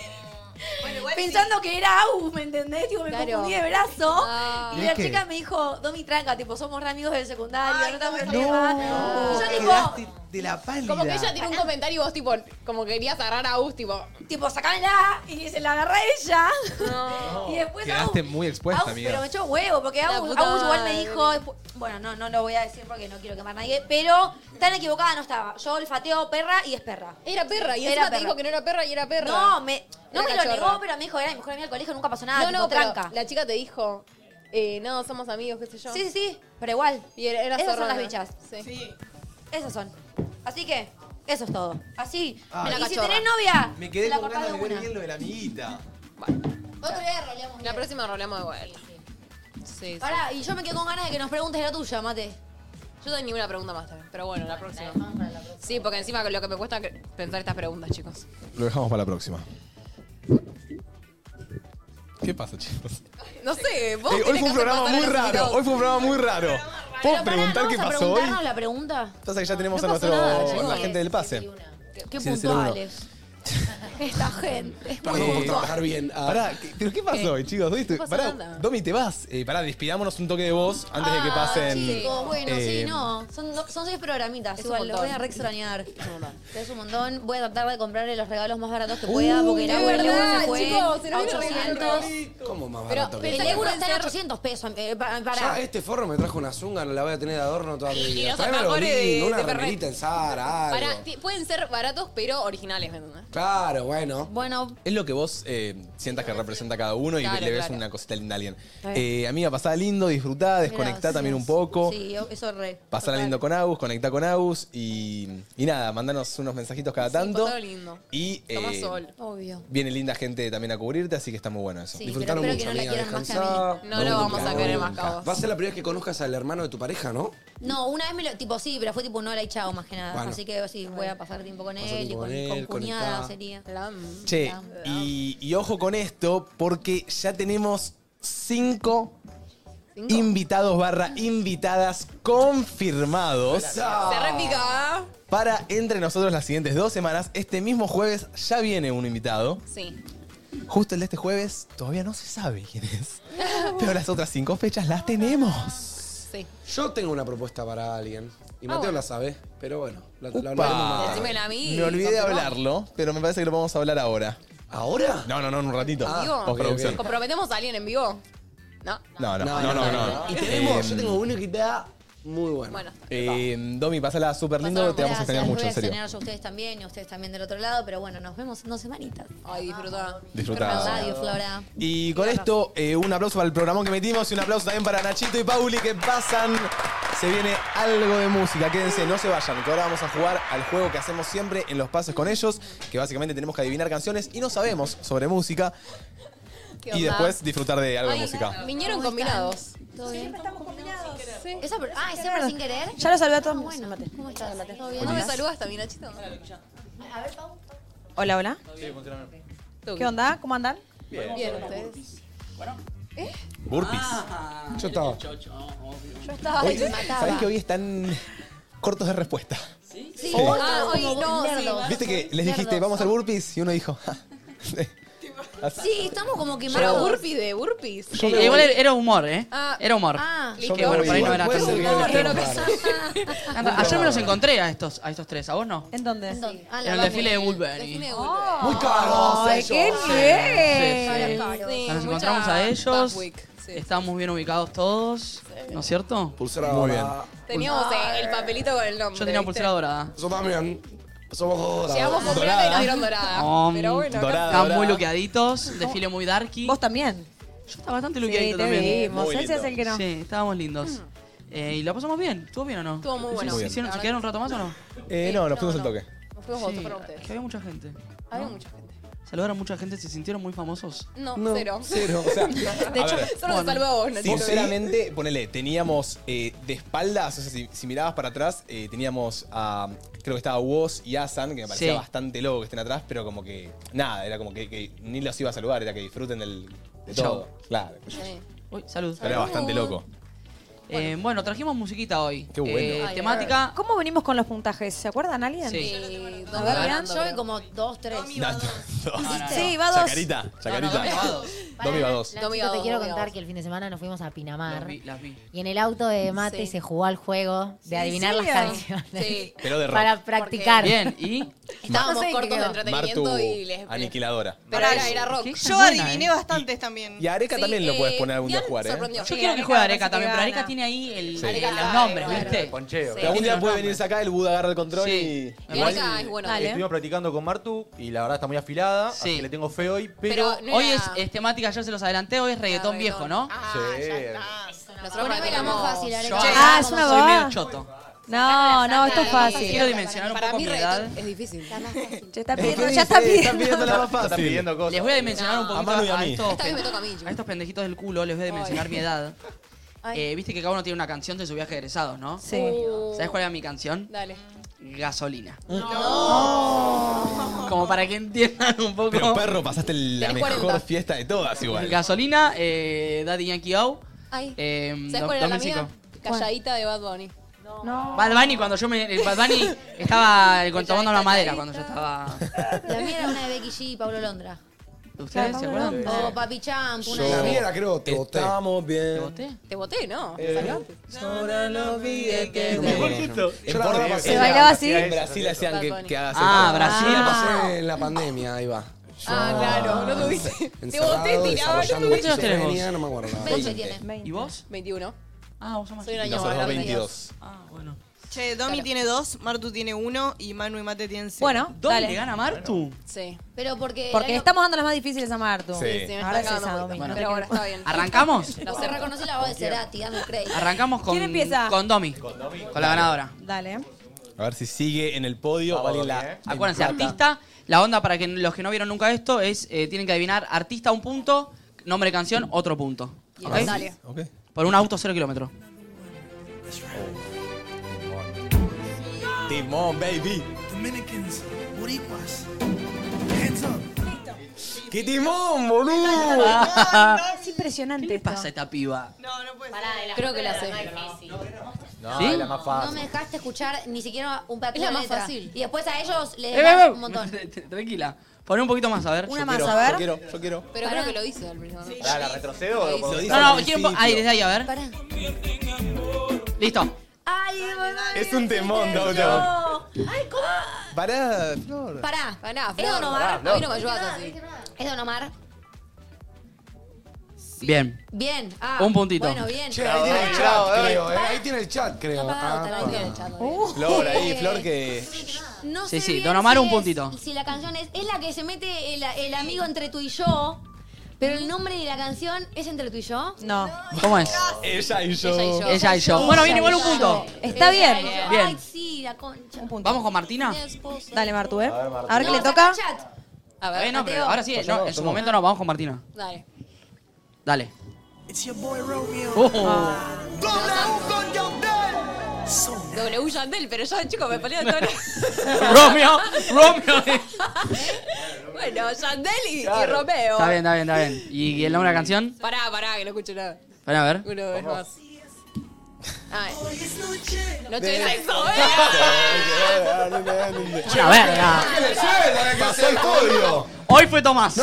[SPEAKER 2] Pensando que era Agus, ¿me entendés? Tipo, me
[SPEAKER 3] Claro.
[SPEAKER 2] confundí de brazo.
[SPEAKER 3] Ah.
[SPEAKER 2] Y
[SPEAKER 1] ¿Y
[SPEAKER 2] la
[SPEAKER 1] es que?
[SPEAKER 2] chica me dijo, Domi tranca, tipo, somos re amigos del secundario, no te hagas problema.
[SPEAKER 4] no.
[SPEAKER 2] Y Yo tipo,
[SPEAKER 4] Quedaste de la pálida.
[SPEAKER 3] Como que ella tiene un comentario y vos, tipo, como querías agarrar a Agus, tipo.
[SPEAKER 2] tipo, sacámela y se la agarré a ella. y después
[SPEAKER 1] Quedaste
[SPEAKER 2] Agus-
[SPEAKER 1] muy expuesta, Pues,
[SPEAKER 2] Agus,
[SPEAKER 1] amiga.
[SPEAKER 2] Pero me echó huevo, porque
[SPEAKER 3] La
[SPEAKER 2] Agus,
[SPEAKER 3] puta
[SPEAKER 2] Agus igual me
[SPEAKER 3] madre.
[SPEAKER 2] dijo. despu- Bueno, no, no lo voy a decir porque no quiero quemar a nadie, pero tan equivocada no estaba. Yo olfateo perra y es perra.
[SPEAKER 3] Era perra, y
[SPEAKER 2] Era
[SPEAKER 3] encima
[SPEAKER 2] perra.
[SPEAKER 3] te dijo que no era perra y era perra.
[SPEAKER 2] No, me, no
[SPEAKER 3] Era
[SPEAKER 2] me lo
[SPEAKER 3] cachorra.
[SPEAKER 2] negó, pero me dijo, era mi mejor amiga del colegio, nunca pasó nada,
[SPEAKER 3] No, no,
[SPEAKER 2] tipo,
[SPEAKER 3] pero
[SPEAKER 2] tranca.
[SPEAKER 3] la chica te dijo, eh, no, somos amigos, qué sé yo.
[SPEAKER 2] Sí, sí, sí, pero igual.
[SPEAKER 3] Y era, era
[SPEAKER 2] Esas son
[SPEAKER 3] zorrona.
[SPEAKER 2] las bichas.
[SPEAKER 3] Sí.
[SPEAKER 5] Sí.
[SPEAKER 2] Esas son. Así que, eso es todo. Así.
[SPEAKER 1] Ah.
[SPEAKER 2] y
[SPEAKER 3] La
[SPEAKER 2] si
[SPEAKER 3] cachorra.
[SPEAKER 2] tenés novia,
[SPEAKER 1] Me quedé
[SPEAKER 2] la
[SPEAKER 1] con
[SPEAKER 2] cortás
[SPEAKER 1] ganas de
[SPEAKER 2] de
[SPEAKER 1] ver
[SPEAKER 2] una.
[SPEAKER 1] bien lo de la amiguita.
[SPEAKER 2] Otro día roleamos
[SPEAKER 3] La
[SPEAKER 2] bien.
[SPEAKER 3] próxima roleamos de vuelta. Sí, sí.
[SPEAKER 2] Pará, y yo me quedo con ganas de que nos preguntes la tuya, mate.
[SPEAKER 3] Yo tengo una pregunta más también, pero bueno, la próxima. Sí, porque encima lo que me cuesta que- pensar estas preguntas, chicos.
[SPEAKER 1] Lo dejamos para la próxima. ¿Qué pasa, chicos?
[SPEAKER 3] No sé, vos
[SPEAKER 1] Eh, hoy
[SPEAKER 3] tenés
[SPEAKER 1] fue un
[SPEAKER 3] que hacer
[SPEAKER 1] programa
[SPEAKER 3] pasar a
[SPEAKER 1] muy
[SPEAKER 3] los
[SPEAKER 1] raro.
[SPEAKER 3] invitados.
[SPEAKER 1] Hoy fue un programa muy raro. ¿Puedo preguntar qué
[SPEAKER 2] ¿Vamos a
[SPEAKER 1] pasó hoy?
[SPEAKER 2] preguntarnos la pregunta?
[SPEAKER 1] Pasa que ya tenemos
[SPEAKER 2] No
[SPEAKER 1] a
[SPEAKER 2] pasó
[SPEAKER 1] nuestro,
[SPEAKER 2] nada,
[SPEAKER 1] a la
[SPEAKER 2] chicos.
[SPEAKER 1] gente del pase.
[SPEAKER 2] Qué
[SPEAKER 1] Sí, es el uno.
[SPEAKER 2] puntuales. Esta gente.
[SPEAKER 4] Pará,
[SPEAKER 1] Eh,
[SPEAKER 4] podemos trabajar bien. Ah.
[SPEAKER 1] Pará, ¿qué- ¿pero qué pasó hoy, chicos? Domi,
[SPEAKER 2] No
[SPEAKER 1] te-
[SPEAKER 2] pasó
[SPEAKER 1] pará,
[SPEAKER 2] nada.
[SPEAKER 1] Domi, te vas. Eh, pará, despidámonos un toque de voz antes de que
[SPEAKER 2] Ah,
[SPEAKER 1] pasen.
[SPEAKER 2] chicos, bueno,
[SPEAKER 1] eh,
[SPEAKER 2] sí, no. Son, do- son seis programitas,
[SPEAKER 3] Es un
[SPEAKER 2] igual, los
[SPEAKER 3] montón.
[SPEAKER 2] voy a re extrañar. Es un montón. Voy a tratar de comprarle los regalos más baratos que pueda, porque el
[SPEAKER 3] es
[SPEAKER 2] euro
[SPEAKER 3] verdad,
[SPEAKER 2] se fue
[SPEAKER 3] chicos, se
[SPEAKER 2] a
[SPEAKER 3] nos viene
[SPEAKER 2] 800.
[SPEAKER 4] ¿Cómo más
[SPEAKER 2] Pero
[SPEAKER 4] barato que
[SPEAKER 2] el
[SPEAKER 4] esto?
[SPEAKER 2] euro está en 800 pesos. eh, pa-
[SPEAKER 4] Ya
[SPEAKER 2] Pará.
[SPEAKER 4] este forro me trajo una zunga, no la voy a tener de adorno toda mi vida.
[SPEAKER 3] los
[SPEAKER 4] Tráeme algo
[SPEAKER 3] alfajores de-
[SPEAKER 4] lindo, una
[SPEAKER 3] de Fernet.
[SPEAKER 4] remerita en Zara, algo.
[SPEAKER 3] Pará, ti- pueden ser baratos, pero originales, ¿me entendés?
[SPEAKER 4] Claro, bueno.
[SPEAKER 2] Bueno.
[SPEAKER 1] Es lo que vos eh, sientas que representa cada uno y
[SPEAKER 3] Claro,
[SPEAKER 1] le ves
[SPEAKER 3] claro.
[SPEAKER 1] una cosita linda a alguien.
[SPEAKER 2] Está bien.
[SPEAKER 1] Eh, amiga, pasada lindo, disfrutá, desconectá
[SPEAKER 2] Gracias.
[SPEAKER 1] también un poco.
[SPEAKER 2] Sí, yo- eso re.
[SPEAKER 1] Pasala lindo con Agus, conectá con Agus y, y nada, mandanos unos mensajitos cada tanto.
[SPEAKER 2] pasala lindo.
[SPEAKER 1] Y eh,
[SPEAKER 2] Obvio.
[SPEAKER 1] viene linda gente también a cubrirte, así que está muy bueno eso.
[SPEAKER 2] Sí, Disfrutaron pero espero mucho, que no la amiga, quieran más que a descansá. mí. No lo vamos a querer más que a vos.
[SPEAKER 4] Va a ser la primera vez que conozcas al hermano de tu pareja, ¿no?
[SPEAKER 2] No, una vez me lo. Tipo, sí, pero fue tipo un hora y chao más que nada.
[SPEAKER 4] Bueno.
[SPEAKER 2] Así que sí, voy a pasar tiempo con
[SPEAKER 4] Pasar
[SPEAKER 2] él y
[SPEAKER 4] tiempo
[SPEAKER 2] con,
[SPEAKER 4] con él,
[SPEAKER 2] con cuñada
[SPEAKER 4] conectá.
[SPEAKER 2] sería.
[SPEAKER 1] Che, y, y ojo con esto, porque ya tenemos cinco, invitados barra invitadas confirmados.
[SPEAKER 3] Se repica. ¿ah?
[SPEAKER 1] Para entre nosotros las siguientes dos semanas, este mismo jueves ya viene un invitado.
[SPEAKER 3] Sí.
[SPEAKER 1] Justo el de este jueves todavía no se sabe quién es. Pero las otras cinco fechas las tenemos.
[SPEAKER 3] Sí.
[SPEAKER 4] Yo tengo una propuesta para alguien. Y
[SPEAKER 3] Ah,
[SPEAKER 4] Mateo
[SPEAKER 3] bueno.
[SPEAKER 4] la sabe, pero bueno, la, la
[SPEAKER 1] Upa.
[SPEAKER 4] hablaremos más tarde.
[SPEAKER 3] Decímela a mí.
[SPEAKER 1] Me olvidé de
[SPEAKER 3] confirmá.
[SPEAKER 1] hablarlo, pero me parece que lo vamos a hablar ahora.
[SPEAKER 4] ¿Ahora?
[SPEAKER 1] No, no, no, en un ratito.
[SPEAKER 3] ¿En vivo?
[SPEAKER 1] Con producción.
[SPEAKER 3] ¿Comprometemos a alguien en vivo? No.
[SPEAKER 1] No, no,
[SPEAKER 4] No,
[SPEAKER 1] no, no.
[SPEAKER 4] no,
[SPEAKER 1] no,
[SPEAKER 4] Y tenemos, yo
[SPEAKER 1] Em,
[SPEAKER 4] tengo uno que está muy bueno.
[SPEAKER 3] Bueno.
[SPEAKER 1] Eh, Domi, pasala súper lindo, te vamos a extrañar mucho,
[SPEAKER 2] voy a
[SPEAKER 1] en serio.
[SPEAKER 2] extrañar yo a ustedes también y a ustedes también del otro lado, pero bueno, nos vemos en dos semanitas.
[SPEAKER 3] Ay, disfruta.
[SPEAKER 1] Disfrutá.
[SPEAKER 2] Radio Flora.
[SPEAKER 1] Y con esto, eh, un aplauso para el programón que metimos y un aplauso también para Nachito y Pauli que pasan. Se viene algo de música, quédense, no se vayan, que ahora vamos a jugar al juego que hacemos siempre en los pases con ellos, que básicamente tenemos que adivinar canciones y no sabemos sobre música y después disfrutar de algo de música.
[SPEAKER 3] Vinieron combinados.
[SPEAKER 2] Siempre estamos combinados. Esa, per- ah, ¿es siempre sin querer? Ah,
[SPEAKER 18] Ya lo saludé a todos.
[SPEAKER 2] ¿Cómo estás? ¿Todo bien?
[SPEAKER 3] ¿No me saludas también, Nachito?
[SPEAKER 2] A ver, Pau.
[SPEAKER 18] Hola, hola. ¿Qué onda? ¿Cómo andan?
[SPEAKER 3] Bien, ustedes.
[SPEAKER 8] ¿eh?
[SPEAKER 1] Burpees. Ah, Yo estaba.
[SPEAKER 18] Yo
[SPEAKER 3] estaba-
[SPEAKER 1] Hoy-
[SPEAKER 3] me
[SPEAKER 1] ¿Sabés
[SPEAKER 3] mataba.
[SPEAKER 1] que hoy están cortos de respuesta?
[SPEAKER 2] Sí,
[SPEAKER 1] Hoy-
[SPEAKER 3] Ah, hoy no, sí.
[SPEAKER 1] Viste que les dijiste,
[SPEAKER 2] Nerdos.
[SPEAKER 1] vamos al burpees, y uno dijo, "Ja".
[SPEAKER 3] Ah,
[SPEAKER 1] Así-
[SPEAKER 2] Sí, estamos como quemados.
[SPEAKER 3] Pero burpees de burpees.
[SPEAKER 10] Sí, igual era humor, ¿eh?
[SPEAKER 3] Ah.
[SPEAKER 10] era humor.
[SPEAKER 2] Ah.
[SPEAKER 10] Listo.
[SPEAKER 3] Yo me
[SPEAKER 10] Bueno,
[SPEAKER 3] voy
[SPEAKER 10] por ahí no
[SPEAKER 3] igual.
[SPEAKER 10] era
[SPEAKER 3] Puede
[SPEAKER 10] tan
[SPEAKER 3] ser que
[SPEAKER 10] humor.
[SPEAKER 3] no lo pensé.
[SPEAKER 10] Anda, Ayer me los encontré a estos, a estos tres, ¿a vos no?
[SPEAKER 18] ¿En dónde?
[SPEAKER 8] Ah,
[SPEAKER 3] Ah,
[SPEAKER 10] En el desfile de Woodbury.
[SPEAKER 18] Muy
[SPEAKER 10] caros
[SPEAKER 18] ¡Ay,
[SPEAKER 10] ellos.
[SPEAKER 18] qué nivel!
[SPEAKER 10] Nos encontramos a ellos, estábamos bien ubicados todos, ¿no es cierto?
[SPEAKER 4] Pulsera
[SPEAKER 10] Muy bien.
[SPEAKER 4] dorada.
[SPEAKER 3] Teníamos eh, el papelito con el nombre.
[SPEAKER 10] Yo tenía
[SPEAKER 3] ¿viste?
[SPEAKER 10] pulsera dorada.
[SPEAKER 4] Yo también. Somos doradas.
[SPEAKER 3] Llegamos con plata y nos dieron dorada.
[SPEAKER 10] Um,
[SPEAKER 3] Pero bueno, acá-
[SPEAKER 10] Estaban muy luqueaditos, desfile muy darky. ¿Vos
[SPEAKER 18] también?
[SPEAKER 10] Yo estaba bastante
[SPEAKER 18] Sí,
[SPEAKER 10] luqueadito
[SPEAKER 18] te
[SPEAKER 10] también.
[SPEAKER 8] ¿eh?
[SPEAKER 18] vimos, Muy ese es lindo. el que no.
[SPEAKER 10] Sí, estábamos lindos. Eh, y la pasamos bien, ¿estuvo bien o no?
[SPEAKER 3] Estuvo muy
[SPEAKER 10] Sí,
[SPEAKER 3] bueno.
[SPEAKER 10] sí,
[SPEAKER 3] Muy bien.
[SPEAKER 10] hicieron-
[SPEAKER 3] La
[SPEAKER 10] ¿Se
[SPEAKER 3] verdad
[SPEAKER 10] quedaron un
[SPEAKER 3] que
[SPEAKER 10] rato más o no?
[SPEAKER 1] Eh, no, nos fuimos al toque.
[SPEAKER 3] Nos fuimos
[SPEAKER 10] Sí,
[SPEAKER 3] votos para ustedes.
[SPEAKER 10] Que había mucha gente.
[SPEAKER 3] Había
[SPEAKER 10] ¿no?
[SPEAKER 3] mucha gente.
[SPEAKER 10] ¿Saludaron mucha gente? ¿Se sintieron muy famosos?
[SPEAKER 3] No, cero.
[SPEAKER 1] Cero, o sea,
[SPEAKER 3] de
[SPEAKER 1] a
[SPEAKER 3] hecho,
[SPEAKER 1] ver.
[SPEAKER 3] solo te salvo a vos, Nachito.
[SPEAKER 1] Sinceramente, ponele, teníamos eh, de espaldas, o sea, si, si mirabas para atrás, eh, teníamos a. Creo que estaba Woz y Asan, que me parecía
[SPEAKER 10] Sí.
[SPEAKER 1] bastante loco que estén atrás, pero como que. Nada, era como que, que ni los iba a saludar, era que disfruten del, de
[SPEAKER 10] Show.
[SPEAKER 1] todo. Claro.
[SPEAKER 10] Uy, salud.
[SPEAKER 1] Pero era bastante loco.
[SPEAKER 10] Eh, bueno, trajimos musiquita hoy.
[SPEAKER 1] Qué bueno.
[SPEAKER 10] Eh,
[SPEAKER 1] Ay,
[SPEAKER 10] temática.
[SPEAKER 18] ¿Cómo venimos con los puntajes? ¿Se acuerdan alguien?
[SPEAKER 10] Sí.
[SPEAKER 18] A
[SPEAKER 2] Yo
[SPEAKER 18] ver,
[SPEAKER 2] voy
[SPEAKER 18] Bian.
[SPEAKER 2] como dos, tres.
[SPEAKER 18] Sí, va dos.
[SPEAKER 1] Chacarita, chacarita.
[SPEAKER 18] No, no, Domi va dos.
[SPEAKER 1] Domi va dos.
[SPEAKER 7] Nachito,
[SPEAKER 3] Domingo,
[SPEAKER 7] te quiero
[SPEAKER 3] domingo.
[SPEAKER 7] contar que el fin de semana nos fuimos a Pinamar.
[SPEAKER 10] Las vi, las vi.
[SPEAKER 7] Y en el auto de Mate
[SPEAKER 3] Sí.
[SPEAKER 7] se jugó al juego de
[SPEAKER 3] ¿En
[SPEAKER 7] adivinar las
[SPEAKER 3] serio?
[SPEAKER 7] canciones.
[SPEAKER 3] Sí.
[SPEAKER 1] Pero de rock.
[SPEAKER 7] Para practicar.
[SPEAKER 10] Bien, ¿y?
[SPEAKER 3] Estábamos
[SPEAKER 7] No sé qué
[SPEAKER 3] cortos de
[SPEAKER 7] quedó.
[SPEAKER 3] entretenimiento
[SPEAKER 1] Martu,
[SPEAKER 3] y les.
[SPEAKER 1] aniquiladora.
[SPEAKER 3] Pero era, era rock.
[SPEAKER 5] Yo adiviné
[SPEAKER 10] ¿eh?
[SPEAKER 5] bastantes también.
[SPEAKER 1] Y a Areca también lo puedes poner algún día a jugar, ¿eh?
[SPEAKER 10] Yo
[SPEAKER 5] Sí,
[SPEAKER 10] quiero que
[SPEAKER 5] Areca
[SPEAKER 10] juegue
[SPEAKER 5] parece
[SPEAKER 10] Areca
[SPEAKER 5] que
[SPEAKER 10] también, pero
[SPEAKER 5] gana.
[SPEAKER 10] Areca tiene ahí el,
[SPEAKER 1] Sí.
[SPEAKER 10] el- los
[SPEAKER 3] Areca,
[SPEAKER 10] nombres,
[SPEAKER 3] claro.
[SPEAKER 10] ¿viste?
[SPEAKER 12] Poncheo.
[SPEAKER 1] Pero algún día puede venirse acá, el Buda agarra el control
[SPEAKER 10] Sí.
[SPEAKER 1] y.
[SPEAKER 3] Igual Erika es bueno.
[SPEAKER 10] eh.
[SPEAKER 3] Dale.
[SPEAKER 12] Estuvimos practicando con Martu y la verdad está muy afilada, así que le tengo fe hoy, pero...
[SPEAKER 10] Pero hoy es, es temática, yo se los adelanté, hoy es reggaetón viejo, ¿no?
[SPEAKER 12] Sí.
[SPEAKER 3] Nosotros
[SPEAKER 2] Ponémela más fácil, Areca.
[SPEAKER 10] Yo-
[SPEAKER 18] Ah, es una
[SPEAKER 10] Soy medio
[SPEAKER 18] boba.
[SPEAKER 10] choto.
[SPEAKER 18] No, no, esto es
[SPEAKER 10] Quiero
[SPEAKER 18] fácil.
[SPEAKER 10] dimensionar un
[SPEAKER 3] Para
[SPEAKER 10] poco
[SPEAKER 3] mí,
[SPEAKER 10] mi edad.
[SPEAKER 3] reggaetón es difícil.
[SPEAKER 18] Ya está
[SPEAKER 1] Sí,
[SPEAKER 18] pidiendo,
[SPEAKER 1] sí,
[SPEAKER 18] ya está
[SPEAKER 1] sí, están
[SPEAKER 18] pidiendo.
[SPEAKER 1] la más fácil.
[SPEAKER 12] Están pidiendo cosas.
[SPEAKER 10] Les voy a dimensionar un
[SPEAKER 1] A
[SPEAKER 10] poquito
[SPEAKER 1] Manu y a
[SPEAKER 10] a,
[SPEAKER 1] mí.
[SPEAKER 10] estos,
[SPEAKER 3] Esta vez me toca a mí, yo.
[SPEAKER 10] a estos pendejitos del culo, les voy a dimensionar mi edad. Eh, Viste que cada uno tiene una canción de su viaje de egresados, ¿no?
[SPEAKER 18] Sí.
[SPEAKER 10] ¿Sabes cuál era mi canción?
[SPEAKER 3] Dale.
[SPEAKER 10] Gasolina. Como para que entiendan un poco.
[SPEAKER 1] Pero perro, pasaste la
[SPEAKER 10] Tenés
[SPEAKER 1] mejor
[SPEAKER 10] 40.
[SPEAKER 1] fiesta de todas igual.
[SPEAKER 10] Gasolina, eh, Daddy Yankee O.
[SPEAKER 3] Ay.
[SPEAKER 10] Eh,
[SPEAKER 3] ¿Sabes
[SPEAKER 10] do-
[SPEAKER 3] cuál era la
[SPEAKER 10] 2005.
[SPEAKER 3] mía?
[SPEAKER 9] Calladita de Bad Bunny.
[SPEAKER 18] No.
[SPEAKER 10] Bad Bunny cuando yo me. el Bad Bunny estaba eh, con- tomando la madera cuando yo estaba.
[SPEAKER 2] La mía era una de Becky G y Pablo Londra.
[SPEAKER 10] ¿Ustedes se acuerdan?
[SPEAKER 2] O Papi Champ, una
[SPEAKER 4] La
[SPEAKER 2] de
[SPEAKER 4] mía era, creo, te boté. Estamos bien. ¿Te
[SPEAKER 9] Te voté, ¿no?
[SPEAKER 1] Eh,
[SPEAKER 8] Ahora lo vi que
[SPEAKER 4] Yo la verdad pasé-
[SPEAKER 8] Se bailaba así.
[SPEAKER 4] En Brasil hacían que, que hagas
[SPEAKER 10] Ah,
[SPEAKER 4] eso.
[SPEAKER 10] Brasil.
[SPEAKER 4] Yo la pasé en la pandemia, ahí va.
[SPEAKER 9] Ah, claro, no tuviste. Te voté, tiraba, no
[SPEAKER 4] desarrollando
[SPEAKER 9] tuviste.
[SPEAKER 10] ¿Cuántos años
[SPEAKER 4] esquizofrenia,
[SPEAKER 10] tenemos?
[SPEAKER 4] No me acuerdo. nada.
[SPEAKER 9] 20 tiene.
[SPEAKER 10] ¿Y vos?
[SPEAKER 9] 21.
[SPEAKER 10] Ah, vos somos
[SPEAKER 9] Soy un
[SPEAKER 4] Y
[SPEAKER 9] año
[SPEAKER 4] nosotros
[SPEAKER 9] más grande.
[SPEAKER 4] 22.
[SPEAKER 10] Ah, bueno.
[SPEAKER 5] Che, Domi tiene dos, Martu tiene uno y Manu y Mate tienen cero.
[SPEAKER 18] Bueno,
[SPEAKER 5] ¿Dónde
[SPEAKER 18] dale.
[SPEAKER 10] Martu?
[SPEAKER 9] Sí.
[SPEAKER 2] Pero porque.
[SPEAKER 18] Porque estamos dando las más difíciles a Martu.
[SPEAKER 10] Sí. Sí, sí, me
[SPEAKER 18] Ahora es
[SPEAKER 9] está
[SPEAKER 18] esa,
[SPEAKER 9] cagando
[SPEAKER 18] Domi. no
[SPEAKER 10] Bueno.
[SPEAKER 18] te
[SPEAKER 10] Pero
[SPEAKER 18] quiero.
[SPEAKER 9] Está bien.
[SPEAKER 10] ¿Arrancamos?
[SPEAKER 2] No se reconoce la voz de Cerati, dame crédito.
[SPEAKER 10] Arrancamos con.
[SPEAKER 18] ¿Quién empieza?
[SPEAKER 10] Con Domi. Con la ganadora.
[SPEAKER 18] Dale.
[SPEAKER 1] A ver si sigue en el podio o alguien
[SPEAKER 10] ¿eh?
[SPEAKER 1] la.
[SPEAKER 10] Acuérdense,
[SPEAKER 1] emplata.
[SPEAKER 10] artista, la onda para que los que no vieron nunca esto es, eh, tienen que adivinar artista un punto, nombre de canción otro punto. ¿Ok?
[SPEAKER 9] Dale.
[SPEAKER 1] Ok.
[SPEAKER 10] Por un auto cero kilómetro.
[SPEAKER 1] Timón, baby.
[SPEAKER 11] Dominicans, boricuas.
[SPEAKER 1] ¡Qué timón, boludo!
[SPEAKER 18] Es impresionante. ¿Qué
[SPEAKER 10] pasa a esta piba?
[SPEAKER 9] Creo que la sé.
[SPEAKER 1] No,
[SPEAKER 10] ¿Sí? Eh,
[SPEAKER 1] es la más
[SPEAKER 2] No
[SPEAKER 1] fácil.
[SPEAKER 2] me dejaste escuchar ni siquiera un pedacito
[SPEAKER 9] Es la
[SPEAKER 2] de
[SPEAKER 9] más
[SPEAKER 2] letra.
[SPEAKER 9] fácil.
[SPEAKER 2] Y después a ellos les
[SPEAKER 10] Eh,
[SPEAKER 2] das
[SPEAKER 10] eh, eh.
[SPEAKER 2] un montón.
[SPEAKER 10] Tranquila. Poné un poquito más, a ver.
[SPEAKER 2] Una Yo más, quiero, a ver. yo
[SPEAKER 1] quiero, yo quiero.
[SPEAKER 9] Pero creo que lo dice al principio. ¿no?
[SPEAKER 12] Dale, retrocedo. o por-
[SPEAKER 10] No, no, ¿quién po- ahí, desde ahí, a ver.
[SPEAKER 2] Pará.
[SPEAKER 10] Listo.
[SPEAKER 2] Ay,
[SPEAKER 1] Es un temón, Dauto.
[SPEAKER 2] no. Ay, ¿cómo?
[SPEAKER 1] Pará, Flor.
[SPEAKER 2] Pará.
[SPEAKER 9] Pará,
[SPEAKER 2] ¿Es Don
[SPEAKER 9] Flor.
[SPEAKER 2] Omar?
[SPEAKER 9] A mí no me ayudas así.
[SPEAKER 2] ¿Es Don Omar?
[SPEAKER 10] Bien.
[SPEAKER 2] Bien. Ah,
[SPEAKER 10] Un puntito.
[SPEAKER 2] Bueno, bien.
[SPEAKER 4] Che, ahí tiene el chat, creo. eh. Ahí tiene el chat, creo.
[SPEAKER 2] Apagado,
[SPEAKER 4] Ah,
[SPEAKER 2] también tiene el
[SPEAKER 18] Uh.
[SPEAKER 2] chat, obvio.
[SPEAKER 1] Flor ahí, Flor que.
[SPEAKER 2] Eh, No
[SPEAKER 10] Sí,
[SPEAKER 2] sé
[SPEAKER 10] sí,
[SPEAKER 2] bien
[SPEAKER 10] Don Omar,
[SPEAKER 2] si
[SPEAKER 10] un
[SPEAKER 2] es-
[SPEAKER 10] puntito.
[SPEAKER 2] Si la canción es, es la que se mete el, el amigo entre tú y yo, pero el nombre de la canción es entre tú y yo.
[SPEAKER 18] No.
[SPEAKER 10] ¿Cómo es?
[SPEAKER 1] Ella y
[SPEAKER 2] yo. Ella y yo.
[SPEAKER 10] Ella y yo. Bueno, viene igual un punto.
[SPEAKER 18] Está bien.
[SPEAKER 10] Bien.
[SPEAKER 2] Ay, sí, la concha. Un punto.
[SPEAKER 10] Vamos con Martina.
[SPEAKER 18] Dale, Martu, ¿eh?
[SPEAKER 10] ver, Martu.
[SPEAKER 18] A ver qué
[SPEAKER 10] No,
[SPEAKER 18] le toca.
[SPEAKER 9] A
[SPEAKER 10] Eh,
[SPEAKER 9] ver,
[SPEAKER 10] no, pero ahora sí, no, en su momento no, vamos con Martina.
[SPEAKER 9] Dale.
[SPEAKER 10] Dale.
[SPEAKER 11] It's your boy Romeo.
[SPEAKER 10] Oh.
[SPEAKER 9] W Yandel, pero yo, chicos, me ponía todo.
[SPEAKER 10] Romeo, Romeo.
[SPEAKER 9] Bueno, Yandel y, y
[SPEAKER 10] Claro.
[SPEAKER 9] Romeo.
[SPEAKER 10] Está bien, está bien, está bien. ¿Y el nombre de la canción?
[SPEAKER 9] Pará, pará, que no escucho nada.
[SPEAKER 10] Pará, a ver.
[SPEAKER 9] Una vez más. Ah, eh. Ay. Noche
[SPEAKER 8] De-
[SPEAKER 9] de sexo, ¿eh?
[SPEAKER 10] Una verga.
[SPEAKER 4] Pasó el podio.
[SPEAKER 10] Hoy fue Tomás.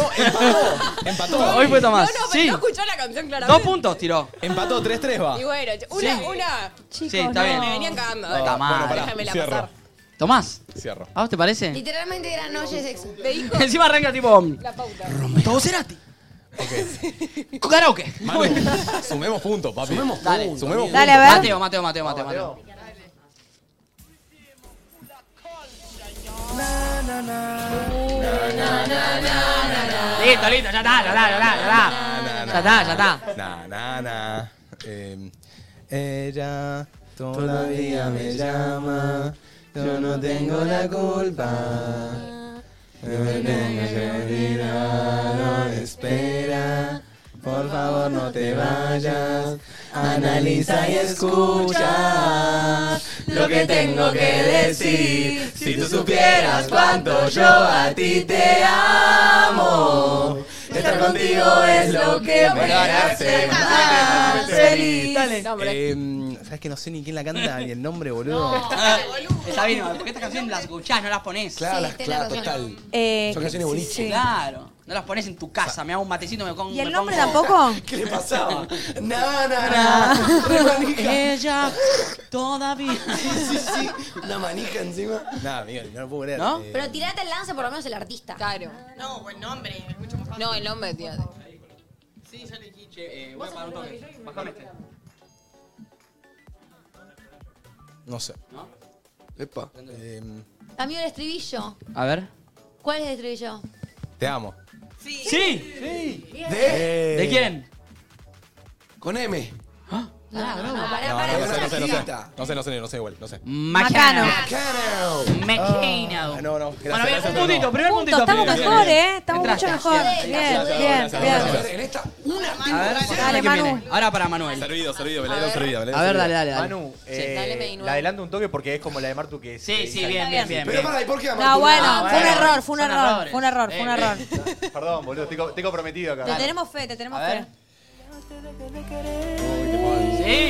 [SPEAKER 1] Empató.
[SPEAKER 10] Hoy fue Tomás.
[SPEAKER 9] No, no, pero
[SPEAKER 10] sí.
[SPEAKER 9] no escuchó la canción claramente.
[SPEAKER 10] Dos puntos tiró.
[SPEAKER 1] Empató 3-3 va.
[SPEAKER 9] Y bueno, una,
[SPEAKER 10] Sí.
[SPEAKER 9] una.
[SPEAKER 10] Chicos, Sí, está no. bien.
[SPEAKER 9] Me venían cagando.
[SPEAKER 10] Ah, está mal.
[SPEAKER 9] Bueno, Déjamela
[SPEAKER 1] cierro.
[SPEAKER 9] pasar.
[SPEAKER 10] Tomás.
[SPEAKER 1] Cierro.
[SPEAKER 10] ¿A vos te parece?
[SPEAKER 2] Literalmente era noche de sexo. De hijo.
[SPEAKER 10] Encima arranca tipo. mm,
[SPEAKER 9] La pauta.
[SPEAKER 10] Todo Cerati.
[SPEAKER 8] ¿eh?
[SPEAKER 10] Karaoke.
[SPEAKER 1] Manu, sumemos puntos, papi. Sumemos
[SPEAKER 10] Dale.
[SPEAKER 1] Sumemos
[SPEAKER 18] Dale, a ver.
[SPEAKER 10] Mateo, Mateo, Mateo, Mateo, Mateo. Listo, listo, ya está, ya está, ya está,
[SPEAKER 1] Na, na,
[SPEAKER 10] ya está. Ah, Ya está, ya está.
[SPEAKER 1] Na, na, na. Eh, ella todavía me llama. Yo no tengo la culpa. No me tengas que olvidar, espera. Por favor, no te vayas. Analiza y escucha lo que tengo que decir. Si tú supieras cuánto yo a ti te amo, estar contigo es lo que me hace más feliz. Em, ¿Sabes que no sé ni quién la canta ni el nombre, boludo?
[SPEAKER 10] Ah, Está bien, porque estas canciones las escuchás, no las pones.
[SPEAKER 4] Claro, las- claro, total.
[SPEAKER 18] Eh,
[SPEAKER 4] Son canciones bonitas.
[SPEAKER 10] Claro. No las pones en tu casa, me hago un matecito, me pongo.
[SPEAKER 18] ¿Y el
[SPEAKER 10] me
[SPEAKER 18] nombre
[SPEAKER 10] pongo-
[SPEAKER 18] tampoco?
[SPEAKER 4] ¿Qué le pasaba? Na, na, na. Re manija.
[SPEAKER 10] Ella todavía.
[SPEAKER 4] Sí, sí. Una manija encima.
[SPEAKER 1] Nada, Miguel, no lo puedo creer.
[SPEAKER 10] ¿No?
[SPEAKER 1] Eh,
[SPEAKER 2] Pero tirate el lance por lo menos el artista.
[SPEAKER 9] Claro.
[SPEAKER 5] No, buen nombre, es mucho más fácil.
[SPEAKER 9] No, el nombre, tío.
[SPEAKER 5] Sí, ya le quito.
[SPEAKER 10] Che, eh, voy a parar un toque. Bajame este.
[SPEAKER 1] no sé.
[SPEAKER 10] ¿No?
[SPEAKER 4] Epa.
[SPEAKER 1] Eh,
[SPEAKER 2] Amigo el estribillo.
[SPEAKER 10] A ver.
[SPEAKER 2] ¿Cuál es el estribillo?
[SPEAKER 1] te amo. Eh,
[SPEAKER 10] ¡Sí!
[SPEAKER 4] ¿De?
[SPEAKER 10] ¿De quién?
[SPEAKER 4] Con M.
[SPEAKER 2] No, no, no, pará,
[SPEAKER 1] No,
[SPEAKER 2] pará.
[SPEAKER 1] no, sé, no sé, no sé.
[SPEAKER 4] Chiquita.
[SPEAKER 1] No sé, no sé, no sé igual, no sé.
[SPEAKER 10] Macano.
[SPEAKER 4] Cano.
[SPEAKER 10] Macano.
[SPEAKER 1] Ah, no, no, gracias.
[SPEAKER 10] Bueno,
[SPEAKER 1] gracias,
[SPEAKER 10] bien, un
[SPEAKER 1] pero
[SPEAKER 10] puntito,
[SPEAKER 1] no.
[SPEAKER 10] primer
[SPEAKER 18] Punto,
[SPEAKER 10] puntito.
[SPEAKER 18] estamos
[SPEAKER 1] Bien, bien,
[SPEAKER 18] mejor,
[SPEAKER 1] bien.
[SPEAKER 18] ¿eh? Estamos mucho
[SPEAKER 10] Entraste.
[SPEAKER 18] mejor. Bien,
[SPEAKER 1] gracias,
[SPEAKER 18] bien,
[SPEAKER 1] gracias,
[SPEAKER 18] bien.
[SPEAKER 4] A ver, en esta
[SPEAKER 10] A ver,
[SPEAKER 18] Dale,
[SPEAKER 10] ¿quién
[SPEAKER 18] Manu.
[SPEAKER 10] viene? Ahora para Manuel.
[SPEAKER 1] Servido, servido, me le dieron servido. me le
[SPEAKER 10] A ver,
[SPEAKER 1] dieron
[SPEAKER 10] dale,
[SPEAKER 1] servido.
[SPEAKER 10] dale, dale.
[SPEAKER 12] Manu,
[SPEAKER 9] Sí, dale,
[SPEAKER 12] eh,
[SPEAKER 9] Mei, nueve.
[SPEAKER 12] la adelanto un toque porque es como la de Martu que es.
[SPEAKER 10] Sí,
[SPEAKER 12] eh,
[SPEAKER 10] sí,
[SPEAKER 12] está-
[SPEAKER 10] bien, bien, bien.
[SPEAKER 4] Pero para, ¿y por qué Amar?
[SPEAKER 18] No,
[SPEAKER 12] Ah,
[SPEAKER 18] bueno, fue un
[SPEAKER 10] bueno,
[SPEAKER 18] error, fue un
[SPEAKER 10] son
[SPEAKER 18] error,
[SPEAKER 10] errores.
[SPEAKER 18] fue un error, fue un
[SPEAKER 10] Eh,
[SPEAKER 18] error.
[SPEAKER 12] Perdón, boludo, estoy, co- estoy comprometido acá.
[SPEAKER 18] Te tenemos fe, te tenemos
[SPEAKER 10] A ver.
[SPEAKER 18] fe.
[SPEAKER 10] Sí.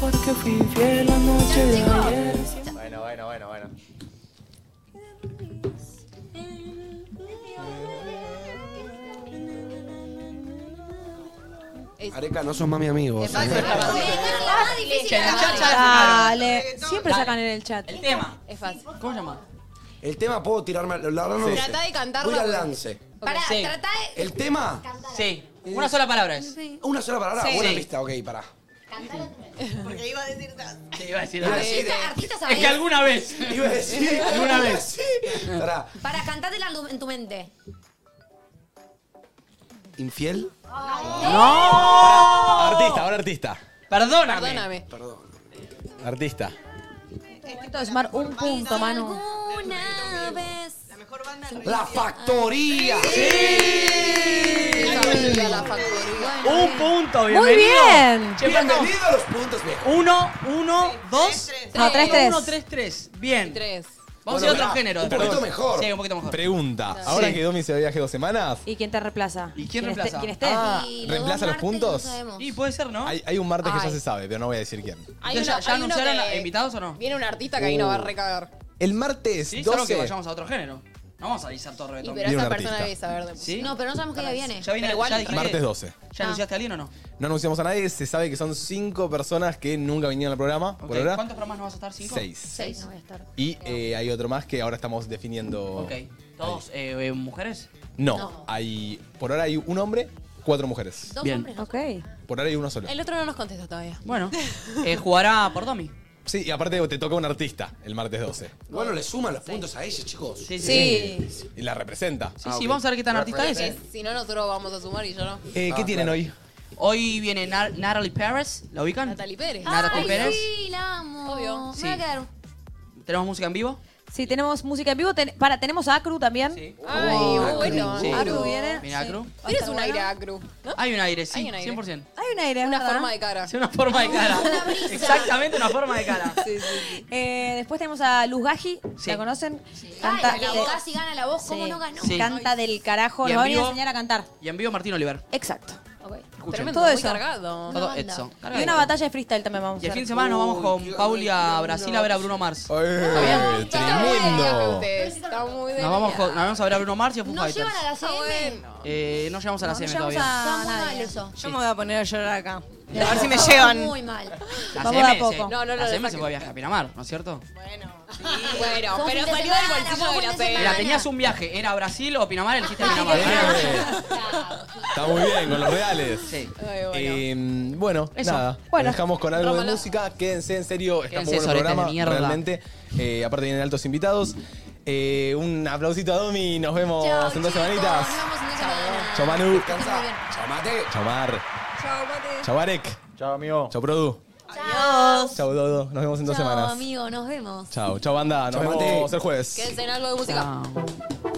[SPEAKER 11] Porque fui fiel la noche de ayer.
[SPEAKER 12] Bueno, bueno, bueno, bueno.
[SPEAKER 4] Areca, no sos más mi amigo. eh. o sea,
[SPEAKER 18] Che, en el chat ya Dale. Siempre sacan en el chat. El
[SPEAKER 10] tema.
[SPEAKER 3] Es fácil.
[SPEAKER 10] ¿Cómo llama?
[SPEAKER 4] El tema puedo tirarme. La verdad no
[SPEAKER 3] Sí.
[SPEAKER 4] lo sé.
[SPEAKER 3] Tratá de cantarlo.
[SPEAKER 4] Voy al lance.
[SPEAKER 2] Pará,
[SPEAKER 10] Sí.
[SPEAKER 2] tratá de.
[SPEAKER 4] ¿El tema?
[SPEAKER 10] Sí. Una sola palabra es.
[SPEAKER 4] Una sola palabra,
[SPEAKER 10] Sí.
[SPEAKER 4] buena
[SPEAKER 10] Sí.
[SPEAKER 4] pista, ok, pará.
[SPEAKER 5] Porque iba a decir tanto.
[SPEAKER 10] Te iba a decir.
[SPEAKER 4] Iba a decir,
[SPEAKER 2] Artista,
[SPEAKER 4] eh,
[SPEAKER 2] artista
[SPEAKER 10] Es
[SPEAKER 2] sabés.
[SPEAKER 10] que alguna vez.
[SPEAKER 4] Iba a decir.
[SPEAKER 10] Alguna vez.
[SPEAKER 4] Sí. Pará.
[SPEAKER 2] Para cantártela en tu- en tu mente.
[SPEAKER 4] ¿Infiel?
[SPEAKER 10] ¡No!
[SPEAKER 1] Artista, ahora artista.
[SPEAKER 10] Perdóname.
[SPEAKER 3] Perdóname.
[SPEAKER 1] Artista.
[SPEAKER 18] Momento de sumar un punto, Manu.
[SPEAKER 2] Una vez. La mejor banda
[SPEAKER 4] ¡La factoría!
[SPEAKER 10] Sí. Un punto,
[SPEAKER 18] Muy
[SPEAKER 10] bienvenido.
[SPEAKER 18] bien.
[SPEAKER 10] Che, Paco,
[SPEAKER 4] Bienvenido a los puntos, viejo.
[SPEAKER 10] Uno, uno, dos.
[SPEAKER 18] No, tres, tres.
[SPEAKER 10] Uno, tres, tres. Bien.
[SPEAKER 3] Tres.
[SPEAKER 10] Vamos
[SPEAKER 1] Bueno,
[SPEAKER 10] a ir a
[SPEAKER 1] pará,
[SPEAKER 10] otro género.
[SPEAKER 1] un poquito
[SPEAKER 10] después.
[SPEAKER 1] mejor.
[SPEAKER 10] Sí, un poquito mejor.
[SPEAKER 1] Pregunta. Ahora
[SPEAKER 10] Sí.
[SPEAKER 1] que Domi se viaje dos semanas,
[SPEAKER 18] ¿Y quién te reemplaza? ¿Y
[SPEAKER 10] quién reemplaza?
[SPEAKER 18] ¿Quién esté?
[SPEAKER 1] Ah,
[SPEAKER 2] Y los
[SPEAKER 1] ¿reemplaza
[SPEAKER 2] dos
[SPEAKER 1] los puntos?
[SPEAKER 2] martes no sabemos.
[SPEAKER 10] Y puede ser, ¿no?
[SPEAKER 1] Hay, hay un martes que ya
[SPEAKER 3] Ay.
[SPEAKER 1] se sabe, pero no voy a decir quién.
[SPEAKER 3] Hay
[SPEAKER 10] ¿Ya-
[SPEAKER 3] uno-
[SPEAKER 10] ya
[SPEAKER 3] hay uno
[SPEAKER 10] anunciaron
[SPEAKER 3] que-
[SPEAKER 10] a invitados o no?
[SPEAKER 3] Viene un artista que ahí nos va a
[SPEAKER 1] Uh.
[SPEAKER 3] recagar.
[SPEAKER 1] El martes
[SPEAKER 10] Sí, solo
[SPEAKER 1] 12.
[SPEAKER 10] que vayamos a otro género. No vamos a avisar todo
[SPEAKER 3] Y
[SPEAKER 10] reggaetón.
[SPEAKER 3] pero
[SPEAKER 1] Viene
[SPEAKER 3] esa
[SPEAKER 1] un
[SPEAKER 3] persona
[SPEAKER 1] artista.
[SPEAKER 3] debe saber de
[SPEAKER 10] ¿Sí?
[SPEAKER 2] No, pero no sabemos qué día viene.
[SPEAKER 10] Ya vine,
[SPEAKER 3] Pero igual-
[SPEAKER 10] ya dije
[SPEAKER 1] Martes
[SPEAKER 10] que-
[SPEAKER 1] 12.
[SPEAKER 10] ¿Ya anunciaste a alguien o no?
[SPEAKER 1] No anunciamos a nadie, se sabe que son cinco personas que nunca vinieron al programa.
[SPEAKER 10] Ok,
[SPEAKER 1] Por ahora,
[SPEAKER 10] ¿Cuántos programas no vas a estar? ¿Cinco?
[SPEAKER 1] Seis.
[SPEAKER 2] Seis, no voy a estar.
[SPEAKER 1] Y eh, hay otro más que ahora estamos definiendo.
[SPEAKER 10] Ok. ¿Todos eh, eh, mujeres?
[SPEAKER 1] No,
[SPEAKER 2] No.
[SPEAKER 1] hay. Por ahora hay un hombre, cuatro mujeres.
[SPEAKER 2] Dos
[SPEAKER 10] Bien.
[SPEAKER 2] hombres.
[SPEAKER 18] Ok.
[SPEAKER 1] Por ahora hay uno solo.
[SPEAKER 3] El otro no nos contesta todavía.
[SPEAKER 10] Bueno. eh, jugará por Domi.
[SPEAKER 1] Sí, y aparte te toca un artista el martes 12.
[SPEAKER 4] Bueno, le suman los puntos a ella, chicos.
[SPEAKER 10] Sí, sí.
[SPEAKER 3] Sí.
[SPEAKER 1] Y la representa. Ah,
[SPEAKER 10] Sí, sí, vamos a ver qué tan artista es. eh.
[SPEAKER 3] Porque Si no, nosotros vamos a sumar y yo no.
[SPEAKER 1] Eh, ¿Qué
[SPEAKER 4] Ah,
[SPEAKER 1] tienen
[SPEAKER 4] claro.
[SPEAKER 1] hoy?
[SPEAKER 10] Hoy viene Nar- Natalie Pérez. ¿La ubican?
[SPEAKER 3] Natalie Pérez.
[SPEAKER 10] Natalie
[SPEAKER 2] Ay,
[SPEAKER 10] Pérez.
[SPEAKER 2] Sí, la amo.
[SPEAKER 3] Obvio.
[SPEAKER 2] Me va
[SPEAKER 10] Sí.
[SPEAKER 2] a quedar.
[SPEAKER 10] ¿Tenemos música en vivo?
[SPEAKER 18] Sí, tenemos música en vivo. Ten- para, tenemos a Acru también.
[SPEAKER 10] Sí.
[SPEAKER 3] Ay,
[SPEAKER 18] Oh,
[SPEAKER 3] bueno.
[SPEAKER 10] Sí.
[SPEAKER 18] Acru viene.
[SPEAKER 10] Viene Acru.
[SPEAKER 18] Va a
[SPEAKER 3] Eres
[SPEAKER 18] estar
[SPEAKER 3] un
[SPEAKER 18] bueno.
[SPEAKER 3] aire acru, ¿no?
[SPEAKER 10] Hay un aire, sí,
[SPEAKER 3] Hay un aire.
[SPEAKER 10] 100%.
[SPEAKER 18] Hay un aire, es
[SPEAKER 3] Una
[SPEAKER 18] verdad.
[SPEAKER 3] forma de cara.
[SPEAKER 10] Es una forma de cara.
[SPEAKER 2] brisa.
[SPEAKER 10] Exactamente una forma de cara.
[SPEAKER 3] Sí, sí.
[SPEAKER 18] Eh, después tenemos a Luz Gaji,
[SPEAKER 10] Sí.
[SPEAKER 18] ¿la conocen?
[SPEAKER 2] Ay, la
[SPEAKER 18] de-
[SPEAKER 2] voz casi gana la voz. ¿Cómo
[SPEAKER 18] Sí.
[SPEAKER 2] no ganó?
[SPEAKER 10] Sí.
[SPEAKER 18] Canta del carajo, nos
[SPEAKER 10] Y en
[SPEAKER 18] va a venir a
[SPEAKER 10] vivo-
[SPEAKER 18] enseñar a cantar.
[SPEAKER 10] Y en vivo Martín Oliver.
[SPEAKER 18] Exacto.
[SPEAKER 2] Ok.
[SPEAKER 10] Escuchen.
[SPEAKER 3] Tremendo,
[SPEAKER 18] Todo
[SPEAKER 3] muy
[SPEAKER 18] eso.
[SPEAKER 3] cargado.
[SPEAKER 10] Todo
[SPEAKER 2] banda.
[SPEAKER 10] Edson. Carga
[SPEAKER 18] Y
[SPEAKER 10] de
[SPEAKER 18] una
[SPEAKER 10] todo.
[SPEAKER 18] batalla de freestyle también vamos a
[SPEAKER 10] Y el
[SPEAKER 18] hacer.
[SPEAKER 10] fin de semana nos vamos
[SPEAKER 4] Uy,
[SPEAKER 10] con
[SPEAKER 4] qué
[SPEAKER 10] Pauli a
[SPEAKER 4] ganas.
[SPEAKER 10] Brasil a ver a Bruno Mars. Nos
[SPEAKER 1] ¡Eh! ¡Tremendo!
[SPEAKER 3] Está muy de
[SPEAKER 10] vamos, con- nos vamos a ver a Bruno Mars y a Foo
[SPEAKER 2] ¿No
[SPEAKER 10] Fighters.
[SPEAKER 2] llevan a la CM?
[SPEAKER 10] Eh, no llegamos a la
[SPEAKER 18] No, no
[SPEAKER 10] CM
[SPEAKER 18] llegamos
[SPEAKER 10] todavía.
[SPEAKER 2] Está muy
[SPEAKER 18] nadie.
[SPEAKER 2] mal eso.
[SPEAKER 5] Yo me voy a poner a llorar acá. A ver si me llevan.
[SPEAKER 2] Muy mal.
[SPEAKER 10] La
[SPEAKER 18] Vamos de a
[SPEAKER 10] CM se-
[SPEAKER 18] poco.
[SPEAKER 3] No, no, no,
[SPEAKER 10] La CM se
[SPEAKER 3] saquen.
[SPEAKER 10] puede viajar a Pinamar, ¿no es cierto?
[SPEAKER 3] Bueno,
[SPEAKER 2] Fue un
[SPEAKER 3] pero
[SPEAKER 2] fin de
[SPEAKER 3] salió del
[SPEAKER 2] semana,
[SPEAKER 3] bolsillo
[SPEAKER 2] fue un
[SPEAKER 3] de la
[SPEAKER 2] fin de
[SPEAKER 3] CM.
[SPEAKER 10] Mira, tenías un viaje, ¿era Brasil o Pinamar? Elegiste Pinamar.
[SPEAKER 1] Eh, Está muy bien, con los reales.
[SPEAKER 10] Sí.
[SPEAKER 3] Ay, bueno.
[SPEAKER 1] Eh, bueno,
[SPEAKER 18] Eso.
[SPEAKER 1] nada.
[SPEAKER 18] Bueno.
[SPEAKER 1] Nos dejamos con algo
[SPEAKER 3] Rómalo.
[SPEAKER 1] de música. Quédense en serio. Está
[SPEAKER 10] Quédense,
[SPEAKER 1] muy bueno el
[SPEAKER 10] soretes de
[SPEAKER 1] programa.
[SPEAKER 10] mierda.
[SPEAKER 1] Realmente. Eh, aparte vienen altos invitados. Eh, un aplausito a Domi. Nos vemos
[SPEAKER 2] Chao,
[SPEAKER 1] en dos
[SPEAKER 2] chicos,
[SPEAKER 1] semanitas.
[SPEAKER 2] Nos vemos en dos semanas.
[SPEAKER 1] Chau Manu.
[SPEAKER 2] Muy bien.
[SPEAKER 4] Chao, mate.
[SPEAKER 1] Chau Mar.
[SPEAKER 3] Chao, mate.
[SPEAKER 1] Chau Arek.
[SPEAKER 12] Chao, amigo.
[SPEAKER 1] Chau Produ.
[SPEAKER 2] Adiós.
[SPEAKER 1] Chau Dodo. Nos vemos en dos
[SPEAKER 2] Chao,
[SPEAKER 1] semanas.
[SPEAKER 2] amigo, nos vemos.
[SPEAKER 1] Chao. Chau banda. Nos
[SPEAKER 4] Chau, Mati.
[SPEAKER 1] vemos el jueves.
[SPEAKER 3] Quédense en algo de música.
[SPEAKER 10] Chao.